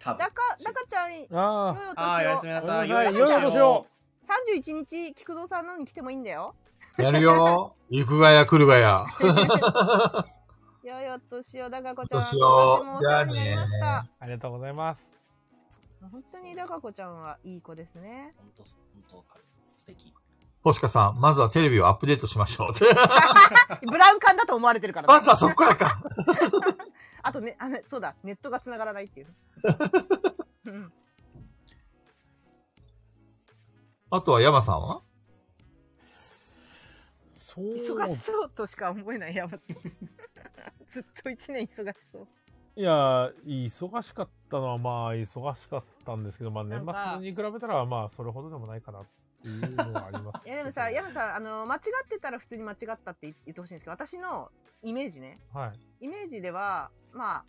I: 多分
C: 中中ちゃん
A: あ
I: ああ、おやすみなさい。
A: ごめんなさい
I: 夜
A: 夜しよ
C: 三十一日菊蔵さんのに来てもいいんだ よ。
B: やるよ。行くがや来るがや。
C: よいお年をだかこちゃん。
B: お年を
C: 私もお世話になりまし
B: じゃあ
C: た。
A: ありがとうございます。
C: 本当にだかこちゃんはいい子ですね。
I: 本当、本当、素敵。
B: 星香さん、まずはテレビをアップデートしましょう。
C: ブラウン管だと思われてるから、
B: まずはそこからか。
C: あとね、あの、そうだ、ネットが繋がらない っていう。うん
B: あとは山さんは
A: そう
C: 忙しそうとしか思えない、や ばずっと一年忙しそう。
A: いや、忙しかったのはまあ忙しかったんですけど、まあ年末に比べたらまあそれほどでもないかなっていうのはあります
C: い
A: けど。
C: や、でもさ、山さん、あの、間違ってたら普通に間違ったって言ってほしいんですけど、私のイメージね。
A: はい。
C: イメージでは、まあ、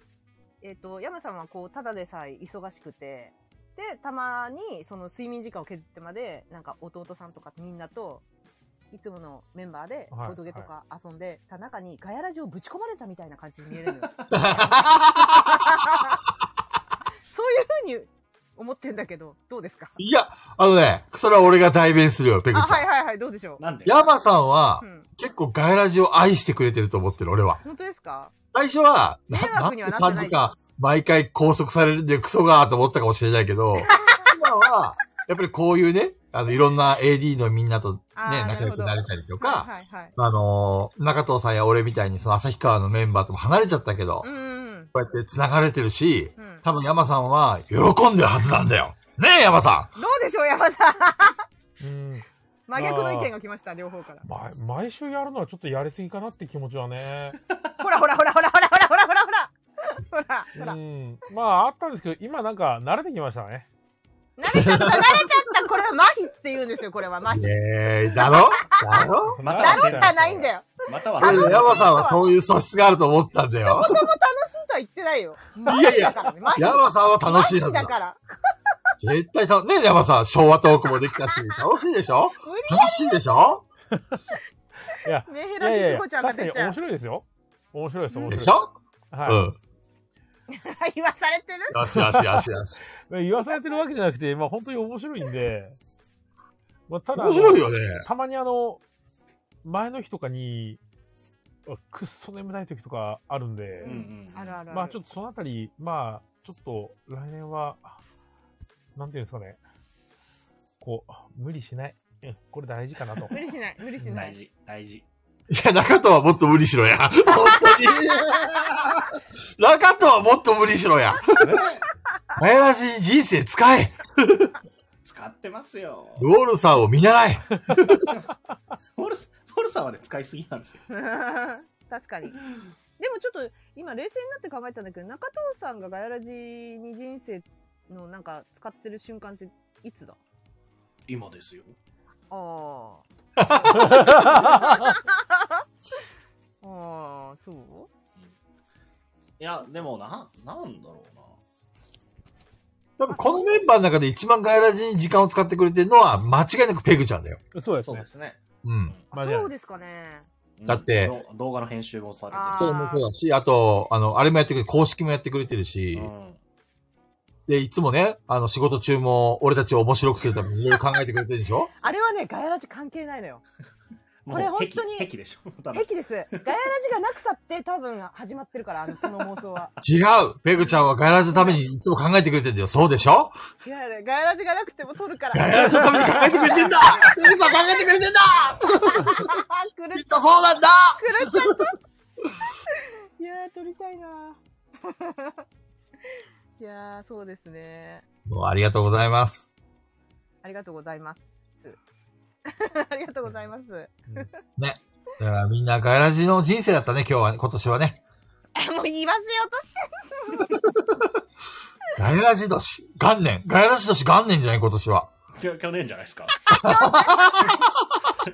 C: えっ、と、山さんはこう、ただでさえ忙しくて、で、たまに、その睡眠時間を削ってまで、なんか弟さんとかみんなと、いつものメンバーで、
A: はい
C: ボトゲとか遊んでた中に、ガヤラジをぶち込まれたみたいな感じに見えるのよ。そういうふうに思ってんだけど、どうですか
B: いや、あのね、それは俺が代弁するよ、ペグ
C: あ、
B: ちゃん。
C: はいはいはい、どうでしょう。
I: なんで
B: 山さんは
C: う、ん、
B: 結構ガイラジを愛してくれてると思ってる、俺は。
C: 本当ですか
B: 最初は、な
C: 迷惑にはなってない
B: んで3時間、毎回拘束されるんでクソがーと思ったかもしれないけ ど、今は、やっぱりこういうね、あの、いろんな AD のみんなとね、
C: あー
B: 仲良くなれたりとか、
C: はいはいはい。
B: あのー中藤さんや俺みたいにその旭川のメンバーとも離れちゃったけど、
C: うんうん
B: こうやって繋がれてるし、
C: うん、うん。
B: 多分山さんは喜んでるはずなんだよ。ねえ、山さ
C: どうでしょう、山さん。
A: うん。
C: 真逆の意見が来ました、両方から。
A: ま、毎週やるのはちょっとやりすぎかなって気持ちはね。
C: ほらほらほらほらほらほらほらほらほら
A: う
C: ほら。
A: ん。まああったんですけど、今なんか慣れてきましたね。
C: 慣れちゃった慣れちゃったこれは麻痺って言うんですよこれは麻
B: ん。
C: 痺。
B: ええだろだろ
I: また
C: だろ
I: は
C: じゃないんだよ。
I: または
B: 山
C: 楽しいとは
B: さんはそういう素質があると思ったんだよ。
C: とも楽しいとは言ってないよ。麻
B: いやい
C: 痺
B: や
C: だからね。麻痺
B: 山さんは楽しいは
C: 麻痺
B: ず
C: だ
B: だ。
C: から。
B: 絶対た、ねえ、山さん、昭和トークもできた し、楽しいでしょ
C: 無理
B: 楽しいでしょ
A: いや、
C: メンヘ
A: いやい
C: ラ
A: やい
C: に
A: や
C: コちゃんが
A: 確か
C: 出
A: に
C: ちゃう
A: 面。白いですよ。面白いです、面白い
B: で
A: です
B: しょう
A: は
B: ん。
C: 言わされてる
B: よしよしよしよし。
A: い。言わされてるわけじゃなくて、まあ本当に面白いんで。まあただ、
B: 面白いよね。
A: たまにあの、前の日とかに、あくっそ眠たい時とかあるんで、
I: うんうん
C: あるある
A: ま
C: あ
A: あちょ
C: る。
A: っとそのあたり、まあちょっと来年は、なんていうんですかね、こう、無理しない。うんこれ大事かな と。
C: 無理しない無理しな
I: 大
C: い。
I: 事、大事。
B: いや、中藤はもっと無理しろや。本当 に。中藤はもっと無理しろや。ガヤラジ人生使え。
I: 使ってますよ。
B: ウォールさんを見習え。
I: ホルス、ホルさんはね、使いすぎなんですよ。
C: 確かに。でもちょっと今冷静になって考えたんだけど中藤さんがガヤラジに人生のなんか使ってる瞬間っていつだ
I: 今ですよ。
C: あ あ。ああ、そう
I: いや、でもな、なんだろうな。
B: 多分このメンバーの中で一番ガヤラジに時間を使ってくれてるのは間違いなくペグちゃんだよ。
A: そうです
I: そう
A: ね
I: で。すね。
B: う。
I: うん
A: まあじゃあ
C: そうですかね。
I: ん
B: だって
I: ど動画の編集もさ
C: あ
B: そう
I: れ
B: もそうだし、あと、あの、あれもやってくれ、公式もやってくれてる
I: て
B: し
I: るし、うん
B: で、いつもね、あの、仕事中も俺たちを面白くするた めにいろいろ考えてくれてるでしょ
C: あれはね、ガヤラジ関係ないのよ。
I: も
C: こ
I: う
C: れ本当に
I: 壁壁で しょ。多分
C: 壁です。ガヤラジがなくたって多分始まってるから、あのその妄想は。
B: 違うペグちゃんはガヤラジのためにいつも考えてくれてるんだよ。そうでしょ
C: 違うね。ガヤラジがなくても撮るから。
B: ガヤラジのために考えてくれてんだペグちゃん考えてくれてんだ
C: あー、狂っ
B: きっとそうなんだ
C: 狂っちゃった。いやー、撮 りたいなー。いやー、そうですね。
B: もうありがとうございます。
C: ありがとうございます。 ありがとうございます。
B: だからみんなガヤラジの人生だったね、今日は、ね、今年はね。
C: もう言い忘れようとして
B: ガヤラジ年、元年。ガヤラジ年元年じゃない今年は。
I: き ょ去年じゃないですか。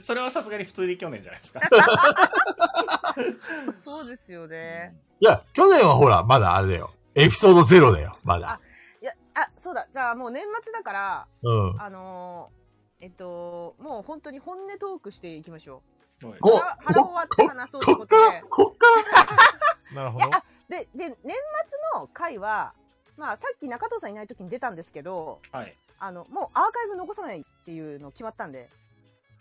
I: それはさすがに普通に去年じゃないですか。
C: そうですよね。
B: いや、去年はほら、まだあれだよ。エピソードゼロだよ、まだ。
C: いや、あ、そうだ。じゃあもう年末だから、
B: うん。
C: あのーえっと、もう本当に本音トークしていきましょ
A: はい
L: お
C: 腹腹を割って話そうって
L: こ
C: こ
L: っ
C: と
L: から、
C: で。
L: こっから、
A: なるほど。
C: で、で、年末の回は、まあ、さっき中藤さんいない時に出たんですけど、
I: はい。
C: あの、もうアーカイブ残さないっていうの決まったんで、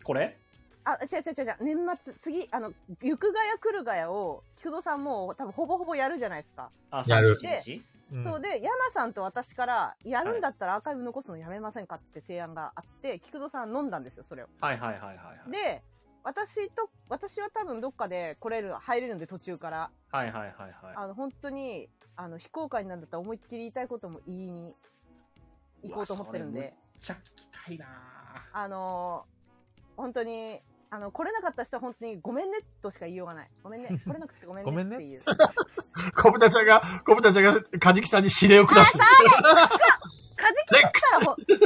I: これ
C: あ、違う違う違う違う、年末、次、あの、行くがや来るがやを、菊蔵さんもう多分ほぼほぼやるじゃないですか。
I: あ、
L: やる
I: 31日
A: うん
C: そうで、山さんと私から、やるんだったらアーカイブ残すのやめませんかって提案があって、菊蔵さん飲んだんですよ、それを。
I: はいはいはいはいはい。
C: で、私と、私は多分どっかで来れる、入れるんで途中から。
I: はいはいはいは
C: あの、本当に、あの、非公開なんだったら思いっきり言いたいことも言いに行こうと思ってるん
I: う
C: で、
I: わい。めっちゃ聞きたいなぁ
C: あのー本当に、あの、来れなかった人は本当にごめんねとしか言いようがない。ごめんね、来れなくてごめん
A: ごめん
C: ね
A: ね
C: っていう。
L: 小豚ちゃんが、小豚ちゃんが、カジキさんに指令を下してる。
C: カジキだったらほ、いや、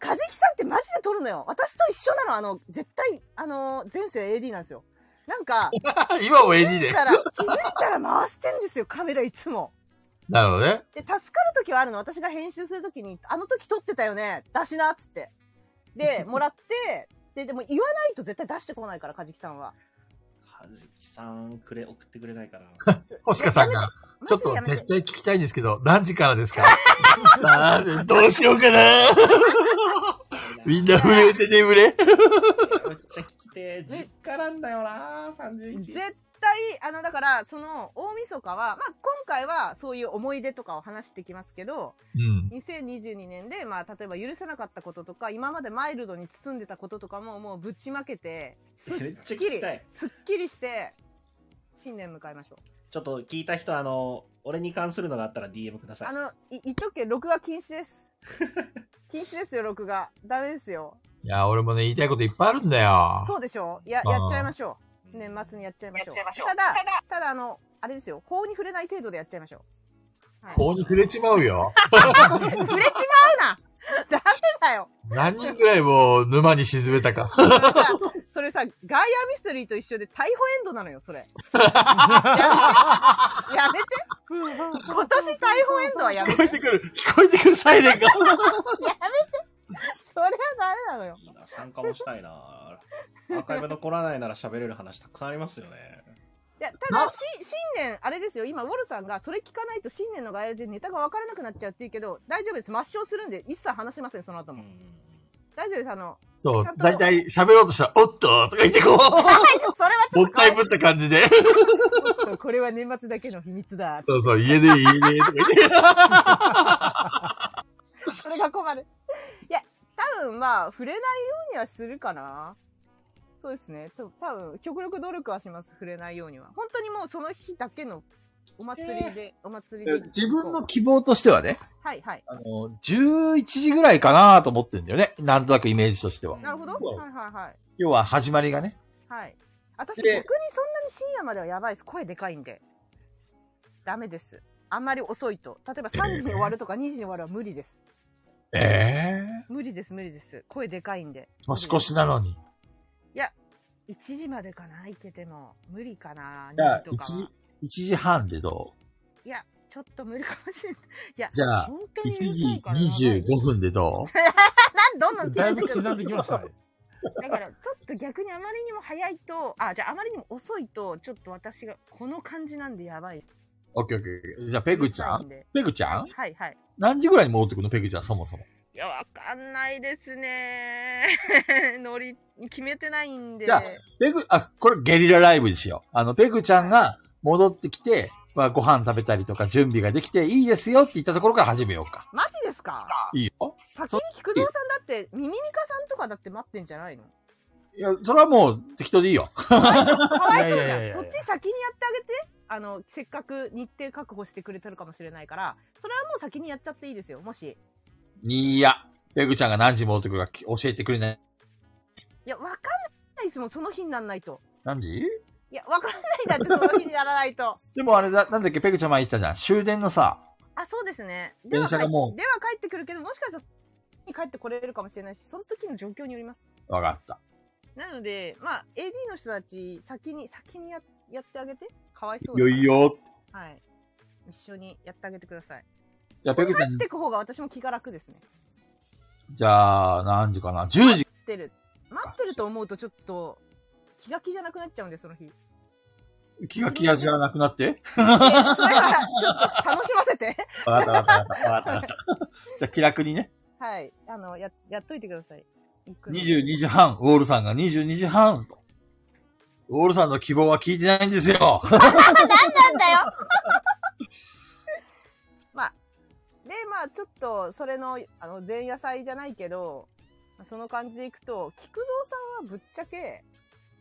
C: カジキさんってマジで撮るのよ。私と一緒なの、あの、絶対、あの、前世 AD なんですよ。なんか、気
L: 今を AD
C: づい
L: で。
C: たら、気づいたら回してんですよ、カメラいつも。
L: なるほどね。
C: で、助かる時はあるの。私が編集する時に、あの時撮ってたよね、出しな、っつって。で、 もらって、で、でも言わないと絶対出してこないから、カジキさんは。
I: カジキさんくれ、送ってくれないか な
L: 星香さんが、ちょっ
C: マジで
L: と
C: やめて
L: 絶対聞きたいんですけど、何時からです かあーどうしようかなみんな震えて眠れ。
I: めっちゃ聞きてー、実家なんだよなぁ、31日。
C: 絶対あのだからその大晦日は、まあ、今回はそういう思い出とかを話してきますけど
L: うん。
C: 2022年で、まあ、例えば許せなかったこととか今までマイルドに包んでたこととかももうぶちまけてすっ
I: めっちゃ聞
C: き
I: き
C: り
I: たい。
C: すっきりして新年迎えましょう
I: ちょっと聞いた人、あの、俺に関するのがあったら DM くださ
C: あ
I: い。
C: のい言っとくけど録画禁止です 禁止ですよ録画ダメですよ
L: いや、俺もね、言いたいこといっぱいあるんだよ。
C: そうでしょや
L: あー
C: やっちゃいましょう年末にやっちゃいましょうただただあのあれですよ法に触れない程度でやっちゃいましょう、はい
L: 法に触れちまうよ。
C: 触れちまうな ダメだよ
L: 何人ぐらいもう沼に沈めた か。
C: それさそれさ、ガイアミステリーと一緒で逮捕エンドなのよ、 それ。やめてやめて今年逮捕エンドはやめ
L: 聞
C: て
L: こえてくる、聞こえてくるサイレン が。
C: それはダメなのよ。
I: いいな参加もしたいなぁアーカイブ残らないなら喋れる話たくさんありますよね。
C: いや、ただ、し新年、あれですよ、今、ウォルさんが、それ聞かないと新年のガイアでネタが分からなくなっちゃうって言うけど、大丈夫です。抹消するんで、一切話しません、その後
I: うんう
C: も
I: ん。うん
C: 大丈夫です、あの、
L: そう
C: ちゃん、と
L: だいたい喋ろうとしたら、おっととか言ってこう、
C: それはちょ
L: も
C: っ
L: っ
C: と
L: た
C: 変
L: いぶった感じで。
C: え、これは年末だけの秘密だ。
L: そうそう、家でいいね、とか言って。
C: それが困る。いや、多分まあ、触れないようにはするかな。そうですね。と多分極力努力はします。触れないようには。本当にもうその日だけのお祭りで、お祭りで。
B: 自分の。希望としてはね、
C: はいはい。
B: あの、11時ぐらいかなと思ってんだよね。なんとなくイメージとしては。
C: なるほど。
B: うん
C: はいはいはい。
B: 要は始まりがね。
C: はい。私、逆
B: で
C: にそんなに深夜まではやばいです。声でかいんで。ダメです。あんまり遅いと。例えば3時に終わるとか2時に終 わるは無理です。
B: え
C: 無理です、無理です。声でかいんで。
B: え年越しなのに。
C: 1時までかな、いけても。無理かな、
B: じゃあ
C: 2時とかは。
B: 1時半でど
C: いや、ちょっと無理かもしれない。いや、
B: うじゃあ、
C: 本当
B: 1
C: に
B: 時
C: 十
B: 25分でどう
C: なん、どんどん
A: だい
C: 連れ
A: ぶ
C: てくる。
A: 刻んできましたね。
C: だから、ちょっと逆にあまりにも早いと、あ、じゃああまりにも遅いと、ちょっと私が、この感じなんでやばい。
B: オッケーオッケーオッケー。じゃあ、ペグちゃ
C: うるさい
B: ん
C: で
B: ペグちゃん
C: はいはい。
B: 何時ぐらいに戻ってくのペグちゃん、そもそも。
C: いや、わかんないですね。 ノリ、決めてないんで。
B: じゃあペグ、あ、これゲリラライブですよ。あの、ペグちゃんが戻ってきて、まあ、ご飯食べたりとか準備ができていいですよって言ったところから始めようか。
C: マジですか
B: いいよ。
C: 先に菊蔵さんだって、ミミミカさんとかだって待ってんじゃ ないの
B: いや、それはもう適当でいいよ。
C: かわいそうじゃん
A: いやいやいやいや
C: そっち先にやってあげてあのせっかく日程確保してくれてるかもしれないからそれはもう先にやっちゃっていいですよもし
B: いや、ペグちゃんが何時戻ってくるか教えてくれない。
C: いやわかんないですもんその日にならないと
B: 何時
C: いやわかんないだってその日にならないと
B: でもあれだ、なんだっけ、ペグちゃん前言ったじゃん。終電のさ、
C: あそうですねでは
B: 電車がもう
C: 帰では帰ってくるけどもしかしたらに帰ってこれるかもしれないしその時の状況によります
B: わかった。
C: なのでまあ AD の人たち先に先にややってあげてかわいそう
B: いよ
C: だから
B: いよ。
C: はい一緒にやってあげてください
B: じゃあ、ペグちゃ
C: 帰
B: ん
C: っ、てく方が私も気が楽ですね
B: じゃあ、何時かな ?10 時。
C: 待ってる待ってると思うとちょっと気が気じゃなくなっちゃうんで、その日。
B: 気が気がじゃなくなって
C: えそれは、ちょっと楽しませて。
B: わかったわかったわかったわかったわかった。じゃあ気楽にね。
C: はい。あの、や、やっといてください。行くの
B: 22時半、ウォールさんが22時半と。ウォールさんの希望は聞いてないんですよ。
C: なんだよ まあ、で、まあ、ちょっと、それの、あの、前夜祭じゃないけど、まあその感じでいくと、菊蔵さんはぶっちゃけ、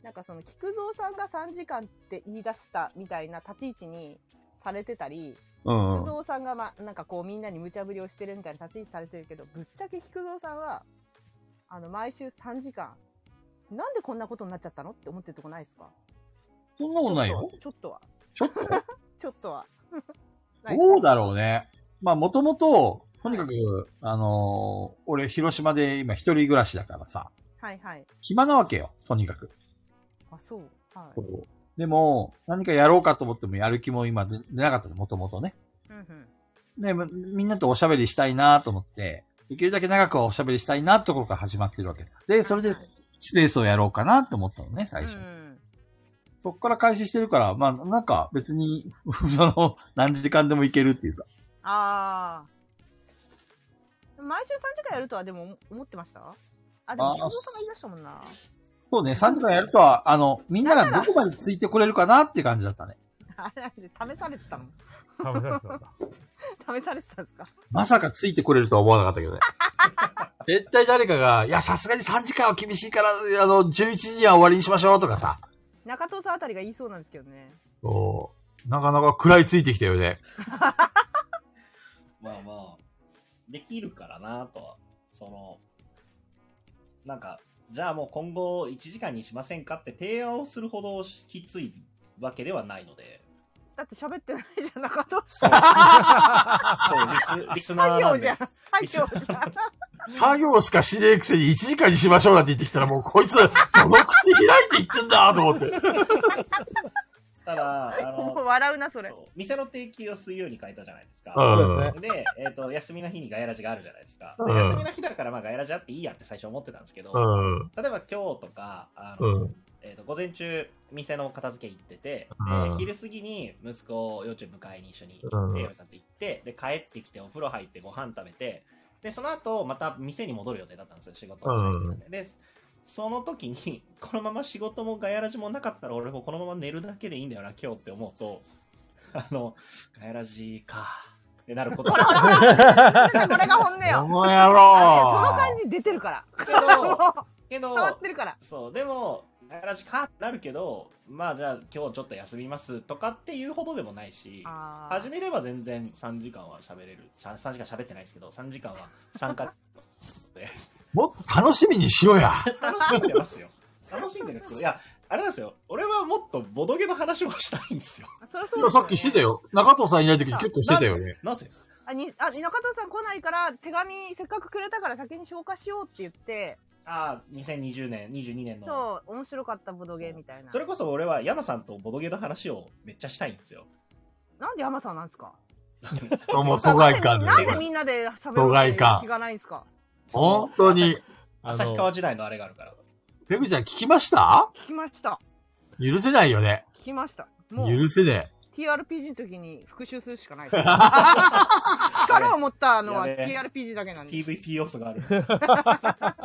C: なんかその、菊蔵さんが3時間って言い出したみたいな立ち位置にされてたり、
B: うん
C: 菊。蔵さんが、まあ、なんかこう、みんなに無茶ぶりをしてるみたいな立ち位置されてるけど、ぶっちゃけ菊蔵さんは、あの、毎週3時間、なんでこんなことになっちゃったのって思ってるとこないですか
B: そんなことないよ。
C: ちょっとは。
B: ちょっと
C: ちょっとは。ない
B: どうだろうね。まあ、もともと、とにかく、あのー俺、広島で今一人暮らしだからさ、
C: はいはい。
B: 暇なわけよ、とにかく。
C: あ、そう。はい。
B: でも、何かやろうかと思ってもやる気も今出出なかったもともとね。
C: うんうん。
B: ね、むみんなとおしゃべりしたいなと思って、できるだけ長くはおしゃべりしたいなってところから始まってるわけさで、それで
C: はいはい
B: スペースをやろうかなと思ったのね、最初。
C: うん
B: そっから開始してるから、まあ、なんか別に、 その、何時間でもいけるっていうか。
C: ああ。毎週3時間やるとはでも思ってましたあ、で
B: あ
C: も、
B: ー
C: 菊蔵さんが言い出したもんな。
B: そうね、3時間やるとは、あの、みんながどこまでついてこれるかなって感じだったね。
C: あれなんで試されてたの
A: 食べされてたんだ。
C: 試されてたんですか
B: まさかついてこれるとは思わなかったけど ね。
M: 絶対誰かが、いや、さすがに3時間は厳しいから、あの、11時には終わりにしましょうとかさ。
C: 中藤さんあたりが言いそうなんですけどね。
M: そう。なかなか食らいついてきたよね。
I: まあまあ、できるからなとは、その、なんか、じゃあもう今後1時間にしませんかって提案をするほどきついわけではないので、
C: だって喋ってないじゃん、中藤さ
I: そう、 そうリスリス
C: ん。
I: ナー
C: 作
I: な
C: 業
I: ん
C: じゃん
I: で。。
C: 作業じゃん。
M: 作業しかしねえくせに1時間にしましょうなんて言ってきたら、もうこいつ、どの口開いて言ってんだと思って。
I: ただ、あ
C: もう
I: の、
C: 笑うな、それ。
I: そう店の定休を水曜に変えたじゃないですか。
M: うん。
I: で、えっと休みの日にガヤラジがあるじゃないですか。
M: う
I: で
M: ん
I: 休みの日だから、まあ、ガヤラジあっていいやって最初思ってたんですけど、
M: うん。
I: 例えば今日とか、あの
M: うん。
I: えー、と午前中、店の片付け行ってて、
M: うん
I: で昼過ぎに息子を幼稚園迎えに一緒に
M: う
I: 行っ
M: ん
I: て、嫁さんと行って、で帰ってきて、お風呂入って、ご飯食べて、でその後また店に戻る予定だったんですよ、仕事
M: う
I: で、その時に、このまま仕事もガヤラジもなかったら、俺もこのまま寝るだけでいいんだよな、今日って思 うと、あの、ガヤラジか、ってな ることがある
C: これが本音
M: こ
C: よ。
M: の野
C: あその
M: 郎
C: 感じ出てるから。
I: け ど、けど、
C: 伝わってるから。
I: そう、でも、ガヤラジかってなるけど、まあじゃあ今日ちょっと休みますとかっていうほどでもないし、
C: あー
I: 始めれば全然3時間は喋れる。さ3時間喋ってないですけど、3時間は参加
M: もっと楽しみにしろや。
I: 楽しんでますよ。楽しんでるんですよ。いや、あれなんですよ。俺はもっとボドゲの話をしたいんですよ。
C: そりゃそ
M: い
C: うで
M: や、
C: すよ
M: さ
C: ね
M: っきしてたよ。中藤さんいない時に結構してたよね。
I: なぜ
C: あにあ中藤さん来ないから手紙せっかくくれたから先に消化しようって言って
I: ああ、2020年、22年の。
C: そう面白かったボドゲみたいな
I: それこそ俺は山さんとボドゲの話をめっちゃしたいんですよ。
C: なんで山さんなんですか
M: もう疎外感で
C: なんで。みんなで喋
M: 疎外感
C: る気がないんですか
M: 本当に。
A: あ
I: 旭
A: の、
I: 川時代のあれがあるから。
M: ペグちゃん聞きました
C: 聞きました
M: 許せないよね。
C: 聞きましたもう
M: 許せね
C: TRPG の時に復習するし かないです力を持ったのは
I: やべえ
C: TRPG だけなんです
I: PVP 要素が ある。
M: え。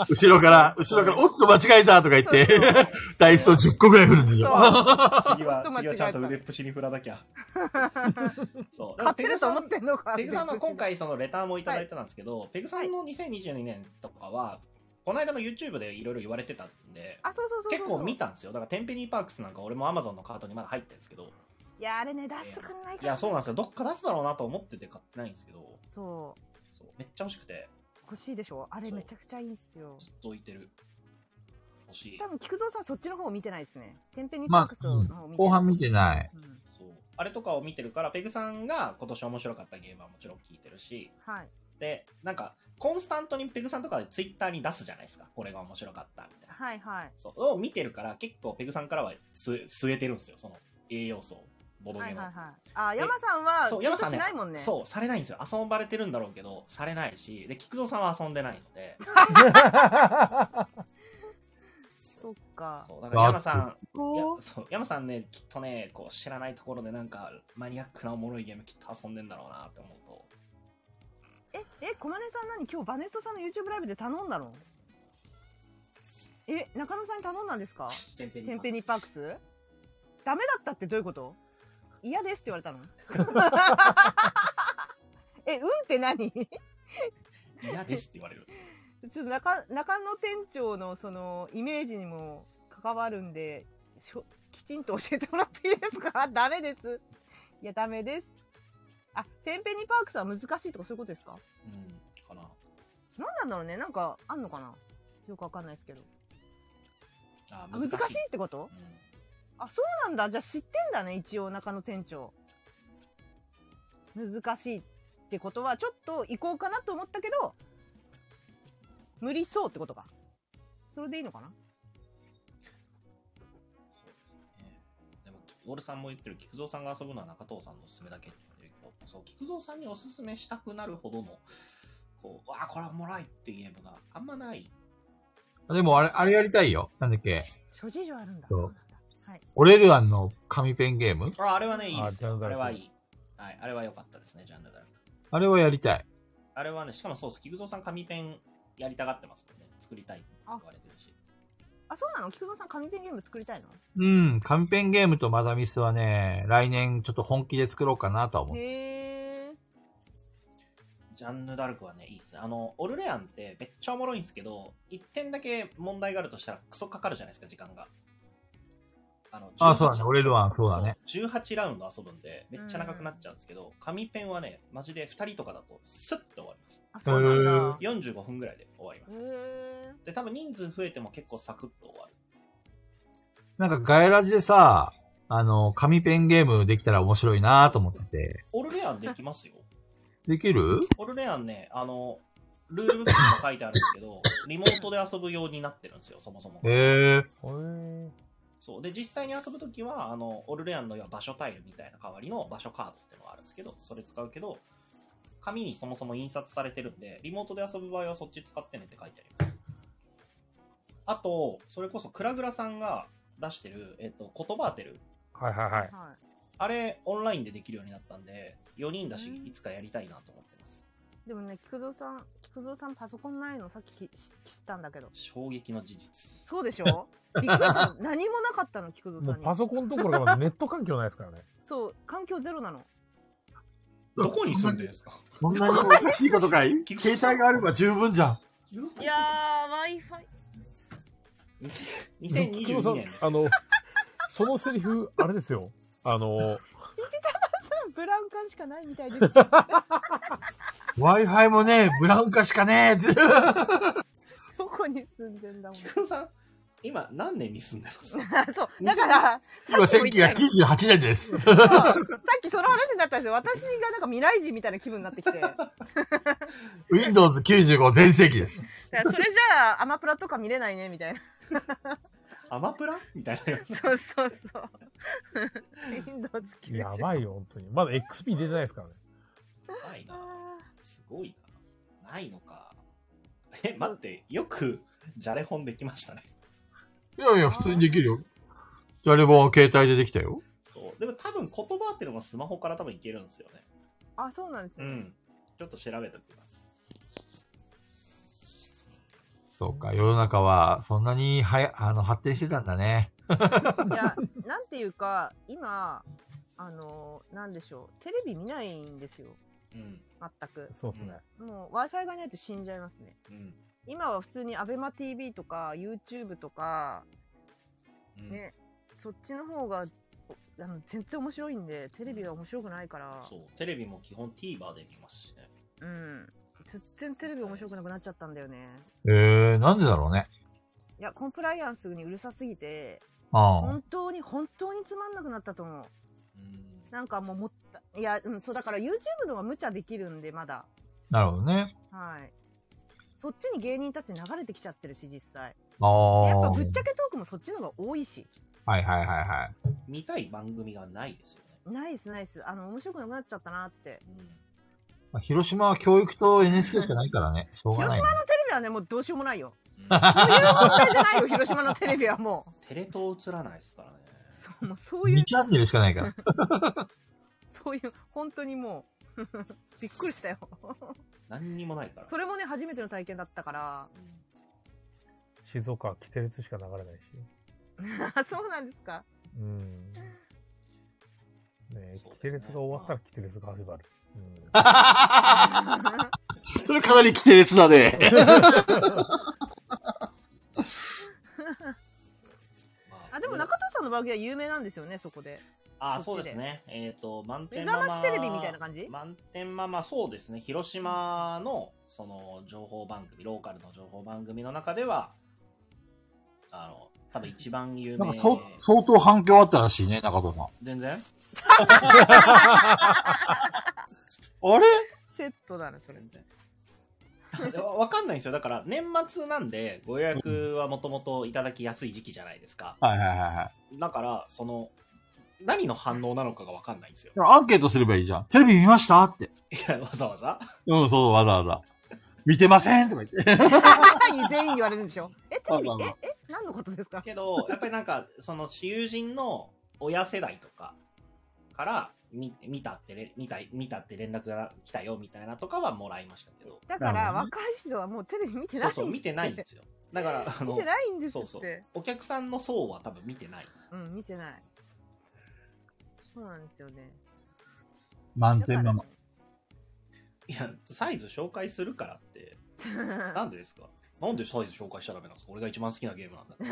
M: 後ろから、後ろから、おっと間違えたとか言って、 ダイスを10個ぐらい振るんでし
C: そう
M: ょ。
I: 次は、次はちゃんと腕っぷしに振ら なきゃ。そう。
C: 勝
I: だから
C: ってると思ってんのか
I: ペグさんの今回そのレターもいただいてたんですけど、ペグさんの2022年とかは、この間の YouTube でいろいろ言われてたんで、
C: あそうそうそうそう
I: 結構見たんですよ。だからテンペニーパークスなんか俺も Amazon のカートにまだ入ってるんですけど、
C: いやあれね出してくんない
I: い
C: から
I: や、そうなんですよ。どっか出すだろうなと思ってて買ってないんですけど、
C: そう
I: そうめっちゃ欲しくて、
C: 欲しいでしょあれめちゃくちゃいいっすよ
I: ずっと置いてる。欲しい
C: 多。分菊蔵さんそっちの方を見てないですね。テンペニファ
M: まあ
C: ックスの方を見てない、
M: 後半見てない。
C: うん
I: そう。あれとかを見てるから、ペグさんが今年面白かったゲームはもちろん聞いてるし、
C: はい。
I: で、なんか、コンスタントにペグさんとかでツイッターに出すじゃないですか。これが面白かった、みたいな。
C: はいはい。
I: そう。を見てるから、結構ペグさんからは据え据えてるんですよ。その栄養素を、ボド
C: は
I: ゲ
C: い
I: の。
C: はいはい。あ、山さんは、
I: そう、山さん
C: 仕
I: ね
C: 事しないもんね。
I: そう、されないんですよ。遊ばれてるんだろうけど、されないし、で、菊蔵さんは遊んでないので、
C: そっか。
I: そう、だから山さん、いや
C: こう
I: そう山さんね、きっとね、こう知らないところでなんかマニアックなおもろいゲームきっと遊んでんだろうなって思うと、
C: え、え、小金さん何今日バネストさんの YouTube ライブで頼んだのえ、中野さんに頼んだんですか
I: テンペ
C: テンペニパークスダメだったってどういうこと嫌ですって言われたの え、うんって何ち
I: 嫌ですって言われるんですよ。
C: ょっと中中野店長のそのイメージにも関わるんで、しょきちんと教えてもらっていいですか ダメです。いや、ダメです。あ、テンペニパークスは難しいとかそういうことですか
I: うん、かな。
C: 何なんだろうねなんかあんのかなよくわかんないですけど。
I: あ
C: あ難しいってことあ、そうなんだ。じゃあ知ってんだね、一応中野店長。難しいってことは、ちょっと行こうかなと思ったけど、無理そうってことか。それでいいのかな
I: うん、そうですね。でも、ウォルさんも言ってる、菊蔵さんが遊ぶのは中藤さんのおすすめだけって言ってるけど、そう、菊蔵さんにおすすめしたくなるほどの、こう、わあ、これおもろいっていうゲームがあんまない。
B: でもあれ、あれやりたいよ。なんだっけ。
C: 諸事情あるんだ。
B: そう
C: そうなんだはい。
B: オレルアンの紙ペンゲーム
I: あ、あれはね、いいです
A: あ
I: よ。
A: ジャン
I: あ
A: ヌ
I: れ
A: ダ
I: は
A: ルク
I: いい。はい、あれは良かったですね、ジャンヌダルク。
B: あれはやりたい。
I: あれはね、しかもそうです。菊蔵さん紙ペンやりたがってますもんね。作りたいって言われてるし。
C: あ、そうなの菊蔵さん、紙ペンゲーム作りたいの
B: うん、紙ペンゲームとマダミスはね、来年ちょっと本気で作ろうかなとは思う。
C: へえ。
I: ジャンヌ・ダルクはね、いいですね。あの、オルレアンってめっちゃおもろいんですけど、一点だけ問題があるとしたらクソかかるじゃないですか、時間が。あの
B: あ
I: 18
B: そうだねオルレアンそうだね
I: そう18ラウンド遊ぶんで、めっちゃ長くなっちゃうんですけど、紙ペンはね、マジで2人とかだとスッと終わります。
C: あ、そうなんだ。へ
I: 45分ぐらいで終わります。
C: え。
I: で、多分人数増えても結構サクッと終わる。
B: なんかガエラジでさ、あの、紙ペンゲームできたら面白いなと思ってて。
I: オルレアンできますよ。
B: できる
I: オルレアンね、あの、ルールブックにも書いてあるんですけど、リモートで遊ぶようになってるんですよ、そもそも。
B: へえ。
A: へ
I: そう。で、実際に遊ぶときは、あの、オルレアンの要は場所タイルみたいな代わりの場所カードっていうのがあるんですけど、それ使うけど、紙にそもそも印刷されてるんで、リモートで遊ぶ場合はそっち使ってねって書いてあります。あと、それこそクラグラさんが出してる、えっと、言葉当てる。
A: はいはいはい。
C: は
I: あれ、オンラインでできるようになったんで、4人だし、
C: うん
I: いつかやりたいなと思ってます。
C: い。でもね、菊蔵さん、菊蔵さんパソコンないのさっききし知ったんだけど。
I: 衝撃の事実。
C: そうでし ょびっくりした。何もなかったの、菊蔵
A: も
C: さ
A: うん
C: に
A: パ。ソコンどころかネット環境ないです からね。
C: そう、環境ゼロなの。
I: どこに住んでるんですか
N: そんなにおかしいことか い携帯があれば十分じゃん。
C: いやー、Wi-Fi。
A: 黒さ
I: 2022
A: ん
I: 年です。
A: あの、そのセリフ、あれですよ。あの、
C: ブラウン管しかないみ たいです。
N: Wi-Fi もね、ブラウン化しかねえ。
C: どこに住んでんだもん。
I: 菊蔵さん、今何年に住んで ます
C: そう。だから、
N: 今、
C: さっきも言ったよ
N: 1998年です。
C: そうさっきその話になったんですよ。私がなんか未来人みたいな気分になってきて。だか
N: Windows 95全盛期です。
C: らそれじゃあ、アマプラとか見れないね、みたいな。
I: アマプラみたいなやつ。
C: そうそうそう。Windows 90
A: やばいよ、本当に。まだ XP 出てないですからね。
I: ないな。すごいな。ないのか。え、待って、よく、じゃれ本できましたね。
B: いやいや、普通にできるよ。じゃあれも携帯でできたよ。
I: そう。でも多分言葉っていうのもスマホから多分いけるんですよね。
C: あ、そうなんです
I: う
C: よ。
I: ん。ちょっと調べておきます。
B: そうか、世の中はそんなにはや、あの、発展してたんだね。
C: いや、なんていうか、今、あの、なんでしょう。テレビ見ないんですよ。
I: うん。
C: 全く。
A: そうですね。
C: もう Wi-Fi がないと死んじゃいますね。
I: うん。
C: 今は普通に ABEMATV とか YouTube とか、
I: うん、
C: ね、そっちの方がおあの全然面白いんでテレビが面白くないから
I: そう。テレビも基本 TVer で見ますしね。
C: うん全然テレビ面白くなくなっちゃったんだよね
B: えー、なんでだろうね。
C: いやコンプライアンスにうるさすぎて
B: ああ。
C: 本当に本当につまんなくなったと思
I: うん
C: うなんかもうもったいや、うん、そうだから YouTube の方が無茶できるんでまだ
B: なるほどね。
C: はいそっちに芸人たち流れてきちゃってるし実際
B: ああ。
C: やっぱぶっちゃけトークもそっちの方が多いし
B: はいはいはいはい。
I: 見たい番組がないですよね。
C: ナイスナイスあの面白くなくなっちゃったなって
I: うん。
O: まあ広島は教育と NHK しかないからね。しょうがない、ね。
C: テレビはね、もうどうしようもないよ。
I: う
C: そ
I: ん
C: ういう問題じ ゃないよ、広島のテレビはもう。
I: テレ東映らないですからね。
C: そう、もうそういう
O: 2、チャンネルしかないから。
C: そういう、本当にもう、 びっくりしたよ。
I: 何にもないから。
C: それもね、初めての体験だったから。
A: 静岡はキテレツしか流れないし。
C: あそうなんです か。
A: うん。ねえ
I: そうですね
A: キテレツが終わったらキテレツが始まる。うん。
B: それかなり規定列だね。
I: ま
C: あ、でも中田さんの番組は有名なんですよね、そこで。
I: あ
C: こっちで
I: そうですね。えっ、と、満
C: 目
I: 点マ
C: 覚
I: マ。
C: ましテレビみたいな感じ
I: 満点ママ、そうですね。広島の、その、情報番組、ローカルの情報番組の中では、あの、多分一番有
O: なん
I: 名
O: かそ、相当反響あったらしいね、中藤さん。
I: 全然
B: あれ
C: セットだね、 それ。
I: 全然。わわかんないんですよ。だから、年末なんで、ご予約はもともといただきやすい時期じゃないですか。
B: はいはいはいは
I: だから、その、何の反応なのかがわかんないんですよ。
B: い。アンケートすればいいじゃん。テレビ見ましたって。
I: いや、わざわざ。
B: うん、そう、わざわざ。見てませんとか言って。
C: 全員言われるんでし ょ。え、テレビ
B: まあまあま、
C: え、え、何のことですか
I: けど、やっぱりなんか、その、私友人の親世代とかから、み見たってれ、見た、見たって連絡が来たよみたいなとかはもらいましたけど。
C: だから、若い人はもうテレビ見てないん
I: そう
C: です
I: そう、見てないんで
C: 見
I: すよ。だから、あの
C: て、ないんです
I: そう
C: っ
I: そう
C: て。。
I: お客さんの層は多分見てない。
C: うん、見てない。そうなんですよね。
B: 満点ママ。
I: いや、サイズ紹介するからって、なんでですかなんでサイズ紹介しちゃダメなんですか俺が一番好きなゲームなんだって。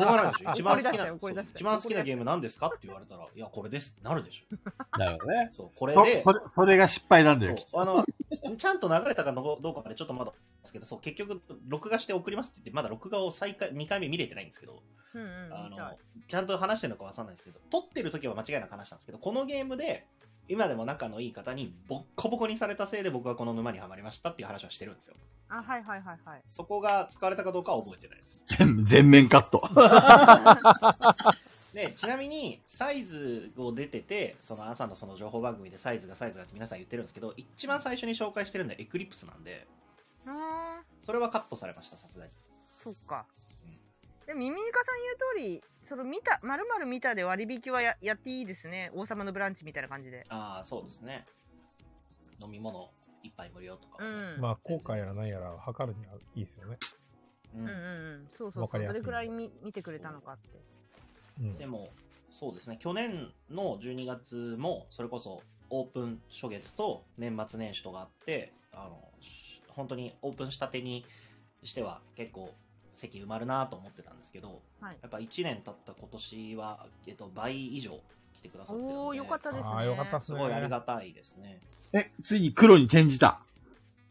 I: しょ うがないでしょ一
C: 怒り
I: 番好きな、そ
C: 出したよ怒り出
I: う
C: した
I: 一番好きなゲームなんですかって言われたら、いや、これですってなるでしょ。
B: なるほどね。
I: そう、これ
B: そ
I: で、
B: それ、それが失敗なんだよ。きっと
I: そうあの、ち ゃんと流れたかどうどうかまでちょっとまだですけど、そう、結局、録画して送りますって言って、まだ録画を再回、2回目見れてないんですけど、
C: うんうん。
I: あの
C: 見たい、
I: ちゃんと話してるのかわかんないですけど、撮ってる時は間違いなく話したんですけど、このゲームで、今でも仲のいい方にボッコボコにされたせいで僕はこの沼にはまりましたっていう話はしてるんですよ。
C: あ、はいはいはいはい。
I: そこが使われたかどうかは覚えてないです。
B: 全全面カット。
I: で、ちなみに、サイズを出てて、その朝のその情報番組でサイズがサイズがって皆さん言ってるんですけど、一番最初に紹介してるのはエクリプスなんで、
C: うーん、
I: それはカットされました、さすがに。
C: そっか。でも、ミミニカさん言う通り、その見た、まるまる見たで割引はややっていいですね。王様のブランチみたいな感じで。
I: ああ、そうですね。飲み物一杯無料とか
C: う
I: はね、
C: ん。
A: まあ、後悔やらないやら測るにはいいですよね。
I: う
C: うん
I: ん
C: うんうん。そうそう
A: わ
C: そ
A: か
C: う。
A: り
C: ど
A: やすい
C: れくらい見見てくれたのかって。
A: うん
I: で。も、そうですね、去年の12月も、それこそオープン初月と年末年始とがあって、あの、し本当にオープンしたてにしては結構席埋まるなと思ってたんですけど、
C: はい
I: やっぱ1年経った今年は、えっと、倍以上来てくださってるので、
C: おー、よかったですね。
A: ああ、よかったっ
I: す
A: すね。
I: ごいありがたいですね。
B: え、ついに黒に転じた。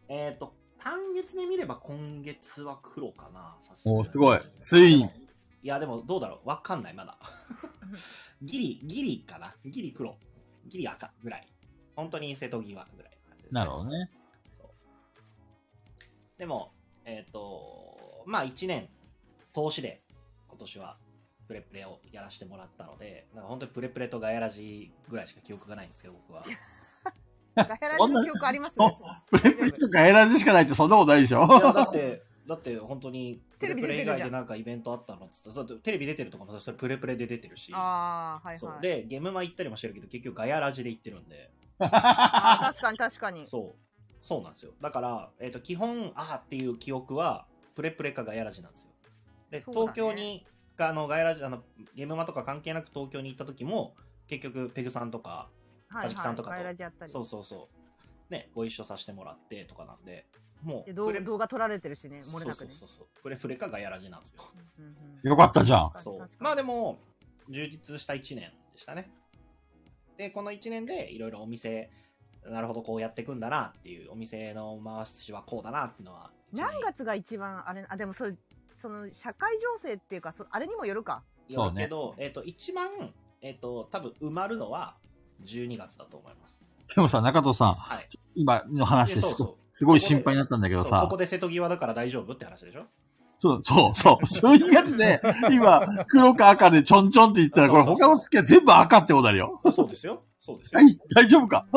I: えっ、と、単月で見れば今月は黒かな、さす
B: おーすごいついに。
I: いや、でもどうだろう、わかんない、まだ。 ギリ、ギリかな、ギリ黒、ギリ赤ぐらい。本当に瀬戸際ぐらいの感じです、
B: なるほど
I: ね。
B: ね。
I: そうでも、えっ、と、まあ1年、投資で今年はプレプレをやらせてもらったので、なんか本当にプレプレとガヤラジぐらいしか記憶がないんですけど、僕は。
C: ガヘラジの記憶あります
B: プレプレとかエラジしかないってそんなことないでし
I: いや
B: ょ
I: だって、だって本当に、プ
C: テレ
I: レ
C: ビ
I: プ
C: 出
I: レ
C: て
I: 以
C: るじゃん
I: 外でなんかイベントあったのっつってそうだって、テレビ出てるとかもそれプレプレで出てるし、
C: ああ、はい
I: そう
C: はい。
I: で、ゲームマ行ったりもしてるけど、結局ガヤラジで行ってるんで、
C: あー確かに確かに。
I: そう、そうなんですよ。だから、えっ、と、基本、あーっていう記憶は、プレプレかガヤラジなんですよ。で、
C: そうだね
I: 東京に、あの、ガヤラジ、あの、ゲームマとか関係なく東京に行った時も、結局、ペグさんとか、
C: はい
I: 梶木さ
C: は
I: ん
C: い。
I: とかと
C: ガヘラジやったり。
I: そうそうそう、ね、ご一緒させてもらってとかなんで、もう、
C: で動
I: プレ
C: 動画撮られてるしね、漏れなくね。
I: そうそうそうそうプレプレかガヤラジなんですよ
C: うんうんうん
B: よかったじゃん。
I: そう
C: 確かに
I: まあでも充実した1年でしたねでこの1年でいろいろお店なるほどこうやっていくんだなっていうお店の回しはこうだなっていうのは一年
C: 何月が一番あれあでもそれその社会情勢っていうかそあれにもよるか
I: よるけど、えっ、と一番えっ、と多分埋まるのは12月だと思います
B: でもさ、中藤さん、
I: はい
B: 今の話
I: い
B: で
I: や
B: す
I: そう
B: ご
I: そ
B: すごい心配になったんだけ
I: う
B: ど
I: そうこ
B: さ
I: こ、で瀬戸際だから大丈夫って話でしょ
B: そう、そう、そう、12月で、今、黒か赤でちょんちょんって言ったら、これ
I: そうそ
B: 他
I: うそう
B: の月は全部赤ってことになるよ。
I: そうですよそうですよ
B: 何大丈夫か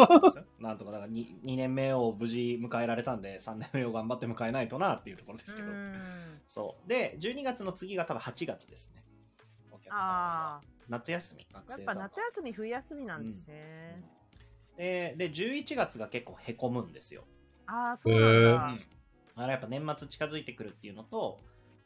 I: なんとかだから 2, 2年目を無事迎えられたんで3年目を頑張って迎えないとなっていうところですけどそうで12月の次が多分8月ですねお客さん
C: あ
I: が
C: あ
I: 夏休み学
C: やっ
I: 生さ
C: ぱ
I: んが
C: 夏休み冬休みなんですね、
I: でで11月が結構へこむんですよ
C: ああそうなんだ、
I: あれやっぱ年末近づいてくるっていうのと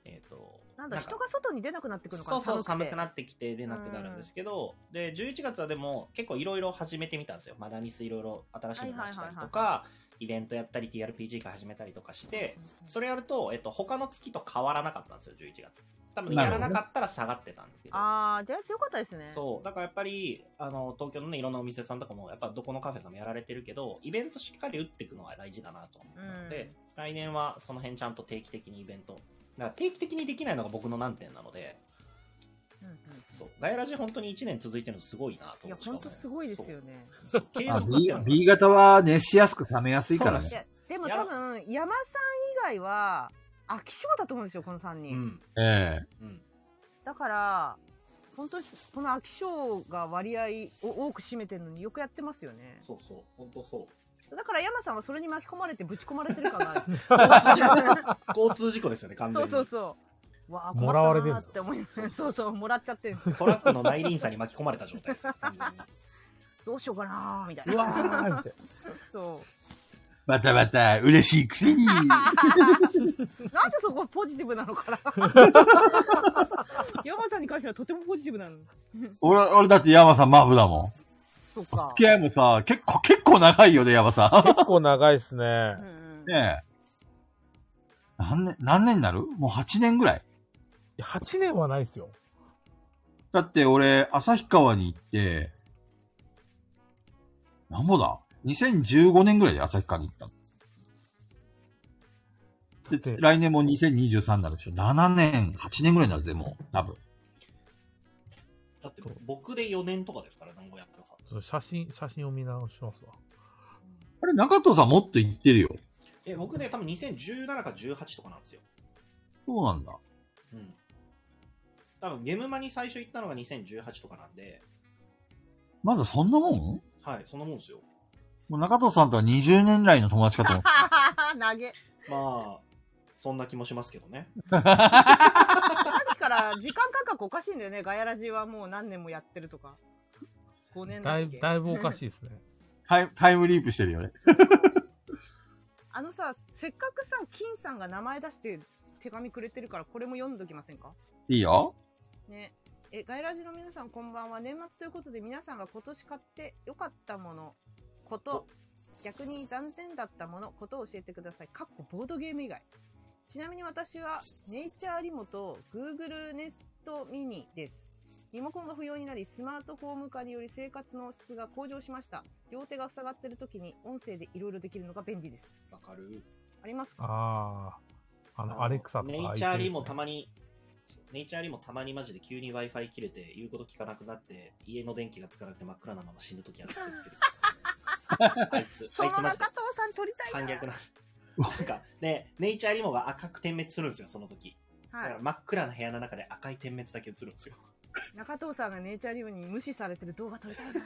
I: えっ、と
C: なんだ人が外に出なくなってくるのか
I: そうそ
C: 寒
I: う寒
C: くて
I: くなってきて出なくなるんですけど、で11月はでも結構いろいろ始めてみたんですよマダミスいろいろ新しいの出したりとかイベントやったり TRPG が始めたりとかしてそれやると、えっと、他の月と変わらなかったんですよ11月多分やらなかったら下がってたんですけど
C: ああじゃあ強かったですね
I: そうだからやっぱりあの東京のねいろんなお店さんとかもやっぱどこのカフェさんもやられてるけどイベントしっかり打っていくのは大事だなと思ったので、来年はその辺ちゃんと定期的にイベントだから定期的にできないのが僕の難点なので
C: うんうん
I: そうガヤラジ本当に1年続いてるのすごいなと
C: い
I: 思
C: や
I: って
C: 本当すごいですよね
I: 継
B: あ
I: 続ってい
B: B,
I: うのが
B: B 型は熱しやすく冷めやすいからね
C: い。やでも
I: や
C: 多分山さん以外は飽き性だと思うんですよこの3
I: う
C: 人、
I: ん
B: ええ
I: うん
C: だから本当にこの飽き性が割合を多く占めてるのによくやってますよね
I: そうそう本当そう
C: だから山さんはそれに巻き込まれてぶち込まれてるかな
I: 交通事故ですよね完
C: そ
I: 全
C: う
I: に
C: そうそうわあ
P: もらわれてる
C: 困ったなーって思いますそうそうもらっちゃってるんですよ
I: トラックの内輪差に巻き込まれた状態 ですよ完全に
C: どうしようかなーみたいうな
P: わーみたい
C: そう
B: バタバタ、嬉しいくせに。
C: なんでそこポジティブなのかな山さんに関してはとてもポジティブなの
B: 俺、俺だって山さんマブだもん。
C: そうか
B: 付き合いもさ、結構、結構長いよね、山さ
A: 結構長いですね
C: う。んうん
B: ん。ねえ。何年、何年になるもう8年ぐらい。
P: な。8年はないですよ。
B: だって俺、旭川に行って、なんぼだ ?2015 年ぐらいで旭川に行った
P: だっ
B: の。で、
P: て
B: 来年も2023になるでしょ。7年、8年ぐらいになるぜ、もう。多分。
I: だって僕で4年とかですから何もやってなさ
A: ちょっと写真、写真を見直しますわ。
B: あれ、中藤さんもっと行ってるよ。
I: え僕ね多分2017か18とかなんですよ
B: そうなんだ。
I: うん多分ゲームマに最初行ったのが2018とかなんで
B: まだそんなもんも
I: はいそんなもんですよ
B: う中藤さんとは20年来の友達かと思っ
C: 投げ
I: まあそんな気もしますけどね
C: だから時間感覚おかしいんだよねガヤラジはもう何年もやってるとか5年だ
A: だ
C: っ
A: い
C: け
A: だいぶおかしいですね。
B: タイタイムリープしてるよね。
C: あのさせっかくさ金さんが名前出して手紙くれてるからこれも読んどきませんか
B: いいよ。
C: ねえガイラジの皆さんこんばんは年末ということで皆さんが今年買って良かったものこと逆に残念だったものことを教えてくださいかっこボードゲーム以外ちなみに私はネイチャーリモと Google ネストミニですリモコンが不要になりスマートフォーム化により生活の質が向上しました両手が塞がってる時に音声でいろいろできるのが便利です
I: わかる
C: ありますか
A: ああ、あの、アレクサとか、
I: ネイチャーリもたまにネイチャーリもたまにマジで急に Wi-Fi 切れて言うこと聞かなくなって家の電気がつかなくて真っ暗なまま死ぬ時あるんですけ どあいつ
C: そ
I: あ
C: の
I: いつ
C: 中
I: マ
C: 藤
I: ジで
C: さん撮りたい
I: 反
C: な
I: 逆ななんかねネイチャーリモが赤く点滅するんですよその時だ
C: は
I: から真っ暗な部屋の中で赤い点滅だけ映るんですよ
C: い、中藤さんがネイチャーリムに無視されてる動画撮りたいな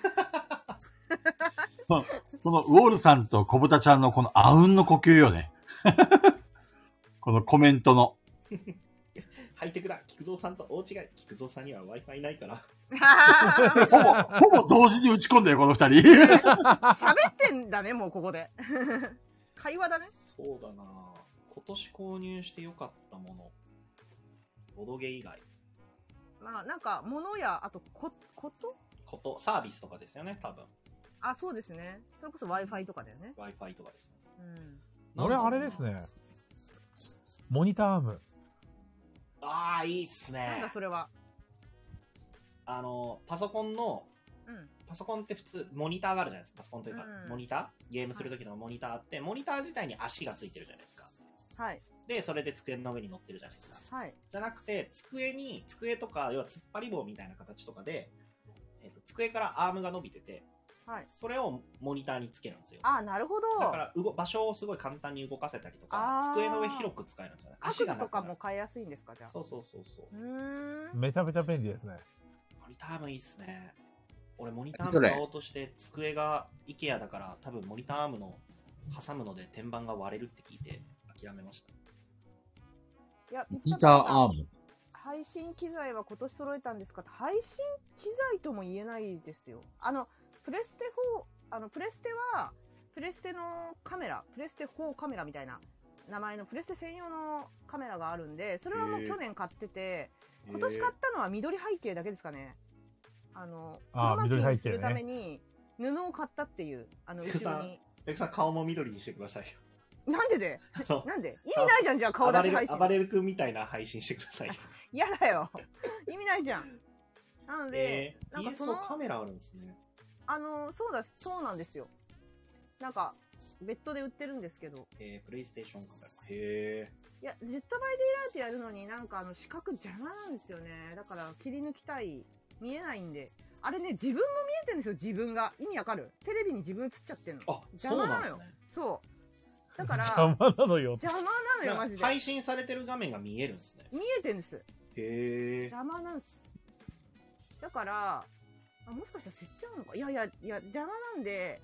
B: このウォールさんと小豚ちゃんのこのあうんの呼吸よね。 このコメントの。
I: ハイテクだ菊蔵さんと大違い菊蔵さんには Wi-Fi ないから
B: ほぼ、ほぼ同時に打ち込んだよ、この二人。
C: 喋ってんだね、もうここで。会話だね。
I: そうだなぁ今年購入して良かったもの。ボドゲ以外。
C: まあ、なんか、物や、あと、こ、こと
I: こと、サービスとかですよね、多分。
C: あ、そうですね。それこそ Wi-Fi とかだよね。
I: Wi-Fi とかですよね。
C: うん。
A: 俺、
I: なん
A: あ
I: だろ
A: れ
I: うな
A: です。ね。モニターアーム。
I: ああ、いいっす
C: なん
I: ね
C: だ。それは。
I: あの、パソコンの、
C: うん。
I: パソコンって普通、モニターがあるじゃないですか。パソコンというか、
C: うん
I: モニターゲームする時のモニターあって、モニター自体に足がついてるじゃないですか。
C: はい。
I: で、それで机の上に乗ってるじゃないですか。
C: はい。
I: じゃなくて、机に、机とか、要は突っ張り棒みたいな形とかで、えっと机からアームが伸びてて、
C: はい。
I: それをモニターにつけるんですよ。
C: あ、なるほど。
I: だから動場所をすごい簡単に動かせたりと
C: あ
I: か
C: ー
I: 机の上広く使えるんですよね足
C: 角
I: が
C: 度
I: な
C: と
I: くな
C: か
I: る
C: も変えやすいんですか、じゃあ。
I: そうそうそうそ
C: う
I: う
C: ーん。
A: めちゃめちゃ便利ですね。
I: モニターもいいっすね俺モニターアーム買おうとして机が IKEA だから多分モニターアームの挟むので天板が割れるって聞いて諦めました。
C: いや、
B: ギターアーム。
C: 配信機材は今年揃えたんですかって配信機材とも言えないですよ。あの、プレステ4、あの、プレステは、プレステのカメラ、プレステ4カメラみたいな名前のプレステ専用のカメラがあるんで、それはもう去年買ってて、今年買ったのは緑背景だけですかね。あの、
A: あー
C: 黒巻きに
A: 緑背景
C: する
A: ね
C: ために布を買ったっていう、あの、後ろに。
I: エクさん顔も緑にしてくだ さいよ。
C: なんでで
I: あの
C: なんで意味ないじゃん、じゃあ顔出し配信
I: 暴。れる暴れる君みたいな配信してくださいよ。
C: 嫌だよ。意味ないじゃん。なので、
I: えー
C: なん
I: 家
C: かそ
I: そう
C: の、
I: カメラあるんですね。
C: あの、そうだ、そうなんですよ。なんか、ベッドで売ってるんですけど。
I: えー、プレイステーションカメラ。へ
C: いや、ネットバイデイライトやるのになんかあの四角邪魔なんですよね。だから切り抜きたい。見えないんで。あれね、自分も見えてんですよ、自分が。意味わかるテレビに自分映っちゃってんの
I: ー。。あ、
C: 邪
I: そう
C: 魔
I: な
C: なんの
I: で
C: よ
I: すね。
C: そう。だから、
A: 邪魔なのよ。
C: 邪魔なのよ、マジで。
I: 配信されてる画面が見えるんですね。
C: 見えてんです。
I: へえ。
C: 邪魔なんです。だから、あもしかしたら設定なのかいやいや、いや、邪魔なんで、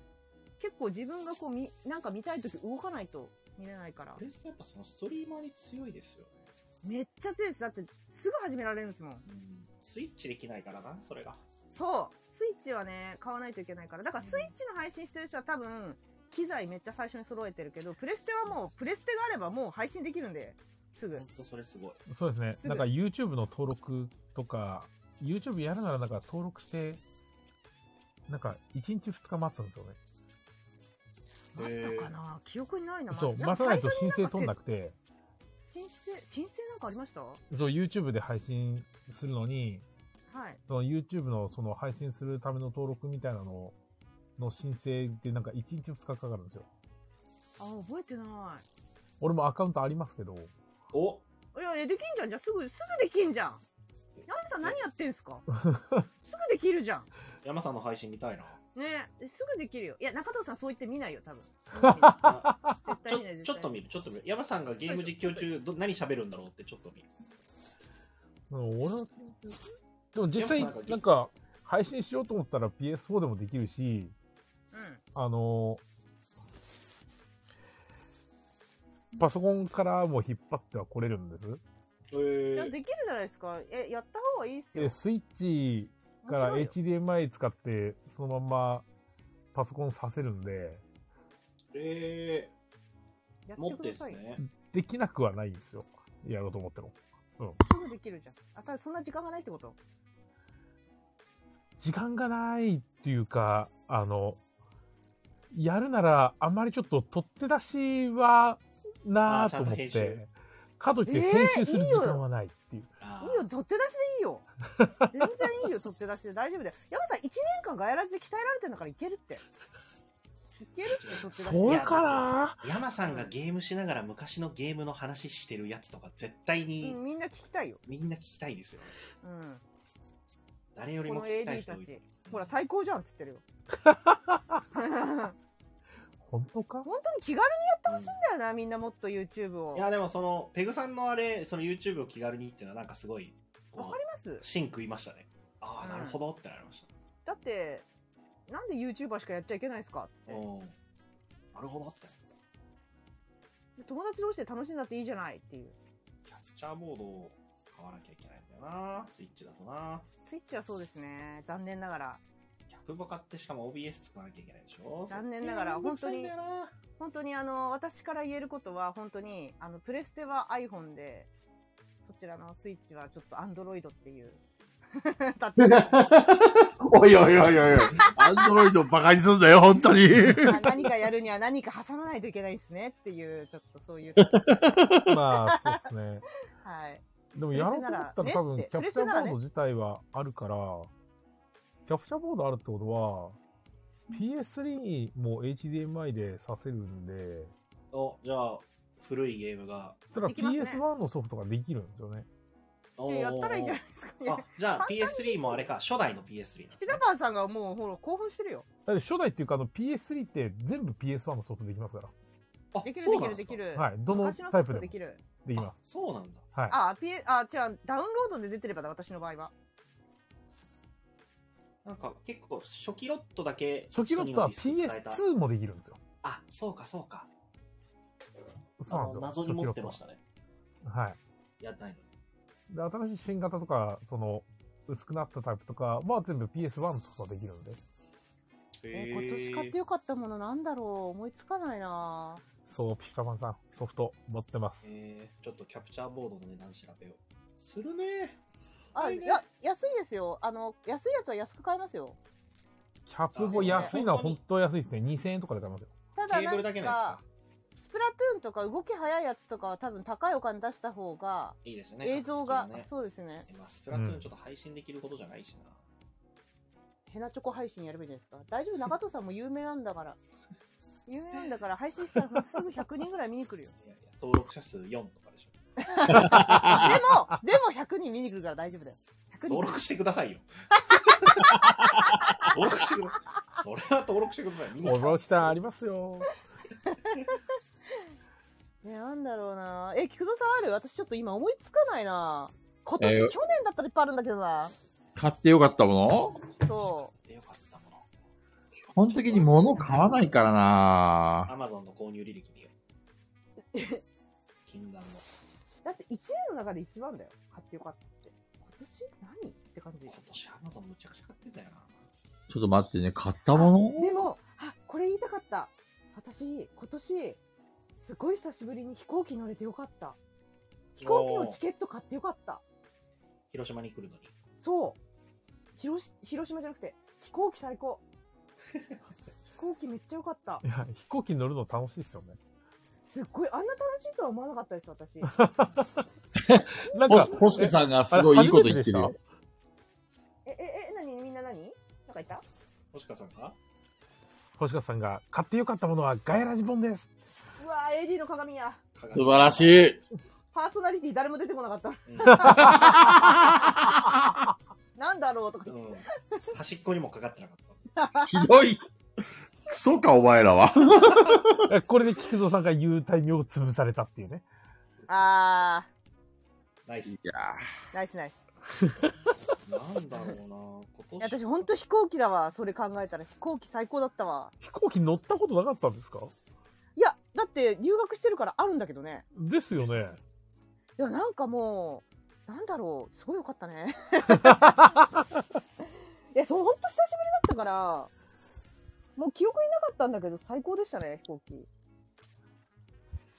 C: 結構自分がこうみ、なんか見たいとき動かないと見れないから
I: プ。レイステやっぱそのストリーマーに強いですよね。
C: めっちゃ強いです。だって、すぐ始められるんですもん。
I: うんスイッチできないからな、それが。
C: そう。スイッチはね、買わないといけないから。だからスイッチの配信してる人は多分、機材めっちゃ最初に揃えてるけど、プレステはもう、プレステがあればもう配信できるんで、すぐ
I: ほん。とそれすごい。
A: そうですね。
C: すぐ
A: なんか YouTube の登録とか、YouTube やるならなんか登録して、なんか1日2日待つんですよね。
C: あったかな記憶にないな。
A: そう、
C: ま
A: 待たないと申請取んなくて、
C: 申請、申請なんかありましたは
A: そう、YouTube で配信するのに、
C: い。
A: その YouTube のその配信するための登録みたいなのの申請でなんか1日2日かかるんですよ。
C: あ、覚えてない。
A: 俺もアカウントありますけど、
I: お
C: いやいや、できんじゃん。じゃあすぐ、すぐできんじゃん。 ヤミさん何やってんすかすぐできるじゃん。
I: 山さんの配信見たいな。
C: ねえすぐできるよ。いや、中藤さんそう言って見ないよ、 多分。絶
I: ち
C: 対
I: ょ
C: 見ない絶対見ない
I: ちょっと見る、ちょっと見る。山さんがゲーム実況中、ど何喋るんだろうってちょっと見る。
A: うん俺は、でも実際なんか配信しようと思ったら PS4 でもできるし、
C: う
A: あのパソコンからも引っ張ってはこれるんです。
C: ん。じゃあ
I: え
C: できるじゃないですか。え、やった方がいいっすよ
A: で、。スイッチから
C: 面白
A: HDMI 使って、そのまんまパソコンさせるんで、
I: ー、え
C: いよ
I: ー、持
C: や
I: っ
C: ってて
I: で
C: くだ
I: す
C: さいよ。
I: ね。
A: できなくはないんですよ。やろうと思っても。
C: すぐできるじゃん。あ、ただそんな時間がないってこと
A: 時間がないっていうか、あの、やるなら、あんまりちょっと取って出しはなぁ
I: あーち
A: と
I: ゃんと
A: 思っ
I: 編集
A: て、かといって
C: えー
A: 編集する時間はないっていう。
I: あー
C: いいよ、取って出しでいいよ。全然いいよ、取って出しで大丈夫だよ。山さん、1年間ガヤラジで鍛えられてんだからいけるって。いけるって、取って出しで。
A: そうかな
I: 山さんがゲームしながら昔のゲームの話してるやつとか絶対に
C: うんみんな聞きたいよ。
I: みんな聞きたいですよね。
C: うん。
I: 誰より
C: こ
I: も
C: の
I: 聞きたい
C: AD
I: 人
C: た
I: 多い
C: ち。ほら、最高じゃんって言ってるよ。
A: 本当か
C: 本当に気軽にやってほしいんだよな、みんなもっと YouTube を。
I: いやでもそのペグさんのあれその YouTube を気軽にっていうのはなんかすごい
C: わかります
I: 芯食いましたねああなるほどってなりまし
C: だって、なんで YouTuber しかやっちゃいけないんですかって
I: た、。うん、なるほどってなった
C: 友達同士で楽しんだっていいじゃないっていう。
I: キャプチャーボードを買わなきゃいけないんだよなスイッチだとな
C: スイッチはそうですね。残念ながら。
I: キャプボ買ってしかも OBS 使わなきゃいけないでしょ
C: 残念ながら本当に
I: めんどくさいんだよな
C: 本当にあの、私から言えることは、本当に、あの、プレステは iPhone で、そちらのスイッチはちょっと Android っていう。 立ち位置
B: おいおいおいおいおい。アンドロイドバカにすんだよ、本当に。
C: あ何かやるには何か挟まないといけないですねっていう、ちょっとそういう。は
A: まあ、そうですね。
C: い。
A: でもやろうと思ったら多分、
C: プ
A: キ
C: レステならね
A: ャプチャーボー
C: って
A: ド自体はあるから、キャプチャーボードあるってことは、PS3 も HDMI でさせるんで、
I: おじゃあ古いゲームが
A: だから
C: できますね
A: PS1 のソフトができるんですよね。
I: お
C: じ
I: ー
C: ゃあやったらいいじゃないですか。いや
I: あじゃあ PS3 もあれか初代の PS3 なんです
C: シ
I: ね
C: ダバーさんがもう、ほら、興奮してるよ。
A: だって初代っていうか、あの PS3 って全部 PS1 のソフトできますから。
I: あ
C: できる
I: そ
C: で
I: う
C: き
I: なん
C: る
I: す
C: で
I: か
C: きる。
A: はいどの
C: 昔ソフト
A: タイプでも
C: できる。
A: でき
I: あ
A: ます。
I: そうなんだ
A: はい。
C: あ、ピエ、あ、違う、ダウンロードで出てればだ、私の場合は。
I: なんか結構初期ロットだけ
A: 初期ロットは
I: 人にもディスク使え
A: PS2 もできるんですよ。
I: たあそうかそうか
A: そうなんです
I: あの
A: よ。
I: 謎に持ってました
A: 初
I: ね
A: 期ロットは。はい。
I: やってないのに
A: で、新しい新型とか、その、薄くなったタイプとか、まあ全部 PS1 とかできるんで。
C: えー今年買ってよかったものなんだろう思いつかないな
A: そう、ピカパンさん、ソフト持ってます。
I: えー、ちょっとキャプチャーボードの値段調べようするね
C: あ、
I: はい
C: い
I: ね
C: や、安いですよ。あの、安いやつは安く買えますよ。
A: キャップも安いのは本当安いですね。2000円とかで買えますよ。
C: た
I: ケ
C: だ
I: ー
C: な
I: ブ
C: ん
I: ルだけのや
C: か、スプラトゥーンとか動き早いやつとかは多分高いお金出した方が、
I: つかいいですね
C: 映像が、
I: 画質
C: そうですね。
I: ねまあスプラトゥーンちょっと配信できることじゃないしな、
C: ヘナチョコ配信やればいいじゃないですか。大丈夫、長藤さんも有名なんだから。 有名なんだから、配信したらほんとすぐ100人ぐらい見に来 るよ。
I: いやいや登録者数4とかでしょ
C: でも、でも100人見に来るから大丈夫だよ。100人
I: 登。録してくださ いよ登録してくださいそれは登録してくださいみんな
A: 驚きたありますよ。
C: ね、なんだろうなえ、菊蔵さんある私ちょっと今思いつかないな今年、
Q: えー
C: 去年だったらいっぱいあるんだけどな
Q: 買ってよかったもの
C: そ
I: よかったもの
Q: 基本的に物買わないからな
I: アマゾンの購入履歴見よ う禁断の
C: う。だって1年の中で一番だよ。買ってよかったって。今年何って感じ
I: 今。年アマゾンむちゃくちゃ買ってたよな
Q: ちょっと待ってね、買ったも
C: でも、あ、これ言いたかった。私、今年、すごい久しぶりに飛行機乗れてよかった。飛行機のチケット買ってよかった。
I: 広島に来るのに
C: そう。広し広島じゃなくて、飛行機 最高。飛行機めっちゃよかった
A: い。や、飛行機に乗るの楽しいですよね。
C: すっごい、あんな楽しいとは思わなかったです、私。
A: なん
Q: の
A: か、
Q: ホスケさんがすごいいいこと言ってる
A: あれ初めて
Q: よ
A: で。
C: え、え、え、なにみんな何なんかいた
I: 星川さんが
A: 星川さんが、買ってよかったものはガイラジボンです。
C: うわー AD の鏡や。
I: 鏡
Q: 素晴らしい。
C: パーソナリティ誰も出てこなかった。
I: うん
C: なんだろうとか。
I: うん端っこにもかかってなかった
Q: ひどい。クソか、お前らは。
A: えこれで菊蔵さんが言うタイミングを潰されたっていうね。
C: あ
I: ナイス
Q: いや
C: ー、ナイスナイス。
I: なんだろうな今
C: い
I: 年
C: や私ほんと飛行機だわ。それ考えたら飛行機最高だったわ。
A: 飛行機乗ったことなかったんですか
C: いや、だって留学してるからあるんだけどね。
A: ですよね。
C: いや、なんかもう、なんだろう。すごいよかっ たね。いや、そうほんと久しぶりだったから、もう記憶になかったんだけど最高でしたね、飛行機。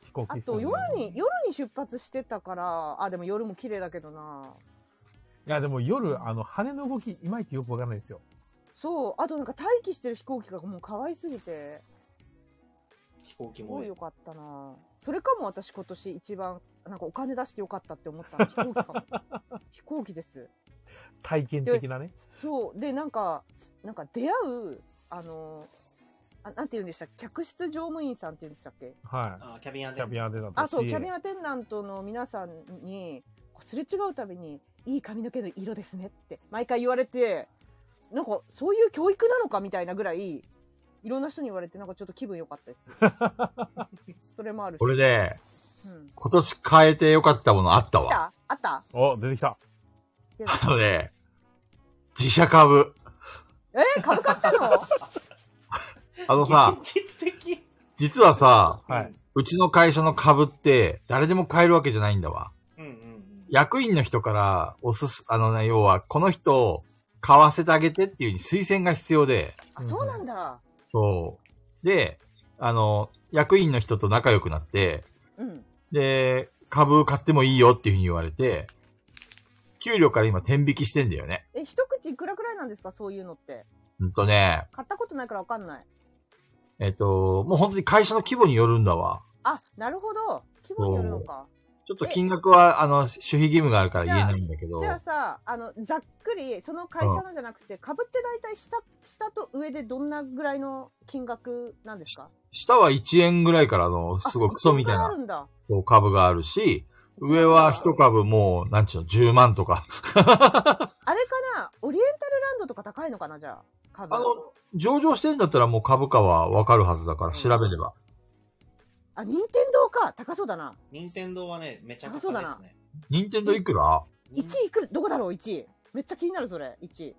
A: 飛行機
C: あ
A: っすよ
C: と
A: ね
C: 夜に、夜に出発してたから、あ、でも夜も綺麗だけどな。
A: いや、でも夜、あの、羽の動き、いまいちよくわかんないんですよ。
C: そう、あとなんか待機してる飛行機がもう可愛すぎて、
I: 飛行機
C: す
I: も
C: ごい
I: ね
C: 良かったな。それかも私今年一番、なんかお金出してよかったって思ったの飛行機かも。飛行機です。
A: 体験的なね。
C: そう、でなんか、なんか出会う、あの、あなんて言うんでした客室乗務員さんって言うんでしたっけ
A: は
I: あキャビンア
A: い。
I: ン
A: キャ
I: で
A: ビンアテナント
C: あ、そう、キャビン
A: ン
C: アテンダントの皆さんに、こうすれ違うたびに、いい髪の毛の色ですねって、毎回言われて、なんか、そういう教育なのかみたいなぐらい、いろんな人に言われて、なんかちょっと気分良かったです。 それもあるし。
B: これで、
C: うん。
B: 今年変えてよかったものあった
C: 来
B: わ。
C: たあった
A: お、出てきた。
C: で
B: あのね、自社株。
C: えー、株買ったの
B: あのさ、
I: 現実的
B: 実はさ、
A: はい。
B: うちの会社の株って誰でも買えるわけじゃないんだわ。
I: うんうんうん
B: 役員の人からおすす、あのね、要はこの人を買わせてあげてっていう推薦が必要で、
C: あ、そうなんだ。
B: そう。で、あの、役員の人と仲良くなって、
C: うん。
B: で、株買ってもいいよっていうふうに言われて、給料から今転引きしてんだよね。
C: え、一口いくらくらいなんですかそういうのって。
B: うんとね、
C: 買ったことないからわかんない。
B: えっと、もう本当に会社の規模によるんだわ。
C: あ、なるほど。規模によるのか。
B: ちょっと金額は、あの、守秘義務があるから言えないんだけど
C: じ、ゃあさあのざっくりその会社のじゃなくて株って大体下下と上でどんなぐらいの金額なんですか
B: 下は1円ぐらいからの、すごいクソみたい
C: あ
B: な
C: るんだ
B: こう株があるし、上は一株もう、なんちゅうの、10万とか。
C: あれかなオリエンタルランドとか高いのかなじゃあ株
B: あの、上場してるんだったらもう株価はわかるはずだから、調べれば。
C: あ任天堂か高そうだな
I: 任天堂はねめちゃく
C: あ
I: ち
C: そう
I: ゃ
C: だ
I: で
C: な
I: すね
B: 任天堂いくら
C: 1位いくらどこだろう1位めっちゃ気になるそれ1位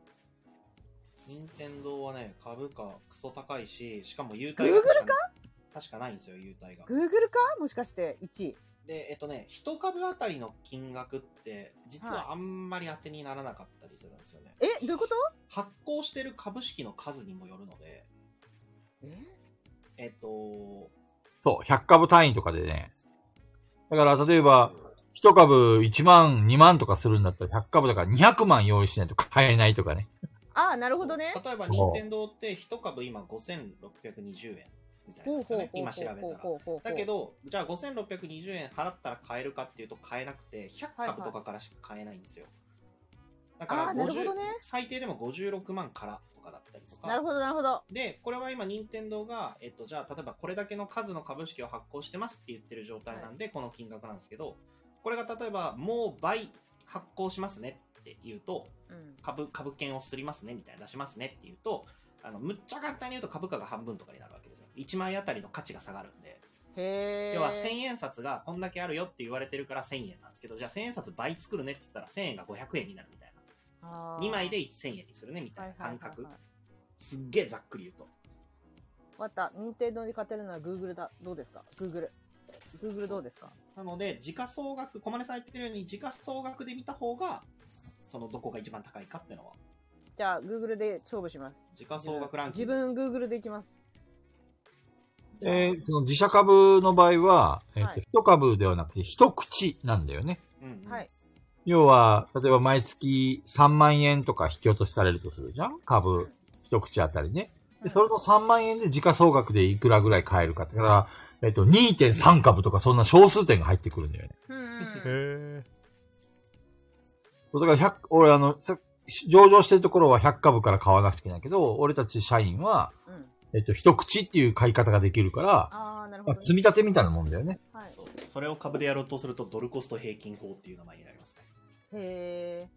I: 任天堂はね、株価クソ高いし、しかも優待が確か確かないんですよ、優待が。
C: Google かもしかして1位。
I: で、えっとね、一株あたりの金額って、実はあんまり当てにならなかったりするんですよね。
C: え、どういうこと
I: 発行してる株式の数にもよるので、
C: え
I: えっと、
B: そう、100株単位とかでね。だから、例えば、1株1万、2万とかするんだったら、100株だから200万用意しないと買えないとかね。
C: ああ、なるほどね。
I: 例えば、任天堂って1株今5620円みたいなんですよね、今調べたら。
C: ほうほう
I: だけど、じゃあ5620円払ったら買えるかっていうと買えなくて、100株とかからしか買えないんですよ。だから
C: あーなるほ
I: 50
C: どね
I: 最低でも56万からとかだったりと
C: なる
I: か。
C: ほど、なるほど。
I: で、これは今、任天堂が、えっと、じゃあ、例えばこれだけの数の株式を発行してますって言ってる状態なんで、この金額なんですけど、これが例えば、もう倍発行しますねって言うと、
C: うん
I: 株、株券をすりますねみたいな、出しますねって言うと、あの、むっちゃ簡単に言うと株価が半分とかになるわけですよ。1枚あたりの価値が下がるんで。
C: へえ。
I: 要は1000円札がこんだけあるよって言われてるから1000円なんですけど、じゃあ1000円札倍作るねって言ったら1000円が500円になるみたいな。2
C: 2
I: 枚で1000円にするねみたいな感覚
C: わ。か
I: すっげえざっくり言うと。
C: った。任天堂に勝てるのは Google だ。どうですか ?Google。Google どうですか
I: なので、時価総額、小金さん言ってるように時価総額で見た方が、そのどこが一番高いかってのは、
C: じゃあ、Google で勝負します。
I: 時価総額ランキ
C: 自
I: ング。
C: 分 Google でいきます。
B: えーその自社株の場合は、えっ
C: は
B: と、
C: い
B: 一株ではなくて一口なんだよね。
I: うんうん
C: はい。
B: 要は、例えば毎月3万円とか引き落としされるとするじゃん株、一口あたりね。で、それの3万円で時価総額でいくらぐらい買えるかって。だから、えっと、2.3株とかそんな少数点が入ってくるんだよね。
C: うん
A: へえ。
B: そうだから100、俺あの、さ上場してるところは100株から買わなくちゃいけないけど、俺たち社員は、
C: うん
B: えっと、一口っていう買い方ができるから、
C: ああ、なるほ
B: まあ
C: ど、
B: 積
C: ね。
B: み立てみたいなもんだよね。
C: はい。
I: そうそれを株でやろうとすると、ドルコスト平均法っていう名前になりますね。
C: へえ。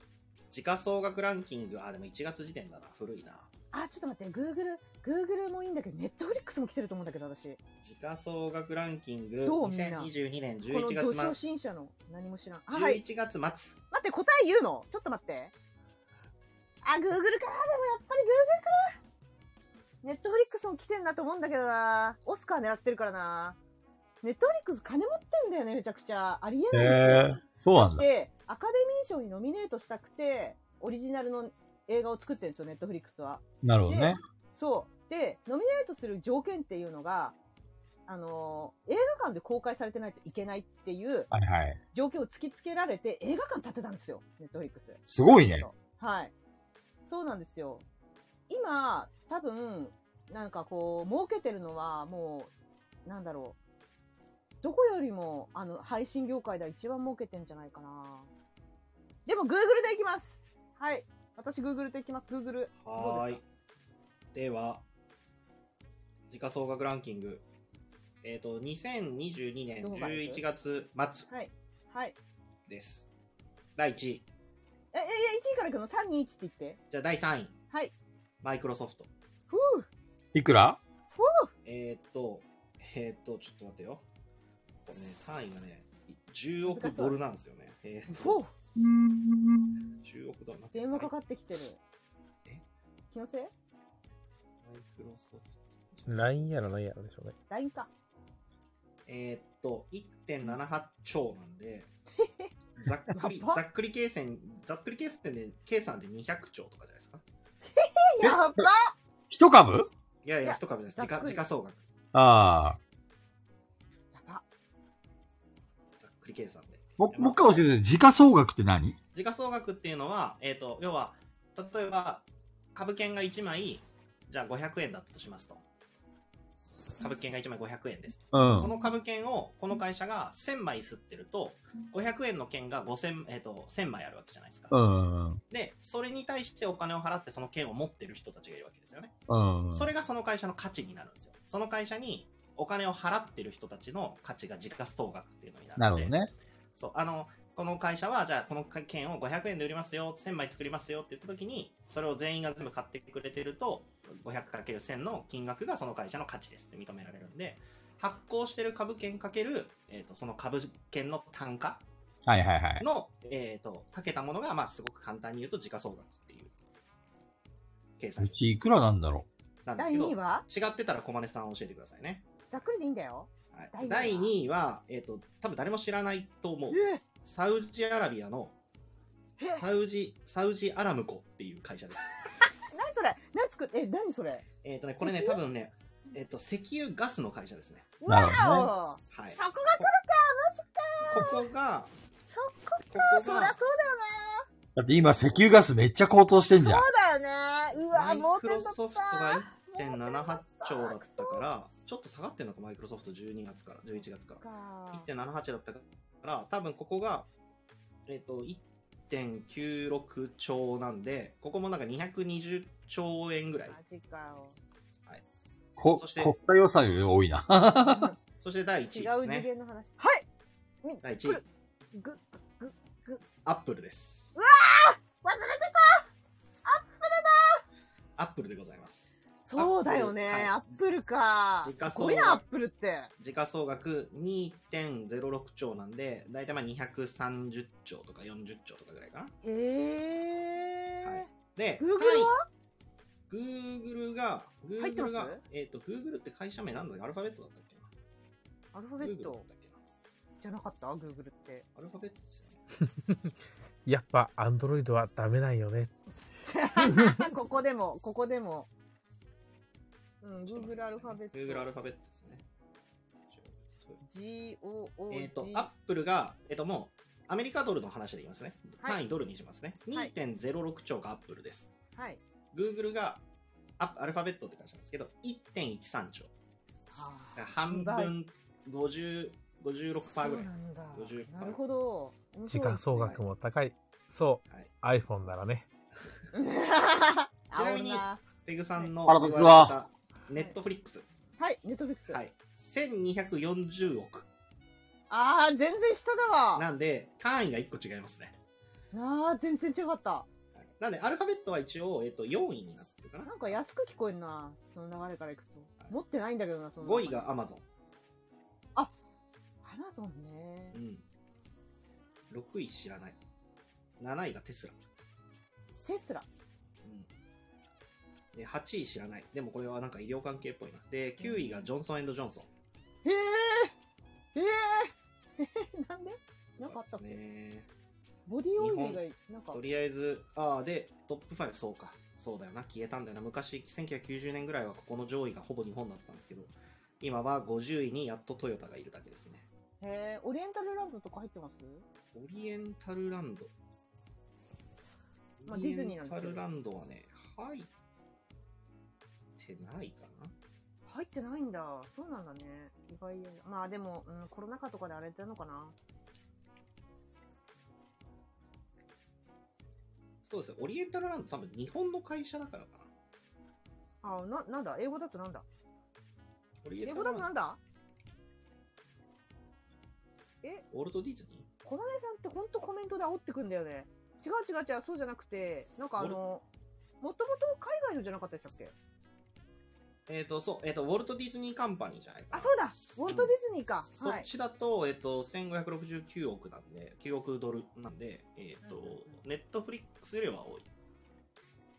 I: 時価総額ランキング、あ、でも1月時点だな。古いな。
C: あ、ちょっと待って。Google、Google もいいんだけど、Netflix も来てると思うんだけど、私。
I: 時価総額ランキング、
C: どうみんな
I: 2022年
C: この土
I: 11
C: 初
I: 月末。
C: 心者の何も知らん。はい。
I: 11月末。
C: 待って、答え言うのちょっと待って。あ、Google からでもやっぱり Google から。ネットフリックスも来てんだと思うんだけどな。オスカー狙ってるからな。ネットフリックス金持ってんだよね、めちゃくちゃ。ありえないんですよ。
R: えそうなんだ。
C: で、アカデミー賞にノミネートしたくて、オリジナルの映画を作ってるんですよ、ネットフリックスは。
R: なるほど
C: で、
R: ね。
C: そう。で、ノミネートする条件っていうのが、あのー映画館で公開されてないといけないっていう
R: はいはい。
C: 条件を突きつけられて映画館建てたんですよ、ネットフリックス。
R: すごいね。
C: はい。そうなんですよ。今、多分、なんかこう、儲けてるのは、もう、なんだろう。どこよりも、あの、配信業界では一番儲けてんじゃないかな。でも、Google でいきますはい。私、Google でいきます。Google。ど
I: は
C: う
I: ー
C: で
I: い。では、時価総額ランキング。えっ、と、2022年
C: どこから行く
I: 11月末
C: すかはい。はい。
I: です。第1位。
C: え、え、え、1位からいくの ?3、2、1って言って。
I: じゃあ第3位。
C: はい。
I: マイクロソフト。
C: ふぅ。
R: いくら
C: ふぅ。
I: えっ、と、えっ、と、ちょっと待ってよ。これね、単位がね、10億ドルなんですよね。えっ、
C: ふ
I: と
C: ぅ、。
I: 10億ドル。待って
C: 電話かかってきてる。
I: え
C: 気のせい
I: マイクロソフト。
A: LINE やら何やらでしょうね。
C: ?LINE か。
I: えーっと、1.78兆なんで、ざっくり
C: やば、
I: ざっくり計算、ざっくり計算で、計算で200兆とかじゃないですか。
C: えやば
R: 一株
I: いやい
C: い
I: や、
C: や
I: 一株です。時
C: ざっ
I: 価、
C: くり
I: 時価総額。
R: ああ。
C: やば。
I: ざっくり計算で。
R: も
I: いやまあ
R: もう一回教えて、時価総額って何
I: 時価総額っていうのは、えーっと、要は、例えば、株券が1枚、じゃあ500円だったとしますと。株券が1枚500円です。
R: う
I: こ
R: ん。
I: の株券を、この会社が1000枚吸ってると、500円の券が5000、えーっと、1000枚あるわけじゃないですか。
R: うん。
I: で、それに対してお金を払ってその券を持ってる人たちがいるわけですよね。
R: うん。
I: それがその会社の価値になるんですよ。その会社にお金を払ってる人たちの価値が時価総額っていうのになる
R: なるほ
I: ので
R: どね。
I: そう、あの、この会社は、じゃあこの券を500円で売りますよ、1000枚作りますよって言った時に、それを全員が全部買ってくれてると、500×1000 の金額がその会社の価値ですって認められるんで、発行してる株券かける、えー、とその株券の単価
R: はいはいはい。
I: の、えっ、と、かけたものが、まあ、すごく簡単に言うと時価総額っていう計
B: う
I: 算
B: ちいくらなんだろ
I: なんです
C: 第
I: けど
C: 2位は
I: 違ってたら駒根さん教えてくださいね、
C: ざっくりでいいんだよ。
I: はい、
C: 第
I: 第
C: 二
I: 2位は、えっと多分誰も知らないと思う
C: え
I: サウジアラビアの
C: え
I: サウジサウジアラムコっていう会社です
C: 何それ何作っえ、何それ
I: えっ、とねこれね多分ねえっ、と石油ガスの会社ですね
C: うわ
B: なるほ
C: お
I: はい
C: そこが来るか
I: ここが
C: そこ
I: こ
C: か
I: こ
C: そりゃ
I: が
C: そう
B: う。だって今石油ガスめっちゃ高騰してんじゃん。
C: だよねそうだよねうわ、
I: マ
C: 盲
I: イク
C: 点
I: ロ
C: だっ
I: ソフト
C: た
I: が1.78兆だったからちょっと下がってるのかマイクロソフト12月から11月から
C: か
I: 1.78だったから多分ここがえっ、と1.96兆なんでここもなんか220兆円ぐらい
C: マジかよ。
B: こ
I: そして
B: 国家予算より多いな。
I: そして第1
C: 違
I: 位
C: う
I: です
C: 次
I: ね
C: 元の話。はいみ
I: 第1位
C: ぐ
I: アップルです
C: 忘れて
I: アップルでございます
C: そうだよ
I: はい
C: ね。アップルか。
I: 時価総額
C: こりゃアップルって。
I: 時価総額2.06兆なんで大体まあ230兆とか40兆とかぐらいかな
C: ええー
I: はいで、
C: Google
I: は ?Google が、
C: 入ってます
I: Google が、えっ、と、Google って会社名なんだっけアルファベットだったっけな
C: アルファベ
I: ?Google
C: ッ
I: だっ
C: ト
I: たっけな
C: じゃなかったグーグルって。
I: アルファベットですよね。
A: やっぱ、アンドロイドはダメなんよね。
C: ここでも、ここでも。うん、
I: ちょっと
C: Google アルファベット。
I: Google アルファベットですね。
C: G-O-O-G。
I: えっ、と、Apple が、えっ、と、もう、アメリカドルの話で言いますね。
C: はい
I: 単位ドルにしますね。
C: はい
I: 2.06兆が Apple です。
C: はい。
I: Google が、アアルファベットって会社なんですけど、1.13兆。だから半分、50、56%
C: そう
I: ぐらい
C: な。んだ
I: 50%
C: なるほど。面
A: 時
C: 白い
A: 価
C: ですね
A: 総額も高い。そ、
I: はいう
A: iPhone ならね。
I: ちなみに
C: 煽るな
I: ペグさんの
B: あらこんにちは
I: ネットフリックス、
C: はい、ネットフリックス。
I: はい、1240億
C: ああ、全然下だわ。
I: なんで単位が1個違いますね
C: ああ、全然違かった。
I: はいなんでアルファベットは一応、えっと4位になってるかな
C: なんか安く聞こえんな。その流れからいくと。持ってないんだけどな、その。
I: 5位。がアマゾ
C: アマゾンね
I: ン、う。ん、6位知らない7位がテスラ、
C: テスラ。
I: うん、で8位知らないでもこれはなんか医療関係っぽいなで9位がジョンソンジョンソン
C: へえへえへえ なんでなんかあったっけ、
I: ね
C: ボディオイル以外、なんか
I: と。りあえず、ああ、で、トップ5、そうか。そうだよな、消えたんだよな。昔、1990年ぐらいはここの上位がほぼ日本だったんですけど、今は50位にやっとトヨタがいるだけですね。
C: へえ、オリエンタルランドとか入ってます
I: オリエンタルランド。
C: まあディズニーなんですけど
I: オリエンタルランドはね、入ってないかな。
C: 入ってないんだ。そうなんだね。意外や。まあでも、うん、コロナ禍とかであれてるのかな。
I: そうですよ、オリエンタルランド多分日本の会社だからかな。
C: あ、な、なんだ英語だとなんだ
I: オリエ
C: 英
I: ンタ
C: 語
I: ル
C: だ
I: ラ
C: と
I: ン
C: な
I: ド
C: んだ
I: オールトディズニー
C: コマネさんってほんとコメントで煽ってくんだよね。違う違う違う、そうじゃなくて、なんかあの、もともと海外のじゃなかったでしたっけ
I: えっ、と、そう、えっ、と、ウォルト・ディズニー・カンパニーじゃないかな。
C: あ、そうだウォルト・ディズニーか、
I: そ
C: は
I: っ
C: い。
I: ちだと、えっと、1569億なんで、9億ドルなんで、えっ
C: うんうん
I: と、ネットフリックスよりは多い。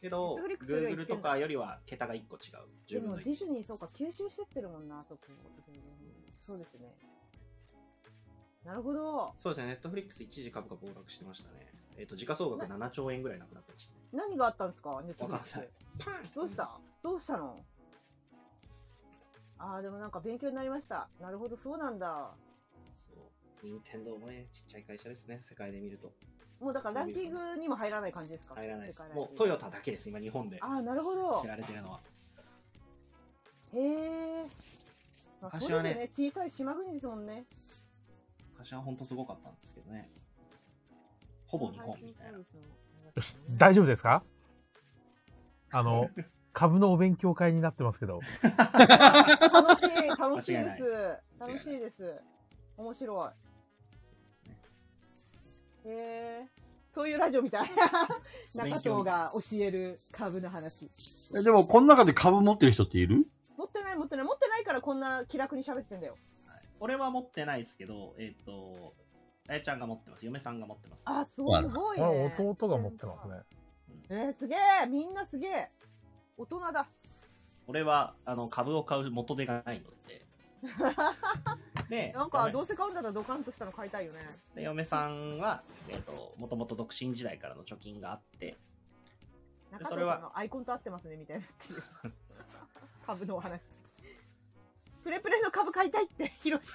I: けど、
C: Netflix よりは言
I: Google
C: って
I: と
C: んだ
I: かよりは桁が1個違う。
C: で
I: 十分
C: も
I: の
C: デ
I: 1
C: ィズニーそうか、吸収してってるもんな、あそこ。そうですね。なるほど。
I: そうですね、ネットフリックス一時株価暴落してましたね。えっと、時価総額7兆円ぐらいなくなってましたね。
C: 何があったんですかネットフリック
I: わかんな
C: ス
I: い。パーン
C: どうしたどうしたのああ、でもなんか勉強になりました。なるほど、そうなんだ。
I: そう。任天堂もね、ちっちゃい会社ですね、世界で見ると。
C: もうだからランキングにも入らない感じですか
I: 入らないです
C: 世界。ランキン
I: も
C: グ
I: うトヨタだけです、今日本で
C: ああ、なるほど
I: 知。られてるのは。
C: へえ。まあ、
I: 昔
C: そう
I: は
C: で
I: ね
C: すね。小さい島国ですもんね。
I: 昔は本当すごかったんですけどね。ほぼ日本みたいな。
A: 大丈夫ですかあ の、株のお勉強会になってますけど。
C: 楽しい、楽しい
I: 間
C: です。
I: 違いない間違いない
C: 楽しいです。面白い。へえ。そういうラジオみたい。中藤が教える株の話。
B: えでも、この中で株持ってる人っている
C: 持ってない持ってない持ってないからこんな気楽に喋ってんだよ。
I: 俺は持ってないですけど、えっ、と、あやちゃんが持ってます。嫁さんが持ってます。
C: あ、すごいね。
A: これ弟が持ってますね。
C: えー、すげえみんなすげえ大人だ。
I: 俺はあの株を買う元手がないの で。で
C: なんか、どうせ買うんだったらドカンとしたの買いたいよね。
I: で嫁さんは、えー、ともともと独身時代からの貯金があって
C: 中
I: そ
C: 藤
I: れは
C: さんのアイコンと合ってますね、みたいな。株のお話。プレプレの株買いたいって、ヒロシ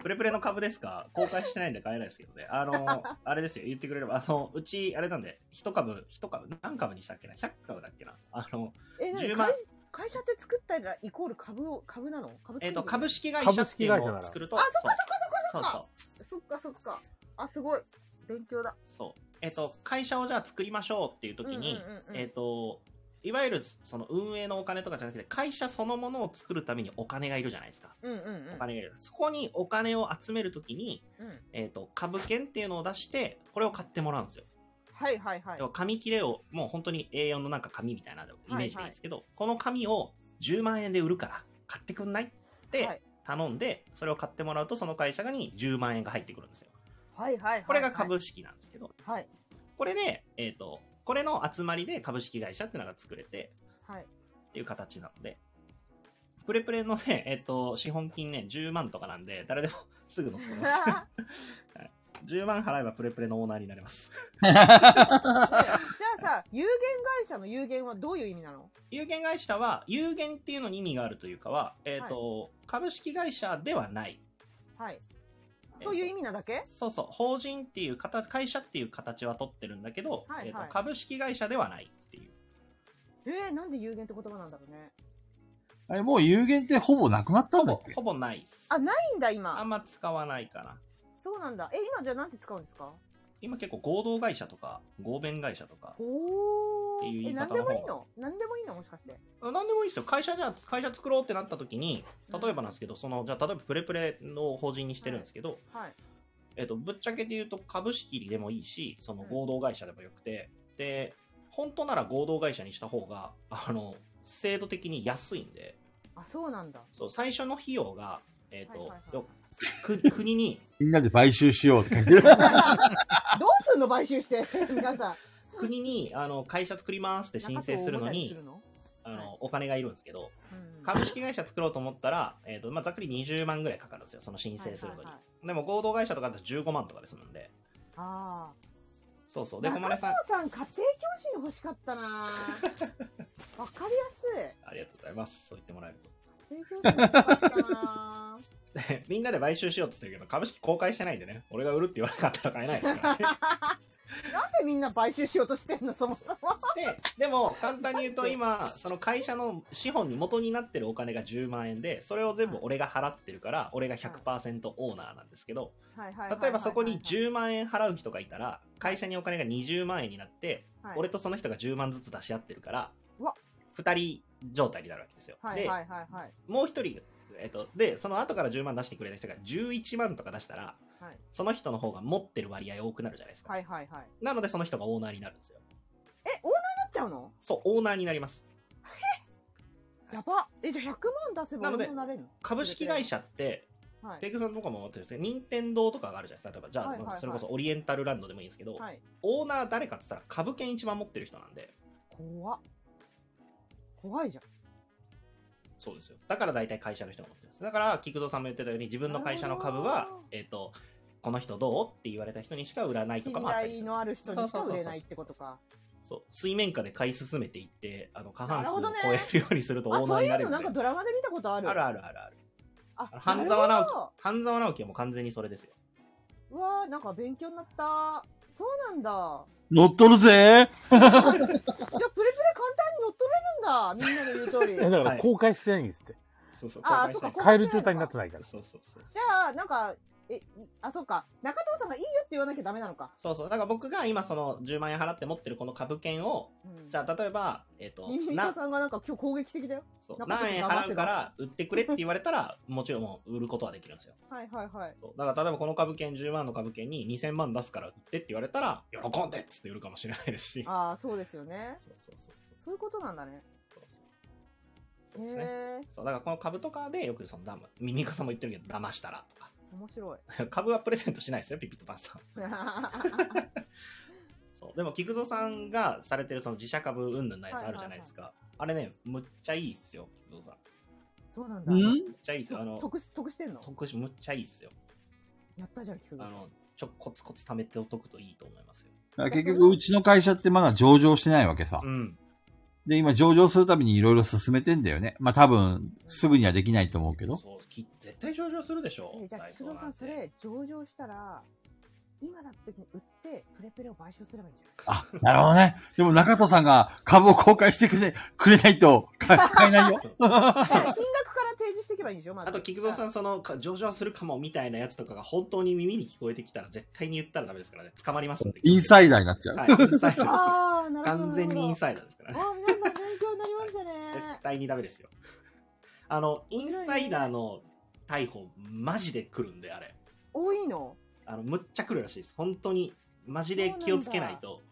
I: プレプレの株ですか公開してないんで買えないですけどね あのあれですよ言ってくれればあのうちあれなんで一株一株何株にしたっけな100株だっけなあの
C: え、なに
I: 10万
C: 会会社って作ったらイコール株を、株なの株
I: えっ、と
C: 作る
I: 株式会社ってい
A: 株式会
I: う
A: 社な
I: のを
A: ら
I: 作ると
C: あそっか
I: そ
C: そっかそっかそっ
I: う
C: か
I: そう
C: そっかそっか。あ、すごい。勉強だ。
I: そうそうえっ、と会社をじゃあ作りましょうっていう時に、
C: うんうんうんうん
I: えっ、といわゆるその運営のお金とかじゃなくて会社そのものを作るためにお金がいるじゃないですか
C: うんうんうん
I: お金がいるそこにお金を集めるときに、
C: うん
I: えー、と株券っていうのを出してこれを買ってもらうんですよ、
C: はいはいはい
I: 要。は紙切れをもう本当に A4 のなんか紙みたいなのイメージでいいんですけど、この紙を10万円で売るから買ってくんないって頼んで、それを買ってもらうとその会社に10万円が入ってくるんですよ
C: はいはいはい。
I: これが株式なんですけど、
C: はい。
I: これで、えっとこれの集まりで株式会社っていうのが作れて
C: はい。
I: っていう形なので、プレプレのね、えっ、と、資本金ね、10万とかなんで、誰でもすぐ乗って ます。はい10万払えばプレプレのオーナーになれます。
C: じゃあさ、有限会社の有限はどういう意味なの
I: 有限会社は、有限っていうのに意味があるというかは、えっ、と、株式会社ではない。
C: はい。
I: えー
C: という意味なだけ
I: そうそう、法人っていう形、会社っていう形は取ってるんだけど、
C: はいはい
I: えーと株式会社ではないっていう。
C: えー、なんで有限って言葉なんだろうね。
B: あれ、もう有限ってほぼなくなったんだっけ
I: ほぼないっす。
C: あ、ないんだ、
I: あ
C: 今。
I: んま使わないかな。
C: そうなんだ。え、今じゃあなんて使うんですか
I: 今結構合同会社とか、合弁会社とか、
C: お
I: ってい
C: ー。
I: う言
C: え、
I: い
C: なん
I: 方
C: で
I: の
C: も
I: 方
C: いいのなんでもいいのもしかして。
I: あ何でもいいですよ。会社じゃあ、会社作ろうってなった時に、例えばなんですけど、その、じゃあ、例えばプレプレの法人にしてるんですけど、
C: はい。
I: えっと、ぶっちゃけて言うと株式でもいいし、その
C: うん
I: 合同会社でもよくて、で、本当なら合同会社にした方が、あの、制度的に安いんで、
C: あ、そうなん だ。
I: そう、最初の費用が、えっ
C: はいはいはい
I: と、く国に、
S: みんなで買収しようって書い てる。
C: どうすんの買収して。皆さん。
I: 国に、あの、会社作りますって申請するのに
C: 中、藤をおもち
I: あ
C: はい
I: の、お金がいるんですけど、
C: ゃにするの
I: 株式会社作ろうと思ったら、えっと、まあ、ざっくり20万ぐらいかかるんですよ、その申請するの
C: はい
I: に
C: はいは。
I: でも合同会社とかだと15万とかですもんで。
C: いあ
I: そうそう。
C: あ。
I: で、
C: で、
I: 小
C: 小
I: 金さん、
C: さん、家庭教師に欲しかった なわかりやすい。
I: ありがとうございます。そう言ってもらえると。
C: 家庭教師に欲しかったな
I: でみんなで買収しようって言ってるけど、株式公開してないんでね、俺が売るって言わなかったら買えないですからね。
C: なんでみんな買収しようとしてんの、 そもそも。
I: で、でも、簡単に言うと今、その会社の資本に元になってるお金が10万円で、それを全部俺が払ってるから、俺が100%オーナーなんですけど、
C: はいはいはいはいはい
I: 例えばそこに、10万円払う人がいたら、会社にお金が20万円になって、
C: はい
I: 俺とその人が10万ずつ出し合ってるから
C: うわ、
I: 2人状態になるわけですよ。
C: はい
I: で
C: はいはいはい。
I: もう一人、えっと、で、その後から10万出してくれた人が11万とか出したら、
C: はい
I: その人の方が持ってる割合多くなるじゃないですか。
C: はいはいはい。
I: なので、その人がオーナーになるんですよ。
C: え、オーナーになっちゃうの
I: そう、オーナーになります。
C: やば。え、じゃあ100万出せば
I: なので
C: オーナーになれるの
I: 株式会社って、
C: はい
I: ペグさんとかも思ってるんですけど、任天堂とかがあるじゃないですか。例えば、じゃあ、
C: はいはいはい
I: それこそオリエンタルランドでもいいんですけど、
C: はい。
I: オーナー誰かって言ったら株券一番持ってる人なんで、
C: 怖っ怖いじゃん。
I: そうですよ。だから大体会社の人が持ってるんです。だから、菊蔵さんも言ってたように、自分の会社の株
C: なる
I: は
C: ほど、
I: えっ、と、この人どうって言われた人にしか売らないと
C: 信
I: かもあったりす
C: 頼
I: るんです
C: のある人
I: よ
C: にしか売れないってこと
I: そうそうそうそ
C: か。
I: うそう水面下で買い進めていってあの過半
C: なる
I: 数を
C: ほど
I: 超
C: ね
I: えるようにすると
C: あ、
I: オーナ
C: そ
I: ー
C: う
I: に
C: い
I: な
C: う
I: れる
C: の
I: んで
C: なんかドラマで見たことある。
I: あるあるあるある
C: あ
I: あの半沢直
C: なる
I: 樹
C: ほど
I: 半沢直樹はもう完全にそれですよ
C: うわーなんか勉強になった。そうなんだ。
B: 乗っとるぜ
C: じゃあ、プレプレ簡単に乗っ取れるんだ。みんなの言う
A: や
C: 通り。
A: だから公開してないんですって。
I: そうそう
C: あー
I: 公開し
C: そうか
A: 買える状態になってないから。
I: そうそうそう
C: じゃあ、なんか、え、いあ、そうか。中藤さんがいいよって言わなきゃダメなのか。
I: そうそうだから僕が今その10万円払って持ってるこの株券を
C: うん
I: じゃあ例えばえっ、と
C: ミミミ
I: な
C: カさんがなんか今日攻撃的だよ。
I: そう
C: なんか
I: 何円
C: 黙って
I: 払うから売ってくれって言われたらもちろんもう売ることはできるんですよ
C: はいはいはい。
I: そうだから例えばこの株券10万の株券に2000万出すから売ってって言われたら喜んでっつって売るかもしれないですし
C: ああ、そうですよね。
I: そうそうそうそう
C: そういうことなんだね。
I: そうそうそうですね
C: へえ、
I: そう、だからこの株とかでよくそのだま、ミミカさんも言ってるけど、騙したらとか。
C: 面白い。
I: 株はプレゼントしないですよ、ピピットパンさん。そう。でも、菊蔵さんがされてるその自社株云々のやつあるじゃないですか。あれね、むっちゃいいっすよ、菊蔵さん。
C: そうなんだ。
T: ん
I: むっちゃいいっすよ。あの、
C: 得し得してんの
I: 特殊むっちゃいいっすよ。
C: やったじゃん、菊
I: あ
C: 蔵。
I: の、ちょ、コツコツ貯めておくといいと思いますよ。
T: 結局、うちの会社ってまだ上場してないわけさ
I: う。ん。
T: で、今上場するためにいろいろ進めてんだよね。まあ多分、すぐにはできないと思うけど。
I: そう、き絶対上場するでしょ
C: え。じゃあ、
I: ダイ
C: 菊
I: ソー
C: 蔵さ
I: なん
C: ん、
I: て
C: それ、上場したら、今だって売って、プレプレを買収すればいいんじゃ
T: あ、なるほどね。でも中戸さんが株を公開してくれ、くれないと買え買えない よ。
C: ない金額から提示していけばいいんでしょまず
I: あと、菊蔵さ
C: ん。
I: ん、その、か上場するかもみたいなやつとかが本当に耳に聞こえてきたら、絶対に言ったらダメですからね。捕まりますんで。
T: インサイダーになっちゃう。
I: はい、インサイダーですか
C: ああ、な
I: ら。
C: るほど。
I: 完全にイン
C: イ
I: サイダーですから
C: あ
I: ね。
C: ー皆さん、勉強になりました ね。
I: 絶対にダメですよ。あの、インサイダーの逮捕、マジで来るんで、あれ。
C: 多いの
I: あの、むっちゃ来るらしいです。本当に、マジで気をつけないと。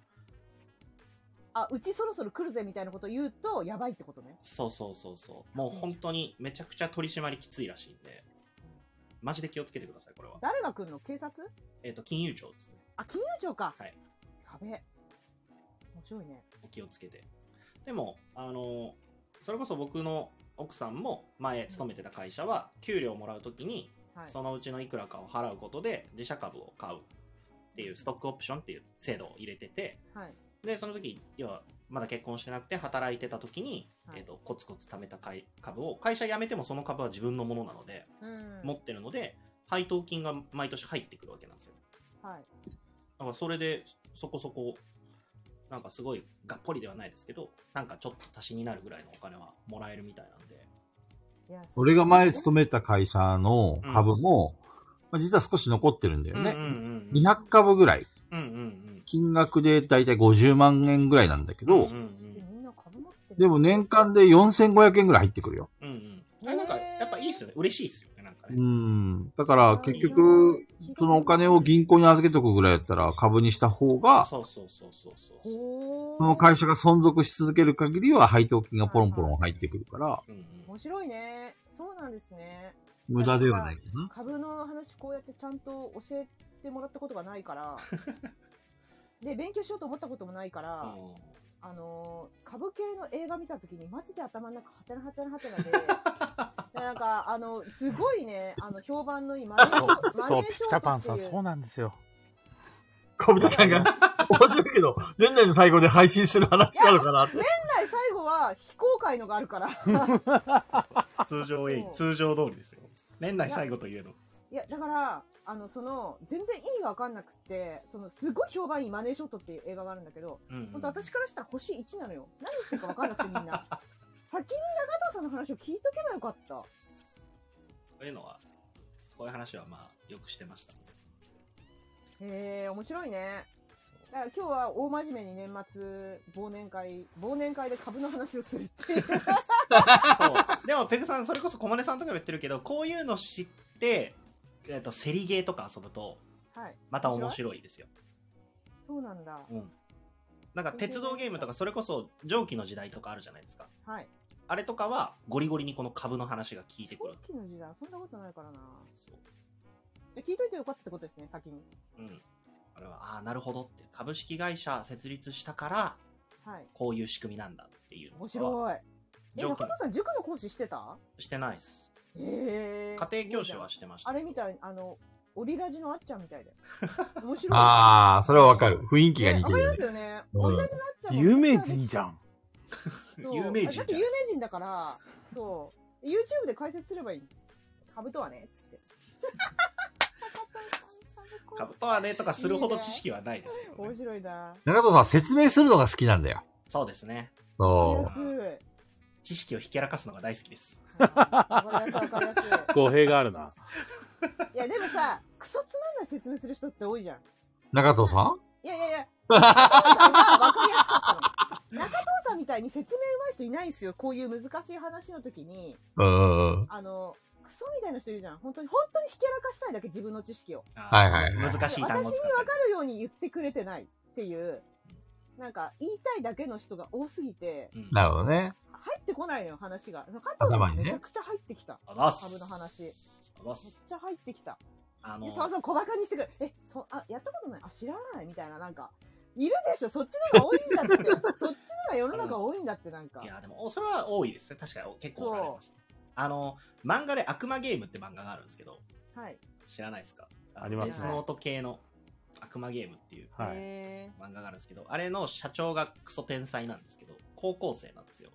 C: あ、うちそろそろ来るぜみたいなこと言うと、やばいってことね。
I: そうそうそうそう。もう本当にめちゃくちゃ取り締まりきついらしいんで。マジで気をつけてください、これは。
C: 誰が来るの警察
I: えっ、と、金融庁ですね。
C: あ、金融庁か。
I: はい。
C: やべえ。面白いね。
I: お気をつけて。でも、あの、それこそ僕の奥さんも前勤めてた会社は、給料をもらうときに、
C: はい。
I: そのうちのいくらかを払うことで、自社株を買うっていう、ストックオプションっていう制度を入れてて、
C: はい。
I: で、その時、要は、まだ結婚してなくて働いてた時に、
C: はい
I: えっ、と、コツコツ貯めた買い株を、会社辞めてもその株は自分のものなので、
C: うん。
I: 持ってるので、配当金が毎年入ってくるわけなんですよ。
C: はい。
I: だからそれで、そこそこ、なんかすごいがっぽりではないですけど、なんかちょっと足しになるぐらいのお金はもらえるみたいなんで。
C: いや
B: 俺が前勤めた会社の株も、まあ実は少し残ってるんだよ
I: うん
B: ね。
I: うんうん。
B: 200株ぐらい。
I: うんうんうん。
B: 金額でだいたい50万円ぐらいなんだけど、
I: うんうん
C: みんな株持ってる。
B: でも年間で4500円ぐらい入ってくるよ。
I: うん。うんうん。あれなんか、やっぱいいっすよね。嬉しいっすよね、なんか
B: う
I: ね。
B: ん。だから結局、そのお金を銀行に預けとくぐらいだったら株にした方が、
I: そうそうそうそうそう。
C: ほ
B: その会社が存続し続ける限りは配当金がポロンポロン入ってくるから、
I: うんうん
C: 面白いね。そうなんですね。
B: 無駄ではないかな。
C: 株の話こうやってちゃんと教えてもらったことがない から。で、勉強しようと思ったこともないから、
I: うん
C: あのー株系の映画見たときに、マジで頭の中、はてなはてなはて なで、でなんか、あの、すごいね、あの、評判のいい マネーションマネ
A: そう、
C: ー
A: ピ
C: シ
A: ピ
C: ョン
A: タパンさん、
C: っていう
A: そうなんですよ。
U: 小豚さんが、面白いけど、年内の最後で配信する話なのかなって。
C: 最後は非公開のがあるから。
I: 通常営
C: そ
I: 業
C: う
I: 通常通りですよ。年内最後といえど。
C: いや、だから、あの、その、全然意味がわかんなくって、その、すごい評判いいマネーショットっていう映画があるんだけど、
I: うんうん
C: 本当私からしたら星1なのよ。何言ってるかわかんなくてみん な。先に中藤さんの話を聞いとけばよかった。
I: こういうのは、こういう話はまあ、よくしてました。
C: へえ、面白いね。
I: そう
C: だから今日は大真面目に年末、忘年会、忘年会で株の話をするっていう。
I: そう。でも、ペグさん、それこそ小金さんとかも言ってるけど、こういうの知って、えっ、と、セリゲーとか遊ぶと、
C: はい。
I: また面白いですよ。
C: そうなんだ。
I: うん。なんか、鉄道ゲームとか、それこそ、蒸気の時代とかあるじゃないですか。
C: はい。
I: あれとかは、ゴリゴリにこの株の話が効いてくる
C: 今。期の時代、そんなことないからな。
I: そう。
C: じゃあ聞いといてよかったってことですね、先に。
I: うん。あれは、ああー、なるほどって。株式会社設立したから、
C: はい。
I: こういう仕組みなんだっていうの
C: 面
I: は。
C: 白い。え、
I: 条
C: 中
I: 件
C: 藤さん、塾の講師してた
I: してないっす。
C: ええ
I: 家庭教師はしてました
C: あ。れみたい、あの、オリラジのあっちゃんみたいで。面白い。
B: ああ、それはわかる。雰囲気が
C: ね
B: 似
C: わ
B: て
C: か
B: る
C: りま
B: ね
C: す。よね。
B: うん
C: オリラジのあっちゃんも
A: 有名人じゃん。
C: そう
I: 有名人じ
C: だ
I: ゃん
C: って有名人だから、そう。YouTube で解説すればいい。株とはね、つって。
I: 株とはね、とかするほど知識はないですけど、
C: 面
I: ね。
C: 白いな。
B: 中藤さん説明するのが好きなんだよ。
I: そうですね。
B: そう。
C: わかりや
I: 知識をひけらかすのが大好きで
C: す
I: す。
C: い。はいわかりやすい、わかりや
A: 語弊があるな。
C: すい。いや、でもさ、クソつまんない説明する人って多いじゃん。
B: 中藤さん
C: いやいやい や、中藤さんは分かりやすかったの。中藤さんみたいに説明うまい人いないんですよ。こういう難しい話の時に、
B: うんうんうん。
C: あの、クソみたいな人いるじゃん。本当に、本当にひけらかしたいだけ自分の知識を。
B: はいはいはい
I: 難しい単語を使
C: 私
I: っ
C: に
I: た
C: 分
I: り
C: かるように言ってくれてないっていう、なんか言いたいだけの人が多すぎて、
I: うん
B: なるほどね。
C: 入ってこないのよ、話が。加藤
B: 頭
C: さん
B: にね
C: めちゃくちゃ入ってきた。
I: あざっす
C: 株の話。めっ
I: あざっす
C: ちゃ入ってきた。
I: あ
C: い
I: の
C: や、そうそう、小馬鹿にしてくる。え、そ、あ、やったことない。あ、知らないみたいな、なんか。いるでしょそっちの方が多い んだって。そっちの方が世の中多いんだって、なんか
I: い。や、でも、それは多いですね。確かに結構おられます。あの、漫画で悪魔ゲームって漫画があるんですけど、
C: はい。
I: 知らないですかの
A: あります
C: ね
I: デスノート系の悪魔ゲームっていう
A: はい
C: へ
I: 漫画があるんですけど、あれの社長がクソ天才なんですけど、高校生なんですよ。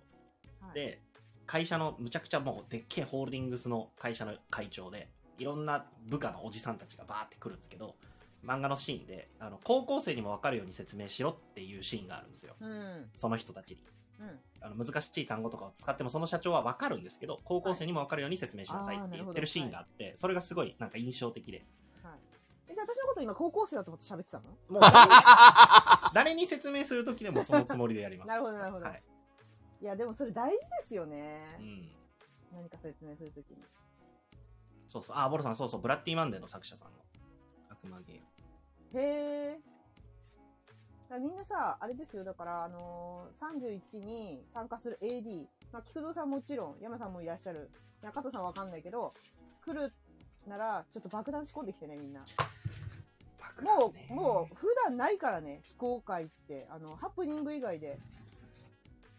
C: ー、はい
I: で、会社のむちゃくちゃもうでっけえホールディングスの会社の会長で、いろんな部下のおじさんたちがバーって来るんですけど、漫画のシーンで、あの、高校生にもわかるように説明しろっていうシーンがあるんですよ。
C: うん。
I: その人たちに。
C: うん。
I: あの難しい単語とかを使ってもその社長は分かるんですけど高校生にも分かるように説明しなさいっ
C: あー
I: て
C: なる
I: 言
C: ほど
I: ってるシーンがあって、それがすごいなんか印象的で
C: え、じゃあ私のこと今高校生だと思って喋ってたの
I: もう誰に誰に説明する時でもそのつもりでやります
C: なるほどなるほど
I: はい
C: いや、でもそれ大事ですよね。
I: うん、
C: 何か説明するときに。
I: そうそうあボロさんそうそうブラッディ・マンデーの作者さんの悪魔ゲーム
C: へえ。だからみんなさ、あれですよ、だから、あのー、31に参加する AD、まあ、菊蔵さんもちろん、山さんもいらっしゃる、中戸さんわかんないけど、来るなら、ちょっと爆弾仕込んできてね、みんな。もう、もう、普段ないからね、非公開って、あの、ハプニング以外で。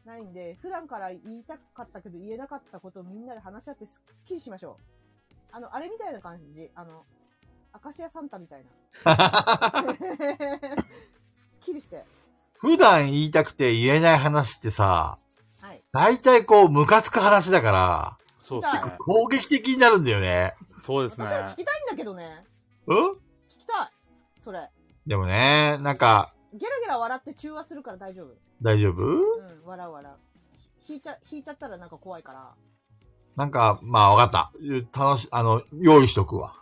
C: ないんで、普段から言いたかったけど言えなかったことをみんなで話し合ってスッキリしましょう。あの、あれみたいな感じ、あの、アカシアサンタみたいな。すっきりして。
B: 普段言いたくて言えない話ってさ、
C: はい。
B: 大体こう、ムカつく話だから、
A: そうですね。
B: 攻撃的になるんだよね。
A: そうです
C: 私は
A: ね
C: 聞。きたいんだけどね。
B: うん
C: 聞きたい。それ。
B: でもね、なんか、
C: ゲラゲラ笑って中和するから大丈夫。
B: 大丈夫
C: うん、笑う笑う。ひ引いちゃ、引いちゃったらなんか怖いから。
B: なんか、まあわかった。楽し、あの、用意しとく わ。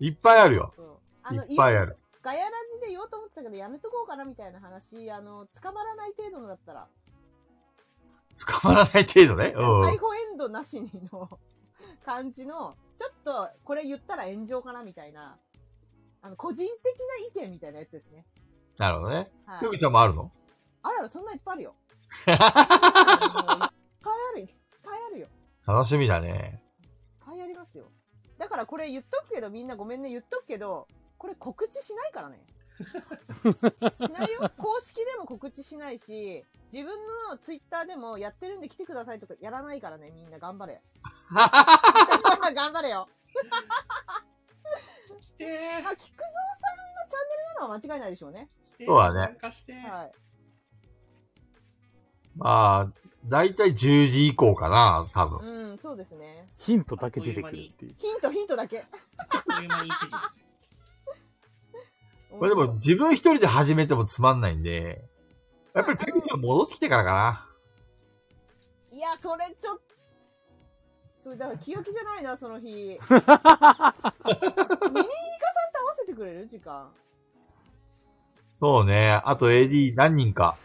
B: いっぱいあるよ。
C: そう。あ
B: い
C: の、
B: っぱいある。
C: ガヤラジで言おうと思ってたけど、やめとこうかなみたいな話、あの、捕まらない程度のだったら、
B: 捕まらない程度 ね。う
C: 逮
B: ん。
C: 捕エンドなしにの感じの、ちょっとこれ言ったら炎上かなみたいな、あの、個人的な意見みたいなやつですね。
B: なるほどね。
C: はい
B: ゆ。きちゃんもあるの
C: あらら、そんないっぱい あるよ。うんいっぱいあるよ。いっぱいあるよ。いっ
B: 楽しみだね。
C: ぱいありますよ。だからこれ言っとくけど、みんなごめんね、言っとくけど、これ告知しないからね。しないよ。公式でも告知しないし、自分のツイッターでもやってるんで来てくださいとかやらないからね、みんな頑張れ。頑張れよ。まあ、菊蔵さんのチ
I: 来て
C: ャンネルなのは間違いないでしょうね。
I: 来て
B: そうだね
I: 参加して、
C: はい。
B: まあ、だいたい10時以降かな、多分。
C: うん、そうですね。
A: ヒントだけ出てくるっていう。
C: ヒント、ヒントだけ。
I: あっという間に1時ですよ
B: これでも自分一人で始めてもつまんないんで、やっぱりペグちゃん戻ってきてからかな。
C: いや、それちょっと、それだから清きじゃないな、その日。ミニイカさんと合わせてくれる時間。
B: そうね。あと AD 何人か、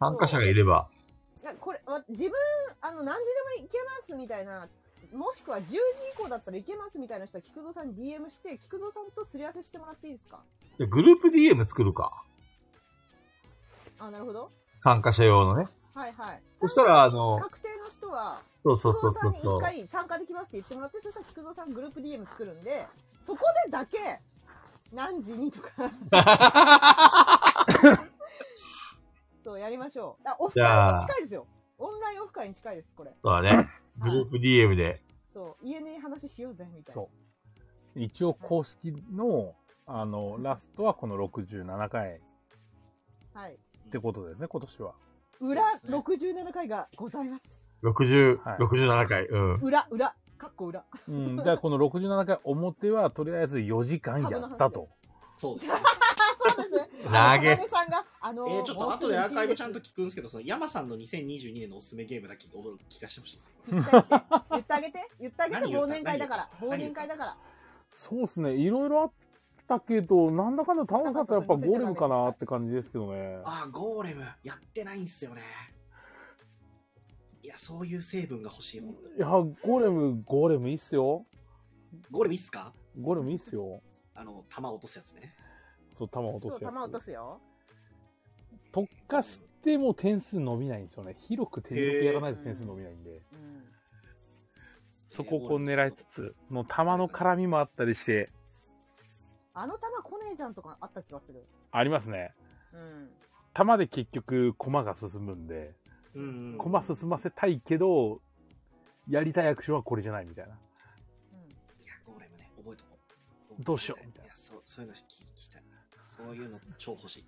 B: 参加者がいれば。
C: なこれ、わ自分、あの、何時でも行けますみたいな、もしくは10時以降だったら行けますみたいな人は菊蔵さんに DM して、菊蔵さんとすり合わせしてもらっていいですか
B: じゃあグループ DM 作るか。
C: あ、なるほど。
B: 参加者用のね。
C: はいはい。
B: そしたら、あの、
C: 確定の人は、
B: そうそうそ
C: 菊
B: う
C: 蔵さ
B: そ
C: ん
B: うそ
C: に一
B: う。
C: 回参加できますって言ってもらって、そしたら菊蔵さんグループ DM 作るんで、そこでだけ、何時にとか。そう、やりましょう。あ、オフ
B: じゃ
C: 会
B: あ
C: に近いですよ。オンラインオフ会に近いです、これ。
B: そうだね。グループ DM で。
C: そう、言えねえ話しようぜ、みたいな。
A: そう。一応公式の、あの、ラストはこの67回
C: はい。
A: ってことですね、今年は。
C: 裏
I: そうですね
C: 67回がございます。
B: 60、
A: はい
B: 67回。うん。
C: 裏、裏、かっこ 裏。
A: うん。だからこの67回表はとりあえず4時間やったと。
I: そう ですね
C: そうですね。
B: 投
C: あ
B: げ
C: の。さんが、あ
I: え
C: の
I: ー、ちょっと後でアーカイブちゃんと
C: 聞
I: 聞くんですけど、その山さんの2022年のおすすめゲームだけ聞かせてほしいです。
C: 言ってあげて、言ってあげて、
I: 何言っ
C: 忘
I: た
C: 年会だから。忘
I: 何言
C: 年
I: った
C: 会だから。
A: そうですね。いろいろあったけど、なんだかんだ楽しかったらやっぱゴーレムかなって感じですけどね。
I: ああ、ゴーレム、やってないんすよね。いや、そういう成分が欲しいもん。
A: いや、ゴーレム、ゴーレムいいっすよ。
I: ゴーレムいいっすか
A: ゴーレムいいっすよ。
I: あの、弾落とすやつね。
A: そう、弾落と
C: そ
A: す
C: う、球
A: やつ
C: 落とすよ。
A: 特化しても点数伸びないんですよね。広く手広くやらないと点数伸びないんで。
C: うん
A: そこをこう狙いつつ、の球の絡みもあったりして、
C: あの玉来ねえじゃんとかあった気がする。
V: ありますね。
C: うん。
V: 玉で結局、駒が進むんで、
I: うん
V: 駒進ませたいけど、やりたいアクションはこれじゃないみたいな。
I: いや、ゴーレムね、覚えとこ
V: どうしようみ
I: み
V: た
I: た
V: い
I: い
V: な
I: な。そう、そういうの聞きたい。そういうの超欲しい。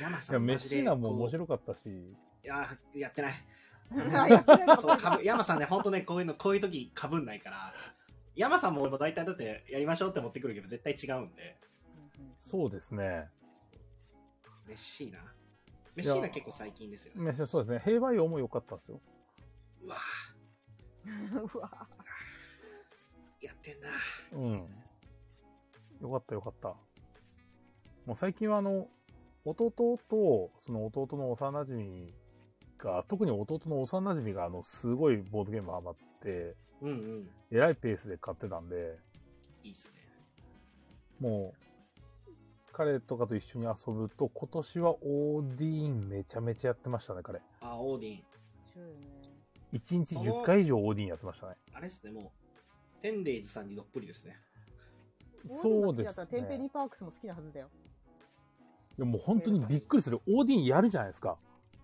I: 山
A: い
I: さ
A: や、
I: ん、
A: メ
I: マ
A: ッ
I: ジ
A: シ
I: で
A: ーナも面
I: こ
A: 白かったし、
I: ういや、やってない。
C: あやっぱり
I: そう、かぶ、山さんね、ほんとね、こういうの、こういう時かぶんないから。山さんも俺も大体だって、やりましょうって持ってくるけど、絶対違うんで。
V: そうですね。
I: メッシーナ。メッシーナ結構最近ですよね。
A: メッシーナそうですね、平和用も良かったんですよ。
I: うわ
C: うわ
I: ぁやってんな
A: うん。よかったよかった。もう最近はあの、弟と、その弟の幼馴染が、特に弟の幼馴染があの、すごいボードゲームハマって、
I: うんうん。
A: えらいペースで買ってたんで、
I: いいっすね。
A: もう、彼とかと一緒に遊ぶと、今年はオーディーンめちゃめちゃやってましたね、彼。
I: あ、オーディン。
C: 強いね
A: 1日10回以上オーディーンやってましたね。
I: あれっすね、もう、テンデイズさんにどっぷりですね。
A: そうで
C: だった
A: す
C: らテンペニ
A: ね。
C: パークスも好きなはずだよ。
A: でも本当にびっくりする。オーディーンやるじゃないですか。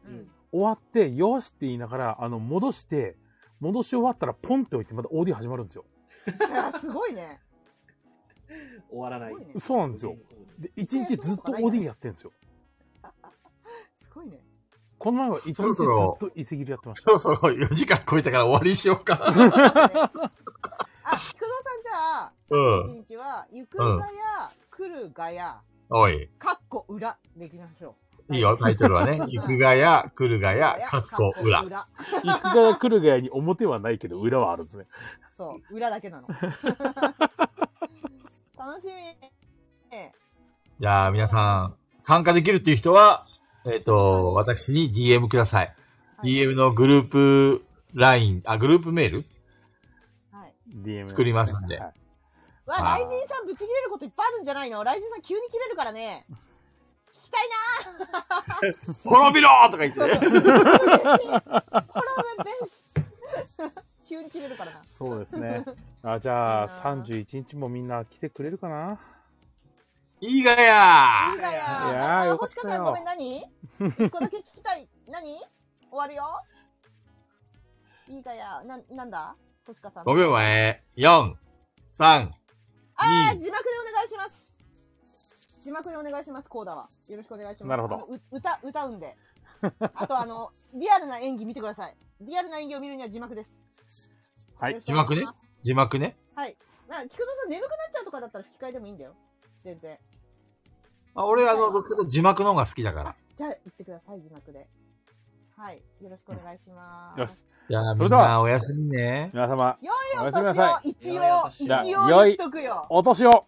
I: うん。
A: 終わって、よしって言いながら、あの、戻して、戻し終わったらポンって置いて、またオーディーン始まるんですよ。
C: いやすごいね。
I: 終わらな
C: す
I: い
C: ご。いね。
A: そうなんですよ。で、1日ずっとオーディーンやってるんですよ。
C: すごいね。
A: この前は1日ず
B: そろそろ
A: っと遺跡でやってまし
B: そろそろ4時間超えたから終わりにしよう か。
C: あ、菊蔵さんじゃあ、
B: うん。
C: 一日は、行くがや、来るがや、
B: おい。
C: かっこ裏でいきましょう。
B: いいよ、タイトルはね。行くがや、来るが
C: かっこ
B: や
C: 裏。、
B: かっこ裏。
A: た。行くが来るがやに表はないけど、裏はあるんですね。
C: そう、裏だけなの。楽しみ。
B: じゃあ、皆さん、参加できるっていう人は、えっ、と、私に DM ください。
C: はい
B: DM のグループ LINE、あ、グループメール
C: はい。
A: DM
B: 作りますんで
A: はい
C: わ、
B: あー
C: 雷神さんぶち切れることいっぱいあるんじゃないの雷神さん急に切れるか らね。聞きたい
B: 滅びろーとか言ってね。
C: な嬉しいコラボ全身急に 切れるからな。
A: そうですね。あ、じゃあ、
C: いいなぁ
A: 31日もみんな来てくれるかない
B: いがや
C: いいがや
A: いやー
C: あ
A: よかっ
C: 星
A: たよ
C: 香さんごめん、何一個だけ聞きたい。何終わるよ。いいがやな、なんだ星香さん。
B: 5秒前。4、3、
C: ああ、
B: いい
C: 字幕でお願いします。字幕でお願いします、コーダは。よろしくお願いします。
A: なるほど
C: あのう歌、歌うんで。あと、あの、リアルな演技見てください。リアルな演技を見るには字幕です。
A: はい
C: よろしくお願します。
B: 字幕ね。
C: はい。まあ、菊蔵さん眠くなっちゃうとかだったら吹き替えでもいいんだよ。全然。
B: あ俺、あの、どっちかというと字幕の方が好きだか
C: あ
B: ら。、
C: じゃあ、言ってください、字幕で。はい。よろしくお願いします。
A: よし。
B: じゃあ、
A: それ
B: みん
A: では
B: なおやすみね。
A: 皆様、
C: 良いお
A: おやすみな
C: 年を
A: さ、
C: 一応
I: 良いお、年
C: 一
A: を
C: 応言っとくよ。
A: お年を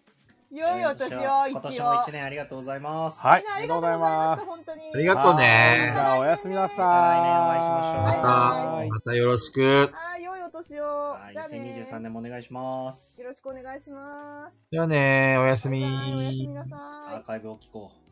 C: 良いお年を、一応。
I: 今年も一年ありがとうございます。
A: はい
C: みんなあ
A: あ
C: り
A: りが
C: がと
A: と
C: う
A: うござい
C: ございま、
A: ますす
C: 本当に。
B: ありがとうね
A: じゃあ、おやすみなさい。
I: 来年お会いしましょう
C: バイバイ
A: は
B: ま
A: い
B: たよろしく。
C: あー良いお年を。
I: はい、
C: じゃあね。
I: 2023年もお願いします。
C: よろしくお願いします。
B: じゃあねおやす
C: バイ
B: み
C: バイおやすみなさい
I: アー。カイブを聞こう。